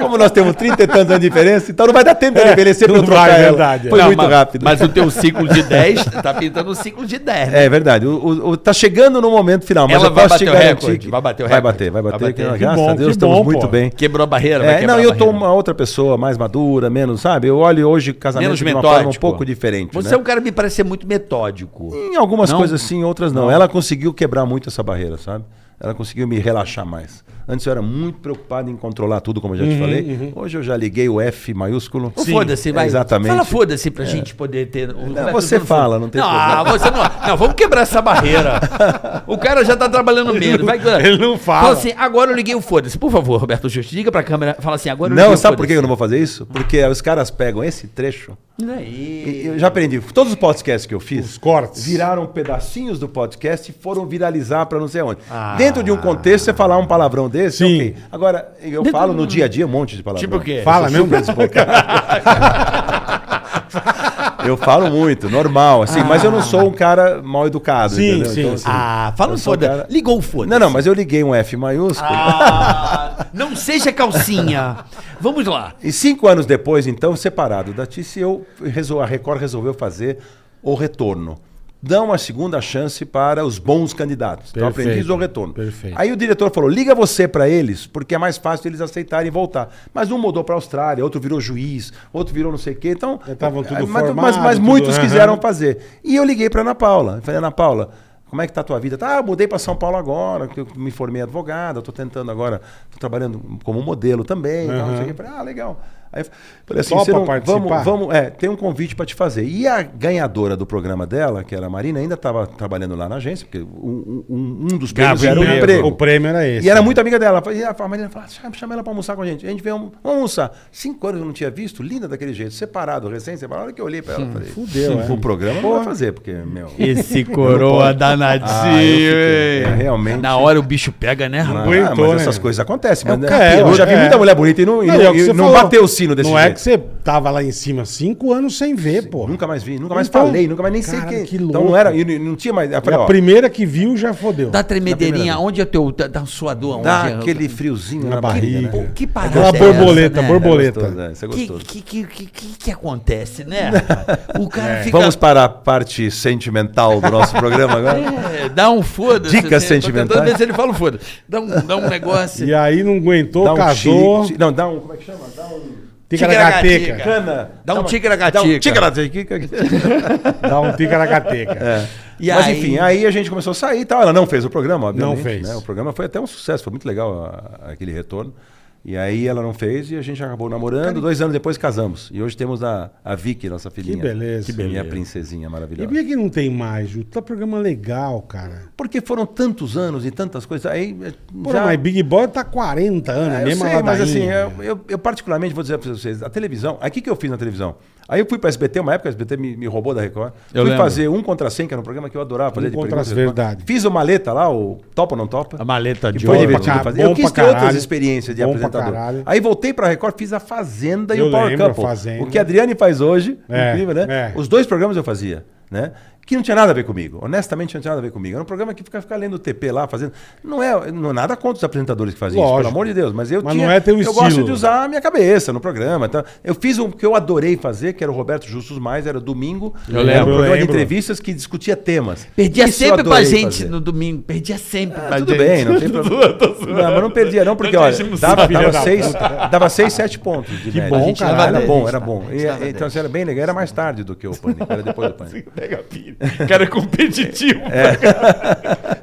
Speaker 5: Como nós temos 30 e tantos anos de diferença, então não vai dar
Speaker 3: É,
Speaker 5: tempo de envelhecer para
Speaker 4: não
Speaker 5: eu trocar
Speaker 4: vai,
Speaker 5: ela.
Speaker 4: verdade, é.
Speaker 5: Foi
Speaker 4: Não,
Speaker 5: muito
Speaker 3: mas,
Speaker 5: rápido.
Speaker 3: Mas o
Speaker 5: (laughs)
Speaker 3: teu ciclo de 10 tá pintando um ciclo de 10. né?
Speaker 5: É verdade. O, o- o- tá chegando no momento final, mas
Speaker 3: Ela
Speaker 5: eu
Speaker 3: vai
Speaker 5: posso
Speaker 3: bater
Speaker 5: te
Speaker 3: o
Speaker 5: garantir
Speaker 3: recorde,
Speaker 5: que-
Speaker 3: vai bater o
Speaker 5: Vai
Speaker 3: recorde.
Speaker 5: bater, vai
Speaker 3: Vai
Speaker 5: bater. que,
Speaker 3: bater. Que
Speaker 5: graças
Speaker 4: bom,
Speaker 5: a
Speaker 4: que
Speaker 5: Deus, estamos
Speaker 4: bom,
Speaker 5: muito
Speaker 4: pô.
Speaker 5: bem.
Speaker 3: Quebrou a barreira, vai
Speaker 5: É,
Speaker 3: quebrar
Speaker 5: não,
Speaker 3: a
Speaker 5: eu tô
Speaker 3: barreira.
Speaker 5: uma outra pessoa, mais madura, menos, sabe? Eu olho hoje casamento
Speaker 3: Menos
Speaker 5: de uma forma um
Speaker 3: metódico.
Speaker 5: pouco diferente.
Speaker 3: Você
Speaker 5: né?
Speaker 3: é um cara que me parece ser muito metódico.
Speaker 5: Em algumas
Speaker 3: Não?
Speaker 5: coisas sim, em outras não. Ela conseguiu quebrar muito essa barreira, sabe? Ela conseguiu me relaxar mais. Antes eu era muito preocupado em controlar tudo, como eu
Speaker 4: Uhum,
Speaker 5: já te falei. Hoje eu já liguei o F maiúsculo.
Speaker 3: Ou Foda-se, vai.
Speaker 5: Exatamente. É.
Speaker 3: Fala foda-se pra gente poder ter. é
Speaker 5: Não, você fala, não tem problema.
Speaker 3: Ah, você não. Não, vamos quebrar essa barreira. O cara já tá trabalhando
Speaker 5: (laughs)
Speaker 3: menos. Vai,
Speaker 4: ele não fala.
Speaker 3: assim, agora eu liguei o foda-se. Por favor, Roberto Justo, liga pra câmera. Fala assim, agora eu liguei
Speaker 5: Não,
Speaker 3: o
Speaker 5: sabe por que eu não
Speaker 3: foda-se.
Speaker 5: vou fazer isso? Porque os caras pegam esse trecho.
Speaker 3: é Aí.
Speaker 5: e- Eu já aprendi. Todos os podcasts que eu fiz.
Speaker 4: Os cortes.
Speaker 5: Viraram pedacinhos do podcast e foram viralizar pra não sei onde. Dentro de um contexto, você falar um palavrão desse,
Speaker 4: Sim.
Speaker 5: ok. Agora, eu falo no dia a dia um monte de palavrão.
Speaker 3: Tipo o quê?
Speaker 5: É,
Speaker 4: Fala
Speaker 5: (laughs)
Speaker 4: mesmo?
Speaker 5: Eu falo muito, normal, assim, mas eu não sou um cara mal educado.
Speaker 4: Sim,
Speaker 5: entendeu? Então, assim,
Speaker 4: sim, sim.
Speaker 3: Ah, fala um
Speaker 5: Eu sou
Speaker 3: foda.
Speaker 5: cara-
Speaker 3: Ligou o foda.
Speaker 5: Não, não, mas eu liguei um F maiúsculo.
Speaker 3: Ah, não seja calcinha. Vamos lá.
Speaker 5: E cinco anos depois, então, separado da Tice, eu resol... a Record resolveu fazer o retorno. Dão uma segunda chance para os bons candidatos. Então,
Speaker 4: Perfeito,
Speaker 5: aprendiz ou retorno.
Speaker 4: perfeito.
Speaker 5: Aí o diretor falou: liga você para eles, porque é mais fácil eles aceitarem e voltar. Mas um mudou para a Austrália, outro virou juiz, outro virou não sei o quê. Então,
Speaker 4: Já estavam tudo
Speaker 5: mas, mas-
Speaker 4: formado,
Speaker 5: mas
Speaker 4: tudo,
Speaker 5: muitos
Speaker 4: aham.
Speaker 5: quiseram fazer. E eu liguei para Ana Paula. Eu Falei, Ana Paula, como é que tá a tua vida? Tá, ah, eu mudei para São Paulo agora, que eu me formei advogada, estou tentando agora, tô trabalhando como modelo também. e tal, não sei o quê. Eu Falei, ah, legal. Aí eu falei assim,
Speaker 4: Topa
Speaker 5: você não,
Speaker 4: participar?
Speaker 5: vamos, vamos, é, tem um convite para te fazer. E a ganhadora do programa dela, que era a Marina, ainda estava trabalhando lá na agência, porque um, um- um dos prêmios
Speaker 4: O
Speaker 5: era o
Speaker 4: prêmio-
Speaker 5: emprego.
Speaker 4: Ah, O prêmio era esse.
Speaker 5: E era muito amiga dela. E a Marina falou, "Ah, chama ela pra almoçar com a gente. A gente veio, almo- vamos almoçar. Cinco anos eu não tinha visto, linda daquele jeito, separado, recém-separado. A hora que eu olhei pra ela, falei, fudeu,
Speaker 4: é."
Speaker 5: O programa não vai fazer, porque, meu...
Speaker 6: Esse coroa danadinho,
Speaker 5: Ah, eu fiquei- é,
Speaker 6: hein?
Speaker 5: realmente...
Speaker 3: Na hora o bicho pega, né,
Speaker 5: Ah,
Speaker 3: rapaz?
Speaker 4: aguentou,
Speaker 5: mas
Speaker 4: né?
Speaker 5: essas coisas acontecem. Mas,
Speaker 4: É,
Speaker 5: né,
Speaker 4: é,
Speaker 5: eu já vi
Speaker 4: é.
Speaker 5: muita mulher bonita e não, e não,
Speaker 4: é o que
Speaker 5: e
Speaker 4: você
Speaker 5: não
Speaker 4: falou.
Speaker 5: bateu o sino desse
Speaker 4: Não
Speaker 5: jeito.
Speaker 4: é que você tava lá em cima cinco anos sem ver, pô.
Speaker 5: Nunca mais vi, nunca mais
Speaker 4: Então,
Speaker 5: falei, nunca mais nem
Speaker 4: caralho,
Speaker 5: sei quem.
Speaker 4: que
Speaker 5: Então
Speaker 4: louco.
Speaker 5: não era, e não, não tinha mais. Eu
Speaker 4: E
Speaker 5: falei,
Speaker 4: a
Speaker 5: ó,
Speaker 4: primeira que viu já fodeu.
Speaker 3: Dá tremedeirinha, onde é teu. Dá, dá um suador, onde
Speaker 5: dá
Speaker 3: é?
Speaker 5: aquele friozinho
Speaker 4: Na
Speaker 5: na, barriga.
Speaker 4: barriga.
Speaker 5: né?
Speaker 3: Pô, que parada.
Speaker 4: Aquela
Speaker 3: é
Speaker 4: borboleta,
Speaker 3: essa, né?
Speaker 5: É
Speaker 4: borboleta.
Speaker 5: gostoso, né? Isso é
Speaker 3: Que,
Speaker 5: gostoso.
Speaker 3: que, que, que, que- que acontece, né? rapaz? O cara fica.
Speaker 5: Vamos para a parte sentimental do nosso programa agora?
Speaker 4: (laughs)
Speaker 3: É, dá um foda-se.
Speaker 5: Dicas
Speaker 3: assim, eu tô
Speaker 5: sentimentais.
Speaker 3: tentando ver se ele fala um foda-se. Dá um, dá um negócio.
Speaker 4: E aí não aguentou,
Speaker 5: Dá um
Speaker 4: casou.
Speaker 5: chi- Não, dá um. Como é que chama? Dá um.
Speaker 4: Ticaracateca.
Speaker 5: Cana.
Speaker 3: Dá um
Speaker 5: uma-
Speaker 3: ticaragatica.
Speaker 5: Dá um ticaragatica.
Speaker 4: Dá um ticaracateca.
Speaker 5: É.
Speaker 3: E
Speaker 5: Mas
Speaker 3: aí-
Speaker 5: enfim, aí a gente começou a sair e tal. Ela não fez o programa, obviamente.
Speaker 4: Não fez.
Speaker 5: né? O programa foi até um sucesso, foi muito legal a- aquele retorno. E aí ela não fez e a gente acabou namorando. Dois anos depois casamos. E hoje temos a, a Vicky, nossa filhinha.
Speaker 4: beleza. Que
Speaker 5: Minha
Speaker 4: beleza.
Speaker 5: princesinha
Speaker 4: E
Speaker 5: maravilhosa.
Speaker 4: por que que não tem mais, Ju? Tá programa legal, cara.
Speaker 5: Porque foram tantos anos e tantas coisas. Aí eh,
Speaker 4: Pô, mas Big Boy tá 40 anos,
Speaker 5: É, eu
Speaker 4: mesmo
Speaker 5: sei, mas assim,
Speaker 4: ladainha.
Speaker 5: eu, eu- eu particularmente vou dizer para vocês, a televisão, aqui que eu fiz na televisão, Aí eu fui para SBT, uma época a SBT me, me roubou da Record.
Speaker 3: Eu
Speaker 5: fui
Speaker 3: lembro.
Speaker 5: fazer um contra 100, que era um programa que eu adorava fazer
Speaker 4: Um
Speaker 5: de
Speaker 4: contra
Speaker 5: perguntas
Speaker 4: as
Speaker 5: e respostas.
Speaker 4: verdade.
Speaker 5: Fiz uma maleta lá, o topa ou não topa.
Speaker 3: A maleta
Speaker 5: Que
Speaker 3: de
Speaker 5: foi
Speaker 4: Bom
Speaker 3: ouro.
Speaker 5: divertido
Speaker 4: pra ca-
Speaker 5: fazer.
Speaker 4: bom
Speaker 5: Eu quis ter
Speaker 4: pra
Speaker 5: outras
Speaker 4: caralho.
Speaker 5: experiências de
Speaker 4: Bom pra
Speaker 5: apresentador.
Speaker 4: caralho.
Speaker 5: Aí voltei pra Record, fiz a Fazenda e
Speaker 4: Eu
Speaker 5: o Power
Speaker 4: lembro, a
Speaker 5: Couple.
Speaker 4: Fazenda.
Speaker 5: O que a Adriane faz hoje,
Speaker 4: É,
Speaker 5: incrível, né?
Speaker 4: é.
Speaker 5: Os dois programas eu fazia, né? Que não tinha nada a ver comigo. Honestamente, não tinha nada a ver comigo. Era um programa que ficava ficar lendo o TP lá, fazendo. Não é não é nada contra os apresentadores que faziam isso, pelo
Speaker 4: Lógico.
Speaker 5: amor de Deus. Mas eu
Speaker 4: Mas
Speaker 5: tinha.
Speaker 4: não é teu
Speaker 5: eu
Speaker 4: estilo.
Speaker 5: gosto de usar a minha cabeça no programa. Então, eu fiz um que eu adorei fazer, que era o Roberto Justus Mais, era domingo.
Speaker 4: Eu
Speaker 5: Era
Speaker 4: lembro,
Speaker 5: um programa
Speaker 4: lembro.
Speaker 5: de entrevistas que discutia temas.
Speaker 3: Perdia
Speaker 5: Isso eu
Speaker 3: sempre pra
Speaker 5: adorei
Speaker 3: gente
Speaker 5: fazer.
Speaker 3: no domingo. Perdia sempre
Speaker 5: Ah,
Speaker 3: pra
Speaker 5: (laughs) tudo
Speaker 3: gente.
Speaker 5: bem, não tem problema. Não, mas não perdia não, porque olha, dava,
Speaker 4: filha
Speaker 5: dava,
Speaker 4: da
Speaker 5: seis, dava seis, sete pontos de média.
Speaker 4: bom,
Speaker 5: A gente
Speaker 4: cara.
Speaker 5: Era
Speaker 4: Dava
Speaker 5: bom,
Speaker 3: dez,
Speaker 5: era
Speaker 3: dava
Speaker 5: bom.
Speaker 3: dez,
Speaker 5: E,
Speaker 3: dava
Speaker 5: então
Speaker 3: dez.
Speaker 5: isso era bem legal, era mais tarde do que o Pânico, era depois do Pânico.
Speaker 1: Pega pilha. O cara é competitivo.
Speaker 3: É.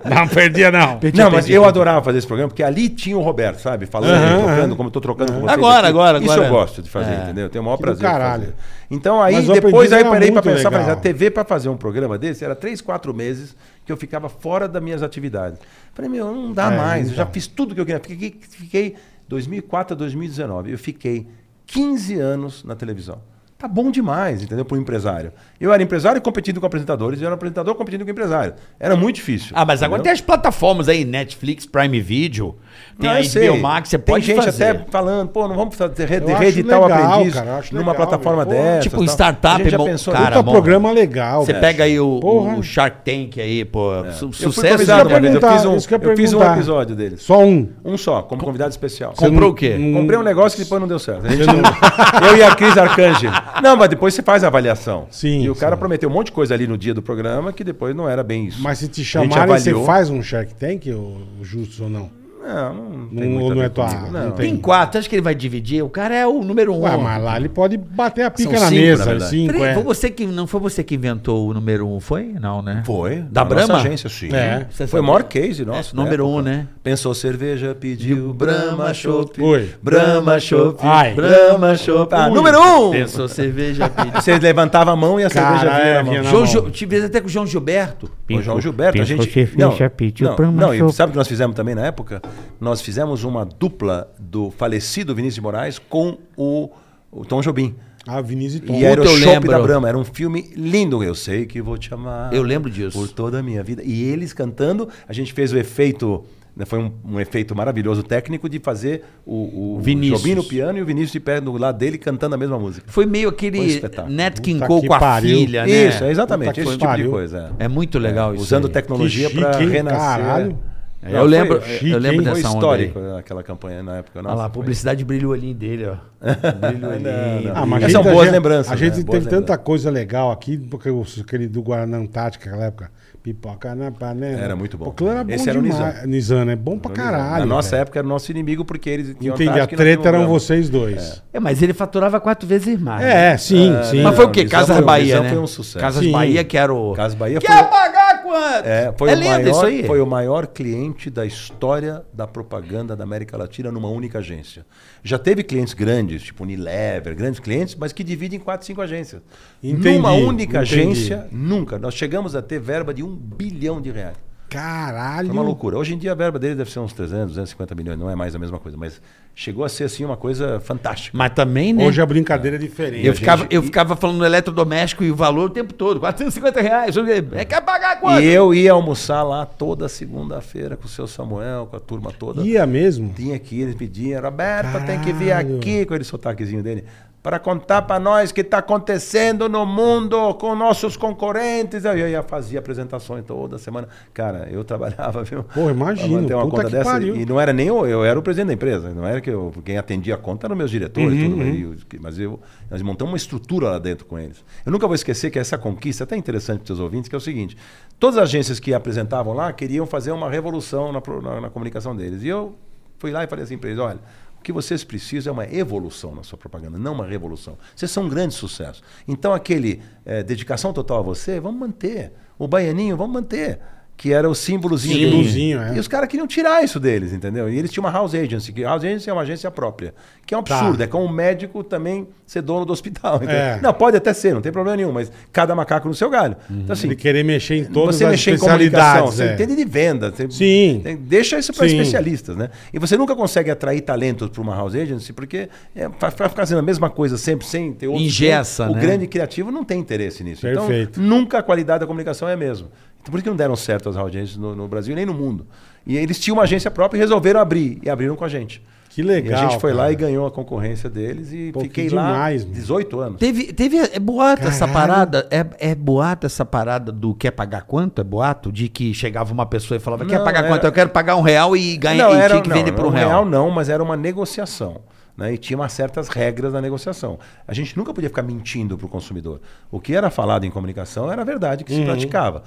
Speaker 4: Não perdia, não.
Speaker 5: Não, mas eu adorava fazer esse programa, porque ali tinha o Roberto, sabe? Falando, tocando, como eu tô trocando com vocês.
Speaker 3: Agora, agora,
Speaker 5: Isso
Speaker 3: agora. É.
Speaker 5: eu gosto de fazer, entendeu? Eu tenho o maior
Speaker 4: Que do
Speaker 5: prazer de
Speaker 4: caralho.
Speaker 5: fazer. Então aí
Speaker 4: Mas o
Speaker 5: depois
Speaker 4: Aprendiz
Speaker 5: aí
Speaker 4: era
Speaker 5: parei pra
Speaker 4: muito
Speaker 5: pensar,
Speaker 4: legal.
Speaker 5: mas a TV pra fazer um programa desse era três, quatro meses que eu ficava fora das minhas atividades. Falei, meu, não dá
Speaker 4: É,
Speaker 5: mais,
Speaker 4: não
Speaker 5: eu já
Speaker 4: dá.
Speaker 5: fiz tudo que eu queria. Fiquei, fiquei 2004 a 2019, eu fiquei 15 anos na televisão. Tá bom demais, entendeu? Para um empresário. Eu era empresário competindo com apresentadores, eu era apresentador competindo com empresário. Era muito difícil.
Speaker 3: Ah, mas agora
Speaker 5: entendeu?
Speaker 3: tem as plataformas aí, Netflix, Prime Video, tem
Speaker 5: Não,
Speaker 3: a
Speaker 5: eu sei.
Speaker 3: HBO Max, você
Speaker 5: Tem
Speaker 3: pode
Speaker 5: gente
Speaker 3: fazer.
Speaker 5: até falando, pô, não vamos fazer re-
Speaker 4: Eu acho
Speaker 5: reeditar o
Speaker 4: legal,
Speaker 5: aprendiz
Speaker 4: cara, eu acho
Speaker 5: numa
Speaker 4: legal,
Speaker 5: plataforma
Speaker 4: velho. Pô,
Speaker 5: dessa.
Speaker 3: tipo, startup é bom, cara,
Speaker 4: Puta
Speaker 3: bom.
Speaker 4: Tá
Speaker 3: né?
Speaker 4: programa legal.
Speaker 3: Você
Speaker 4: velho.
Speaker 3: pega aí o,
Speaker 4: Porra.
Speaker 3: o Shark Tank aí, pô, su-
Speaker 5: É. Eu fui
Speaker 3: sucesso. é
Speaker 5: convidado
Speaker 4: isso que eu
Speaker 5: uma
Speaker 4: ia
Speaker 5: vez, eu fiz
Speaker 4: perguntar,
Speaker 5: um,
Speaker 4: isso que eu ia
Speaker 5: eu fiz um
Speaker 4: perguntar.
Speaker 5: episódio deles.
Speaker 4: Só um.
Speaker 5: Um só, como convidado especial.
Speaker 3: Comprou o quê?
Speaker 5: Eu Comprei um negócio que depois não deu certo. A gente- (laughs) eu e a Cris Arcângelo. Não, mas depois você faz a avaliação.
Speaker 4: Sim,
Speaker 5: E o
Speaker 4: sim.
Speaker 5: cara prometeu um monte de coisa ali no dia do programa que depois não era bem isso.
Speaker 4: Mas se te
Speaker 5: A gente
Speaker 4: chamarem, você
Speaker 5: avaliou.
Speaker 4: faz um Shark Tank, o Justo ou não?
Speaker 5: Não, não,
Speaker 4: Não-
Speaker 5: tem muito
Speaker 4: não
Speaker 5: a ver
Speaker 4: é tua-
Speaker 5: comigo.
Speaker 4: não
Speaker 5: Não,
Speaker 4: tem.
Speaker 3: Tem quatro, acho Ah, que ele vai dividir? O cara é o número um.
Speaker 4: Ué, mas lá ele pode bater a pica
Speaker 5: São
Speaker 4: na
Speaker 5: cinco,
Speaker 4: mesa.
Speaker 5: na verdade.
Speaker 4: cinco,
Speaker 3: Peraí,
Speaker 4: é.
Speaker 3: foi você que, não foi você que inventou o número um, foi? Não, né?
Speaker 5: Foi.
Speaker 3: Da
Speaker 5: na nossa
Speaker 3: Brahma?
Speaker 5: agência, sim.
Speaker 4: É.
Speaker 3: Você
Speaker 5: Foi
Speaker 3: sabe?
Speaker 5: o maior case nosso. da
Speaker 3: Número
Speaker 5: época.
Speaker 3: um, né?
Speaker 5: Pensou cerveja, pediu Brahma Chopp.
Speaker 4: Oi.
Speaker 5: Brahma Chopp.
Speaker 4: Ai.
Speaker 5: Brahma Chopp. Ah,
Speaker 4: Ui.
Speaker 5: número um!
Speaker 3: Pensou (laughs) cerveja pediu.
Speaker 5: Você levantava a mão e a
Speaker 4: Cara,
Speaker 5: cerveja
Speaker 4: é,
Speaker 5: vinha na mão.
Speaker 4: vinha na-
Speaker 3: João,
Speaker 4: mão.
Speaker 3: Gil- tive até com o João Gilberto.
Speaker 5: O João Gilberto, a gente.
Speaker 6: cerveja, pediu
Speaker 5: não,
Speaker 6: Brahma
Speaker 5: não, e
Speaker 6: Chopp.
Speaker 5: sabe o que nós fizemos também na época? Nós fizemos uma dupla do falecido Vinícius de Moraes com o, o Tom Jobim.
Speaker 4: Ah, Vinícius e Tom.
Speaker 5: E era o
Speaker 3: eu
Speaker 5: Chopp
Speaker 3: lembro.
Speaker 5: da Brahma. Era um filme lindo. Eu sei que vou te amar.
Speaker 3: Eu lembro disso.
Speaker 5: Por toda a minha vida. E eles cantando, a gente fez o efeito. né, Foi um, um efeito maravilhoso técnico de fazer o, o
Speaker 3: Vinícius.
Speaker 5: Jobim no piano e o Vinícius de pé do lado dele cantando a mesma música.
Speaker 3: Foi meio
Speaker 5: Foi um
Speaker 3: aquele
Speaker 5: espetáculo.
Speaker 3: Nat King
Speaker 4: Puta
Speaker 3: Cole
Speaker 4: que
Speaker 3: com a
Speaker 4: pariu.
Speaker 3: filha, né?
Speaker 5: Isso, é exatamente.
Speaker 4: Puta que
Speaker 5: Esse tipo de
Speaker 4: pariu.
Speaker 5: coisa.
Speaker 3: É muito legal isso.
Speaker 5: Usando
Speaker 3: aí.
Speaker 5: tecnologia
Speaker 4: Que chique,
Speaker 5: para
Speaker 4: hein?
Speaker 5: renascer.
Speaker 4: Caralho.
Speaker 3: É,
Speaker 5: Não,
Speaker 3: eu lembro,
Speaker 5: Foi,
Speaker 4: chique,
Speaker 3: eu lembro
Speaker 4: hein?
Speaker 5: foi
Speaker 3: dessa onda
Speaker 5: histórico
Speaker 3: aí.
Speaker 5: aquela campanha na época.
Speaker 3: Olha lá, a
Speaker 5: foi-
Speaker 3: publicidade brilha o olhinho dele,
Speaker 5: (laughs)
Speaker 3: ó. Brilha o olhinho.
Speaker 4: Ah, mas
Speaker 5: Essas
Speaker 4: a
Speaker 5: são
Speaker 4: gente-
Speaker 5: boas
Speaker 4: a gente-
Speaker 5: lembranças,
Speaker 4: A gente
Speaker 5: né?
Speaker 4: tem
Speaker 5: Boas
Speaker 4: tanta
Speaker 5: lembranças.
Speaker 4: coisa legal aqui, porque o- aquele do Guaraná Antártica, naquela época. Pipoca na panela.
Speaker 5: Era muito bom.
Speaker 4: Aquilo era bom
Speaker 5: Esse era o
Speaker 4: demais.
Speaker 5: Nizam.
Speaker 4: Nizam, é bom pra caralho.
Speaker 5: Na nossa
Speaker 4: velho.
Speaker 5: época era nosso inimigo porque eles tinham
Speaker 4: Entendi, a
Speaker 5: tática e nós
Speaker 4: treta um eram
Speaker 5: tínhamos
Speaker 4: vocês dois.
Speaker 3: É, mas ele faturava quatro vezes mais. né?
Speaker 4: É, sim, sim.
Speaker 3: Mas foi o
Speaker 5: Não,
Speaker 3: quê?
Speaker 5: Visão
Speaker 3: Casas
Speaker 5: foi um-
Speaker 3: Bahia,
Speaker 5: Visão
Speaker 3: né?
Speaker 5: foi um sucesso.
Speaker 3: Casas
Speaker 4: Sim.
Speaker 3: Bahia, que era o...
Speaker 5: Casas Bahia
Speaker 3: Quer
Speaker 5: foi o-
Speaker 3: pagar quanto?
Speaker 5: É, foi, o
Speaker 3: lindo
Speaker 5: maior,
Speaker 3: isso aí.
Speaker 5: foi o maior cliente da história da propaganda da América Latina numa única agência. Já teve clientes grandes, tipo Unilever, grandes clientes, mas que dividem em quatro, cinco agências.
Speaker 4: Entendi,
Speaker 5: numa única
Speaker 4: entendi.
Speaker 5: agência, nunca. Nós chegamos a ter verba de um bilhão de reais.
Speaker 4: Caralho.
Speaker 5: Foi É uma loucura. Hoje em dia a verba dele deve ser uns 300, 250 milhões, não é mais a mesma coisa, mas chegou a ser assim uma coisa fantástica.
Speaker 3: Mas também, né?
Speaker 4: Hoje a brincadeira é diferente.
Speaker 3: Eu ficava, eu ficava falando do eletrodoméstico e o valor o tempo todo, 450 reais. É, quer pagar quanto?
Speaker 5: E eu ia almoçar lá toda segunda-feira com o seu Samuel, com a turma toda.
Speaker 4: Ia mesmo?
Speaker 5: Tinha que ir, eles pediam, Roberto,
Speaker 4: Caralho.
Speaker 5: tem que vir aqui com aquele sotaquezinho dele. Para contar para nós o que está acontecendo no mundo com nossos concorrentes. Aí eu ia fazer apresentações toda semana. Cara, eu trabalhava, viu?
Speaker 4: Pô, imagino,
Speaker 5: Pra manter uma
Speaker 4: puta
Speaker 5: conta
Speaker 4: que
Speaker 5: dessa.
Speaker 4: pariu.
Speaker 5: E não era nem eu, eu era o presidente da empresa. Não era que eu, quem atendia a conta eram meus diretores.
Speaker 4: Uhum,
Speaker 5: tudo, mas eu- mas eu, nós montamos uma estrutura lá dentro com eles. Eu nunca vou esquecer que essa conquista, é até interessante para os seus ouvintes, que é o seguinte. Todas as agências que apresentavam lá queriam fazer uma revolução na, pro- na- na comunicação deles. E eu fui lá e falei assim para eles, olha, o que vocês precisam é uma evolução na sua propaganda, não uma revolução. Vocês são um grande sucesso. Então, aquele eh, dedicação total a você, vamos manter. O baianinho, vamos manter. que era o símbolozinho
Speaker 4: Sim. Símbolozinho, é.
Speaker 5: E os caras queriam tirar isso deles, entendeu? E eles tinham uma house agency, que house agency é uma agência própria, que é um
Speaker 4: Tá.
Speaker 5: absurdo, é como um médico também ser dono do hospital. (laughs) entendeu?
Speaker 4: É.
Speaker 5: Não, pode até ser, não tem problema nenhum, mas cada macaco no seu galho. Então, assim,
Speaker 4: Ele querer mexer em todas
Speaker 5: você
Speaker 4: as
Speaker 5: mexer em comunicação,
Speaker 4: especialidades.
Speaker 5: você
Speaker 4: é.
Speaker 5: entende de venda. você-
Speaker 4: Sim.
Speaker 5: tem- deixa isso para
Speaker 4: Sim.
Speaker 5: especialistas, né? E você nunca consegue atrair talentos para uma house agency porque é, vai vai ficar fazendo a mesma coisa sempre, sem ter outro.
Speaker 3: Engessa,
Speaker 5: o
Speaker 3: né?
Speaker 5: grande criativo não tem interesse nisso.
Speaker 4: Perfeito.
Speaker 5: Então, nunca a qualidade da comunicação é a mesma. Então, por isso que não deram certo as house agencies no, no Brasil e nem no mundo. E eles tinham uma agência própria e resolveram abrir. E abriram com a gente.
Speaker 4: Que legal,
Speaker 5: E a gente foi lá
Speaker 4: cara.
Speaker 5: e ganhou a concorrência deles e
Speaker 4: Pô, que
Speaker 5: fiquei
Speaker 4: demais,
Speaker 5: lá
Speaker 4: mano.
Speaker 5: 18 anos.
Speaker 3: Teve, teve é boato essa
Speaker 4: Caralho.
Speaker 3: parada, é, é boato essa parada do quer pagar quanto? É boato? De que chegava uma pessoa e falava, quer
Speaker 5: Não,
Speaker 3: pagar
Speaker 5: era-
Speaker 3: quanto? Eu quero pagar um real e ganhar e tinha que vender por um real.
Speaker 5: não, mas era uma negociação. Né? E tinha umas certas regras na negociação. A gente nunca podia ficar mentindo para o consumidor. O que era falado em comunicação era a verdade que se praticava.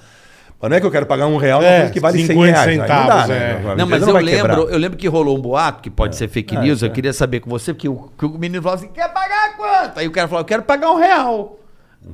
Speaker 5: Mas não é que eu quero pagar um real,
Speaker 4: Uhum. É,
Speaker 5: é, que vale 100
Speaker 4: 50
Speaker 5: reais. Aí
Speaker 4: centavos,
Speaker 5: não, dá,
Speaker 4: é.
Speaker 5: né? A
Speaker 3: Não,
Speaker 5: empresa
Speaker 3: mas eu
Speaker 5: vai
Speaker 3: lembro,
Speaker 5: quebrar. É.
Speaker 3: eu lembro que rolou um boato, que pode ser fake news, eu queria saber com você, porque o, que o menino falava assim, quer pagar quanto? Aí o cara falava, eu quero pagar um real.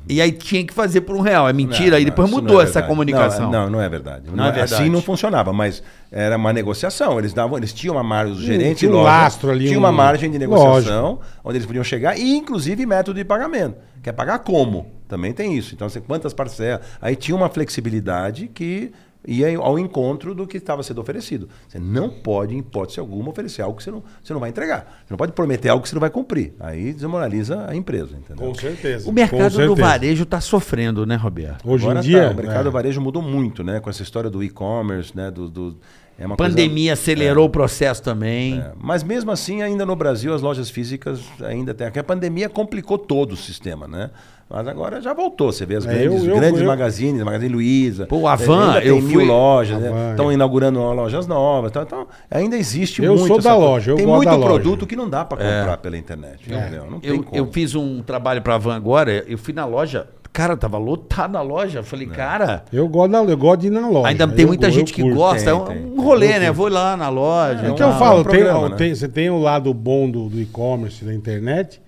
Speaker 3: E aí tinha que fazer por um real, é mentira,
Speaker 5: Uhum. Não,
Speaker 3: aí
Speaker 5: não,
Speaker 3: depois
Speaker 5: isso não
Speaker 3: mudou
Speaker 5: é
Speaker 3: essa
Speaker 5: verdade.
Speaker 3: comunicação.
Speaker 5: Não, não, não é verdade.
Speaker 3: Não é verdade.
Speaker 5: Assim não funcionava, mas era uma negociação. Eles davam, eles tinham uma margem,
Speaker 3: Hum,
Speaker 5: os gerentes
Speaker 4: tinha um
Speaker 5: loja,
Speaker 4: lastro ali,
Speaker 5: tinha
Speaker 4: um-
Speaker 5: uma margem de negociação onde eles podiam chegar e inclusive método de pagamento. Quer pagar como? Também tem isso. Então, você, quantas parcelas? Aí tinha uma flexibilidade que ia ao encontro do que estava sendo oferecido. Você não pode, em hipótese alguma, oferecer algo que você não, você não vai entregar. Você não pode prometer algo que você não vai cumprir. Aí desmoraliza a empresa, entendeu?
Speaker 4: Com certeza.
Speaker 3: O
Speaker 4: com
Speaker 3: mercado do
Speaker 4: certeza.
Speaker 3: varejo tá sofrendo, né, Roberto?
Speaker 4: Hoje
Speaker 5: Agora
Speaker 4: em dia.
Speaker 5: tá, o mercado
Speaker 4: é.
Speaker 5: varejo mudou muito, né? Com essa história do e-commerce, né? Do, do- é uma coisa-
Speaker 3: Pandemia acelerou o processo também.
Speaker 5: É, Mas mesmo assim, ainda no Brasil, as lojas físicas ainda tem. Porque a pandemia complicou todo o sistema, né? Mas agora já voltou. Você vê as
Speaker 4: É,
Speaker 5: grandes,
Speaker 4: eu- eu-
Speaker 5: grandes
Speaker 4: eu-
Speaker 5: magazines, Magazine Luiza. é,
Speaker 3: Pô, a
Speaker 5: ainda
Speaker 3: Van,
Speaker 5: tem
Speaker 3: eu
Speaker 5: mil
Speaker 3: fui-
Speaker 5: lojas,
Speaker 4: A Van,
Speaker 5: né? Estão
Speaker 4: é.
Speaker 5: inaugurando lojas novas. Então, então ainda existe
Speaker 4: Eu
Speaker 5: muito.
Speaker 4: sou da
Speaker 5: coisa.
Speaker 4: loja, eu
Speaker 5: Tem
Speaker 4: gosto
Speaker 5: muito
Speaker 4: da loja.
Speaker 5: produto que não dá para comprar pela internet. entendeu? Não tem
Speaker 3: É. Eu,
Speaker 5: como.
Speaker 3: eu fiz um trabalho pra Van agora, eu fui na loja, cara, tava lotado na loja, eu falei,
Speaker 5: É.
Speaker 3: cara...
Speaker 4: Eu gosto, da, eu gosto de ir na loja.
Speaker 3: Ainda tem
Speaker 4: Eu
Speaker 3: muita
Speaker 4: go- eu
Speaker 3: gente que
Speaker 4: curto.
Speaker 3: gosta, é
Speaker 5: Tem,
Speaker 3: um
Speaker 5: tem.
Speaker 3: um rolê, né? Vou lá na loja.
Speaker 5: né?
Speaker 4: É
Speaker 3: e
Speaker 5: então,
Speaker 4: que eu
Speaker 3: tal.
Speaker 4: falo, tem-
Speaker 5: programa,
Speaker 4: ó,
Speaker 5: né?
Speaker 4: tem- você tem o lado bom do, do e-commerce, da internet.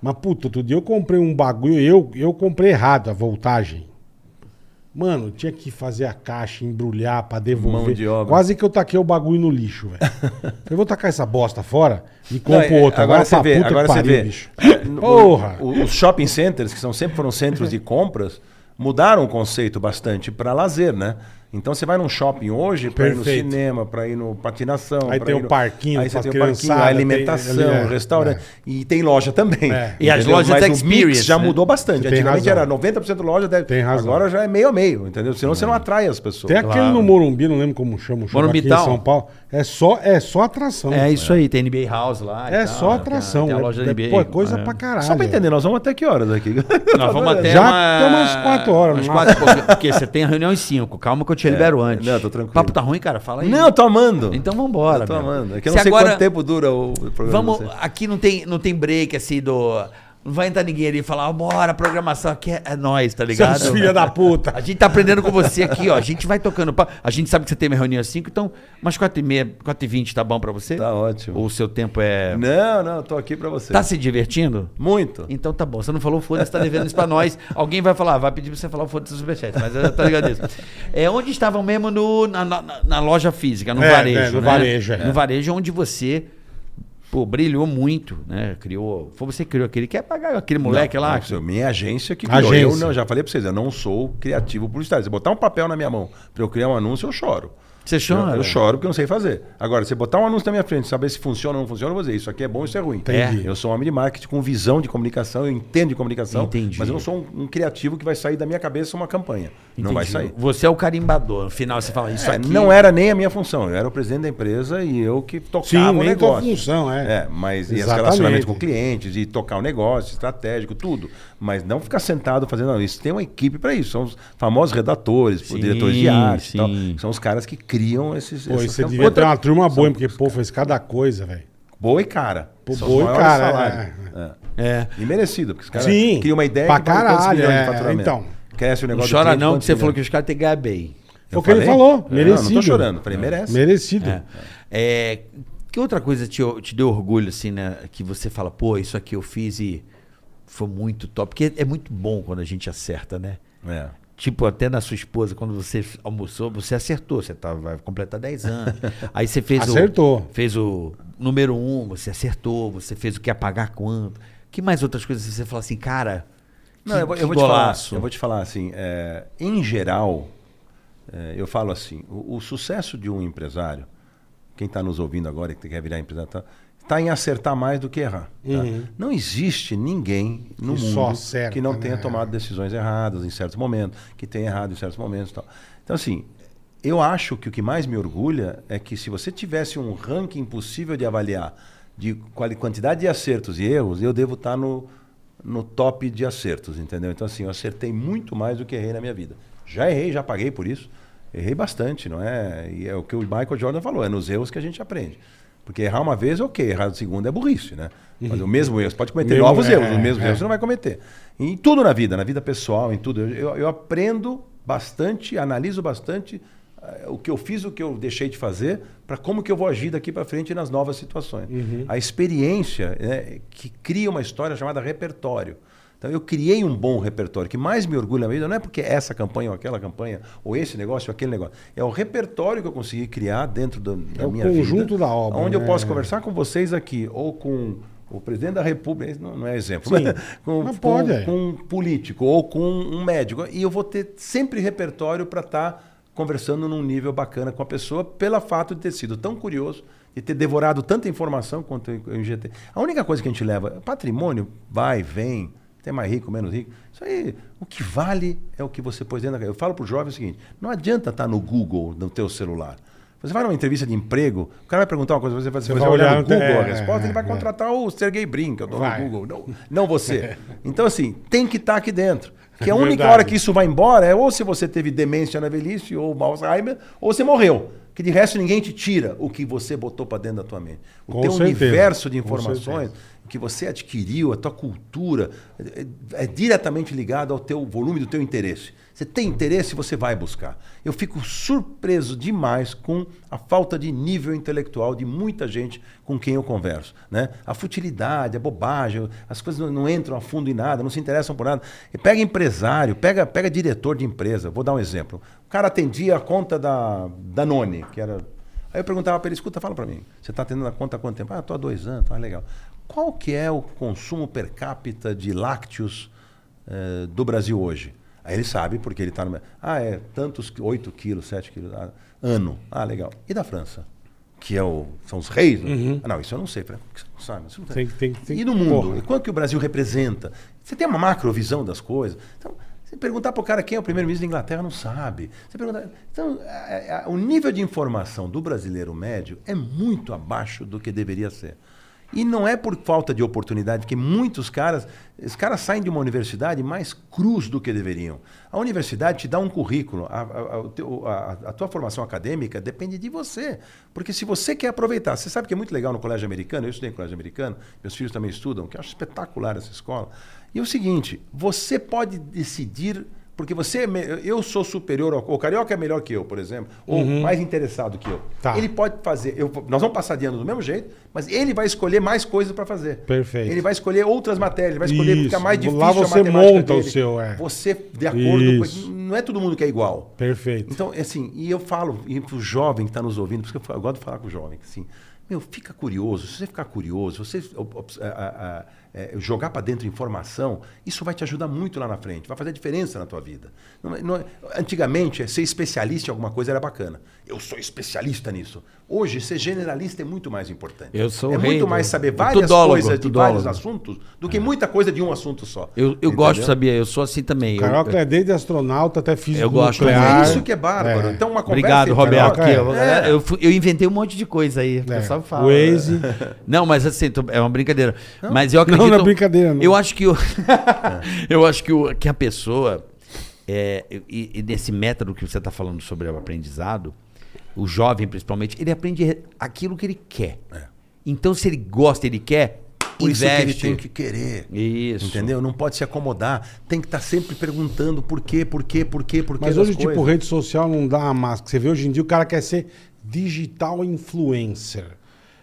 Speaker 4: Mas, puta, outro dia eu comprei um bagulho, eu, eu comprei errado a voltagem. Mano, tinha que fazer a caixa, embrulhar pra devolver.
Speaker 5: Mão de obra.
Speaker 4: Quase que eu taquei o bagulho no lixo,
Speaker 5: (laughs)
Speaker 4: velho. eu vou tacar essa bosta fora e
Speaker 5: Não,
Speaker 4: compro
Speaker 5: é,
Speaker 4: outra.
Speaker 5: Agora
Speaker 4: pra
Speaker 5: você vê,
Speaker 4: puta que
Speaker 5: agora você
Speaker 4: pariu,
Speaker 5: vê. É,
Speaker 4: bicho.
Speaker 5: O-
Speaker 4: Porra!
Speaker 5: o- Os shopping centers, que são, sempre foram centros de compras, mudaram o conceito bastante para lazer, né? Então você vai num shopping hoje para ir no
Speaker 4: Perfeito.
Speaker 5: cinema, para ir no patinação.
Speaker 4: Aí
Speaker 5: pra
Speaker 4: tem
Speaker 5: ir
Speaker 4: o
Speaker 5: no-
Speaker 4: parquinho
Speaker 5: aí você
Speaker 4: pras
Speaker 5: tem o parquinho,
Speaker 4: criançadas,
Speaker 5: a alimentação,
Speaker 4: tem- ali, é,
Speaker 5: restaurante.
Speaker 4: é.
Speaker 5: E tem loja também.
Speaker 4: É.
Speaker 3: E as
Speaker 5: entendeu?
Speaker 3: lojas
Speaker 5: Mas
Speaker 3: da
Speaker 5: o mix
Speaker 3: Experience,
Speaker 5: já
Speaker 3: né?
Speaker 5: mudou bastante.
Speaker 4: Você tem
Speaker 5: Antigamente
Speaker 4: razão.
Speaker 5: era 90% loja, deve...
Speaker 4: Tem razão. É.
Speaker 5: agora já é meio a meio, entendeu? Senão você não atrai as pessoas.
Speaker 4: Tem aquele no Morumbi, não lembro como chama o shopping aqui em
Speaker 3: Morumbital.
Speaker 4: São Paulo. É só, é só atração.
Speaker 3: É isso aí, tem NBA House lá. e
Speaker 4: né? É
Speaker 3: tal,
Speaker 4: só
Speaker 3: né?
Speaker 4: atração.
Speaker 3: Tem a
Speaker 4: é-
Speaker 3: loja
Speaker 4: é,
Speaker 3: da NBA.
Speaker 4: pô, é coisa
Speaker 3: É.
Speaker 4: pra caralho.
Speaker 5: Só para entender, nós vamos até que horas aqui?
Speaker 3: Nós
Speaker 5: (laughs)
Speaker 3: vamos até
Speaker 4: Já
Speaker 3: uma...
Speaker 4: tem umas quatro horas,
Speaker 3: Umas
Speaker 4: no É.
Speaker 3: quatro, e pouquinho, porque você tem a reunião às cinco. Calma que eu te libero antes.
Speaker 5: não, tô tranquilo.
Speaker 3: papo tá ruim, cara? Fala aí.
Speaker 5: Não, eu tô amando.
Speaker 3: Então vambora.
Speaker 5: Eu tô
Speaker 3: meu.
Speaker 5: amando. É que eu
Speaker 3: Se
Speaker 5: não sei
Speaker 3: agora-
Speaker 5: quanto tempo dura o programa.
Speaker 3: Vamos,
Speaker 5: não sei.
Speaker 3: aqui não tem, não tem break assim do... Não vai entrar ninguém ali e falar, "Ah, bora, programação aqui é, é nós, tá ligado?
Speaker 4: Seus filha da
Speaker 5: (laughs)
Speaker 4: puta.
Speaker 3: A gente tá aprendendo com você aqui, ó. A gente vai tocando. papo. A gente sabe que você tem uma reunião às 5, então umas 4 e meia, 4 e 20 tá bom pra você?
Speaker 5: Tá ótimo.
Speaker 3: Ou o seu tempo é.
Speaker 5: Não, não, tô aqui pra você.
Speaker 3: Tá se divertindo?
Speaker 5: Muito.
Speaker 3: Então tá bom, você não falou foda-se, tá devendo isso pra nós. Alguém vai falar, vai pedir pra você falar o foda-se no superchat, mas eu tô ligado nisso. É onde estavam mesmo no, na, na- na loja física, no
Speaker 4: É,
Speaker 3: varejo.
Speaker 4: né, no
Speaker 3: né?
Speaker 4: varejo, é.
Speaker 3: No varejo onde você pô, brilhou muito, né? Criou. Foi você que criou aquele. Quer pagar aquele moleque
Speaker 5: Não,
Speaker 3: lá?
Speaker 5: não, senhor, minha agência que criou.
Speaker 4: Agência.
Speaker 5: Eu não, já falei pra vocês, eu não sou criativo publicitário. Se botar um papel na minha mão pra eu criar um anúncio, eu choro.
Speaker 3: Você chora?
Speaker 5: Eu, eu choro porque eu não sei fazer. Agora, se botar um anúncio na minha frente, saber se funciona ou não funciona, eu vou dizer isso aqui é bom, isso é ruim.
Speaker 4: Entendi.
Speaker 5: Eu sou um homem de marketing com visão de comunicação, eu entendo de comunicação,
Speaker 3: Entendi.
Speaker 5: mas eu não sou um, um criativo que vai sair da minha cabeça uma campanha. Não
Speaker 3: Entendi.
Speaker 5: vai sair.
Speaker 3: Você é o carimbador. No final você fala, isso
Speaker 5: É,
Speaker 3: aqui.
Speaker 5: não era nem a minha função. Eu era o presidente da empresa e eu que tocava
Speaker 4: Sim,
Speaker 5: o
Speaker 4: nem tua
Speaker 5: negócio.
Speaker 4: função, é.
Speaker 5: É, mas e os
Speaker 4: Exatamente.
Speaker 5: relacionamentos com clientes e tocar o negócio, estratégico, tudo. Mas não ficar sentado fazendo isso. Tem uma equipe para isso. São os famosos redatores,
Speaker 3: Sim,
Speaker 5: diretores de arte, e tal,
Speaker 3: sim.
Speaker 5: são os caras que criam esses.
Speaker 4: Pô, é e
Speaker 5: essas
Speaker 4: você
Speaker 5: campanhas.
Speaker 4: devia ter uma turma
Speaker 5: um
Speaker 4: boa, hein, porque, pô, fez cada coisa, velho.
Speaker 5: Boa e cara.
Speaker 4: Pô,
Speaker 5: São
Speaker 4: boa e
Speaker 5: os maiores
Speaker 4: cara,
Speaker 5: salários.
Speaker 3: É.
Speaker 5: É. E merecido, porque os caras
Speaker 4: Sim,
Speaker 5: criam uma ideia
Speaker 4: pra
Speaker 5: que vale tantos
Speaker 4: caralho,
Speaker 5: milhões
Speaker 4: é, então.
Speaker 5: Cresce o
Speaker 3: Não
Speaker 5: negócio. do
Speaker 3: chora
Speaker 5: cliente,
Speaker 3: não, que
Speaker 5: quantos
Speaker 3: você falou que
Speaker 5: milhões.
Speaker 3: os caras têm que ganhar bem.
Speaker 5: Eu
Speaker 4: o que ele
Speaker 5: falei?
Speaker 4: falou,
Speaker 5: É,
Speaker 4: merecido.
Speaker 5: Não, não tô chorando. Falei, merece.
Speaker 4: Merecido.
Speaker 3: É, que outra coisa te, te deu orgulho, assim, né? Que você fala, pô, isso aqui eu fiz e foi muito top. Porque é muito bom quando a gente acerta, né?
Speaker 5: É.
Speaker 3: Tipo, até na sua esposa, quando você almoçou, você acertou. Você tá, vai completar
Speaker 4: (laughs)
Speaker 3: 10 anos. Aí você fez o.
Speaker 4: Acertou.
Speaker 3: Fez o número 1, um, você acertou, você fez o que ia pagar quanto. Que mais outras coisas você fala assim, cara.
Speaker 5: Não,
Speaker 3: que-
Speaker 5: eu, vou,
Speaker 3: que
Speaker 5: eu, vou te falar,
Speaker 3: golaço.
Speaker 5: eu vou te falar assim, é, em geral, é, eu falo assim, o, o sucesso de um empresário, quem está nos ouvindo agora e que quer virar empresário, está em acertar mais do que errar. tá? Não existe ninguém no
Speaker 4: Uhum. Que
Speaker 5: mundo
Speaker 4: só acerta,
Speaker 5: que não tenha
Speaker 4: né?
Speaker 5: tomado decisões erradas em certos momentos, que tenha errado em certos momentos e tal. Então, assim, eu acho que o que mais me orgulha é que se você tivesse um ranking possível de avaliar de quali- quantidade de acertos e erros, eu devo estar no, no top de acertos, entendeu? Então, assim, eu acertei muito mais do que errei na minha vida. Já errei, já paguei por isso. Errei bastante, não é? E é o que o Michael Jordan falou, é nos erros que a gente aprende. Porque errar uma vez é ok, errar a segunda é burrice, né? Mas o mesmo erro, você pode cometer
Speaker 4: Uhum. Mesmo-
Speaker 5: novos
Speaker 4: é,
Speaker 5: erros, os mesmos
Speaker 4: é.
Speaker 5: erros você não vai cometer. Em tudo na vida, na vida pessoal, em tudo. Eu, eu- eu aprendo bastante, analiso bastante eh, o que eu fiz, o que eu deixei de fazer, para como que eu vou agir daqui para frente nas novas situações.
Speaker 4: Uhum.
Speaker 5: A experiência né, que cria uma história chamada repertório. Então eu criei um bom repertório. O que mais me orgulha na vida não é porque essa campanha ou aquela campanha, ou esse negócio ou aquele negócio. É o repertório que eu consegui criar dentro da, da
Speaker 4: É o
Speaker 5: minha
Speaker 4: conjunto
Speaker 5: vida.
Speaker 4: da obra,
Speaker 5: Onde
Speaker 4: né?
Speaker 5: eu posso conversar com vocês aqui, ou com o presidente da República, esse não, não é exemplo, mas com,
Speaker 4: Mas
Speaker 5: com-
Speaker 4: pode, é.
Speaker 5: com um político ou com um médico. E eu vou ter sempre repertório para estar conversando num nível bacana com a pessoa, pelo fato de ter sido tão curioso e ter devorado tanta informação quanto eu eu injetei. A única coisa que a gente leva é patrimônio, vai, vem, tem mais rico, menos rico. Isso aí, o que vale é o que você pôs dentro da cabeça. Eu falo para o jovem o seguinte, não adianta estar no Google, no teu celular. Você vai numa entrevista de emprego, o cara vai perguntar uma coisa, você vai, você vai
Speaker 4: vai
Speaker 5: olhar
Speaker 4: olhar no-
Speaker 5: no Google
Speaker 4: é,
Speaker 5: a resposta, ele vai
Speaker 4: é.
Speaker 5: contratar o Sergey Brin, que eu dou no
Speaker 4: Vai.
Speaker 5: Google. Não, não você. Então, assim, tem que estar aqui dentro. Porque a única
Speaker 4: Verdade.
Speaker 5: hora que isso vai embora é ou se você teve demência na velhice, ou Alzheimer, ou você morreu. Que de resto ninguém te tira o que você botou para dentro da tua mente. O
Speaker 4: Com
Speaker 5: teu
Speaker 4: certeza.
Speaker 5: universo de
Speaker 4: Com
Speaker 5: informações que você adquiriu, a tua cultura, é, é diretamente ligado ao teu volume do teu interesse. Você tem interesse, você vai buscar. Eu fico surpreso demais com a falta de nível intelectual de muita gente com quem eu converso. Né? A futilidade, a bobagem, as coisas não, não entram a fundo em nada, não se interessam por nada. E pega empresário, pega, pega diretor de empresa. Vou dar um exemplo. O cara atendia a conta da Danone, que era Aí eu perguntava para ele, escuta, fala para mim, você está tendo a conta há quanto tempo? Ah, estou há dois anos, tá legal. Qual que é o consumo per capita de lácteos eh, do Brasil hoje? Aí ele sabe, porque ele está no... Ah, é tantos, 8 quilos, 7 quilos, ah, ano. Ah, legal. E da França? Que é o, são os reis? né? Ah, não, isso eu não sei. Falei, "Por que você não sabe? Isso não
Speaker 4: Uhum. Tem que- tem que- tem
Speaker 5: e no
Speaker 4: que-
Speaker 5: mundo?
Speaker 4: porra.
Speaker 5: E quanto que o Brasil representa? Você tem uma macrovisão das coisas? Então, você perguntar para o cara quem é o primeiro-ministro da Inglaterra, não sabe. Você perguntar... Então, a- a- o nível de informação do brasileiro médio é muito abaixo do que deveria ser. E não é por falta de oportunidade, porque muitos caras, esses caras saem de uma universidade mais cruz do que deveriam. A universidade te dá um currículo, a, a- a- o teu- a- a tua formação acadêmica depende de você. Porque se você quer aproveitar, você sabe que é muito legal no colégio americano, eu estudei em colégio americano, meus filhos também estudam, que eu acho espetacular essa escola. E é o seguinte, você pode decidir, porque você é me- eu sou superior, ao, o carioca é melhor que eu, por exemplo, ou mais interessado que eu.
Speaker 4: Uhum. Tá.
Speaker 5: Ele pode fazer, eu- nós vamos passar de ano do mesmo jeito, mas ele vai escolher mais coisas para fazer.
Speaker 4: Perfeito.
Speaker 5: Ele vai escolher outras matérias, ele vai escolher
Speaker 4: Isso.
Speaker 5: ficar mais
Speaker 4: Lá
Speaker 5: difícil
Speaker 4: você
Speaker 5: a matemática
Speaker 4: monta o
Speaker 5: dele.
Speaker 4: seu, é.
Speaker 5: Você, de acordo
Speaker 4: Isso.
Speaker 5: com... Não é todo mundo que é igual.
Speaker 4: Perfeito.
Speaker 5: Então, assim, e eu falo, e pro jovem que está nos ouvindo, porque eu, falo- eu gosto de falar com o jovem, que assim, meu, fica curioso. Se você ficar curioso, você ob- obs- a- a- a- é, jogar para dentro informação, isso vai te ajudar muito lá na frente, vai fazer a diferença na tua vida. Não é- não é- antigamente, é, ser especialista em alguma coisa era bacana. Eu sou especialista nisso. Hoje, ser generalista é muito mais importante.
Speaker 3: Eu sou
Speaker 5: É
Speaker 3: o rei
Speaker 5: muito
Speaker 3: do-
Speaker 5: mais saber
Speaker 3: do
Speaker 5: várias
Speaker 3: tudólogo,
Speaker 5: coisas de vários
Speaker 3: tudólogo. É.
Speaker 5: assuntos do que muita coisa de um assunto só.
Speaker 3: Eu, eu
Speaker 5: Entendeu?
Speaker 3: gosto, sabia? Eu sou assim também. Eu-
Speaker 4: Carioca
Speaker 3: eu-
Speaker 4: é desde astronauta até físico
Speaker 3: Eu gosto, mas é
Speaker 4: nuclear.
Speaker 5: É isso que é bárbaro.
Speaker 4: É.
Speaker 5: Então, uma conversa
Speaker 3: Obrigado,
Speaker 5: entre
Speaker 3: Roberto.
Speaker 5: nós-
Speaker 3: que
Speaker 4: É.
Speaker 3: eu,
Speaker 5: né?
Speaker 3: eu fui- eu inventei um monte de coisa aí. O pessoal fala.
Speaker 4: Waze.
Speaker 3: Não, mas assim, tô- é uma brincadeira. Mas eu acredito.
Speaker 4: Não, não é brincadeira, não.
Speaker 3: Eu acho que o- (laughs) eu acho que, o- que a pessoa é, e, e nesse método que você está falando sobre o aprendizado, o jovem principalmente, ele aprende aquilo que ele quer. Então, se ele gosta, ele quer,
Speaker 5: Por isso que
Speaker 3: investe.
Speaker 5: ele tem que querer.
Speaker 3: Isso.
Speaker 5: Entendeu? Não pode se acomodar. Tem que estar sempre perguntando por quê, por quê, por quê, por quê.
Speaker 4: Mas
Speaker 5: das
Speaker 4: hoje, tipo,
Speaker 5: coisas.
Speaker 4: rede social não dá a máscara. Você vê hoje em dia, o cara quer ser digital influencer.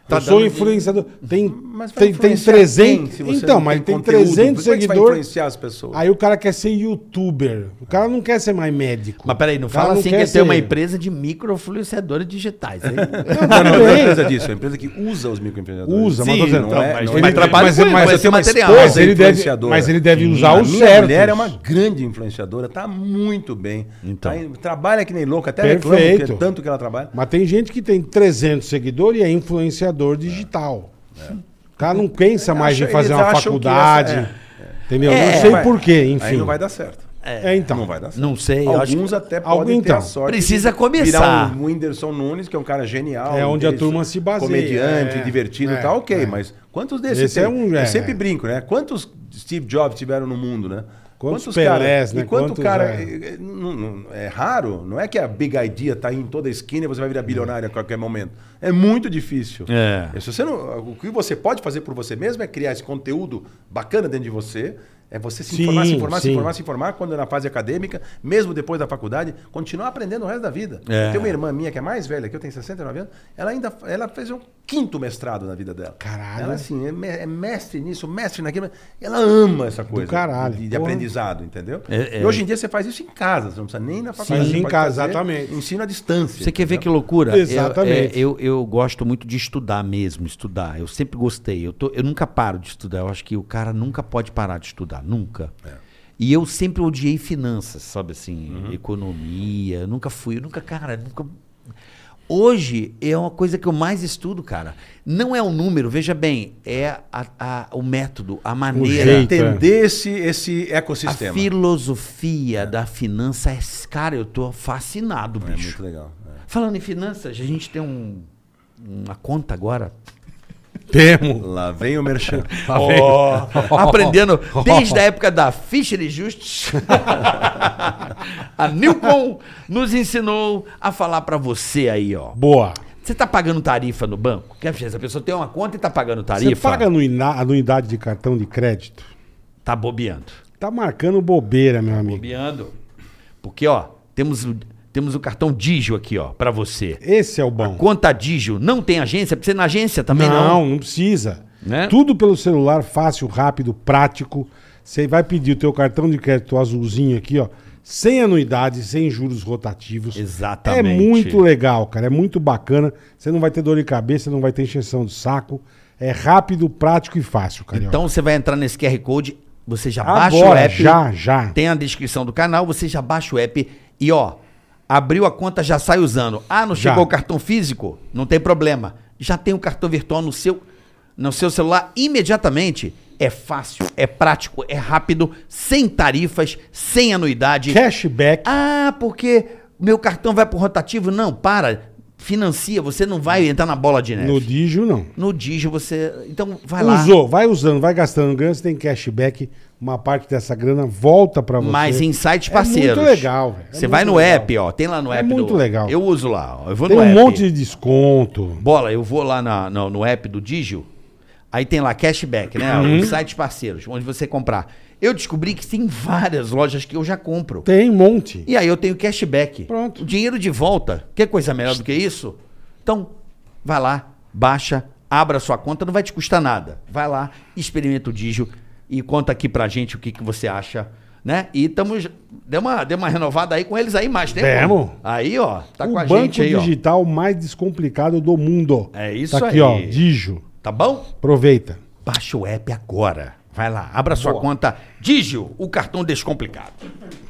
Speaker 4: eu sou influenciador. Tem,
Speaker 5: Tá Mas vai
Speaker 4: tem, tem
Speaker 5: influenciar
Speaker 4: 300.
Speaker 5: quem se você
Speaker 4: então,
Speaker 5: não
Speaker 4: mas tem
Speaker 5: conteúdo?
Speaker 4: 300
Speaker 5: Como é que você vai
Speaker 4: seguidores.
Speaker 5: influenciar as pessoas.
Speaker 4: Aí o cara quer ser youtuber. O cara não quer ser mais médico.
Speaker 3: Mas peraí, não
Speaker 4: O cara
Speaker 3: fala assim
Speaker 4: quer
Speaker 3: que
Speaker 4: ser-
Speaker 3: tem uma empresa de microinfluenciadores digitais. hein?
Speaker 5: Não, não, não é a empresa disso, é a empresa que usa os microempreendedores.
Speaker 4: Usa, mas
Speaker 6: Sim,
Speaker 4: tô dizendo.
Speaker 6: então,
Speaker 4: é-
Speaker 6: mas-
Speaker 4: ele-
Speaker 3: mas trabalha
Speaker 4: mas-
Speaker 3: com
Speaker 4: mas-
Speaker 3: isso,
Speaker 5: eu tenho uma
Speaker 3: material.
Speaker 5: esposa
Speaker 4: Mas ele deve-
Speaker 5: influenciadora.
Speaker 4: mas ele deve usar
Speaker 5: é a
Speaker 4: os
Speaker 5: minha
Speaker 4: certos.
Speaker 5: mulher é uma grande influenciadora, tá muito bem.
Speaker 3: Então.
Speaker 5: Tá em- trabalha que nem louca, até reclama,
Speaker 4: Perfeito.
Speaker 5: porque é tanto que ela trabalha.
Speaker 4: Mas tem gente que tem 300 seguidores e é influenciador digital. O cara não pensa mais em
Speaker 5: Acha-
Speaker 4: fazer
Speaker 5: É. eles
Speaker 4: uma
Speaker 5: acham que
Speaker 4: faculdade.
Speaker 5: essa-
Speaker 4: Entendeu?
Speaker 3: É,
Speaker 4: não sei
Speaker 5: Vai,
Speaker 4: porquê, enfim.
Speaker 5: Aí não vai dar certo.
Speaker 4: É, então.
Speaker 5: Não vai dar certo.
Speaker 3: Não sei, eu acho
Speaker 5: Alguns
Speaker 3: que...
Speaker 5: até podem
Speaker 4: Algum,
Speaker 5: ter
Speaker 4: então.
Speaker 5: a sorte
Speaker 3: Precisa
Speaker 5: de
Speaker 3: começar.
Speaker 5: Virar um Whindersson Nunes, que é um cara genial.
Speaker 4: É onde a turma se baseia,
Speaker 5: Comediante,
Speaker 4: é.
Speaker 5: divertido
Speaker 4: É,
Speaker 5: e tal, ok.
Speaker 4: é.
Speaker 5: Mas quantos desses
Speaker 4: Esse é
Speaker 5: tem?
Speaker 4: um- é.
Speaker 5: Eu sempre brinco, né? Quantos Steve Jobs tiveram no mundo, né?
Speaker 4: Quantos
Speaker 5: cara-
Speaker 4: Pelés, né?
Speaker 5: E quanto
Speaker 4: Quantos,
Speaker 5: cara...
Speaker 4: é.
Speaker 5: É, é, não- não- é raro. Não é que a big idea tá aí em toda a esquina e você vai virar bilionário a qualquer momento. É muito difícil.
Speaker 3: É.
Speaker 5: Se você não, o que você pode fazer por você mesmo é criar esse conteúdo bacana dentro de você. É você se
Speaker 4: Sim,
Speaker 5: informar, se informar, se
Speaker 4: sim.
Speaker 5: informar, se informar quando é na fase acadêmica, mesmo depois da faculdade, continuar aprendendo o resto da vida.
Speaker 3: É.
Speaker 5: Tem uma irmã minha que é mais velha, que eu tenho 69 anos, ela ainda ela fez um quinto mestrado na vida dela.
Speaker 4: Caralho.
Speaker 5: Ela assim, é me- é mestre nisso, mestre naquilo. Ela ama essa coisa.
Speaker 4: caralho,
Speaker 5: De, de
Speaker 4: porra.
Speaker 5: aprendizado, entendeu?
Speaker 3: É, é.
Speaker 5: E hoje em dia você faz isso em casa, você não precisa nem na faculdade.
Speaker 4: Sim,
Speaker 5: você
Speaker 4: em
Speaker 5: pode
Speaker 4: casa,
Speaker 5: fazer
Speaker 4: exatamente.
Speaker 5: Ensino à distância.
Speaker 3: Você quer ver que
Speaker 5: entendeu?
Speaker 3: loucura? Eu-
Speaker 4: Exatamente.
Speaker 3: é, Eu, eu, gosto muito de estudar mesmo, estudar. Eu sempre gostei. Eu, tô- eu nunca paro de estudar. Eu acho que o cara nunca pode parar de estudar, nunca. E eu sempre odiei finanças, sabe assim, economia. Eu nunca fui, eu nunca, cara, nunca. Hoje é uma coisa que eu mais estudo, cara. Não é o número, veja bem, é a- a- o método, a maneira.
Speaker 4: jeito.
Speaker 5: Entender esse, esse
Speaker 3: A
Speaker 5: ecossistema.
Speaker 3: filosofia da finança é. Cara, eu tô fascinado,
Speaker 5: É
Speaker 3: bicho.
Speaker 5: muito legal. é.
Speaker 3: Falando em finanças, a gente tem um- uma conta agora.
Speaker 4: Temo.
Speaker 5: Lá vem
Speaker 3: (laughs)
Speaker 5: o merchan.
Speaker 3: Aprendendo desde a época da Fischer e Justus. (laughs) a Nilcon nos ensinou a falar pra você aí, ó.
Speaker 4: Boa.
Speaker 3: Você tá pagando tarifa no banco? Quer dizer, a pessoa tem uma conta e tá pagando tarifa.
Speaker 4: Você paga anuina- anuidade de cartão de crédito?
Speaker 3: Tá bobeando.
Speaker 4: Tá marcando bobeira, meu amigo.
Speaker 3: Bobeando. Porque, ó, temos o, temos o cartão Digio aqui, ó, pra você.
Speaker 4: Esse é o bom.
Speaker 3: Conta Digio. Não tem agência? Precisa ir na agência também, não?
Speaker 4: Não, não precisa.
Speaker 3: Né?
Speaker 4: Tudo pelo celular, fácil, rápido, prático. Você vai pedir o teu cartão de crédito azulzinho aqui, ó, sem anuidade, sem juros rotativos. É
Speaker 3: Exatamente.
Speaker 4: muito legal, cara. É muito bacana. Você não vai ter dor de cabeça, não vai ter encheção de saco. É rápido, prático e fácil, cara.
Speaker 3: Então você vai entrar nesse QR Code, você já
Speaker 4: Agora,
Speaker 3: baixa o app.
Speaker 4: já, já.
Speaker 3: Tem a descrição do canal, você já baixa o app e ó, abriu a conta, já sai usando. Ah, não
Speaker 4: Já.
Speaker 3: chegou o cartão físico? Não tem problema. Já tem o cartão virtual no seu no seu celular imediatamente. É fácil, é prático, é rápido, sem tarifas, sem anuidade.
Speaker 4: Cashback.
Speaker 3: Ah, porque meu cartão vai pro rotativo? Não, para. Financia, você não vai entrar na bola de neve.
Speaker 4: No Digio, não.
Speaker 3: No Digio você. Então vai lá.
Speaker 4: Usou, vai usando, vai gastando, ganha, você tem cashback, uma parte dessa grana volta pra você.
Speaker 3: Mas em sites
Speaker 4: É
Speaker 3: parceiros.
Speaker 4: muito legal, velho. É
Speaker 3: Você vai
Speaker 4: muito
Speaker 3: no
Speaker 4: legal.
Speaker 3: app, ó. Tem lá no
Speaker 4: É
Speaker 3: app.
Speaker 4: muito
Speaker 3: do-
Speaker 4: legal.
Speaker 3: Eu uso lá, ó. Eu vou
Speaker 4: Tem
Speaker 3: no
Speaker 4: um
Speaker 3: app.
Speaker 4: monte de desconto.
Speaker 3: Bola, eu vou lá na- na- no app do Digio. Aí tem lá cashback, né?
Speaker 4: Uhum.
Speaker 3: Os sites parceiros, onde você comprar. Eu descobri que tem várias lojas que eu já compro.
Speaker 4: Tem um monte.
Speaker 3: E aí eu tenho cashback.
Speaker 4: Pronto.
Speaker 3: O dinheiro de volta. Quer coisa melhor do que isso? Então, vai lá, baixa, abra sua conta, não vai te custar nada. Vai lá, experimenta o Digio e conta aqui pra gente o que, que você acha. Né? E tamo, j- deu, uma, deu uma renovada aí com eles aí mais tempo.
Speaker 4: Demos.
Speaker 3: Aí, ó, tá
Speaker 4: o
Speaker 3: com a
Speaker 4: banco
Speaker 3: gente aí, ó.
Speaker 4: digital mais descomplicado do mundo.
Speaker 3: É isso
Speaker 4: tá aqui,
Speaker 3: aí.
Speaker 4: ó, Digio.
Speaker 3: Tá bom?
Speaker 4: Aproveita.
Speaker 3: Baixa o app agora. Vai lá, abra sua conta Digio, o cartão descomplicado.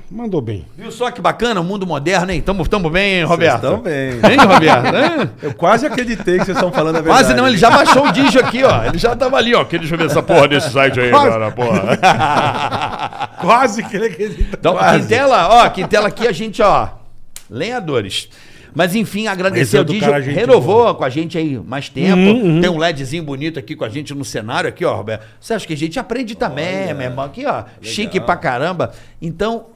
Speaker 4: Mandou bem.
Speaker 3: Viu só que bacana, o mundo moderno, hein? Tamo, tamo bem, hein, Roberto?
Speaker 5: tão bem.
Speaker 4: (laughs)
Speaker 3: Hein, Roberto? Hein?
Speaker 5: Eu quase acreditei que vocês estão falando a
Speaker 4: É
Speaker 5: verdade.
Speaker 3: Quase não, ele
Speaker 5: (laughs)
Speaker 3: já baixou o Digio aqui, ó. Ele já tava ali, ó.
Speaker 1: Aqui, deixa eu ver essa porra desse site aí, cara, porra.
Speaker 4: (laughs) Quase que ele acredita.
Speaker 3: Então, Quintela, ó, Quintela aqui a gente, ó, lenhadores. Mas enfim,
Speaker 4: Esse
Speaker 3: agradecer
Speaker 4: é
Speaker 3: ao
Speaker 4: do
Speaker 3: Digio,
Speaker 4: cara, gente Uhum,
Speaker 3: renovou com a gente aí mais tempo. Tem um LEDzinho bonito aqui com a gente no cenário aqui, ó, Roberto. Você acha que a gente aprende também, meu irmão? Aqui, ó, chique pra caramba. Então,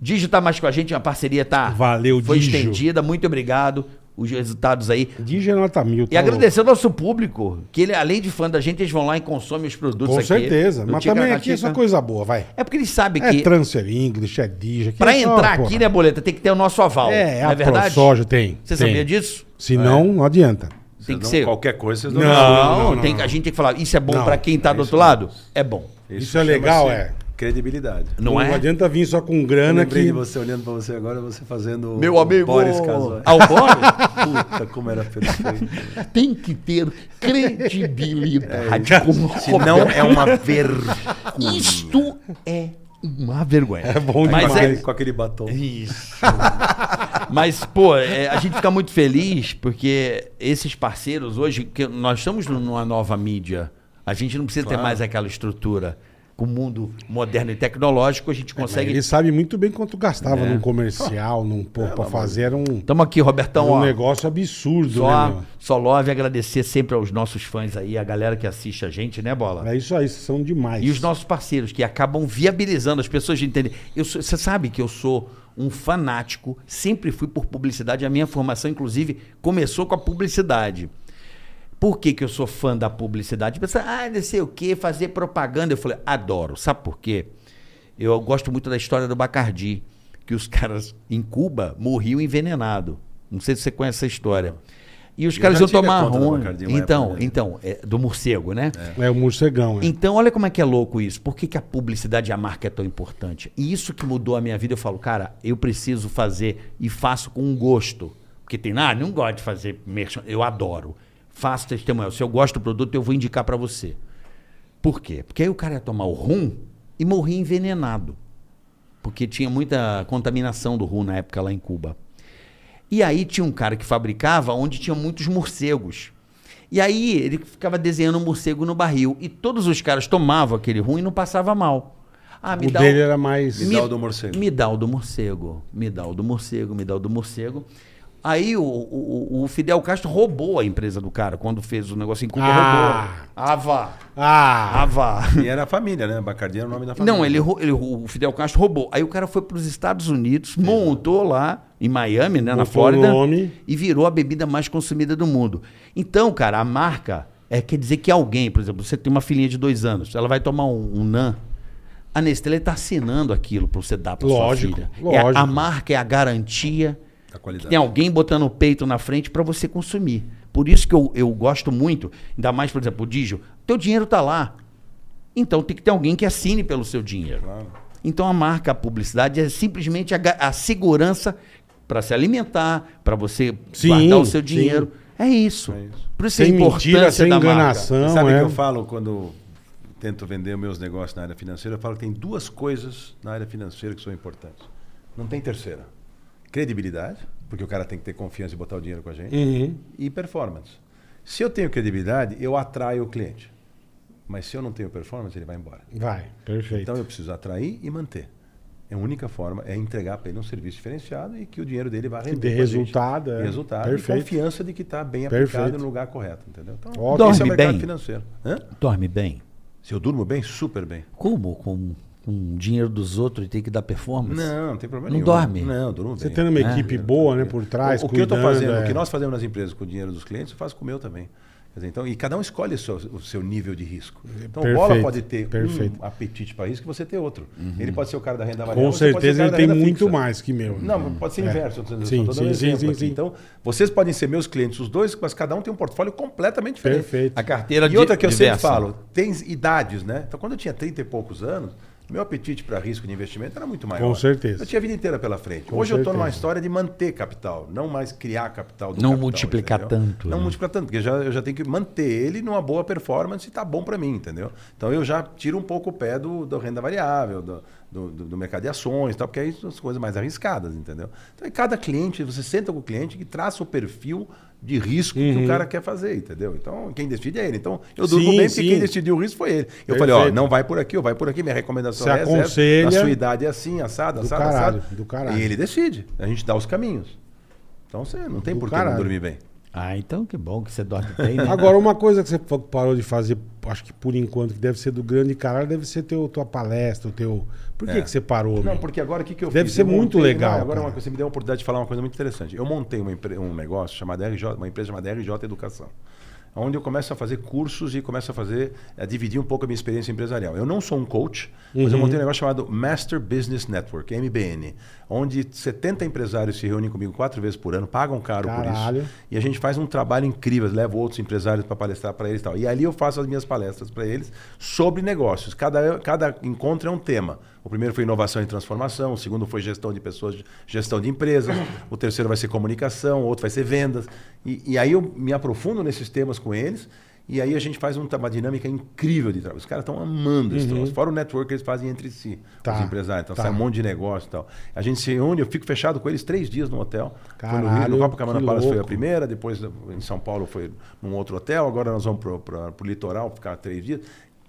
Speaker 3: Digio tá mais com a gente, a parceria tá...
Speaker 4: Valeu,
Speaker 3: Foi
Speaker 4: Digio.
Speaker 3: estendida, muito obrigado. Os resultados aí.
Speaker 4: Digio é nota mil.
Speaker 3: E
Speaker 4: tá
Speaker 3: agradecer ao nosso público, que ele, além de fã da gente, eles vão lá e consomem os produtos
Speaker 4: louco. Com
Speaker 3: aqui.
Speaker 4: certeza.
Speaker 3: do
Speaker 4: Mas também aqui é
Speaker 3: Ticaracatica.
Speaker 4: só coisa boa, vai.
Speaker 3: É porque eles sabem
Speaker 4: É
Speaker 3: tá? que
Speaker 4: Transfer English, é Digio. aqui
Speaker 3: Pra
Speaker 4: é só,
Speaker 3: entrar
Speaker 4: porra.
Speaker 3: aqui, né, Boleta, tem que ter o nosso aval.
Speaker 4: É,
Speaker 3: não
Speaker 4: a
Speaker 3: é verdade?
Speaker 4: ProSoja tem.
Speaker 3: Você
Speaker 4: tem.
Speaker 3: sabia disso? É.
Speaker 4: Se não, não adianta.
Speaker 3: Tem
Speaker 5: Vocês
Speaker 3: que
Speaker 5: dão
Speaker 3: ser.
Speaker 5: Qualquer coisa, vocês
Speaker 3: Não,
Speaker 5: dão.
Speaker 4: não, não,
Speaker 3: tem,
Speaker 4: não.
Speaker 3: a gente tem que falar, isso é bom
Speaker 4: Não,
Speaker 3: pra quem tá do outro lado? É bom.
Speaker 4: Isso é legal,
Speaker 5: chama-se
Speaker 4: é.
Speaker 5: Credibilidade.
Speaker 3: Não,
Speaker 4: Não
Speaker 3: é?
Speaker 4: adianta vir só com
Speaker 5: Eu
Speaker 4: grana
Speaker 5: lembrei
Speaker 4: que.
Speaker 5: de você olhando pra você agora, você fazendo. o-
Speaker 3: Meu
Speaker 5: o
Speaker 3: amigo
Speaker 5: Boris Casoy.
Speaker 3: Albora
Speaker 5: (laughs) Puta, como era perfeito.
Speaker 3: É, tem que ter credibilidade.
Speaker 4: é.
Speaker 3: como um.
Speaker 5: Se não, é um- uma vergonha.
Speaker 3: Isto é uma vergonha.
Speaker 4: É bom
Speaker 3: Mas
Speaker 5: com,
Speaker 4: demais.
Speaker 5: aquele, com aquele batom.
Speaker 3: Mas, pô, é, a gente fica muito feliz porque esses parceiros hoje, que nós estamos numa nova mídia, a gente não precisa ter mais aquela estrutura. Com o mundo moderno e tecnológico, a gente consegue.
Speaker 4: Ele sabe muito bem quanto gastava
Speaker 5: É.
Speaker 4: num comercial, num pô, pra fazer era um,
Speaker 3: Estamos aqui, Robertão.
Speaker 4: era um
Speaker 3: ó.
Speaker 4: negócio absurdo, né,
Speaker 3: Só,
Speaker 4: meu?
Speaker 3: só love agradecer sempre aos nossos fãs aí, a galera que assiste a gente, né, Bola?
Speaker 4: É isso aí, vocês são demais.
Speaker 3: E os nossos parceiros que acabam viabilizando as pessoas de entender. Eu sou- Você sabe que eu sou um fanático, sempre fui por publicidade. A minha formação, inclusive, começou com a publicidade. Por que, que eu sou fã da publicidade? Pensa, ah, não sei o que, fazer propaganda. Eu falei, adoro. Sabe por quê? Eu gosto muito da história do Bacardi, que os (laughs) caras em Cuba morriam envenenado. Não sei se você conhece essa história. E os
Speaker 5: Eu
Speaker 3: caras
Speaker 5: já
Speaker 3: iam
Speaker 5: tive a
Speaker 3: tomar
Speaker 5: conta do
Speaker 3: rum.
Speaker 5: Bacardi uma
Speaker 3: Então,
Speaker 5: época, né?
Speaker 3: então, é, do morcego, né?
Speaker 4: É o morcegão, é.
Speaker 3: Então, olha como é que é louco isso. Por que, que a publicidade e a marca é tão importante? E isso que mudou a minha vida, eu falo, cara, eu preciso fazer e faço com gosto. Porque tem, ah, não gosto de fazer merchan, eu adoro. Faço testemunho. Se eu gosto do produto, eu vou indicar pra você. Por quê? Porque aí o cara ia tomar o rum e morria envenenado. Porque tinha muita contaminação do rum na época lá em Cuba. E aí tinha um cara que fabricava onde tinha muitos morcegos. E aí ele ficava desenhando um morcego no barril. E todos os caras tomavam aquele rum e não passava mal. Ah, me
Speaker 4: O
Speaker 3: dá
Speaker 4: dele
Speaker 3: um-
Speaker 4: era mais.
Speaker 5: Me dá o do morcego.
Speaker 3: Me dá o do morcego. Me dá o do morcego, me dá o do morcego. Aí o, o- o Fidel Castro roubou a empresa do cara quando fez o negócio em Cuba.
Speaker 4: Ah.
Speaker 3: Roubou. Ah, vá.
Speaker 4: Ah!
Speaker 3: Ah, vá.
Speaker 5: E era a família, né? Bacardi era o
Speaker 4: tá
Speaker 5: nome da família.
Speaker 3: Não, ele, rou- ele rou- o Fidel Castro roubou. Aí o cara foi para os Estados Unidos, montou lá em Miami, né, na
Speaker 4: Botou
Speaker 3: Flórida,
Speaker 4: o nome.
Speaker 3: e virou a bebida mais consumida do mundo. Então, cara, a marca é, quer dizer que alguém, por exemplo, você tem uma filhinha de dois anos, ela vai tomar um, um NAN, a Nestlé está assinando aquilo para você dar para sua
Speaker 4: Lógico,
Speaker 3: filha. É a-
Speaker 4: lógico.
Speaker 3: a marca é a garantia
Speaker 5: Da qualidade.
Speaker 3: que tem alguém botando o peito na frente para você consumir. Por isso que eu, eu gosto muito, ainda mais, por exemplo, o Digio, teu dinheiro tá lá. Então tem que ter alguém que assine pelo seu dinheiro. Então a marca, a publicidade é simplesmente a, ga- a segurança para se alimentar, para você
Speaker 4: Sim,
Speaker 3: guardar o seu
Speaker 4: sim.
Speaker 3: dinheiro. É isso. Por
Speaker 5: é
Speaker 3: isso
Speaker 4: Sem
Speaker 3: a importância
Speaker 4: mentira, sem
Speaker 3: da marca.
Speaker 4: enganação.
Speaker 5: Sabe o
Speaker 4: é.
Speaker 5: que eu falo quando tento vender meus negócios na área financeira? Eu falo que tem duas coisas na área financeira que são importantes. Não tem terceira. Credibilidade, porque o cara tem que ter confiança e botar o dinheiro com a gente.
Speaker 4: Uhum.
Speaker 5: E performance. Se eu tenho credibilidade, eu atraio o cliente. Mas se eu não tenho performance, ele vai embora.
Speaker 4: Vai, perfeito.
Speaker 5: Então eu preciso atrair e manter. É a única forma, é entregar para ele um serviço diferenciado e que o dinheiro dele vá render.
Speaker 4: dê
Speaker 5: pra gente.
Speaker 4: resultado, é.
Speaker 5: Resultado
Speaker 4: Perfeito.
Speaker 5: e confiança de que está bem
Speaker 4: Perfeito.
Speaker 5: aplicado no lugar correto, entendeu? Então,
Speaker 4: Ótimo.
Speaker 3: Dorme
Speaker 5: esse é o mercado
Speaker 3: bem?
Speaker 5: financeiro. Hã?
Speaker 3: Dorme bem.
Speaker 5: Se eu durmo bem, super bem.
Speaker 3: Como? Com, com o dinheiro dos outros e tem que dar performance?
Speaker 5: Não, não tem problema
Speaker 3: Não
Speaker 5: nenhum.
Speaker 3: dorme?
Speaker 5: Não, durmo bem.
Speaker 4: Você tendo uma equipe boa, né, por trás,
Speaker 5: É. o, o que eu estou
Speaker 4: cuidando,
Speaker 5: fazendo,
Speaker 4: é.
Speaker 5: o que nós fazemos nas empresas com o dinheiro dos clientes, eu faço com o meu também. Quer dizer, então, e cada um escolhe o seu, o seu nível de risco. Então, o bola
Speaker 4: Perfeito,
Speaker 5: pode ter
Speaker 4: perfeito.
Speaker 5: um apetite para risco e você ter outro.
Speaker 3: Uhum.
Speaker 5: Ele pode ser o cara da renda variável.
Speaker 4: Com
Speaker 5: você pode ser o
Speaker 4: certeza
Speaker 5: cara
Speaker 4: ele
Speaker 5: da
Speaker 4: tem
Speaker 5: renda
Speaker 4: muito
Speaker 5: fixa.
Speaker 4: mais que meu. né? É.
Speaker 5: Não, pode ser inverso. eu só
Speaker 4: Sim,
Speaker 5: tô dando
Speaker 4: sim,
Speaker 5: um
Speaker 4: sim,
Speaker 5: exemplo
Speaker 4: sim,
Speaker 5: aqui.
Speaker 4: sim.
Speaker 5: Então, vocês podem ser meus clientes, os dois, mas cada um tem um portfólio completamente diferente.
Speaker 4: Perfeito.
Speaker 3: A carteira
Speaker 5: E outra
Speaker 3: di-
Speaker 5: que eu
Speaker 3: diversa.
Speaker 5: sempre falo, tem idades, né? Então, quando eu tinha 30 e poucos anos, meu apetite para risco de investimento era muito maior.
Speaker 4: Com certeza.
Speaker 5: Eu tinha a vida inteira pela frente.
Speaker 4: Com
Speaker 5: Hoje eu estou numa
Speaker 4: certeza.
Speaker 5: história de manter capital, não mais criar capital do
Speaker 3: Não
Speaker 5: capital,
Speaker 3: multiplicar
Speaker 5: entendeu?
Speaker 3: tanto,
Speaker 5: Não
Speaker 3: né?
Speaker 5: multiplicar tanto, porque já, eu já tenho que manter ele numa boa performance e tá bom para mim, entendeu? Então eu já tiro um pouco o pé do, da renda variável, do, do, do- do mercado de ações, e tal, porque aí são as coisas mais arriscadas, entendeu? Então e cada cliente, você senta com o cliente que traça o perfil de risco que o cara quer fazer, entendeu? Então quem decide é ele. Então eu durmo
Speaker 4: Sim,
Speaker 5: bem porque
Speaker 4: sim.
Speaker 5: quem decidiu o risco foi ele. Eu falei, ó,
Speaker 4: Perfeito.
Speaker 5: não vai por aqui, ou vai por aqui, minha recomendação
Speaker 4: Você
Speaker 5: é essa,
Speaker 4: aconselha.
Speaker 5: essa, a sua idade é assim, assada,
Speaker 4: Do
Speaker 5: assada,
Speaker 4: caralho,
Speaker 5: assada.
Speaker 4: do caralho.
Speaker 5: E ele decide, a gente dá os caminhos. Então você não tem
Speaker 4: Do
Speaker 5: por que
Speaker 4: caralho.
Speaker 5: não dormir bem.
Speaker 3: Ah, então que bom que você dorme bem, né? (laughs)
Speaker 4: Agora, uma coisa que você fa- parou de fazer, acho que por enquanto, que deve ser do grande caralho, deve ser teu, tua palestra, o teu. Por que, que você parou?
Speaker 5: Não,
Speaker 4: meu?
Speaker 5: porque agora o que, que eu
Speaker 4: Deve
Speaker 5: fiz?
Speaker 4: ser
Speaker 5: Eu
Speaker 4: muito
Speaker 5: montei-
Speaker 4: legal,
Speaker 5: Não, agora
Speaker 4: cara.
Speaker 5: uma coisa, você me deu a oportunidade de falar uma coisa muito interessante. Eu montei uma empre- um negócio chamado RJ, uma empresa chamada RJ Educação. onde eu começo a fazer cursos e começo a fazer, a dividir um pouco a minha experiência empresarial. Eu não sou um coach, mas
Speaker 4: Uhum.
Speaker 5: eu montei um negócio chamado Master Business Network, MBN, onde 70 empresários se reúnem comigo quatro vezes por ano, pagam caro por
Speaker 4: Caralho.
Speaker 5: isso. E a gente faz um trabalho incrível, levo outros empresários para palestrar para eles e tal. E ali eu faço as minhas palestras para eles sobre negócios. Cada, cada encontro é um tema. O primeiro foi inovação e transformação, o segundo foi gestão de pessoas, gestão de empresas, o terceiro vai ser comunicação, o outro vai ser vendas. E, e aí eu me aprofundo nesses temas com eles. E aí a gente faz um tra- uma dinâmica incrível de trabalho. Os caras estão amando esse troço. Fora o network que eles fazem entre si,
Speaker 4: Uhum. Tá,
Speaker 5: os empresários. Então
Speaker 4: tá.
Speaker 5: sai um monte de negócio e tal. A gente se reúne, eu fico fechado com eles três dias no hotel. foi no Rio,
Speaker 4: Caralho,
Speaker 5: no Copacabana
Speaker 4: que
Speaker 5: Palace foi a
Speaker 4: louco.
Speaker 5: primeira primeira, depois em São Paulo foi num outro hotel, agora nós vamos para o litoral, ficar três dias.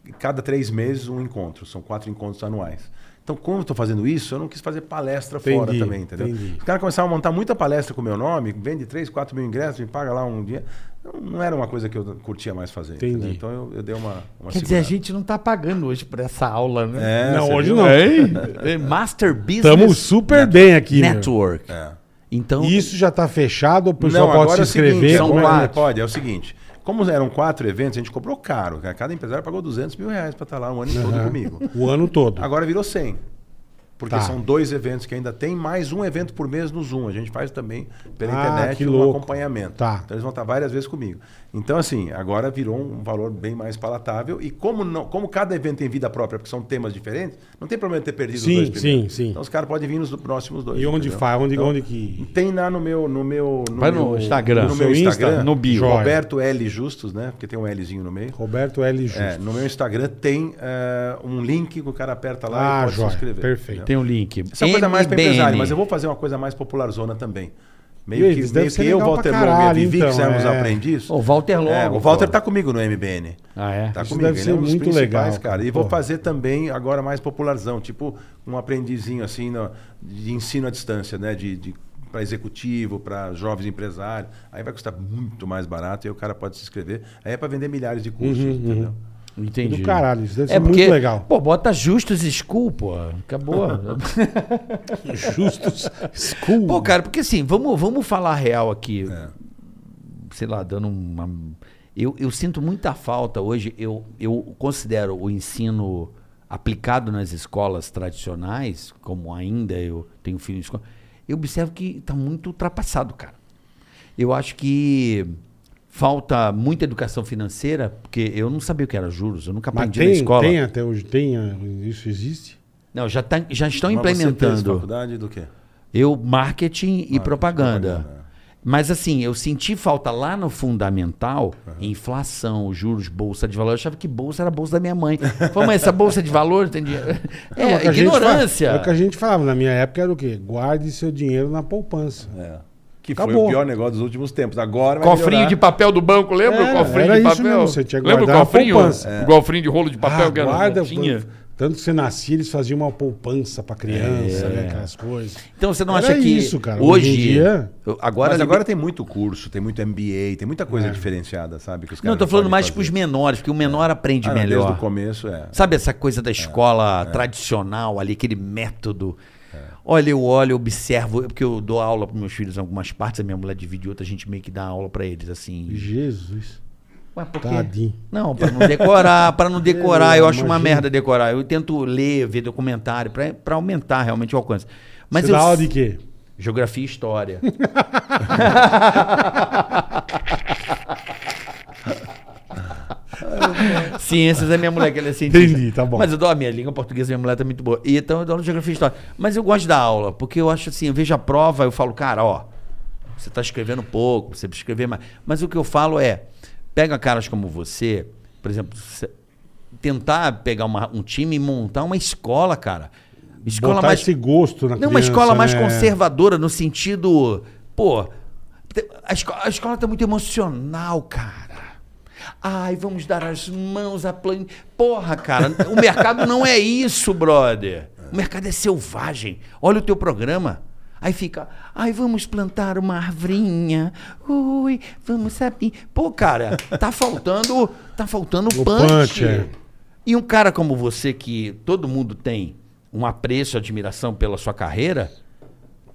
Speaker 5: E Cada três meses um encontro, são quatro encontros anuais. Então, como eu estou fazendo isso, eu não quis fazer palestra fora
Speaker 4: Entendi,
Speaker 5: também, entendeu?
Speaker 4: entendi.
Speaker 5: Os caras começaram a montar muita palestra com o meu nome, vende três, quatro mil ingressos, me paga lá um dia. Não- Não era uma coisa que eu curtia mais fazer.
Speaker 4: Entendi.
Speaker 5: entendeu? Então, eu, eu dei uma, uma
Speaker 6: Quer dizer, a
Speaker 5: segurada.
Speaker 6: gente não tá pagando hoje por essa aula, né?
Speaker 5: É,
Speaker 4: não,
Speaker 5: você
Speaker 4: hoje
Speaker 5: viu?
Speaker 4: não.
Speaker 3: É, Master Business
Speaker 4: Estamos super bem aqui, meu.
Speaker 3: Network. Então,
Speaker 4: E Isso já tá fechado, o pessoal
Speaker 5: Não,
Speaker 4: pode se
Speaker 5: agora é o seguinte,
Speaker 4: inscrever.
Speaker 5: são
Speaker 4: como é?
Speaker 5: quatro. Pode, é o seguinte. Como eram quatro eventos, a gente cobrou caro. cara. Cada empresário pagou 200 mil reais para estar lá um ano todo comigo.
Speaker 4: é? O ano todo.
Speaker 5: Agora virou 100. Porque
Speaker 4: Tá.
Speaker 5: são dois eventos que ainda tem, mais um evento por mês no Zoom. A gente faz também pela
Speaker 4: Ah, que
Speaker 5: internet um
Speaker 4: louco.
Speaker 5: acompanhamento.
Speaker 4: Tá.
Speaker 5: Então eles vão estar várias vezes comigo. Então, assim, agora virou um valor bem mais palatável. E como, não, como cada evento tem vida própria, porque são temas diferentes, não tem problema ter perdido
Speaker 4: Sim,
Speaker 5: os dois primeiros.
Speaker 4: sim, sim.
Speaker 5: Então os caras podem vir nos próximos dois.
Speaker 4: E onde
Speaker 5: entendeu?
Speaker 4: faz? Onde,
Speaker 5: Então,
Speaker 4: onde que.
Speaker 5: Tem lá no meu. No meu no
Speaker 3: Vai no
Speaker 5: meu-
Speaker 3: Instagram.
Speaker 5: No
Speaker 4: No
Speaker 5: meu
Speaker 4: seu Insta?
Speaker 5: Instagram.
Speaker 4: No bio. Joia.
Speaker 5: Roberto L. Justus, né? Porque tem um Lzinho no meio.
Speaker 4: Roberto L. Justo.
Speaker 5: É, no meu Instagram tem eh, um link que o cara aperta
Speaker 4: Ah,
Speaker 5: lá e pode
Speaker 4: joia.
Speaker 5: se inscrever.
Speaker 4: Perfeito.
Speaker 5: entendeu?
Speaker 3: tem o link.
Speaker 5: Essa é uma coisa mais para
Speaker 3: MBN.
Speaker 5: empresário, mas eu vou fazer uma coisa mais popularzona também. Meio
Speaker 4: Eles,
Speaker 5: que,
Speaker 4: deve
Speaker 5: meio
Speaker 4: ser
Speaker 5: que eu,
Speaker 4: legal pra
Speaker 5: Walter
Speaker 4: caralho,
Speaker 5: Longo e a Vivi,
Speaker 4: então,
Speaker 5: que quisermos
Speaker 4: é.
Speaker 5: aprender isso.
Speaker 3: O Walter Longo.
Speaker 5: É, o Walter
Speaker 3: pô.
Speaker 5: tá comigo no MBN.
Speaker 3: Ah, é?
Speaker 5: Tá
Speaker 4: Isso
Speaker 5: comigo,
Speaker 4: deve
Speaker 5: ele
Speaker 4: ser
Speaker 5: é um dos
Speaker 4: muito
Speaker 5: principais,
Speaker 4: legal,
Speaker 5: cara. E
Speaker 4: pô.
Speaker 5: vou fazer também agora mais popularzão, tipo um aprendizinho assim no- de ensino à distância, né? De, para executivo, para jovens empresários. Aí vai custar muito mais barato e o cara pode se inscrever. Aí é para vender milhares de cursos,
Speaker 4: Uhum,
Speaker 5: entendeu?
Speaker 3: Entendi.
Speaker 4: Do caralho, isso deve ser muito legal.
Speaker 3: É
Speaker 4: (laughs)
Speaker 3: Pô, bota Justus School, pô. Acabou.
Speaker 4: Justus School.
Speaker 3: pô, cara, porque assim, vamos, vamos falar real aqui.
Speaker 4: É.
Speaker 3: Sei lá, dando uma. Eu, eu sinto muita falta hoje. Eu, eu considero o ensino aplicado nas escolas tradicionais, como ainda eu tenho filho em escola, eu observo que está muito ultrapassado, cara. Eu acho que falta muita educação financeira, porque eu não sabia o que era juros, eu nunca
Speaker 4: Mas
Speaker 3: aprendi na
Speaker 4: tem,
Speaker 3: escola.
Speaker 4: tem até hoje, tem, ah, isso existe?
Speaker 3: Não, já, tá- já estão
Speaker 5: Mas você fez
Speaker 3: implementando.
Speaker 5: faculdade do quê?
Speaker 3: Eu, marketing e propaganda.
Speaker 5: propaganda,
Speaker 3: Mas assim, eu senti falta lá no fundamental, inflação, juros, bolsa de valor. Eu achava que bolsa era a bolsa da minha mãe. Falei, mãe, essa bolsa de valor tem dinheiro.
Speaker 4: (laughs) Não,
Speaker 3: É,
Speaker 4: que a gente fa-
Speaker 3: ignorância.
Speaker 4: É o que a gente falava na minha época era o quê? Guarde seu dinheiro na poupança.
Speaker 5: É. Que foi
Speaker 4: Acabou.
Speaker 5: o pior negócio dos últimos tempos. Agora vai
Speaker 7: Cofrinho
Speaker 5: melhorar.
Speaker 7: de papel do banco, lembra
Speaker 4: Era-
Speaker 7: o cofrinho
Speaker 4: É, era
Speaker 7: de
Speaker 4: isso
Speaker 7: papel?
Speaker 4: mesmo, você tinha que
Speaker 7: lembra o
Speaker 4: guardar a
Speaker 7: cofrinho?
Speaker 4: poupança.
Speaker 7: O cofrinho de rolo de papel que era
Speaker 4: Ah, guarda,
Speaker 7: tinha.
Speaker 4: Tanto que você nascia, eles faziam uma poupança pra criança,
Speaker 7: É.
Speaker 4: né? Aquelas coisas.
Speaker 3: Então você não
Speaker 4: Era
Speaker 3: acha que
Speaker 4: isso, cara. Hoje
Speaker 3: hoje
Speaker 4: em dia-
Speaker 3: eu- agora,
Speaker 5: Mas agora tem É. muito curso, tem muito MBA, tem muita coisa diferenciada, sabe? Que tipo, os
Speaker 3: não,
Speaker 5: caras
Speaker 3: eu tô falando
Speaker 5: podem
Speaker 3: mais
Speaker 5: fazer.
Speaker 3: pros menores, porque o
Speaker 4: É.
Speaker 3: menor aprende
Speaker 5: Ah, não,
Speaker 3: melhor.
Speaker 5: Desde o começo, é.
Speaker 3: Sabe essa coisa da
Speaker 4: é.
Speaker 3: escola tradicional ali, aquele método? Olha, eu olho, eu observo, é porque eu dou aula para meus filhos em algumas partes, a minha mulher divide outra, a gente meio que dá aula para eles, assim.
Speaker 4: Jesus.
Speaker 3: Ué, por quê?
Speaker 4: Tadinho.
Speaker 3: Não, para não
Speaker 4: (laughs)
Speaker 3: decorar, para não decorar,
Speaker 4: Eu
Speaker 3: eu acho uma
Speaker 4: imagino.
Speaker 3: merda decorar. Eu tento ler, ver documentário, para aumentar realmente o alcance. Mas
Speaker 4: você
Speaker 3: eu
Speaker 4: dá aula
Speaker 3: s-
Speaker 4: de quê?
Speaker 3: Geografia
Speaker 4: (laughs)
Speaker 3: e história. Ciências é minha mulher, que ela é cientista.
Speaker 4: Entendi, tá bom.
Speaker 3: Mas eu dou a minha língua portuguesa, minha mulher tá muito boa. E então eu dou aula de geografia e história. Mas eu gosto da aula, porque eu acho assim, eu vejo a prova, eu falo, cara, ó, você tá escrevendo pouco, você precisa escrever mais. Mas o que eu falo é, pega caras como você, por exemplo, cê- tentar pegar uma- um time e montar uma escola, cara. Escola
Speaker 4: Botar
Speaker 3: mais
Speaker 4: esse gosto na
Speaker 3: não,
Speaker 4: criança.
Speaker 3: uma escola mais
Speaker 4: né?
Speaker 3: conservadora, no sentido. Pô, te- a, esco- a escola tá muito emocional, cara. Ai, vamos dar as mãos à plan... Porra, cara, o mercado não é isso, brother. O mercado é selvagem. Olha o teu programa. Aí fica, ai, vamos plantar uma arvrinha. Ui, vamos saber. Pô, cara, tá faltando, tá faltando
Speaker 4: O
Speaker 3: punch.
Speaker 4: punch, é.
Speaker 3: E um cara como você, que todo mundo tem um apreço, admiração pela sua carreira,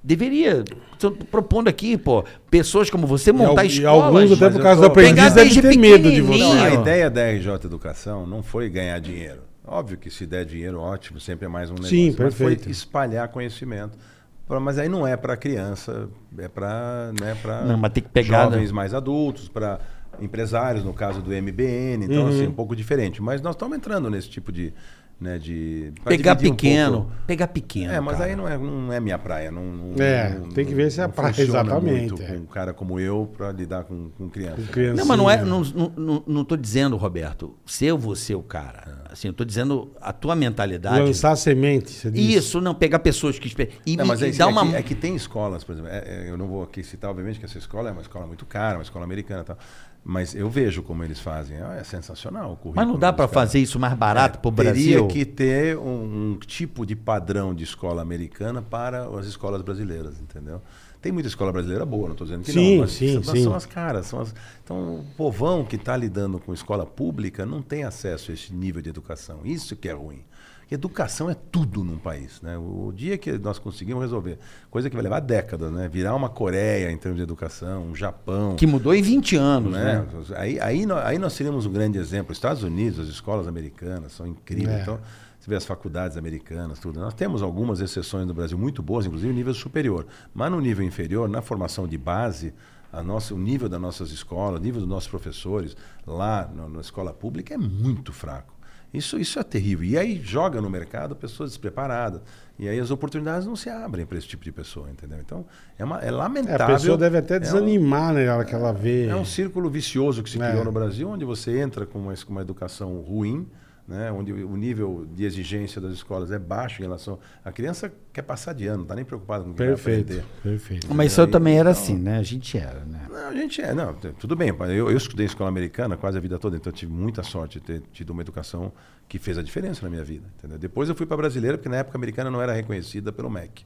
Speaker 3: Deveria. Estou propondo aqui, pô, pessoas como você
Speaker 5: tá
Speaker 3: montar
Speaker 4: e, al- e
Speaker 3: escolas.
Speaker 4: alguns até
Speaker 5: mas
Speaker 4: por
Speaker 5: eu
Speaker 4: causa
Speaker 5: tô-
Speaker 4: do aprendiz
Speaker 3: Pegar
Speaker 4: deve
Speaker 3: desde
Speaker 4: ter medo de você.
Speaker 3: pequenininho.
Speaker 5: Não, a
Speaker 3: Sim, ó.
Speaker 5: ideia da RJ Educação não foi ganhar dinheiro. Óbvio que se der dinheiro, ótimo, sempre é mais um negócio.
Speaker 4: Sim,
Speaker 5: Mas foi
Speaker 4: perfeito.
Speaker 5: espalhar conhecimento. Pra- Mas aí não é para criança, é para né, pra
Speaker 3: Não, mas tem que pegar,
Speaker 5: jovens
Speaker 3: né?
Speaker 5: mais adultos, para empresários, no caso do MBN.
Speaker 4: Uhum.
Speaker 5: Então, assim, um pouco diferente. Mas nós estamos entrando nesse tipo de... Né, de pra
Speaker 3: Pegar
Speaker 5: dividir um
Speaker 3: pequeno.
Speaker 5: pouco.
Speaker 3: pegar pequeno.
Speaker 5: É, mas
Speaker 3: cara.
Speaker 5: aí não é, não é minha praia. Não, não-
Speaker 4: É,
Speaker 5: não-
Speaker 4: tem que ver se é a
Speaker 5: não
Speaker 4: praia,
Speaker 5: funciona
Speaker 4: exatamente,
Speaker 5: muito
Speaker 4: é.
Speaker 5: com um cara como eu para lidar com, com criança.
Speaker 4: né, Criancinha.
Speaker 3: Não, mas não é. Não, não, não, não tô dizendo, Roberto, ser você o cara. Assim, eu tô dizendo a tua mentalidade.
Speaker 4: Lançar semente, você disse.
Speaker 3: Isso, não, pegar pessoas que. espe- E,
Speaker 5: Não,
Speaker 3: me-
Speaker 5: mas é,
Speaker 3: e
Speaker 5: isso,
Speaker 3: dar
Speaker 5: é
Speaker 3: uma.
Speaker 5: que, é que tem escolas, por exemplo. é- é, eu não vou aqui citar, obviamente, que essa escola é uma escola muito cara, uma escola americana e tal. Mas eu vejo como eles fazem. Ah, É sensacional o currículo.
Speaker 3: mas não dá
Speaker 5: dos
Speaker 3: para
Speaker 5: caras.
Speaker 3: fazer isso mais barato pro
Speaker 5: É, Teria
Speaker 3: Brasil?
Speaker 5: que ter um, um tipo de padrão de escola americana para as escolas brasileiras, entendeu? Tem muita escola brasileira boa, não estou dizendo que
Speaker 4: Sim,
Speaker 5: não. Mas
Speaker 4: sim,
Speaker 5: são,
Speaker 4: sim.
Speaker 5: são as caras. São as... Então, o povão que está lidando com escola pública não tem acesso a esse nível de educação. Isso que é ruim. Educação é tudo num país. Né? O o dia que nós conseguimos resolver, coisa que vai levar décadas, né? virar uma Coreia em termos de educação, um Japão,
Speaker 3: Que mudou em 20 anos,
Speaker 5: né?
Speaker 3: né?
Speaker 5: Aí, aí, nó- aí nós seríamos um grande exemplo. Os Estados Unidos, as escolas americanas são incríveis.
Speaker 4: É.
Speaker 5: Então, você vê as faculdades americanas, tudo. Nós temos algumas exceções no Brasil muito boas, inclusive no nível superior. Mas no nível inferior, na formação de base, a nossa, o nível das nossas escolas, o nível dos nossos professores, lá no- na escola pública, é muito fraco. Isso, isso é terrível. E aí joga no mercado pessoas despreparadas. E aí as oportunidades não se abrem para esse tipo de pessoa, entendeu? Então, é, uma, é
Speaker 4: É,
Speaker 5: lamentável.
Speaker 4: a pessoa deve até
Speaker 5: É um-
Speaker 4: desanimar, né, na hora que ela vê.
Speaker 5: é um círculo vicioso que se
Speaker 4: É.
Speaker 5: criou no Brasil, onde você entra com uma, es- com uma educação ruim, né? onde o o nível de exigência das escolas é baixo em relação. A criança quer passar de ano, não está nem preocupada com o que vai
Speaker 4: Perfeito,
Speaker 5: aprender.
Speaker 4: perfeito.
Speaker 6: Mas isso eu também era assim, né? A gente era, né?
Speaker 5: Não, a gente é, não, t- tudo bem. pai, Eu, eu estudei escola americana quase a vida toda, então eu tive muita sorte de ter tido uma educação que fez a diferença na minha vida. entendeu? Depois eu fui para brasileira, porque na época a americana não era reconhecida pelo MEC.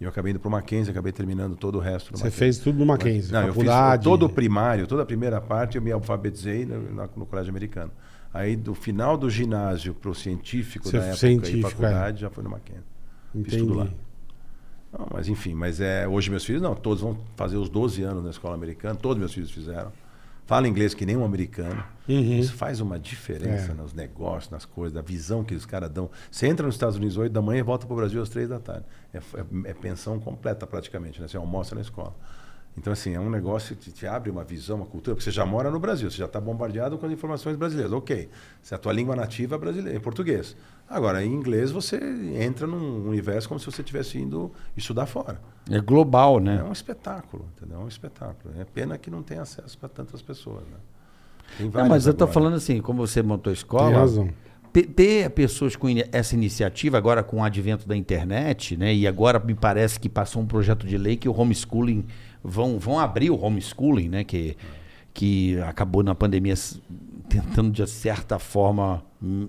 Speaker 5: E eu acabei indo para o Mackenzie, acabei terminando todo o resto. do
Speaker 4: Você
Speaker 5: Mackenzie.
Speaker 4: fez tudo no Mackenzie,
Speaker 5: Não, eu fiz
Speaker 4: faculdade.
Speaker 5: todo o primário, toda a primeira parte, eu me alfabetizei no, na- no colégio americano. Aí, do final do ginásio para o científico
Speaker 4: Você-
Speaker 5: da época
Speaker 4: científico,
Speaker 5: e faculdade, já foi no Mackenzie. Fiz
Speaker 4: Entendi.
Speaker 5: tudo lá. Não, mas enfim, mas é, hoje meus filhos, não, todos vão fazer os 12 anos na escola americana, todos meus filhos fizeram. Fala inglês que nem um americano.
Speaker 4: Uhum.
Speaker 5: Isso faz uma diferença
Speaker 4: É.
Speaker 5: nos negócios, nas coisas, na visão que os caras dão. Você entra nos Estados Unidos 8 da manhã e volta para o Brasil às 3 da tarde. É, f- é- é pensão completa praticamente, né? Você almoça na escola. Então, assim, é um negócio que te abre uma visão, uma cultura, porque você já mora no Brasil, você já está bombardeado com as informações brasileiras. Ok, se a tua língua nativa é brasileira, é português. Agora, em inglês, você entra num universo como se você estivesse indo estudar fora.
Speaker 6: É global,
Speaker 5: É
Speaker 6: né?
Speaker 5: um espetáculo, entendeu? É um espetáculo. É pena que não tem acesso para tantas pessoas, né? Tem
Speaker 3: Não, É, mas
Speaker 5: várias
Speaker 3: eu tô
Speaker 5: agora.
Speaker 3: falando assim, como você montou a
Speaker 4: Tem
Speaker 3: escola,
Speaker 4: razão.
Speaker 3: te- ter pessoas com ini- essa iniciativa agora com o advento da internet, né? E agora me parece que passou um projeto de lei que o homeschooling vão, vão abrir o homeschooling, né? Que, que acabou na pandemia s- tentando de certa forma hum,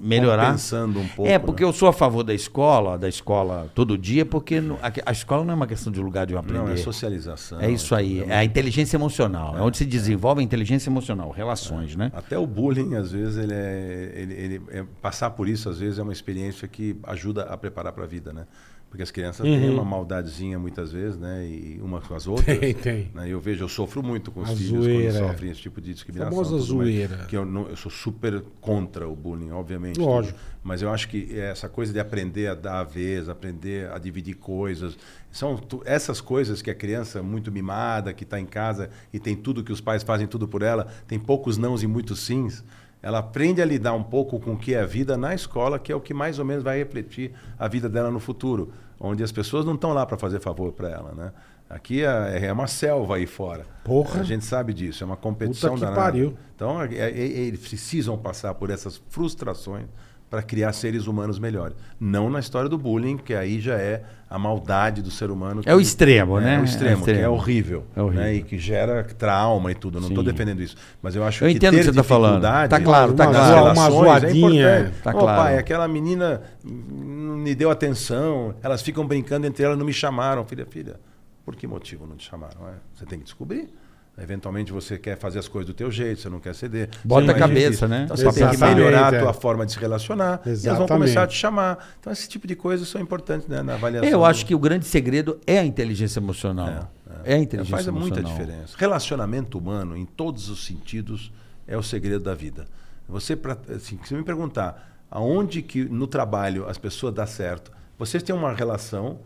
Speaker 3: melhorar.
Speaker 5: Compensando um pouco,
Speaker 3: É, porque
Speaker 5: né?
Speaker 3: eu sou a favor da escola, da escola todo dia, porque no- a, a escola não é uma questão de lugar de eu aprender.
Speaker 5: Não, é socialização.
Speaker 3: É isso aí,
Speaker 5: tudo,
Speaker 3: é
Speaker 5: né?
Speaker 3: a inteligência emocional, é onde se desenvolve a inteligência emocional, relações, né?
Speaker 5: Até o bullying, às vezes, ele é, ele, ele é- passar por isso, às vezes, é uma experiência que ajuda a preparar para a vida, né? Porque as crianças têm uma maldadezinha muitas vezes, né? E uma com as outras.
Speaker 4: Uhum. Tem, tem.
Speaker 5: né? Eu vejo, eu sofro muito com os
Speaker 4: A
Speaker 5: filhos
Speaker 4: zoeira.
Speaker 5: quando sofrem esse tipo de discriminação.
Speaker 4: Famosa
Speaker 5: tudo mais.
Speaker 4: zoeira.
Speaker 5: Que eu, não- eu sou super contra o bullying, obviamente.
Speaker 4: Lógico.
Speaker 5: tudo. Mas eu acho que essa coisa de aprender a dar a vez, aprender a dividir coisas, são tu- essas coisas que a criança muito mimada, que está em casa e tem tudo que os pais fazem tudo por ela, tem poucos nãos e muitos sims, ela aprende a lidar um pouco com o que é a vida na escola, que é o que mais ou menos vai refletir a vida dela no futuro, onde as pessoas não estão lá para fazer favor para ela, né? Aqui é é uma selva aí fora.
Speaker 4: Porra.
Speaker 5: A gente sabe disso, é uma competição
Speaker 4: que
Speaker 5: danada.
Speaker 4: pariu.
Speaker 5: Então, é- é- é- eles precisam passar por essas frustrações para criar seres humanos melhores. Não na história do bullying, que aí já é a maldade do ser humano.
Speaker 3: É o extremo,
Speaker 5: é,
Speaker 3: né?
Speaker 5: É
Speaker 3: É
Speaker 5: o extremo, que é
Speaker 3: extremo.
Speaker 5: horrível.
Speaker 3: É horrível.
Speaker 5: né? E que gera trauma e tudo. Não estou defendendo isso. Mas eu acho
Speaker 3: Eu
Speaker 5: que
Speaker 3: entendo o
Speaker 5: ter
Speaker 3: que você tá falando.
Speaker 5: dificuldade
Speaker 3: Tá claro, tá
Speaker 5: nas
Speaker 3: claro.
Speaker 4: Uma
Speaker 5: relações
Speaker 4: zoadinha,
Speaker 5: É importante.
Speaker 3: tá
Speaker 5: Ô,
Speaker 3: claro.
Speaker 5: pai, aquela menina não me deu atenção, elas ficam brincando entre elas, não me chamaram. Filha, filha, por que motivo não te chamaram? É, você tem que descobrir. Eventualmente você quer fazer as coisas do teu jeito, você não quer ceder.
Speaker 3: Bota
Speaker 5: Sim,
Speaker 3: a
Speaker 5: mas
Speaker 3: cabeça,
Speaker 5: difícil.
Speaker 3: né?
Speaker 5: Então, você tem que
Speaker 4: Exatamente,
Speaker 5: melhorar
Speaker 4: é.
Speaker 5: a tua forma de se relacionar. E elas vão
Speaker 4: Exatamente.
Speaker 5: começar a te chamar. Então esse tipo de coisas são importantes né, na avaliação.
Speaker 3: É, Eu acho
Speaker 5: do-
Speaker 3: que o grande segredo é a inteligência emocional. É, a inteligência
Speaker 5: Faz
Speaker 3: emocional.
Speaker 5: muita diferença. Relacionamento humano, em todos os sentidos, é o segredo da vida. Você, pra- assim, se me perguntar aonde que no trabalho as pessoas dá certo, vocês têm uma relação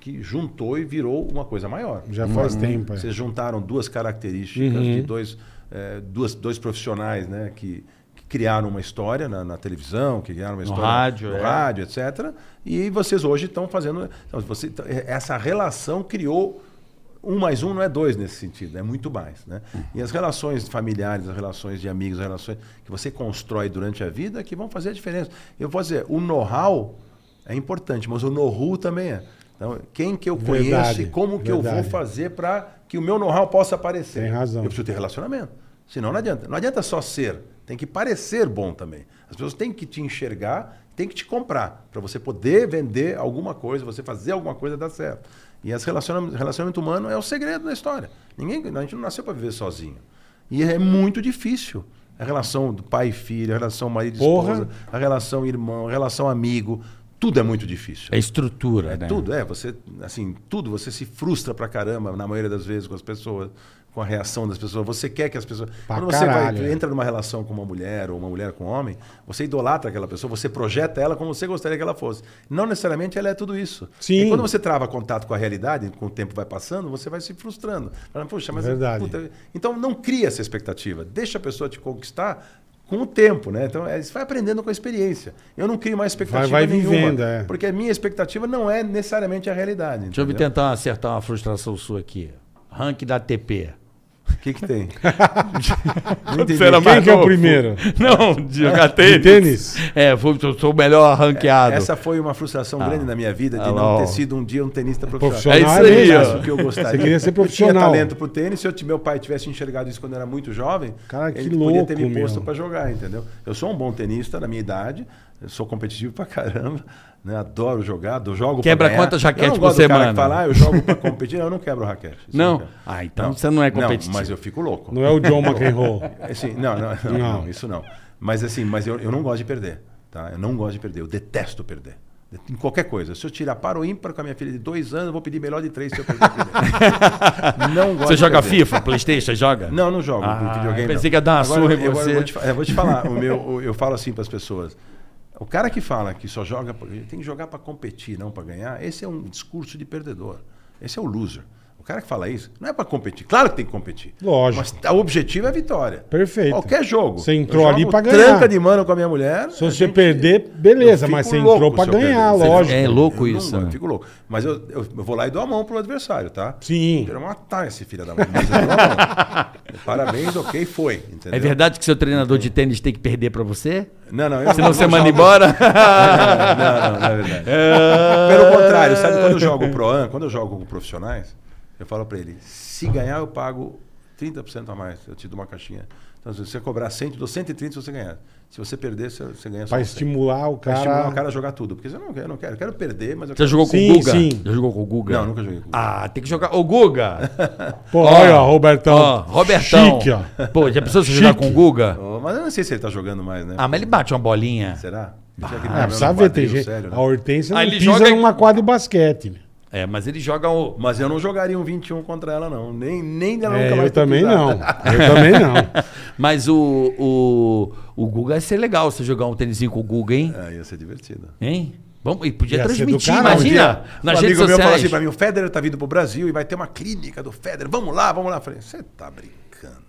Speaker 5: que juntou e virou uma coisa maior.
Speaker 4: Já faz
Speaker 3: Uhum.
Speaker 4: tempo, é.
Speaker 5: Vocês juntaram duas características de dois, eh, duas, dois profissionais né, que, que criaram uma história na, na televisão, que criaram uma história
Speaker 3: rádio,
Speaker 5: no
Speaker 3: é.
Speaker 5: rádio, etc. E vocês hoje estão fazendo. então, você- então, eh, essa relação criou. Um mais um não é dois nesse sentido, é muito mais. Né? E as relações familiares, as relações de amigos, as relações que você constrói durante a vida que vão fazer a diferença. Eu vou dizer, o know-how é importante, mas o know-how também é. Então, quem que eu conheço
Speaker 4: Verdade,
Speaker 5: e como que eu
Speaker 4: verdade.
Speaker 5: vou fazer para que o meu know-how possa aparecer.
Speaker 4: Tem razão.
Speaker 5: Eu preciso ter relacionamento. Senão não adianta. Não adianta só ser. Tem que parecer bom também. As pessoas têm que te enxergar, têm que te comprar para você poder vender alguma coisa, você fazer alguma coisa dar certo. E esse relacionamento, relacionamento humano é o segredo da história. Ninguém, a gente não nasceu para viver sozinho. E é muito difícil. A relação do pai e filho, a relação marido e
Speaker 4: Porra.
Speaker 5: esposa, a relação irmão, a relação amigo, tudo é muito difícil.
Speaker 3: É estrutura,
Speaker 5: É
Speaker 3: né?
Speaker 5: tudo, é. Você, assim, tudo. Você se frustra pra caramba, na maioria das vezes, com as pessoas, com a reação das pessoas. Você quer que as pessoas.
Speaker 4: Pra
Speaker 5: Quando você
Speaker 4: caralho,
Speaker 5: vai,
Speaker 4: é.
Speaker 5: entra numa relação com uma mulher ou uma mulher com um homem, você idolatra aquela pessoa, você projeta ela como você gostaria que ela fosse. Não necessariamente ela é tudo isso.
Speaker 4: Sim.
Speaker 5: E quando você trava contato com a realidade, com o tempo vai passando, você vai se frustrando. Fala, Puxa, mas.
Speaker 4: Verdade.
Speaker 5: puta, Então não cria essa expectativa. Deixa a pessoa te conquistar. Com o tempo, né? Então, é, você vai aprendendo com a experiência. Eu não crio mais expectativa
Speaker 4: vai
Speaker 5: nenhuma.
Speaker 4: vivendo, é.
Speaker 5: Porque a minha expectativa não é necessariamente a realidade.
Speaker 3: Deixa eu me
Speaker 5: entendeu?
Speaker 3: tentar acertar uma frustração sua aqui. Rank da TP.
Speaker 5: O que,
Speaker 3: (laughs)
Speaker 5: que tem?
Speaker 7: Você era
Speaker 4: Quem
Speaker 7: mais
Speaker 4: que é o
Speaker 7: novo?
Speaker 4: primeiro?
Speaker 7: Não, de
Speaker 3: (laughs)
Speaker 7: jogar
Speaker 4: De
Speaker 7: tênis.
Speaker 4: tênis?
Speaker 3: É, vou, eu sou o melhor ranqueado.
Speaker 5: É, Essa foi uma frustração grande na minha vida de
Speaker 3: Ah,
Speaker 5: não
Speaker 3: lá, ó.
Speaker 5: ter sido um dia um tenista profissional.
Speaker 4: Profissional.
Speaker 7: É isso aí,
Speaker 4: né?
Speaker 7: ó.
Speaker 5: Isso que eu gostaria.
Speaker 4: Você queria ser
Speaker 5: Eu tinha
Speaker 4: profissional.
Speaker 5: talento pro tênis. Se eu t- meu pai tivesse enxergado isso quando eu era muito jovem,
Speaker 4: Cara, que
Speaker 5: ele podia ter
Speaker 4: louco,
Speaker 5: me posto
Speaker 4: meu.
Speaker 5: para jogar, entendeu? Eu sou um bom tenista na minha idade. Eu sou competitivo pra caramba, né? Adoro jogar, eu jogo
Speaker 3: Quebra
Speaker 5: pra ganhar.
Speaker 3: quantas raquetes
Speaker 5: eu não
Speaker 3: por
Speaker 5: gosto do cara
Speaker 3: semana?
Speaker 5: que fala, "Ah, eu jogo pra competir. Não, eu não quebro raquete. Isso eu
Speaker 3: Não?
Speaker 5: quero.
Speaker 3: Ah, então você não é competitivo.
Speaker 5: mas eu fico louco.
Speaker 4: Não é o John McEnroe.
Speaker 5: Assim, não, não, não,
Speaker 4: Não.
Speaker 5: não, isso não. Mas assim, mas eu, eu não gosto de perder. Tá? Eu não gosto de perder, eu detesto perder. De- Em qualquer coisa. Se eu tirar par ou ímpar com a minha filha de dois anos, eu vou pedir melhor de três se eu perder.
Speaker 3: (laughs)
Speaker 5: primeiro. não gosto
Speaker 3: Você
Speaker 5: de
Speaker 3: joga
Speaker 5: perder.
Speaker 3: FIFA, Playstation, joga?
Speaker 5: Não, não jogo.
Speaker 3: Ah,
Speaker 5: videogame,
Speaker 3: pensei
Speaker 5: não.
Speaker 3: que ia dar uma
Speaker 5: Agora,
Speaker 3: surra em
Speaker 5: eu- agora
Speaker 3: você.
Speaker 5: Eu vou te, fa- eu vou te falar, o
Speaker 3: (laughs)
Speaker 5: meu, eu falo assim para as pessoas. O cara que fala que só joga, pra- tem que jogar para competir, não para ganhar, esse é um discurso de perdedor. Esse é o loser. O cara que fala isso, não é para competir. Claro que tem que competir.
Speaker 4: Lógico.
Speaker 5: Mas o objetivo é a vitória.
Speaker 4: Perfeito.
Speaker 5: Qualquer jogo.
Speaker 4: Você entrou
Speaker 5: Eu
Speaker 4: ali
Speaker 5: jogo
Speaker 4: pra ganhar.
Speaker 5: Tranca de mano com a minha mulher.
Speaker 4: Então, Se
Speaker 5: a
Speaker 4: você
Speaker 5: gente-
Speaker 4: perder, beleza,
Speaker 5: eu
Speaker 4: mas
Speaker 5: fico
Speaker 4: você
Speaker 5: louco
Speaker 4: entrou pra
Speaker 5: se eu
Speaker 4: ganhar,
Speaker 5: perder.
Speaker 4: lógico.
Speaker 3: É louco
Speaker 5: Eu não
Speaker 3: isso,
Speaker 5: gosto,
Speaker 3: né?
Speaker 5: Eu fico louco. Mas eu, eu vou lá e dou a mão pro adversário, tá?
Speaker 4: Sim.
Speaker 5: Era uma atalho esse filho da mãe. mas eu dou a mão. (laughs) Parabéns, ok, foi. Entendeu?
Speaker 3: É verdade que seu treinador de tênis tem que perder pra você?
Speaker 5: Não, não. eu
Speaker 3: Senão
Speaker 5: não
Speaker 3: você
Speaker 5: jogo-
Speaker 3: manda embora?
Speaker 5: (laughs) Não, não, não é verdade.
Speaker 3: É.
Speaker 5: Pelo contrário, sabe quando eu jogo pro An, quando eu jogo com profissionais, eu falo pra ele, se ganhar eu pago 30% a mais, eu te dou uma caixinha. Então, se você cobrar 100, eu dou 130 se você ganhar. Se você perder, você, você ganha só
Speaker 4: Pra
Speaker 5: 100.
Speaker 4: estimular o
Speaker 5: Pra
Speaker 4: cara.
Speaker 5: estimular o cara a jogar tudo. Porque eu não, quero- eu não quero, eu quero perder, mas eu
Speaker 3: Já
Speaker 5: quero...
Speaker 3: jogou com
Speaker 4: Sim,
Speaker 3: o Guga?
Speaker 4: sim.
Speaker 3: Já jogou com o Guga?
Speaker 5: Não, nunca joguei com o Guga.
Speaker 3: Ah, tem que jogar. Ô, Guga!
Speaker 4: Pô, olha, ó, Robertão.
Speaker 3: Ó, Robertão.
Speaker 4: Chique, ó. Ah,
Speaker 3: Pô, já pensou se jogar com o Guga?
Speaker 5: Oh, Mas eu não sei se ele tá jogando mais, né?
Speaker 3: Ah, mas ele bate uma bolinha.
Speaker 5: Será?
Speaker 4: É, precisa ver, tem gente.
Speaker 5: sério, né?
Speaker 4: A
Speaker 8: Ah,
Speaker 4: Hortência não
Speaker 3: Aí ele
Speaker 4: pisa
Speaker 3: joga-
Speaker 4: numa quadra de basquete. né?
Speaker 3: É, mas ele joga o. (laughs)
Speaker 5: Mas eu não jogaria um 21 contra ela, não. Nem, nem ela
Speaker 4: É,
Speaker 5: nunca mais
Speaker 4: eu também
Speaker 5: pisar.
Speaker 4: não. Eu também não.
Speaker 3: Mas o, o, o Guga ia ser legal você jogar um tênisinho com o Guga, hein?
Speaker 5: (laughs) Ah, ia ser divertido.
Speaker 3: Hein? Vamos, e podia
Speaker 4: Ia ser do
Speaker 3: transmitir,
Speaker 4: caralho.
Speaker 3: imagina!
Speaker 5: um
Speaker 3: Nas redes
Speaker 5: amigo meu falou assim
Speaker 3: sociais.
Speaker 5: pra mim, o Federer tá vindo pro Brasil e vai ter uma clínica do Federer. Vamos lá, vamos lá. Eu falei, você tá brincando.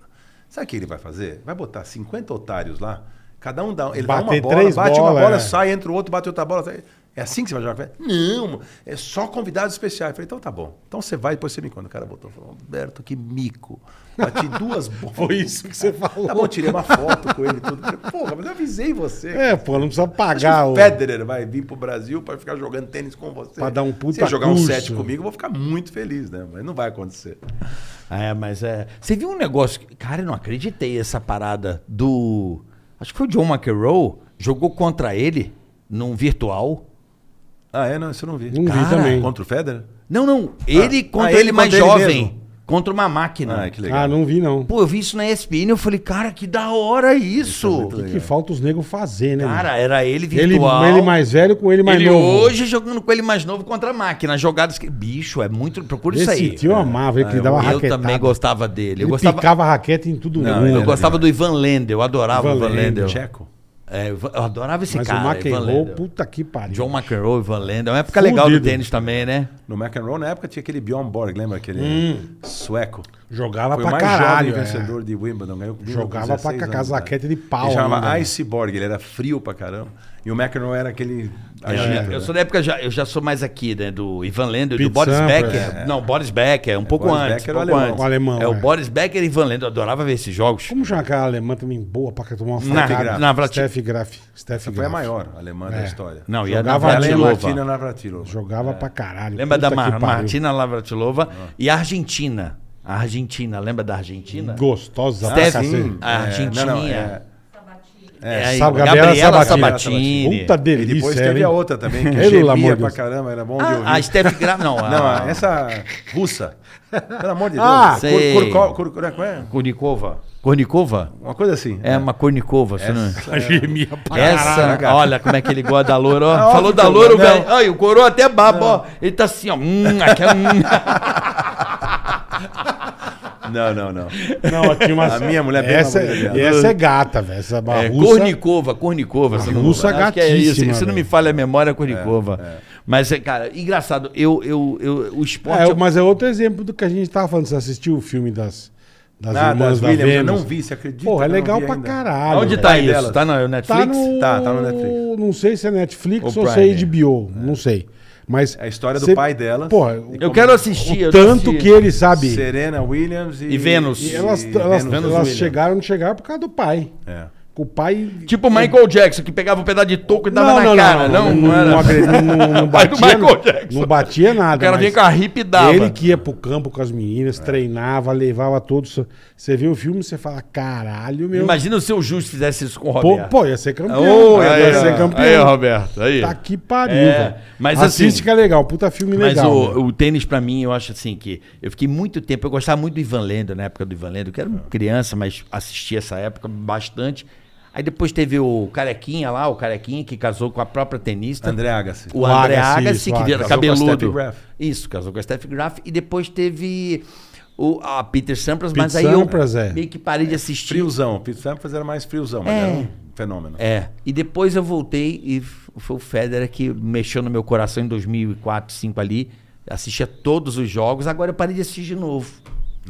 Speaker 5: Sabe o que ele vai fazer? Vai botar 50 otários lá, cada um dá, ele dá uma
Speaker 4: Bater
Speaker 5: bola,
Speaker 4: três
Speaker 5: bate
Speaker 4: bolas,
Speaker 5: uma bola,
Speaker 4: né?
Speaker 5: sai, entra o outro, bate outra bola. sai. É assim que você vai jogar? Eu falei, Não, é só convidados especiais. Eu falei, então tá bom. Então você vai, depois você me conta. O cara botou, falou, Roberto, que mico. Bati
Speaker 4: (laughs)
Speaker 5: duas bolas.
Speaker 4: Foi isso que você falou.
Speaker 5: Tá bom, tirei uma foto com ele e tudo. Eu Falei, Porra, mas eu avisei você.
Speaker 4: É, pô, não precisa
Speaker 5: Acho que
Speaker 4: pagar
Speaker 5: o Federer vai vir pro Brasil pra ficar jogando tênis com você.
Speaker 4: Pra dar um puta
Speaker 5: Se ele jogar
Speaker 4: curso.
Speaker 5: um set comigo, eu vou ficar muito feliz, né? Mas não vai acontecer.
Speaker 3: É, mas é. Você viu um negócio. que- Cara, eu não acreditei essa parada do. Acho que foi o John McEnroe. Jogou contra ele num virtual.
Speaker 5: Ah, é? Não, isso eu não vi.
Speaker 4: Não vi também.
Speaker 5: Contra o Federer?
Speaker 3: Não, não. Ele contra
Speaker 5: ah,
Speaker 3: ele,
Speaker 5: ele
Speaker 3: mais
Speaker 5: contra ele
Speaker 3: jovem.
Speaker 5: mesmo.
Speaker 8: contra uma máquina.
Speaker 5: Ah, que legal.
Speaker 4: Ah, não vi não.
Speaker 8: Pô, eu vi isso na ESPN e eu falei, cara, que da hora isso.
Speaker 5: é muito
Speaker 4: O que falta os negros fazer, né?
Speaker 8: Cara, era ele
Speaker 4: meu? ele,
Speaker 8: virtual.
Speaker 4: ele mais velho com ele mais
Speaker 8: Ele
Speaker 4: novo.
Speaker 8: hoje jogando com ele mais novo contra a máquina. Jogadas que. Bicho, é muito. Procura isso
Speaker 4: Esse
Speaker 8: aí.
Speaker 4: tio eu amava, ele que
Speaker 5: Ah,
Speaker 8: eu
Speaker 4: dava raquetada.
Speaker 8: também gostava dele. Eu
Speaker 4: Ele
Speaker 8: gostava,
Speaker 4: picava raquete em tudo
Speaker 5: Não,
Speaker 4: mundo. né?
Speaker 5: ele
Speaker 8: eu gostava do Ivan Lendel, eu adorava
Speaker 4: Ivan
Speaker 8: o Ivan Lendel.
Speaker 5: Tcheco.
Speaker 8: É, eu eu adorava esse
Speaker 4: Mas o
Speaker 8: cara. Ivan
Speaker 4: McEnroe,
Speaker 8: Lendel.
Speaker 4: puta que pariu.
Speaker 8: John McEnroe, Ivan Lendel. É uma época legal do
Speaker 4: Fudido.
Speaker 8: tênis também, né?
Speaker 5: No McEnroe, na época, tinha aquele Bjorn Borg, lembra aquele sueco?
Speaker 4: Jogava
Speaker 5: Foi o
Speaker 4: Hum. pra
Speaker 5: mais
Speaker 4: caralho.
Speaker 5: jovem
Speaker 4: é.
Speaker 5: vencedor de Wimbledon. Ganhou com
Speaker 4: Jogava
Speaker 5: 16
Speaker 4: pra
Speaker 5: anos,
Speaker 4: casaquete
Speaker 5: né?
Speaker 4: de pau
Speaker 5: Ele chamava
Speaker 4: ainda.
Speaker 5: Iceborg, ele era frio pra caramba. E o McEnroe era aquele
Speaker 4: É,
Speaker 5: agito,
Speaker 8: É, Eu
Speaker 5: né?
Speaker 8: sou da época, já, eu já sou mais aqui, né? Do Ivan Lendl e do
Speaker 4: Pete é.
Speaker 8: Boris
Speaker 4: Sampras.
Speaker 8: Becker. Não, Boris Becker, um pouco
Speaker 5: Boris
Speaker 8: antes.
Speaker 5: Becker era
Speaker 8: pouco
Speaker 5: alemão.
Speaker 8: antes.
Speaker 4: O alemão,
Speaker 8: é, o
Speaker 4: é.
Speaker 8: Boris Becker e Ivan Lendl. Eu adorava ver esses jogos.
Speaker 4: Como chama aquela alemã também boa pra tomar uma
Speaker 8: Na-
Speaker 4: facada?
Speaker 8: na Vlat-
Speaker 4: Steph Graf. Steph
Speaker 5: Foi a
Speaker 4: Graf.
Speaker 5: maior alemã da
Speaker 4: É.
Speaker 5: história.
Speaker 8: Não, e a
Speaker 4: Jogava
Speaker 5: Ela é
Speaker 8: Navratilova.
Speaker 5: Martina Navratilova.
Speaker 4: Jogava pra caralho.
Speaker 8: É. Lembra da
Speaker 4: Puta
Speaker 8: Mar-
Speaker 4: que pariu. Ah.
Speaker 8: Martina Lavratilova e a Argentina. A Argentina, lembra da Argentina?
Speaker 4: Gostosa
Speaker 5: É,
Speaker 4: pra
Speaker 8: Steph-
Speaker 4: cacete.
Speaker 8: a Argentininha. É, aí,
Speaker 4: Sabe,
Speaker 8: Gabriela,
Speaker 4: Gabriela
Speaker 8: Sabatini.
Speaker 4: Puta
Speaker 5: E
Speaker 4: delícia.
Speaker 5: depois teve
Speaker 4: hein?
Speaker 5: a outra também, que é
Speaker 4: Pelo amor
Speaker 5: gemia
Speaker 4: de
Speaker 5: pra
Speaker 4: Deus.
Speaker 5: caramba, era bom de ouvir.
Speaker 8: Ah, a Steph Graf,
Speaker 5: (laughs)
Speaker 8: não. a-
Speaker 5: Não, a- essa russa. Pelo amor de Deus.
Speaker 4: Ah,
Speaker 5: Cur-
Speaker 8: sei.
Speaker 5: Kurko- Kur- Kur- como é?
Speaker 8: Kornikova. Kornikova?
Speaker 5: Uma coisa assim.
Speaker 8: É uma Kornikova, se não
Speaker 4: Ela gemia pra
Speaker 8: Essa,
Speaker 5: cara.
Speaker 8: olha como é que ele gosta da loura, ó.
Speaker 5: óbvio
Speaker 8: Falou da
Speaker 5: que eu
Speaker 8: loura,
Speaker 5: gosto.
Speaker 8: velho. Ai, o coroa até baba, ó. Ele tá assim, ó. Hum, aqui é, hum.
Speaker 5: Não, não, não.
Speaker 4: Não, tinha uma...
Speaker 5: A minha mulher bem
Speaker 4: essa,
Speaker 5: mais bonita.
Speaker 4: é, essa é gata, velho. Essa é,
Speaker 8: É,
Speaker 4: russa.
Speaker 8: Kornikova, Kornikova.
Speaker 4: Ah.
Speaker 8: se não-
Speaker 4: russa
Speaker 8: acho que é isso.
Speaker 4: gatíssima,
Speaker 8: Se não me
Speaker 4: velho.
Speaker 8: falha a memória, é Kornikova. Mas, é, cara, engraçado. Eu, eu, eu, o esporte...
Speaker 4: É, mas é outro exemplo do que a gente tava falando. Você assistiu o filme das, das
Speaker 5: Nada,
Speaker 4: irmãs
Speaker 5: as
Speaker 4: da
Speaker 5: é Williams, eu
Speaker 4: Vênus?
Speaker 5: não vi, você acredita?
Speaker 4: Porra, é
Speaker 5: Eu não
Speaker 4: legal
Speaker 5: vi
Speaker 4: pra
Speaker 5: ainda.
Speaker 4: caralho.
Speaker 8: Onde
Speaker 4: velho. É
Speaker 8: tá
Speaker 5: pai
Speaker 8: isso?
Speaker 5: dela.
Speaker 8: Tá na
Speaker 4: Tá
Speaker 8: Netflix?
Speaker 4: no...
Speaker 5: Tá, tá no Netflix.
Speaker 4: Não sei se é Netflix
Speaker 8: Ou
Speaker 4: ou, se é
Speaker 8: Prime.
Speaker 4: HBO. Não sei. Mas
Speaker 5: É a história do
Speaker 4: cê-
Speaker 5: pai dela.
Speaker 4: Porra,
Speaker 8: Eu
Speaker 4: o
Speaker 8: quero assistir. eu
Speaker 4: tanto
Speaker 8: assisti.
Speaker 4: que ele sabe...
Speaker 5: Serena Williams e,
Speaker 8: E Vênus.
Speaker 5: E
Speaker 4: E elas, elas,
Speaker 5: Vênus.
Speaker 4: elas
Speaker 5: Williams.
Speaker 4: chegaram, não chegaram por causa do pai.
Speaker 5: É.
Speaker 4: O pai.
Speaker 8: Tipo o Michael Jackson, que pegava um pedaço de toco e dava na cara. Não, não, (laughs) era.
Speaker 4: não, agre- não- não- não
Speaker 8: Pai do
Speaker 4: batia,
Speaker 8: Michael Jackson.
Speaker 4: não batia nada.
Speaker 8: O cara
Speaker 4: mas
Speaker 8: vinha com a hip e dava.
Speaker 4: Ele que ia pro campo com as meninas, treinava, levava todos. Você vê o filme, você fala, caralho, meu.
Speaker 8: Imagina se o seu Justo fizesse isso com o
Speaker 4: pô,
Speaker 8: Roberto.
Speaker 4: pô, ia ser campeão.
Speaker 8: Ô,
Speaker 4: ia
Speaker 8: aí,
Speaker 4: ser
Speaker 8: ó.
Speaker 4: campeão.
Speaker 8: Aí, ó, Roberto. Aí.
Speaker 4: Tá que pariu,
Speaker 8: É,
Speaker 4: velho.
Speaker 8: mas
Speaker 4: Assiste
Speaker 8: assim-
Speaker 4: que é legal, puta filme
Speaker 8: Mas
Speaker 4: legal.
Speaker 8: o,
Speaker 4: né?
Speaker 8: o tênis, pra mim, eu acho assim que. Eu fiquei muito tempo. Eu gostava muito do Ivan Lendl, na época do Ivan Lendl, que era uma criança, mas assisti essa época bastante. Aí depois teve o Carequinha lá, o Carequinha, que casou com a própria tenista.
Speaker 5: André Agassi.
Speaker 8: O André
Speaker 4: Agassi,
Speaker 8: Agassi,
Speaker 4: isso,
Speaker 8: que era
Speaker 5: Agassi. Casou com a
Speaker 8: cabeludo.
Speaker 5: Steffi Graf.
Speaker 8: Isso, casou com a Steph Graf. E depois teve o, a Peter Sampras,
Speaker 4: Pete
Speaker 8: mas aí eu
Speaker 4: Sampras, é.
Speaker 8: meio que parei de assistir.
Speaker 5: Friozão. Pete Sampras era mais friozão, mas
Speaker 8: É.
Speaker 5: era um fenômeno.
Speaker 8: É. E depois eu voltei e f- foi o Federer que mexeu no meu coração em 2004, 2005 ali. Assistia todos os jogos. Agora eu parei de assistir de novo.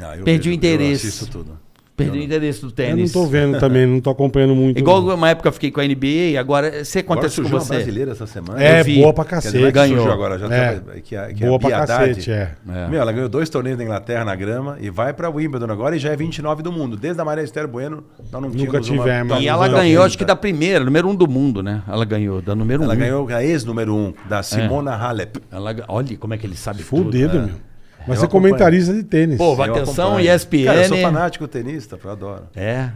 Speaker 5: Ah, eu
Speaker 8: Perdi o
Speaker 5: eu
Speaker 8: interesse.
Speaker 5: assisto tudo.
Speaker 8: Perdi o interesse do
Speaker 4: eu não
Speaker 8: tênis.
Speaker 4: tô vendo também, não tô acompanhando muito.
Speaker 8: Igual
Speaker 4: não.
Speaker 8: uma época eu fiquei com a NBA e agora você
Speaker 5: Agora
Speaker 8: acontece com
Speaker 5: surgiu uma
Speaker 8: você.
Speaker 5: brasileira essa semana.
Speaker 4: É,
Speaker 8: eu vi.
Speaker 4: boa pra
Speaker 5: Quer dizer, não
Speaker 4: cacete.
Speaker 5: é que surgiu
Speaker 8: Ganhou.
Speaker 5: agora, já
Speaker 4: É.
Speaker 5: tá- que a- que a
Speaker 4: Boa
Speaker 5: Bia
Speaker 4: pra
Speaker 5: Haddad-
Speaker 4: cacete, é.
Speaker 5: Meu, ela ganhou dois torneios na Inglaterra na grama e vai pra Wimbledon agora e já é 29 do mundo. Desde a Maria Esther Bueno, nós não
Speaker 4: Nunca
Speaker 5: tínhamos
Speaker 4: tivemos.
Speaker 5: uma...
Speaker 8: E
Speaker 4: Nos
Speaker 8: ela
Speaker 4: anos
Speaker 8: ganhou,
Speaker 5: 90.
Speaker 8: acho que da primeira, número um do mundo, né? Ela ganhou, da número
Speaker 5: Ela
Speaker 8: um.
Speaker 5: ganhou a ex-número um,
Speaker 8: É.
Speaker 5: da Simona Halep.
Speaker 8: Ela ga- Olha como é que ele sabe
Speaker 4: Fudido,
Speaker 8: tudo. né?
Speaker 4: meu. Mas
Speaker 5: Eu
Speaker 4: você é
Speaker 5: acompanho.
Speaker 4: comentarista de tênis.
Speaker 8: Pô, vai-
Speaker 5: Eu
Speaker 8: Atenção,
Speaker 5: acompanho.
Speaker 8: ESPN.
Speaker 5: Cara, eu sou fanático tenista, eu adoro.
Speaker 8: É.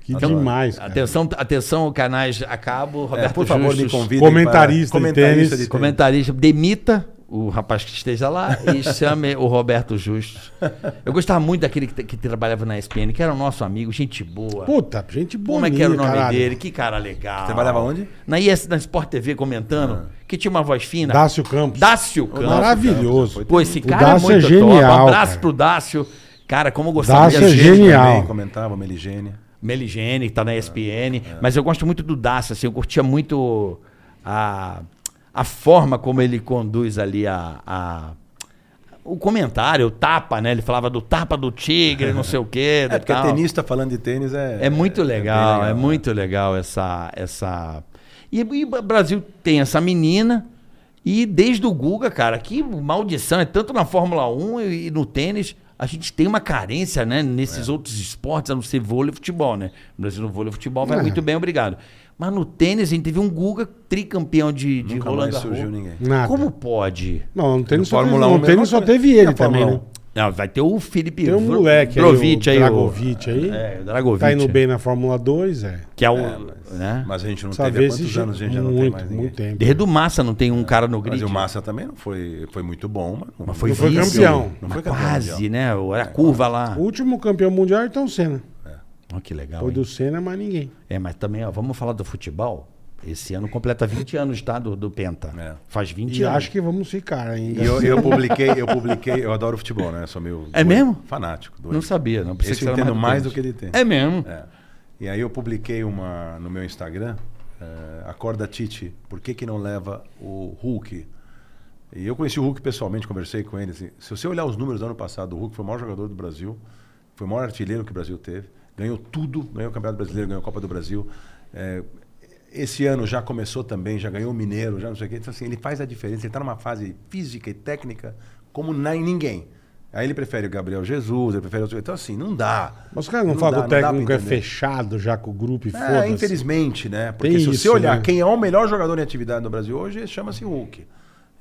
Speaker 4: que demais. cara.
Speaker 8: Atenção, atenção, canais a cabo,
Speaker 5: É,
Speaker 8: Roberto
Speaker 5: por favor, me
Speaker 8: Justus.
Speaker 5: convidem
Speaker 4: Comentarista
Speaker 5: para-
Speaker 4: de
Speaker 5: comentarista
Speaker 4: tênis.
Speaker 5: de tênis.
Speaker 8: comentarista, demita o rapaz que esteja lá e
Speaker 4: (laughs)
Speaker 8: chame o Roberto Justo. Eu gostava muito daquele que, que trabalhava na SPN, que era o nosso amigo, gente boa.
Speaker 4: Puta, gente boa.
Speaker 8: Como é que era o nome dele? Que cara legal.
Speaker 5: Trabalhava onde? Ah.
Speaker 8: Na, IS, na Sport TV comentando, que tinha uma voz fina.
Speaker 4: Dácio Campos.
Speaker 8: Dácio Campos.
Speaker 4: Maravilhoso.
Speaker 8: Pô, esse
Speaker 4: O
Speaker 8: cara é
Speaker 4: Dácio é
Speaker 8: muito top. Um
Speaker 4: genial,
Speaker 8: abraço
Speaker 4: cara.
Speaker 8: pro Dácio. Cara, como eu gostava
Speaker 4: Dácio é
Speaker 8: dele.
Speaker 4: genial.
Speaker 5: Também, comentava, Meligênia.
Speaker 8: Meligene, que tá na ESPN. Mas eu gosto muito do Daça, assim, eu curtia muito a, a forma como ele conduz ali a, a- o comentário, o tapa, né? Ele falava do tapa do tigre, não sei o quê. do
Speaker 5: É, porque
Speaker 8: tal.
Speaker 5: tenista falando de tênis é...
Speaker 8: É muito
Speaker 5: bem
Speaker 8: legal, é muito legal essa. essa... E, e o Brasil tem essa menina. E desde o Guga, cara, que maldição, é tanto na Fórmula 1 e, e no tênis, a gente tem uma carência, né, nesses outros esportes, a não ser vôlei e futebol, né? O Brasil no vôlei e futebol vai muito bem, obrigado. Mas no tênis a gente teve um Guga tricampeão de, de
Speaker 5: Nunca
Speaker 8: Roland
Speaker 5: mais surgiu
Speaker 4: Né?
Speaker 8: Garros.
Speaker 5: ninguém.
Speaker 4: Nada.
Speaker 8: Como pode?
Speaker 4: Não, no tênis, só teve,
Speaker 5: Fórmula 1
Speaker 4: no tênis
Speaker 5: mesmo,
Speaker 4: só
Speaker 5: né?
Speaker 4: teve
Speaker 5: E a
Speaker 4: ele também,
Speaker 5: Fórmula
Speaker 4: né?
Speaker 5: 1?
Speaker 8: Não, Ah, vai ter o Felipe
Speaker 4: Tem um
Speaker 8: Vro-
Speaker 4: moleque aí,
Speaker 8: Brovic um.
Speaker 4: o
Speaker 8: aí,
Speaker 4: Dragovic aí.
Speaker 8: É, o Dragovic.
Speaker 4: Tá indo bem na Fórmula 2, é.
Speaker 8: Que é o. né?
Speaker 5: Mas a gente não
Speaker 4: Essa
Speaker 5: teve há
Speaker 4: vez
Speaker 5: quantos
Speaker 4: já-
Speaker 5: anos, a gente já não
Speaker 4: muito,
Speaker 5: tem mais ninguém.
Speaker 4: muito tempo.
Speaker 8: Desde o Massa não tem um cara no grid.
Speaker 5: Mas o Massa também não foi, foi muito bom, mas não,
Speaker 8: foi
Speaker 5: não
Speaker 4: Foi
Speaker 8: Isso.
Speaker 4: campeão.
Speaker 5: Não
Speaker 8: Mas
Speaker 5: foi campeão
Speaker 8: quase,
Speaker 5: mundial.
Speaker 8: né? Era a curva lá.
Speaker 4: O último campeão mundial é Ayrton Senna.
Speaker 8: Olha que legal.
Speaker 4: Foi
Speaker 8: hein?
Speaker 4: do Senna, mas ninguém.
Speaker 8: É, mas também, ó, vamos falar do futebol. Esse ano completa 20 anos, tá? Do, do Penta.
Speaker 5: É.
Speaker 8: Faz 20
Speaker 4: E
Speaker 8: anos.
Speaker 4: acho que vamos ficar ainda.
Speaker 5: E eu, eu publiquei, eu publiquei, eu adoro futebol, né? Sou meio
Speaker 8: É
Speaker 5: doido,
Speaker 8: mesmo?
Speaker 5: fanático. doido.
Speaker 8: Não sabia, não. Pensei
Speaker 5: Esse
Speaker 8: que
Speaker 5: eu
Speaker 8: você era
Speaker 5: entendo mais do
Speaker 8: tênis.
Speaker 5: que ele tem.
Speaker 8: É mesmo.
Speaker 5: É. E aí eu publiquei uma no meu Instagram, eh, Acorda Tite, por que, que não leva o Hulk? E eu conheci o Hulk pessoalmente, conversei com ele. assim, se você olhar os números do ano passado, o Hulk foi o maior jogador do Brasil, foi o maior artilheiro que o Brasil teve, ganhou tudo, ganhou o Campeonato Brasileiro, ganhou a Copa do Brasil. Eh, esse ano já começou também, já ganhou o Mineiro, já não sei o quê. Então, assim, ele faz a diferença, ele está numa fase física e técnica como na- ninguém. Aí ele prefere o Gabriel Jesus, ele prefere outro. Então, assim, não dá.
Speaker 4: Mas os caras não,
Speaker 5: Não
Speaker 4: falam
Speaker 5: dá,
Speaker 4: que o
Speaker 5: não dá pra
Speaker 4: técnico é
Speaker 5: entender.
Speaker 4: fechado já com o grupo e
Speaker 5: É,
Speaker 4: foda-se.
Speaker 5: infelizmente, né? Porque
Speaker 4: Tem
Speaker 5: se você
Speaker 4: isso,
Speaker 5: olhar
Speaker 4: né?
Speaker 5: quem é o melhor jogador em atividade no Brasil hoje, chama-se Hulk.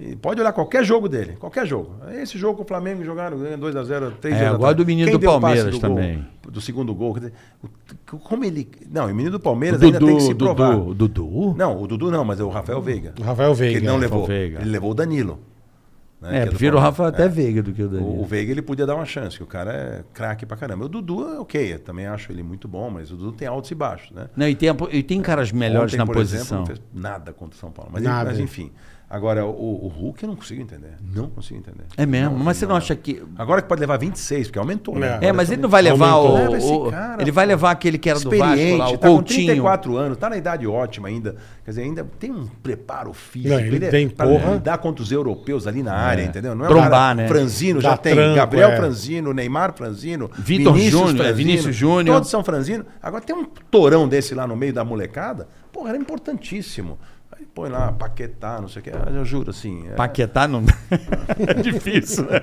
Speaker 5: E pode olhar qualquer jogo dele, qualquer jogo. Esse jogo com o Flamengo jogaram 2x0, 3
Speaker 8: É,
Speaker 5: atrás.
Speaker 8: agora do menino
Speaker 5: Quem
Speaker 8: do
Speaker 5: deu o passe
Speaker 8: Palmeiras
Speaker 5: do gol,
Speaker 8: também.
Speaker 5: do segundo gol. quer dizer, o- Como ele. Não, o menino do
Speaker 8: O
Speaker 5: Palmeiras ainda tem que
Speaker 8: Dudu,
Speaker 5: se provar.
Speaker 8: Dudu, Dudu.
Speaker 5: Não, o Dudu não, mas é o Rafael Veiga.
Speaker 4: O Rafael
Speaker 5: Que
Speaker 4: Veiga.
Speaker 5: Ele não levou.
Speaker 8: Veiga.
Speaker 5: Ele levou o Danilo. né, que
Speaker 8: É,
Speaker 5: do
Speaker 8: prefiro o
Speaker 5: Palmeiras.
Speaker 8: Rafa até Veiga do que o
Speaker 5: O, o
Speaker 8: Danilo.
Speaker 5: Veiga ele podia dar uma chance, que o cara é craque pra caramba. O Dudu, é ok, eu também acho ele muito bom, mas o Dudu tem altos e baixos, né?
Speaker 8: Não, e tem, a- e tem caras melhores
Speaker 5: Ontem,
Speaker 8: na
Speaker 5: por
Speaker 8: posição.
Speaker 5: Exemplo, não fez nada contra o São Paulo. Mas,
Speaker 4: Nada.
Speaker 5: mas enfim. Agora, o, o Hulk eu não consigo entender. Não consigo entender.
Speaker 8: é mesmo, mas você não acha que.
Speaker 5: Agora que pode levar 26, porque aumentou, né?
Speaker 4: É.
Speaker 5: Agora
Speaker 8: É, mas
Speaker 5: também-
Speaker 8: ele não vai levar
Speaker 4: Aumentou.
Speaker 8: o.
Speaker 5: Leva esse
Speaker 8: o-
Speaker 5: cara,
Speaker 8: ele vai levar aquele que era do Vasco
Speaker 5: Experiente,
Speaker 8: lá, o
Speaker 5: tá com
Speaker 8: Coutinho.
Speaker 5: 34 anos, tá na idade ótima ainda. Quer dizer, ainda tem um preparo físico.
Speaker 4: Não, ele
Speaker 5: é
Speaker 4: tem
Speaker 5: pra
Speaker 4: porra.
Speaker 5: lidar contra os europeus ali na área, entendeu? Não é um
Speaker 8: Trombar,
Speaker 5: cara-
Speaker 8: né?
Speaker 5: Franzino já
Speaker 4: Dá
Speaker 5: tem.
Speaker 4: tranco,
Speaker 5: Gabriel
Speaker 4: é.
Speaker 5: Franzino, Neymar Franzino,
Speaker 8: Vitor Júnior, é, Vinícius Júnior.
Speaker 5: Todos são Franzino. Agora tem um torão desse lá no meio da molecada. Porra, era importantíssimo. Aí põe lá, Paquetá, não sei o que. Eu juro, assim. é-
Speaker 8: Paquetá não. (laughs) é difícil, né?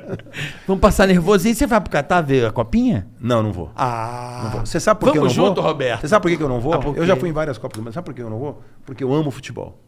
Speaker 8: Vamos passar nervosinho. Você vai pro Catar ver a copinha?
Speaker 5: Não, não vou.
Speaker 8: Ah.
Speaker 5: Não vou. Você sabe por que eu não
Speaker 8: Vamos
Speaker 5: vou?
Speaker 8: junto, Roberto.
Speaker 5: Você sabe por que que eu não vou?
Speaker 8: Ah, por
Speaker 5: eu
Speaker 8: quê?
Speaker 5: já fui em várias Copas do Mundo. Sabe por que eu não vou? Porque eu amo futebol.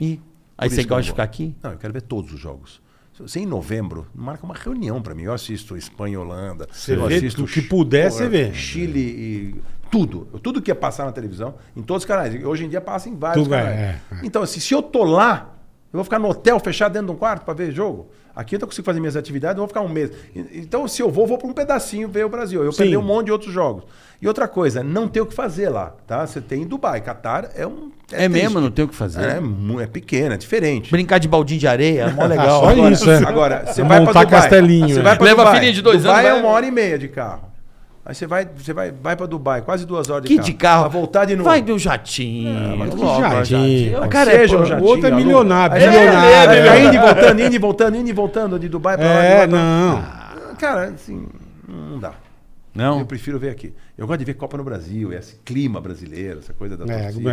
Speaker 8: Ih, aí
Speaker 5: Por
Speaker 8: você
Speaker 5: isso que
Speaker 8: gosta
Speaker 5: eu não
Speaker 8: de
Speaker 5: vou.
Speaker 8: ficar aqui?
Speaker 5: Não, eu quero ver todos os jogos. Se você em novembro, marca uma reunião pra mim. Eu assisto Espanha e Holanda.
Speaker 4: Você
Speaker 5: eu
Speaker 4: vê
Speaker 5: assisto
Speaker 4: o que puder, você vê.
Speaker 5: Chile e tudo. Tudo que ia passar na televisão, em todos os canais. E Hoje em dia passa em vários
Speaker 4: Tudo, é,
Speaker 5: canais.
Speaker 4: é, é.
Speaker 5: Então, assim, se eu tô lá, eu vou ficar no hotel fechado dentro de um quarto pra ver jogo. Aqui eu não consigo fazer minhas atividades, eu vou ficar um mês. E- Então, se eu vou, vou pra um pedacinho ver o Brasil. Eu
Speaker 4: Sim.
Speaker 5: perdi um monte de outros jogos. E outra coisa, não tem o que fazer lá, tá? Você tem em Dubai. Qatar é um.
Speaker 8: É, mesmo,
Speaker 5: triste.
Speaker 8: não tem o que fazer.
Speaker 5: É, mu- é pequena, é diferente.
Speaker 8: Brincar de baldinho de areia, (laughs) é mó legal.
Speaker 4: Só
Speaker 5: Agora,
Speaker 4: isso, é.
Speaker 5: Agora, você
Speaker 4: Montar
Speaker 5: vai pra Dubai.
Speaker 4: castelinho,
Speaker 5: Você
Speaker 4: é.
Speaker 5: vai pra
Speaker 8: Leva
Speaker 5: Dubai.
Speaker 8: a filhinha de dois
Speaker 5: Dubai
Speaker 8: anos,
Speaker 5: é
Speaker 8: vai-
Speaker 5: uma hora e meia de carro. Aí você vai, você vai, vai pra Dubai, quase duas horas de
Speaker 8: Que
Speaker 5: carro.
Speaker 8: de carro.
Speaker 5: Pra voltar de novo. Ah,
Speaker 8: Vai de um jatinho.
Speaker 4: Que
Speaker 8: logo,
Speaker 4: jardim.
Speaker 8: Ah, Cara, é,
Speaker 5: Seja um
Speaker 8: pô,
Speaker 5: jatinho,
Speaker 4: O outro é
Speaker 5: aluga.
Speaker 4: milionário.
Speaker 5: É,
Speaker 4: bilionário.
Speaker 5: é, é, indo e voltando, indo e voltando, indo e voltando de Dubai pra lá. de
Speaker 4: É,
Speaker 5: lá pra lá.
Speaker 4: não.
Speaker 5: Cara, assim, não dá. Eu
Speaker 8: Não?
Speaker 5: prefiro ver aqui. Eu gosto de ver Copa no Brasil, esse clima brasileiro, essa coisa da torcida.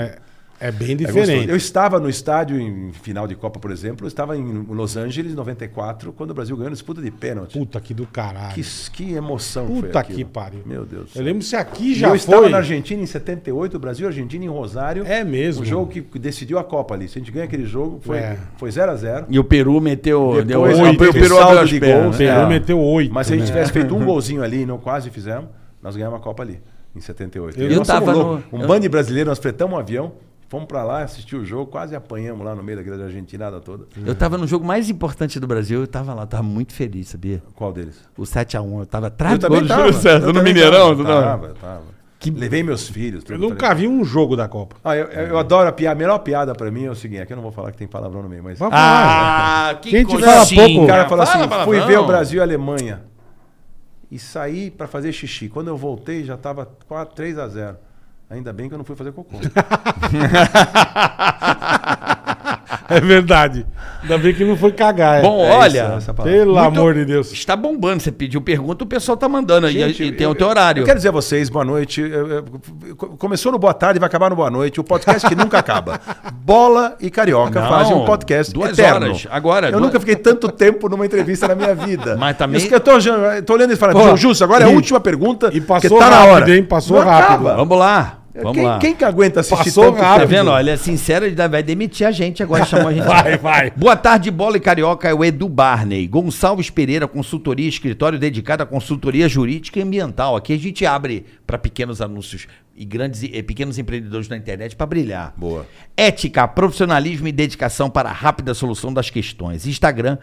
Speaker 4: É, é bem
Speaker 5: É gostoso.
Speaker 4: diferente.
Speaker 5: eu estava no estádio em final de Copa, por exemplo, eu estava em Los Angeles, 94, quando o Brasil ganhou a disputa de pênalti.
Speaker 4: Puta que do caralho.
Speaker 5: Que, que emoção foi
Speaker 4: Puta
Speaker 5: aquilo.
Speaker 4: que pariu.
Speaker 5: Meu Deus. do
Speaker 4: Eu
Speaker 5: céu.
Speaker 4: lembro se aqui
Speaker 5: E
Speaker 4: já
Speaker 5: eu
Speaker 4: foi.
Speaker 5: estava na Argentina em 78, o Brasil e Argentina em Rosário.
Speaker 4: É mesmo.
Speaker 5: Um jogo que decidiu a Copa ali. Se a gente ganha aquele jogo, foi
Speaker 4: É.
Speaker 5: foi 0 a 0
Speaker 8: E o Peru meteu. Deu,
Speaker 5: Depois,
Speaker 4: oito,
Speaker 8: abriu- o Peru
Speaker 5: saldo
Speaker 8: abriu as
Speaker 5: de
Speaker 8: pernas.
Speaker 5: gols.
Speaker 4: O Peru
Speaker 5: É.
Speaker 4: meteu oito.
Speaker 5: Mas se a gente
Speaker 4: né?
Speaker 5: tivesse feito um golzinho ali e não quase fizemos, nós ganhamos a Copa ali, em 78.
Speaker 4: Eu-
Speaker 5: Nós
Speaker 8: eu tava
Speaker 5: somos loucos.
Speaker 8: no-
Speaker 5: Um
Speaker 8: eu-
Speaker 5: bando de brasileiro, nós fretamos um avião, fomos pra lá, assistir o jogo, quase apanhamos lá no meio daquela argentinada toda.
Speaker 8: Eu tava no jogo mais importante do Brasil, eu tava lá, tava muito feliz, sabia?
Speaker 5: Qual deles?
Speaker 8: O 7x1, eu tava atrás do
Speaker 3: tava. Júlio César, no Mineirão, tu tava?
Speaker 5: tava, eu tava. Levei meus filhos.
Speaker 4: Eu
Speaker 5: tudo.
Speaker 4: nunca vi um jogo da Copa.
Speaker 5: Ah, eu, eu- eu adoro a piada. A melhor piada pra mim é o seguinte: aqui eu não vou falar que tem palavrão no meio, mas.
Speaker 4: Vamos falar.
Speaker 8: Ah, que
Speaker 4: Quem tiver
Speaker 8: coisa
Speaker 4: há pouco-
Speaker 5: O
Speaker 8: Ah,
Speaker 5: cara falou
Speaker 3: Fala
Speaker 5: assim:
Speaker 3: palavrão.
Speaker 5: fui ver o Brasil e a Alemanha. E saí pra fazer xixi. Quando eu voltei, já tava 4, 3 a 0. Ainda bem que eu não fui fazer
Speaker 8: (laughs)
Speaker 5: cocô.
Speaker 4: (laughs) É verdade. Ainda bem que não foi cagar. é.
Speaker 8: Bom,
Speaker 5: É
Speaker 8: olha,
Speaker 5: isso, essa palavra.
Speaker 4: Pelo
Speaker 8: muito-
Speaker 4: amor de Deus.
Speaker 8: está Tá bombando. Você pediu pergunta, o pessoal tá mandando. aí
Speaker 5: Gente,
Speaker 8: e tem o
Speaker 5: eu-
Speaker 8: teu horário.
Speaker 5: Eu quero dizer a vocês, boa noite. Eu- eu- eu- Começou no Boa Tarde, vai acabar no Boa Noite. O podcast que
Speaker 8: (laughs)
Speaker 5: nunca acaba. Bola e Carioca
Speaker 8: Não,
Speaker 5: fazem um podcast
Speaker 8: duas
Speaker 5: eterno.
Speaker 8: horas, agora,
Speaker 5: Eu
Speaker 8: duas-
Speaker 5: nunca fiquei tanto tempo numa entrevista na minha vida.
Speaker 8: Mas tá também-
Speaker 5: Isso que eu tô, já- tô olhando e falando, Justo, agora é a
Speaker 4: e-
Speaker 5: última pergunta.
Speaker 4: e
Speaker 5: porque
Speaker 4: passou
Speaker 5: tá na
Speaker 4: rápido,
Speaker 5: hora.
Speaker 4: hein? Passou rápido.
Speaker 5: acaba.
Speaker 8: Vamos lá. Vamos
Speaker 5: quem,
Speaker 8: lá.
Speaker 5: quem que aguenta assistir
Speaker 4: Passou
Speaker 5: tanto
Speaker 4: rápido.
Speaker 8: Tá
Speaker 5: tempo?
Speaker 8: vendo? Olha, sincero, ele vai demitir a gente
Speaker 4: (laughs)
Speaker 8: agora, chamou a gente.
Speaker 4: Vai, vai.
Speaker 8: Boa tarde, bola e carioca. É o Edu Barney. Gonçalves Pereira, consultoria, escritório dedicado à consultoria jurídica e ambiental. Aqui a gente abre para pequenos anúncios e grandes e eh, pequenos empreendedores na internet para brilhar.
Speaker 5: Boa.
Speaker 8: Ética, profissionalismo e dedicação para a rápida solução das questões. Instagram.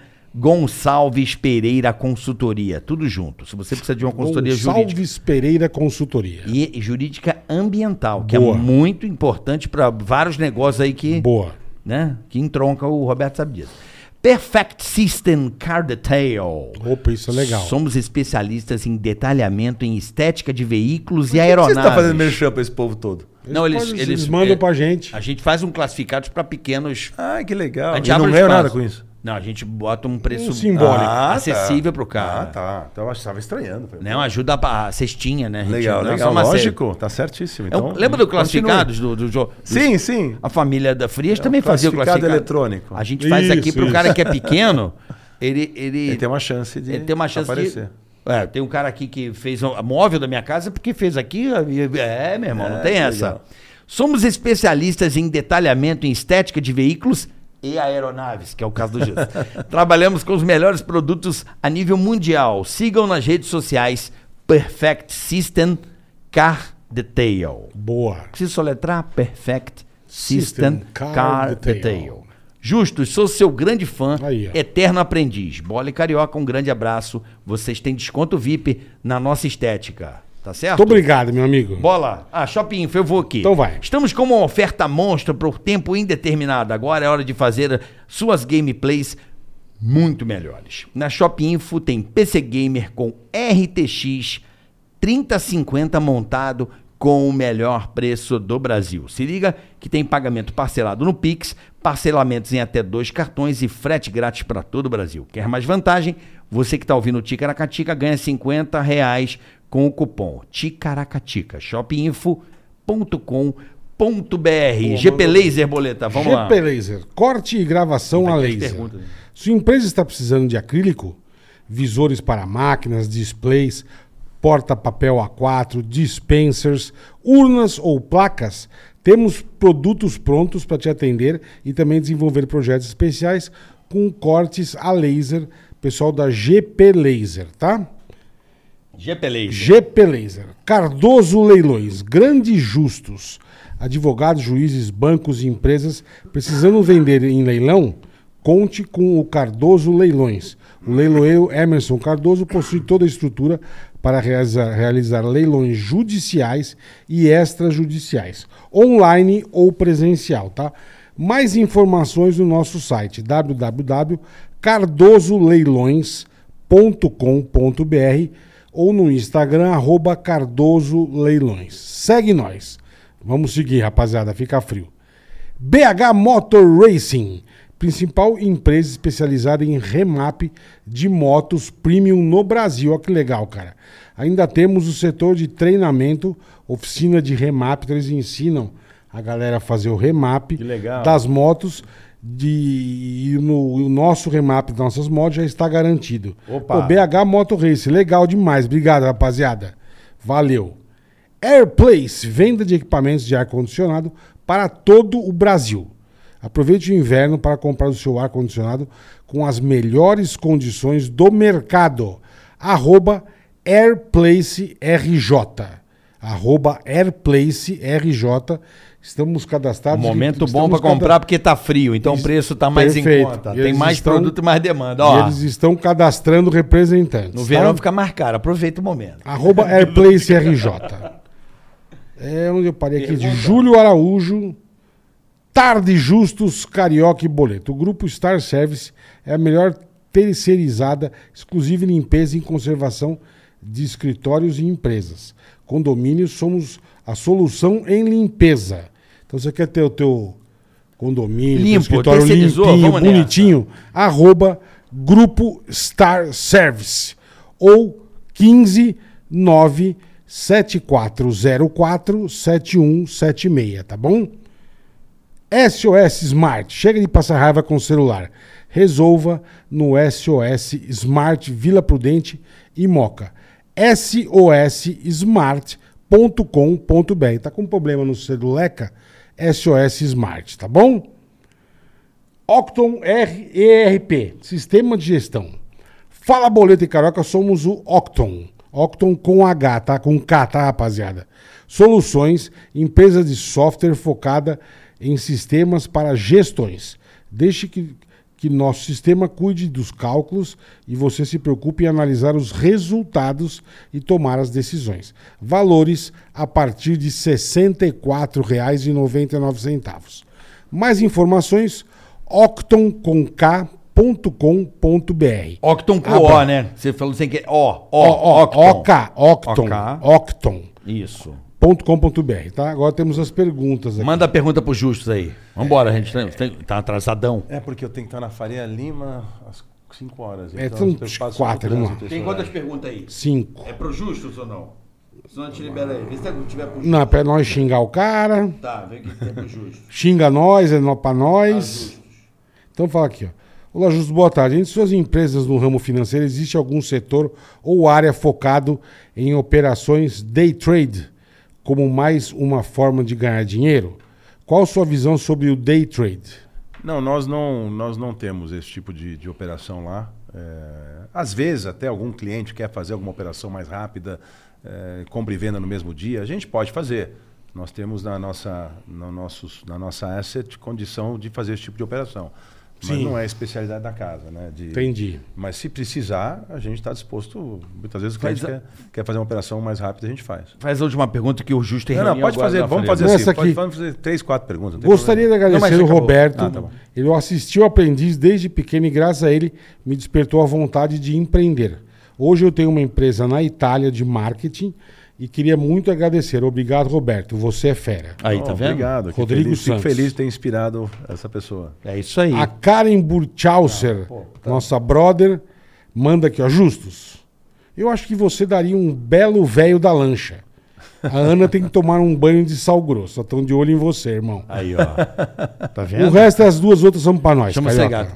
Speaker 8: Gonçalves Pereira Consultoria, tudo junto. Se você precisa de uma consultoria
Speaker 4: Gonçalves
Speaker 8: jurídica
Speaker 4: Um Pereira Consultoria.
Speaker 8: e jurídica ambiental, que
Speaker 4: Boa.
Speaker 8: é muito importante para vários negócios aí que
Speaker 4: Boa.
Speaker 8: né? Que entronca o Roberto sabe disso. Perfect System Car Detail.
Speaker 4: Opa, isso é legal.
Speaker 8: Somos especialistas em detalhamento em estética de veículos e
Speaker 5: Por que
Speaker 8: aeronaves.
Speaker 5: Você tá fazendo merchan pra esse povo todo.
Speaker 8: Não, eles,
Speaker 4: podem-
Speaker 8: eles,
Speaker 4: mandam
Speaker 8: eh,
Speaker 4: pra gente.
Speaker 8: A gente faz um classificado para pequenos.
Speaker 5: Ai, que legal.
Speaker 8: A
Speaker 5: Eu
Speaker 8: gente
Speaker 5: Ah, não
Speaker 8: abre um
Speaker 5: ganho
Speaker 8: espaço.
Speaker 5: nada com isso.
Speaker 8: Não, a gente bota um preço
Speaker 4: Um simbólico.
Speaker 8: ah,
Speaker 5: tá.
Speaker 8: acessível pro cara.
Speaker 5: Ah, tá. Então eu estava estranhando. Falei,
Speaker 8: Não, ajuda a a cestinha, né? A gente
Speaker 5: Legal,
Speaker 8: lança
Speaker 5: legal.
Speaker 8: uma série.
Speaker 5: Lógico, tá certíssimo.
Speaker 8: É um-
Speaker 5: Então,
Speaker 8: lembra do
Speaker 5: continue.
Speaker 8: classificados do, do, jogo?
Speaker 5: Sim, sim.
Speaker 8: A família da Frias também
Speaker 5: o
Speaker 8: fazia o
Speaker 5: É um classificado
Speaker 8: classificado.
Speaker 5: eletrônico.
Speaker 8: A gente faz aqui
Speaker 4: Isso,
Speaker 8: pro
Speaker 4: isso.
Speaker 8: cara que é pequeno, ele, ele,
Speaker 5: Ele tem uma chance de
Speaker 8: ele tem uma chance
Speaker 5: aparecer.
Speaker 8: de... É, tem um cara aqui que fez um móvel da minha casa porque fez aqui... É, meu irmão, não tem essa. Somos especialistas em detalhamento em estética de veículos e aeronaves, que é o caso do
Speaker 5: (laughs)
Speaker 8: Gilson. Trabalhamos com os melhores produtos a nível mundial. Sigam nas redes sociais Perfect System Car Detail.
Speaker 4: Boa.
Speaker 8: Preciso soletrar Perfect
Speaker 4: System
Speaker 8: System,
Speaker 4: Car
Speaker 8: Car,
Speaker 4: Detail.
Speaker 8: Detail. Justus, sou seu grande fã,
Speaker 4: Aí, ó.
Speaker 8: eterno aprendiz. Bola e Carioca, um grande abraço. Vocês têm desconto VIP na nossa estética, tá certo?
Speaker 4: Muito obrigado, meu amigo.
Speaker 8: Bola. Ah, Shopping Info, eu vou aqui.
Speaker 4: Então vai.
Speaker 8: Estamos com uma oferta monstra para o tempo indeterminado. Agora é hora de fazer suas gameplays muito melhores. Na Shopping Info tem PC Gamer com RTX 3050 montado com o melhor preço do Brasil. Se liga que tem pagamento parcelado no Pix, parcelamentos em até dois cartões e frete grátis para todo o Brasil. Quer mais vantagem? Você que está ouvindo o Ticaracatica ganha R$ 50 reais com o cupom Ticaracatica. Shopinfo.com.br. GP Laser Boleta, vamos lá.
Speaker 4: GP Laser, corte e gravação a
Speaker 8: Vai ter as
Speaker 4: laser.
Speaker 8: perguntas, né?
Speaker 4: Sua empresa está precisando de acrílico, visores para máquinas, displays, porta-papel A4, dispensers, urnas ou placas, temos produtos prontos para te atender e também desenvolver projetos especiais com cortes a laser, pessoal da GP Laser, tá?
Speaker 8: GP Laser.
Speaker 4: GP Laser, Cardoso Leilões, Grande Justos, advogados, juízes, bancos e empresas precisando vender em leilão, conte com o Cardoso Leilões. O leiloeiro Emerson Cardoso possui toda a estrutura para realizar, realizar leilões judiciais e extrajudiciais, online ou presencial, tá? Mais informações no nosso site www.cardosoleilões.com.br ou no Instagram, arroba Cardoso Leilões. Segue nós. Vamos seguir, rapaziada, fica frio. BH Motor Racing, principal empresa especializada em remap de motos premium no Brasil. Olha que legal, cara. Ainda temos o setor de treinamento, oficina de remap, então eles ensinam a galera a fazer o remap
Speaker 5: legal.
Speaker 4: das motos. De, e no- e o nosso remap das nossas motos já está garantido.
Speaker 5: Opa.
Speaker 4: Pô, BH Moto Race, legal demais. Obrigado, rapaziada. Valeu. Airplace, venda de equipamentos de ar-condicionado para todo o Brasil. Aproveite o inverno para comprar o seu ar-condicionado com as melhores condições do mercado. Arroba Airplace RJ. Arroba Airplace RJ. Estamos cadastrados.
Speaker 8: Momento bom
Speaker 4: estamos
Speaker 8: para comprar
Speaker 4: cada-
Speaker 8: porque tá frio, então o preço tá mais em
Speaker 4: Perfeito.
Speaker 8: conta.
Speaker 4: E
Speaker 8: Tem
Speaker 4: eles
Speaker 8: mais
Speaker 4: estão-
Speaker 8: produto e mais demanda.
Speaker 4: E
Speaker 8: Ó,
Speaker 4: eles estão cadastrando representantes.
Speaker 8: no
Speaker 4: tá?
Speaker 8: verão fica mais caro, aproveita o momento.
Speaker 4: Arroba Airplace RJ. É onde eu parei aqui. De Júlio Araújo. Tarde Justos, Carioca e Boleto. O grupo Star Service é a melhor terceirizada, exclusiva em limpeza e conservação de escritórios e empresas. Condomínios somos a solução em limpeza. Então você quer ter o teu condomínio, teu
Speaker 8: Limpo,
Speaker 4: escritório
Speaker 8: terceirizou,
Speaker 4: limpinho,
Speaker 8: vamos nessa.
Speaker 4: bonitinho, Marinho, arroba Grupo Star Service ou 15 9 7404 7176, tá bom? SOS Smart. Chega de passar raiva com o celular. Resolva no SOS Smart Vila Prudente e Moca. SOS Smart SOS.com.br. Tá com um problema no celuleca? SOS Smart, tá bom? Octon RERP, Sistema de Gestão. Fala Boleto e Carioca, somos o Octon. Octon com H, tá? Com K, tá, rapaziada? Soluções, empresa de software focada em sistemas para gestões. Deixe que, que nosso sistema cuide dos cálculos e você se preocupe em analisar os resultados e tomar as decisões. Valores a partir de R$ 64,99. Mais informações, octonconk.com.br.
Speaker 3: Octon com
Speaker 4: Ah,
Speaker 3: O,
Speaker 4: bom.
Speaker 3: né? Você falou sem que. Ó,
Speaker 4: Ó,
Speaker 3: ó,
Speaker 4: ó,
Speaker 3: Octon.
Speaker 4: Oca, Octon, Octon.
Speaker 3: Isso.
Speaker 4: .com.br, tá? Agora temos as perguntas aqui.
Speaker 3: Manda a pergunta pro Justus aí. Vambora, gente. Tem- tem- Tá atrasadão.
Speaker 5: É porque eu tenho que estar na Faria Lima às 5 horas.
Speaker 8: então
Speaker 4: É, são
Speaker 5: um
Speaker 4: quatro, vamos lá.
Speaker 5: Tem quantas
Speaker 3: perguntas aí? É
Speaker 4: Cinco.
Speaker 3: pro Justus ou não? Senão a gente libera aí. Vê se tiver pro
Speaker 4: Não, é pra nós xingar o cara,
Speaker 3: Tá, vê que tem pro Justus.
Speaker 4: xinga nós, é nó pra nós. Então fala aqui, ó. Olá, Justo, boa tarde. Entre suas empresas no ramo financeiro, existe algum setor ou área focado em operações day trade como mais uma forma de ganhar dinheiro? Qual sua visão sobre o day trade?
Speaker 5: Não, nós não, nós não temos esse tipo de, de operação lá. É, às vezes, até algum cliente quer fazer alguma operação mais rápida, é, compra e venda no mesmo dia, a gente pode fazer. Nós temos na nossa, na, nossos, na nossa asset condição de fazer esse tipo de operação. Mas
Speaker 4: Sim.
Speaker 5: não é a especialidade da casa, né? De-
Speaker 4: Entendi.
Speaker 5: Mas se precisar, a gente está disposto. Muitas vezes o
Speaker 3: Mas
Speaker 5: cliente quer, quer fazer uma operação mais rápida, a gente faz.
Speaker 3: Faz a última pergunta que o Justus tem
Speaker 5: Não, não,
Speaker 3: reunião
Speaker 5: pode
Speaker 3: agora
Speaker 5: fazer,
Speaker 3: na
Speaker 5: vamos
Speaker 3: Faria.
Speaker 5: fazer
Speaker 4: Lima.
Speaker 5: assim.
Speaker 4: Essa
Speaker 5: Pode,
Speaker 4: aqui.
Speaker 5: vamos fazer três, quatro perguntas. não tem
Speaker 4: Gostaria de
Speaker 5: problema. Não, mas
Speaker 4: agradecer o
Speaker 5: acabou.
Speaker 4: Roberto.
Speaker 5: Ah, tá bom.
Speaker 4: ele o assistiu aprendiz desde pequeno e, graças a ele, me despertou a vontade de empreender. Hoje eu tenho uma empresa na Itália de marketing e queria muito agradecer. Obrigado, Roberto. Você é fera.
Speaker 3: Aí, tá
Speaker 5: Oh,
Speaker 3: vendo?
Speaker 5: Obrigado. que
Speaker 4: Rodrigo
Speaker 5: feliz,
Speaker 4: Santos.
Speaker 5: Fico feliz de ter inspirado essa pessoa.
Speaker 3: É isso aí.
Speaker 4: A Karen
Speaker 5: Ah,
Speaker 4: Burchauser,
Speaker 5: tá.
Speaker 4: nossa brother, manda aqui, ó. Justus, eu acho que você daria um belo véio da lancha. A Ana tem que tomar um banho de sal grosso. Estão de olho em você, irmão.
Speaker 3: Aí, ó.
Speaker 6: Tá
Speaker 4: O
Speaker 6: vendo?
Speaker 4: resto, as duas outras são pra nós.
Speaker 3: Chama o
Speaker 4: Carioca.
Speaker 3: gato.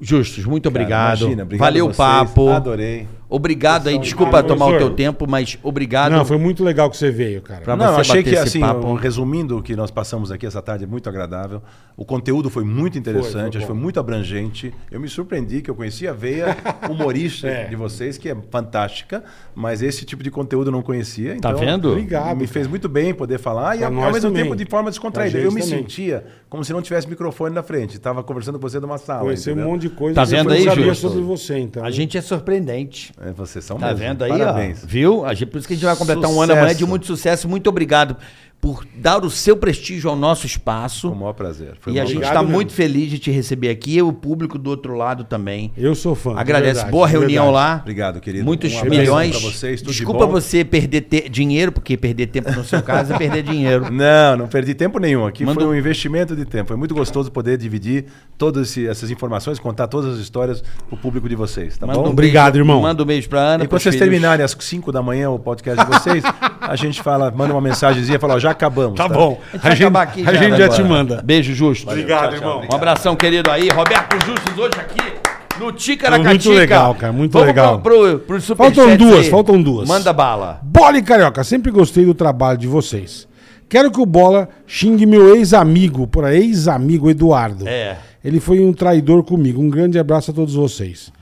Speaker 3: Justus, muito
Speaker 8: É,
Speaker 3: obrigado.
Speaker 5: Imagina, obrigado
Speaker 3: Valeu
Speaker 5: a
Speaker 3: o
Speaker 5: vocês.
Speaker 3: papo.
Speaker 5: Adorei.
Speaker 3: Obrigado aí. Desculpa
Speaker 4: demais.
Speaker 3: tomar o teu
Speaker 4: Professor.
Speaker 3: tempo, mas obrigado.
Speaker 4: Não, foi muito legal que você veio, cara.
Speaker 3: Pra
Speaker 5: Não,
Speaker 3: você
Speaker 5: achei
Speaker 3: bater
Speaker 5: que
Speaker 3: esse
Speaker 5: assim,
Speaker 3: papo.
Speaker 5: eu- resumindo o que nós passamos aqui essa tarde, é muito agradável. O conteúdo foi muito interessante,
Speaker 4: Foi, foi
Speaker 5: acho que foi muito abrangente. Eu me surpreendi que eu conhecia a veia humorista
Speaker 4: É.
Speaker 5: de vocês, que é fantástica, mas esse tipo de conteúdo eu não conhecia.
Speaker 7: Tá
Speaker 5: então,
Speaker 7: vendo?
Speaker 4: Obrigado,
Speaker 5: Me fez muito bem poder falar e
Speaker 4: Pra
Speaker 5: ao
Speaker 4: nós
Speaker 5: ao mesmo
Speaker 4: também.
Speaker 5: tempo de forma descontraída.
Speaker 4: Pra gente
Speaker 5: Eu me
Speaker 4: também.
Speaker 5: sentia como se não tivesse microfone na frente. Estava conversando com você numa sala.
Speaker 4: Conhecer um
Speaker 5: entendeu?
Speaker 4: monte de coisa
Speaker 3: Tá
Speaker 4: que
Speaker 3: vendo
Speaker 4: eu
Speaker 3: aí,
Speaker 4: não sabia
Speaker 3: Justo?
Speaker 4: sobre você, então.
Speaker 3: A gente é surpreendente.
Speaker 5: É, vocês são
Speaker 3: Tá
Speaker 5: mesmo.
Speaker 3: vendo aí,
Speaker 5: Parabéns.
Speaker 3: ó? Viu? A gente, por isso que a gente vai completar um ano
Speaker 5: Sucesso.
Speaker 3: amanhã de muito sucesso. Muito obrigado por dar o seu prestígio ao nosso espaço.
Speaker 5: Foi o maior prazer. Foi
Speaker 3: E a
Speaker 5: um
Speaker 3: gente
Speaker 5: prazer.
Speaker 3: está
Speaker 4: mesmo.
Speaker 3: muito feliz de te receber aqui e o público do outro lado também.
Speaker 4: Eu sou fã. de
Speaker 3: Agradece.
Speaker 4: verdade,
Speaker 3: Boa
Speaker 4: de
Speaker 3: reunião
Speaker 4: verdade.
Speaker 3: lá.
Speaker 5: Obrigado, querido.
Speaker 3: Muitos
Speaker 5: Um abraço
Speaker 3: milhões.
Speaker 5: pra vocês, tudo de
Speaker 3: Desculpa
Speaker 5: bom.
Speaker 3: você perder te- dinheiro, porque perder tempo no seu caso é perder dinheiro.
Speaker 5: Não, não perdi tempo nenhum. Aqui
Speaker 3: Manda
Speaker 5: foi
Speaker 3: um-
Speaker 5: um investimento de tempo. Foi muito gostoso poder dividir todas esse- essas informações, contar todas as histórias pro público de vocês, tá
Speaker 3: Manda
Speaker 5: (laughs) bom?
Speaker 3: um
Speaker 4: obrigado,
Speaker 3: beijo-
Speaker 4: irmão.
Speaker 3: Manda um beijo pra Ana.
Speaker 5: E quando
Speaker 3: pros
Speaker 5: vocês
Speaker 3: filhos.
Speaker 5: terminarem às 5 da manhã o podcast de vocês, a gente fala, manda uma mensagenzinha e fala, ó, já acabamos.
Speaker 4: Tá bom.
Speaker 3: A gente vai
Speaker 4: A gente,
Speaker 3: acabar aqui né,
Speaker 4: a
Speaker 8: né,
Speaker 4: gente já
Speaker 3: agora.
Speaker 4: te manda.
Speaker 3: Beijo justo.
Speaker 4: Obrigado, irmão.
Speaker 3: Um abração, querido aí. Roberto Justus hoje aqui no Ticaracatica.
Speaker 4: Muito legal, cara, muito
Speaker 3: Vamos
Speaker 4: legal.
Speaker 3: Pro, pro, pros
Speaker 4: Faltam
Speaker 3: superchats
Speaker 4: duas,
Speaker 3: aí.
Speaker 4: faltam duas.
Speaker 3: Manda bala.
Speaker 4: Bola e Carioca, sempre gostei do trabalho de vocês. Quero que o Bola xingue meu ex-amigo, por aí, ex-amigo Eduardo.
Speaker 3: É.
Speaker 4: Ele foi um traidor comigo. Um grande abraço a todos vocês.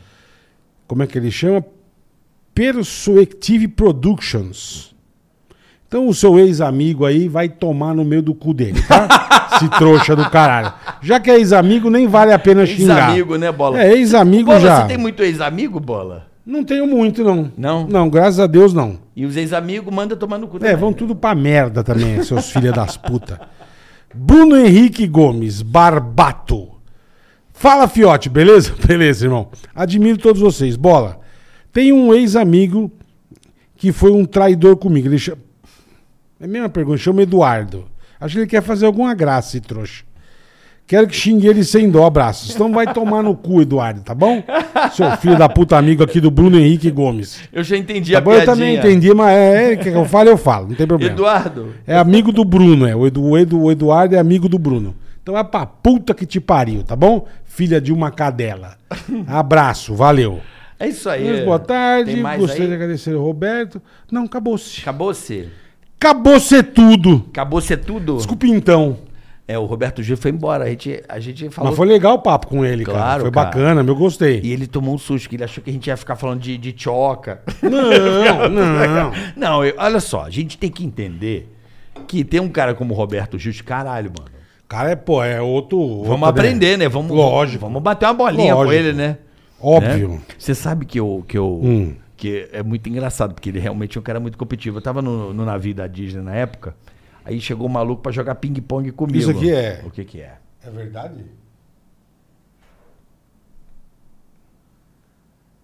Speaker 4: Como é que ele chama? Persuective Productions. Então o seu ex-amigo aí vai tomar no meio do cu dele,
Speaker 3: (laughs)
Speaker 4: tá? Esse trouxa do caralho. Já que é ex-amigo, nem vale a pena xingar.
Speaker 3: Ex-amigo, né, Bola?
Speaker 4: É, ex-amigo
Speaker 3: Bola,
Speaker 4: já.
Speaker 3: você tem muito ex-amigo, Bola?
Speaker 4: Não tenho muito, não.
Speaker 3: Não?
Speaker 4: Não, graças a Deus, não.
Speaker 3: E os ex-amigos manda tomar no cu.
Speaker 4: É,
Speaker 3: também,
Speaker 4: vão
Speaker 3: né?
Speaker 4: tudo pra merda também, (laughs) seus filha das puta. Bruno Henrique Gomes, Barbato. Fala, Fiote, beleza? (laughs) Beleza, irmão. Admiro todos vocês. Bola. Tem um ex-amigo que foi um traidor comigo. Ele chama... É a mesma pergunta, chama Eduardo. Acho que ele quer fazer alguma graça, esse trouxa. Quero que xingue ele sem dó, abraços. Então vai tomar no cu, Eduardo, tá bom? Seu filho da puta amigo aqui do Bruno Henrique Gomes.
Speaker 3: Eu já entendi
Speaker 4: Tá
Speaker 3: a
Speaker 4: bom, eu
Speaker 3: piadinha.
Speaker 4: também entendi, mas é, é, quer que eu falo, eu falo, não tem problema.
Speaker 3: Eduardo,
Speaker 4: É amigo do Bruno, é. O, Edu, o Edu- o Eduardo é amigo do Bruno. Então é pra puta que te pariu, tá bom? Filha de uma cadela. Abraço, valeu.
Speaker 3: é isso aí.
Speaker 4: Boa tarde,
Speaker 3: Tem mais
Speaker 4: gostaria de
Speaker 3: aí?
Speaker 4: agradecer ao Roberto. Não, acabou-se.
Speaker 3: Acabou-se.
Speaker 4: Acabou ser tudo.
Speaker 8: Acabou ser tudo.
Speaker 4: Desculpa então.
Speaker 8: É, o Roberto Gil foi embora. A gente, a gente falou.
Speaker 4: Mas foi legal o papo com ele, cara.
Speaker 8: Claro,
Speaker 4: Foi
Speaker 8: cara.
Speaker 4: bacana, eu gostei.
Speaker 8: E ele tomou um susto, que ele achou que a gente ia ficar falando de, de choca.
Speaker 4: Não, não.
Speaker 8: (laughs) Não, eu- olha só, a gente tem que entender que tem um cara como o Roberto Gil, de caralho, mano.
Speaker 4: Cara, é, pô, é outro.
Speaker 8: Vamos aprender, né? Vamos,
Speaker 4: Lógico.
Speaker 8: Vamos bater uma bolinha com
Speaker 4: Lógico.
Speaker 8: ele, né?
Speaker 4: Óbvio.
Speaker 8: Né? Você sabe que eu. Que eu
Speaker 4: Hum.
Speaker 8: que é muito engraçado, porque ele realmente é um cara muito competitivo. Eu tava no, no navio da Disney na época, aí chegou um maluco pra jogar ping-pong comigo.
Speaker 4: Isso aqui é-
Speaker 8: O que que é?
Speaker 4: É verdade?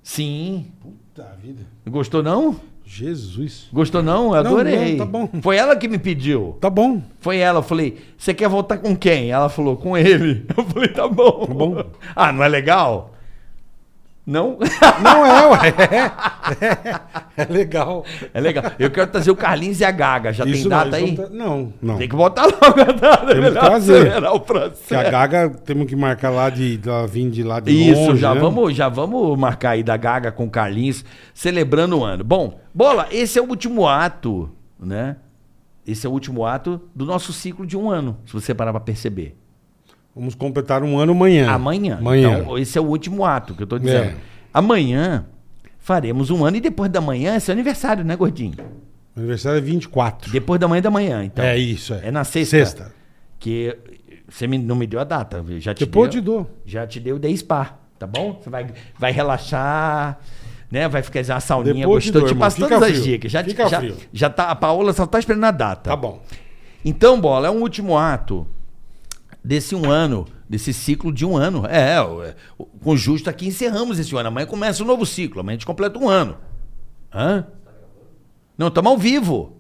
Speaker 8: Sim.
Speaker 4: Puta vida.
Speaker 8: Gostou não?
Speaker 4: Jesus.
Speaker 8: Gostou não? Eu
Speaker 4: Não,
Speaker 8: adorei.
Speaker 4: não, tá bom.
Speaker 8: Foi ela que me pediu.
Speaker 4: Tá bom.
Speaker 8: Foi ela, eu falei, você quer voltar com quem? Ela falou, com ele. (laughs) Eu falei, tá bom.
Speaker 4: bom.
Speaker 8: Ah, não é legal? Não? (laughs)
Speaker 4: Não é, ué. É, legal.
Speaker 8: É legal. Eu quero trazer o Carlinhos e a Gaga. Já tem data
Speaker 4: não,
Speaker 8: aí?
Speaker 4: isso Não, tá- não. não.
Speaker 8: Tem que botar logo a data.
Speaker 4: que
Speaker 8: melhor
Speaker 4: trazer.
Speaker 8: acelerar o processo.
Speaker 4: Que a Gaga temos que marcar lá de lá vir de lá de
Speaker 8: Isso,
Speaker 4: longe,
Speaker 8: já,
Speaker 4: né?
Speaker 8: vamos, já vamos marcar aí da Gaga com o Carlinhos, celebrando o ano. Bom, Bola, esse é o último ato, né? Esse é o último ato do nosso ciclo de um ano, se você parar pra perceber.
Speaker 4: Vamos completar um ano amanhã.
Speaker 8: Amanhã.
Speaker 4: Amanhã.
Speaker 8: Então, esse é o último ato que eu tô dizendo.
Speaker 4: É.
Speaker 8: Amanhã faremos um ano e depois da manhã é seu aniversário, né, gordinho?
Speaker 4: O aniversário é 24.
Speaker 8: Depois da manhã da manhã, então.
Speaker 4: É isso, é.
Speaker 8: É na sexta.
Speaker 4: Sexta.
Speaker 8: Que você me- não me deu a data, eu já te
Speaker 4: Depois
Speaker 8: deu,
Speaker 4: eu te dou.
Speaker 8: Já te deu 10 spa, tá bom? Você vai, vai relaxar, né? Vai ficar uma sauninha
Speaker 4: Depois eu te
Speaker 8: gostosa.
Speaker 4: dou,
Speaker 8: Te
Speaker 4: irmão.
Speaker 8: passo
Speaker 4: Fica
Speaker 8: todas as
Speaker 4: frio.
Speaker 8: dicas. Já, te-
Speaker 4: Fica
Speaker 8: já,
Speaker 4: frio.
Speaker 8: já tá, a Paola só tá esperando a data.
Speaker 4: Tá bom.
Speaker 8: Então, bola, é um último ato desse um ano, desse ciclo de um ano. É, o- é, o- com o justo aqui encerramos esse ano. Amanhã começa um novo ciclo, amanhã a gente completa um ano. Hã? Não, estamos ao vivo.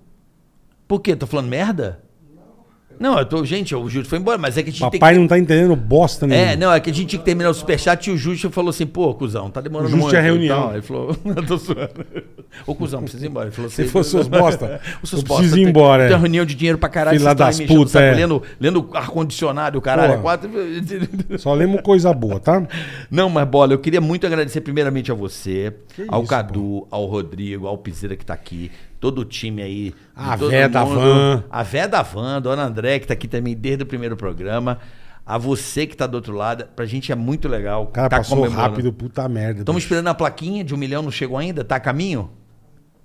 Speaker 8: Por quê? Tô falando merda? Não, eu tô. Gente, o Justo foi embora, mas é que a gente tem
Speaker 4: Papai não tá entendendo bosta
Speaker 8: que.
Speaker 4: nenhuma.
Speaker 8: É, não, é que a gente tinha que terminar o superchat e o Justo falou assim, pô, cuzão, tá demorando
Speaker 4: O Justo
Speaker 8: muito.
Speaker 4: tinha reunião.
Speaker 8: Então, ele falou, (laughs) eu tô suando. Ô, cuzão, precisa ir embora. Ele falou assim,
Speaker 4: Se fosse seus bosta,
Speaker 8: (laughs) os seus
Speaker 4: eu
Speaker 8: bosta.
Speaker 4: preciso ir
Speaker 8: tem- Então,
Speaker 4: embora,
Speaker 8: Tem
Speaker 4: é.
Speaker 8: uma reunião de dinheiro pra caralho,
Speaker 4: Filha
Speaker 8: estão aí
Speaker 4: das
Speaker 8: me enchendo o
Speaker 4: puta,
Speaker 8: saco,
Speaker 4: é.
Speaker 8: lendo, lendo ar-condicionado, caralho.
Speaker 4: Porra.
Speaker 8: é Quatro... (laughs)
Speaker 4: Só lemos coisa boa, tá?
Speaker 8: Não, mas bola, eu queria muito agradecer primeiramente a você, ao Cadu, ao Rodrigo, ao Piseira que tá aqui, todo o time aí. de
Speaker 4: A
Speaker 8: todo
Speaker 4: véia da
Speaker 8: mundo.
Speaker 4: van.
Speaker 8: A Vé da Van, Dona André, que tá aqui também desde o primeiro programa. A você que tá do outro lado, pra gente é muito legal.
Speaker 4: Cara,
Speaker 8: tá
Speaker 4: passou
Speaker 8: comemorando.
Speaker 4: rápido, puta merda.
Speaker 8: Estamos
Speaker 4: bicho.
Speaker 8: esperando a plaquinha de um milhão, não chegou ainda? Tá a caminho?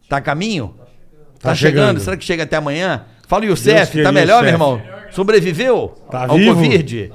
Speaker 8: Tá a caminho? Tá,
Speaker 4: Tá
Speaker 8: chegando.
Speaker 4: chegando.
Speaker 8: Será que chega até amanhã? Fala, Youssef,
Speaker 4: que
Speaker 8: tá
Speaker 4: ele,
Speaker 8: melhor, meu
Speaker 4: Youssef.
Speaker 8: irmão? Sobreviveu
Speaker 4: Tá
Speaker 8: ao
Speaker 4: vivo?
Speaker 8: Covid?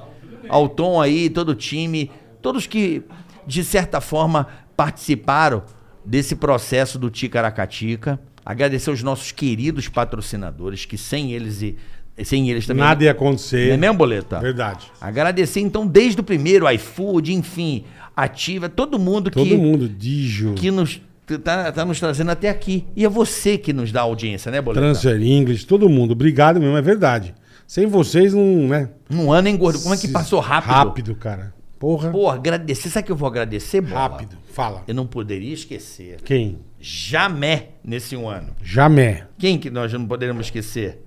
Speaker 8: Ao Tom aí, todo o time, todos que, de certa forma, participaram desse processo do Ticaracatica. Agradecer os nossos queridos patrocinadores, que sem eles e sem eles também.
Speaker 4: Nada
Speaker 8: Não
Speaker 4: ia
Speaker 8: é
Speaker 4: acontecer.
Speaker 8: mesmo, Boleta?
Speaker 4: Verdade.
Speaker 8: Agradecer, então, desde o primeiro, iFood, enfim, Ativa, todo mundo
Speaker 4: Todo
Speaker 8: que,
Speaker 4: mundo, Dijo,
Speaker 8: que nos tá, tá nos trazendo até aqui. E é você que nos dá audiência, né, Boleta?
Speaker 4: Transfer English, todo mundo. Obrigado mesmo, é verdade. Sem vocês não, né?
Speaker 8: Num ano, hein, gordo? Como é que passou rápido?
Speaker 4: Rápido, cara. Porra.
Speaker 8: Pô, agradecer. Sabe que eu vou agradecer, Bola?
Speaker 4: Rápido. Fala.
Speaker 8: Eu não poderia esquecer.
Speaker 4: Quem?
Speaker 8: Jamais nesse um ano.
Speaker 4: Jamé.
Speaker 8: Quem que nós não poderíamos esquecer?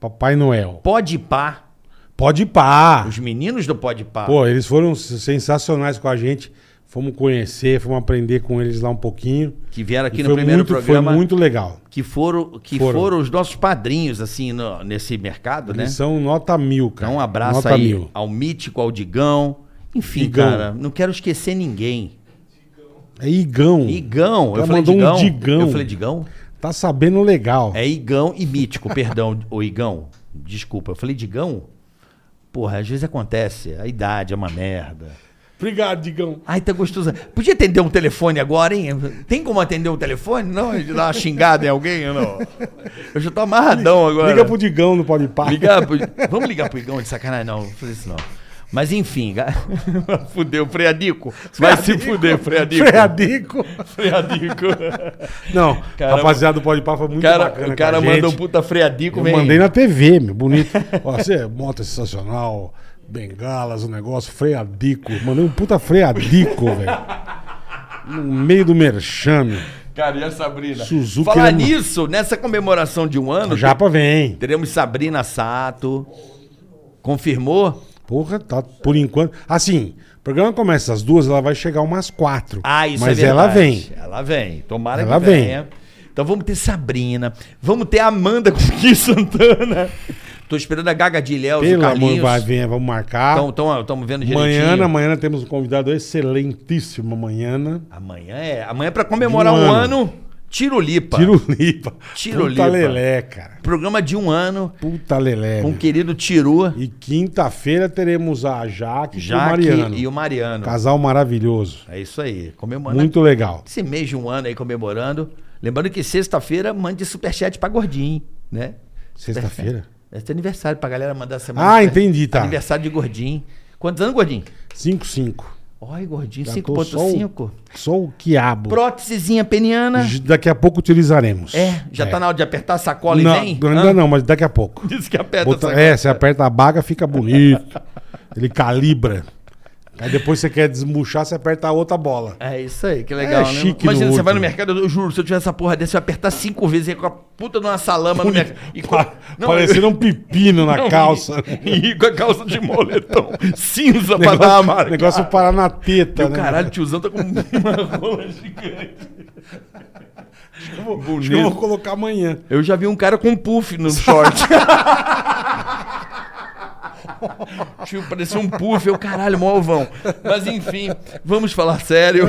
Speaker 4: Papai Noel.
Speaker 8: Pode pá.
Speaker 4: Pode ir pá.
Speaker 8: Os meninos do Pode pá.
Speaker 4: Pô, eles foram s- sensacionais com a gente. Fomos conhecer, fomos aprender com eles lá um pouquinho.
Speaker 8: que vieram aqui
Speaker 4: E
Speaker 8: no primeiro
Speaker 4: muito,
Speaker 8: programa.
Speaker 4: Foi muito legal.
Speaker 8: Que foram, que
Speaker 4: Foram.
Speaker 8: foram. os nossos padrinhos, assim, no- nesse mercado, né?
Speaker 4: Eles são nota mil, cara.
Speaker 8: Então, um abraço
Speaker 4: nota
Speaker 8: aí
Speaker 4: mil.
Speaker 8: ao Mítico, ao Digão. Enfim,
Speaker 4: Igão.
Speaker 8: cara, não quero esquecer ninguém.
Speaker 4: É Igão.
Speaker 8: Igão, eu
Speaker 4: Ela
Speaker 8: falei
Speaker 4: mandou
Speaker 8: Digão.
Speaker 4: um Digão.
Speaker 8: Eu falei Digão?
Speaker 4: Tá sabendo legal.
Speaker 8: É Igão e Mítico, perdão, o Igão. Desculpa, eu falei Digão? Porra, às vezes acontece. A idade é uma merda.
Speaker 4: Obrigado, Digão.
Speaker 8: Ai, tá gostoso. Podia atender um telefone agora, hein? Tem como atender um telefone? Não? De dar uma xingada em alguém ou não? Eu já tô amarradão agora.
Speaker 4: Liga pro Digão no Pode Pá.
Speaker 8: Ligar pro... Vamos ligar pro Igão de sacanagem? Não, não vou fazer isso não. Mas enfim, ga- (laughs) fudeu, freadico. Vai se fuder,
Speaker 4: (laughs)
Speaker 8: freadico. (laughs)
Speaker 4: Freadico.
Speaker 8: Freadico.
Speaker 4: Não,
Speaker 8: (laughs) Cara,
Speaker 4: rapaziada do Pode Pá foi muito
Speaker 8: O cara,
Speaker 4: bacana.
Speaker 8: o cara
Speaker 4: com a
Speaker 8: mandou um
Speaker 4: gente.
Speaker 8: puta freadico,
Speaker 4: Eu
Speaker 8: vem.
Speaker 4: mandei na TV, meu, bonito. Ó, você monta sensacional, bengalas, um negócio, freadico. Mandei um puta freadico, (laughs) velho. No meio do merchame.
Speaker 8: Cara, e a Sabrina?
Speaker 4: Suzuki
Speaker 8: Falar
Speaker 4: era uma-
Speaker 8: nisso, nessa comemoração de um ano,
Speaker 4: Japa vem.
Speaker 8: teremos Sabrina Sato. Confirmou?
Speaker 4: Porra, tá por enquanto. Assim, o programa começa às duas, ela vai chegar umas quatro.
Speaker 8: Ah, isso
Speaker 4: Mas
Speaker 8: é
Speaker 4: ela
Speaker 8: verdade.
Speaker 4: vem.
Speaker 8: Ela vem. Tomara
Speaker 4: Ela
Speaker 8: que
Speaker 4: vem.
Speaker 8: venha. Então vamos ter Sabrina, vamos ter Amanda (laughs) com Gui Santana. Tô esperando a Gaga de Léo, o
Speaker 4: Pelo amor,
Speaker 8: Carlinhos.
Speaker 4: vai, vem, vamos marcar.
Speaker 8: Estamos vendo direitinho.
Speaker 4: Amanhã, amanhã temos um convidado excelentíssimo. Amanhã.
Speaker 8: Amanhã é. Amanhã é pra comemorar
Speaker 4: De um
Speaker 8: um
Speaker 4: ano.
Speaker 8: ano. Tirolipa.
Speaker 4: Tirolipa.
Speaker 8: Tirolipa.
Speaker 4: Puta lelé, cara.
Speaker 8: Programa de um ano.
Speaker 4: Puta lelé.
Speaker 8: Com o
Speaker 4: meu.
Speaker 8: querido Tiru,
Speaker 4: E quinta-feira teremos a Jaque,
Speaker 8: Jaque
Speaker 4: e o Mariano.
Speaker 8: e o Mariano.
Speaker 4: Casal maravilhoso.
Speaker 8: É isso aí. Comemorando.
Speaker 4: Muito legal.
Speaker 8: Esse mês de um ano aí comemorando. Lembrando que sexta-feira mande superchat pra gordinho, né?
Speaker 4: Sexta-feira?
Speaker 8: É teu aniversário pra galera mandar semana.
Speaker 4: Ah,
Speaker 8: que-
Speaker 4: entendi, tá.
Speaker 8: Aniversário de gordinho. Quantos anos, gordinho?
Speaker 4: 5-5.
Speaker 8: Olha, gordinho,
Speaker 4: Já tô só o-
Speaker 8: 5.5.
Speaker 4: Só o quiabo.
Speaker 8: Prótesezinha peniana.
Speaker 4: J- Daqui a pouco utilizaremos.
Speaker 8: É, já tá na hora de apertar a sacola
Speaker 4: não,
Speaker 8: e vem? (laughs)
Speaker 4: Ainda
Speaker 8: Hã?
Speaker 4: não, mas daqui a pouco.
Speaker 8: Diz que aperta
Speaker 4: Bota-
Speaker 8: a sacola.
Speaker 4: é, você aperta a baga, fica bonito. Ele calibra. Aí depois você quer desmurchar, você aperta a outra bola.
Speaker 8: É isso aí, que legal, né?
Speaker 4: chique
Speaker 8: Imagina,
Speaker 4: no
Speaker 8: você
Speaker 4: outro.
Speaker 8: vai no mercado, eu juro, se eu tiver essa porra dessa, eu ia apertar cinco vezes aí com a puta numa salama no mercado. E com,
Speaker 4: Pa-
Speaker 8: não,
Speaker 4: Parecendo um pepino na
Speaker 8: não, é, e-
Speaker 4: calça.
Speaker 8: (laughs) E com a calça de
Speaker 4: (laughs)
Speaker 8: moletom cinza pra dar a marca.
Speaker 4: O negócio parar na teta,
Speaker 8: Meu
Speaker 4: né?
Speaker 8: caralho, tiozão tá com (laughs) uma rola gigante.
Speaker 4: Acho que eu vou colocar amanhã.
Speaker 8: Eu já vi um cara com um puff no short. (laughs) Tipo, parecia um puff, eu caralho, mó ovão. Mas enfim, vamos falar sério.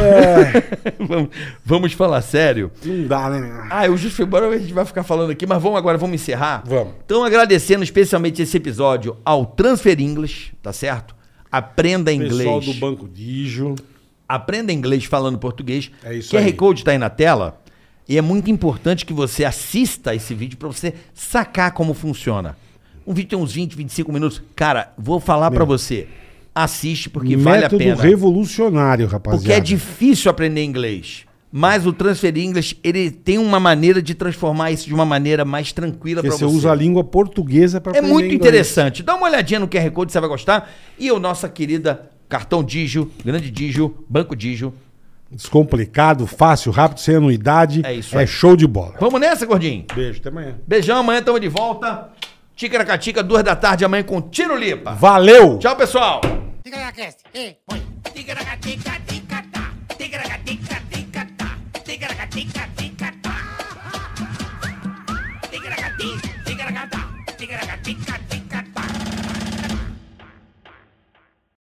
Speaker 8: (laughs) vamos, vamos falar sério.
Speaker 4: Não dá, né?
Speaker 8: Ah, o Justo Febora a gente vai ficar falando aqui, mas vamos Então, agora, vamos encerrar?
Speaker 4: Vamos.
Speaker 8: Então, agradecendo especialmente esse episódio ao Transfer English, tá certo? Aprenda
Speaker 4: Pessoal
Speaker 8: inglês.
Speaker 4: do Banco Dijo.
Speaker 8: Aprenda inglês falando português.
Speaker 4: É isso
Speaker 8: QR
Speaker 4: aí.
Speaker 8: Code tá aí na tela. E é muito importante que você assista esse vídeo para você sacar como funciona. Um vídeo tem uns 20, 25 minutos. Cara, vou falar para você. Assiste porque vale a
Speaker 4: método
Speaker 8: pena.
Speaker 4: revolucionário, rapaziada.
Speaker 8: Porque é difícil aprender inglês. Mas o Transfer English, ele tem uma maneira de transformar isso de uma maneira mais tranquila
Speaker 4: Porque
Speaker 8: para
Speaker 4: você
Speaker 8: você.
Speaker 4: usa a língua portuguesa para
Speaker 8: É muito interessante. Dá uma olhadinha no QR Code, você vai gostar. E o nossa querida cartão Digio, grande Digio, Banco Digio.
Speaker 4: Descomplicado, fácil, rápido, sem anuidade.
Speaker 8: É isso
Speaker 4: É
Speaker 8: aí.
Speaker 4: show de bola.
Speaker 8: Vamos nessa, gordinho?
Speaker 4: Beijo, até amanhã.
Speaker 8: Beijão, amanhã tamo de volta. Ticaracatica, duas da tarde, amanhã com Tiro Lipa.
Speaker 4: Valeu!
Speaker 8: Tchau, pessoal.
Speaker 2: Ticaracast, e põe. Ticaracatica, ticatá. Ticaracatica, ticatá. Ticaracatica, ticatá. Ticaracatica, ticaracatá. Ticaracatica, ticatá.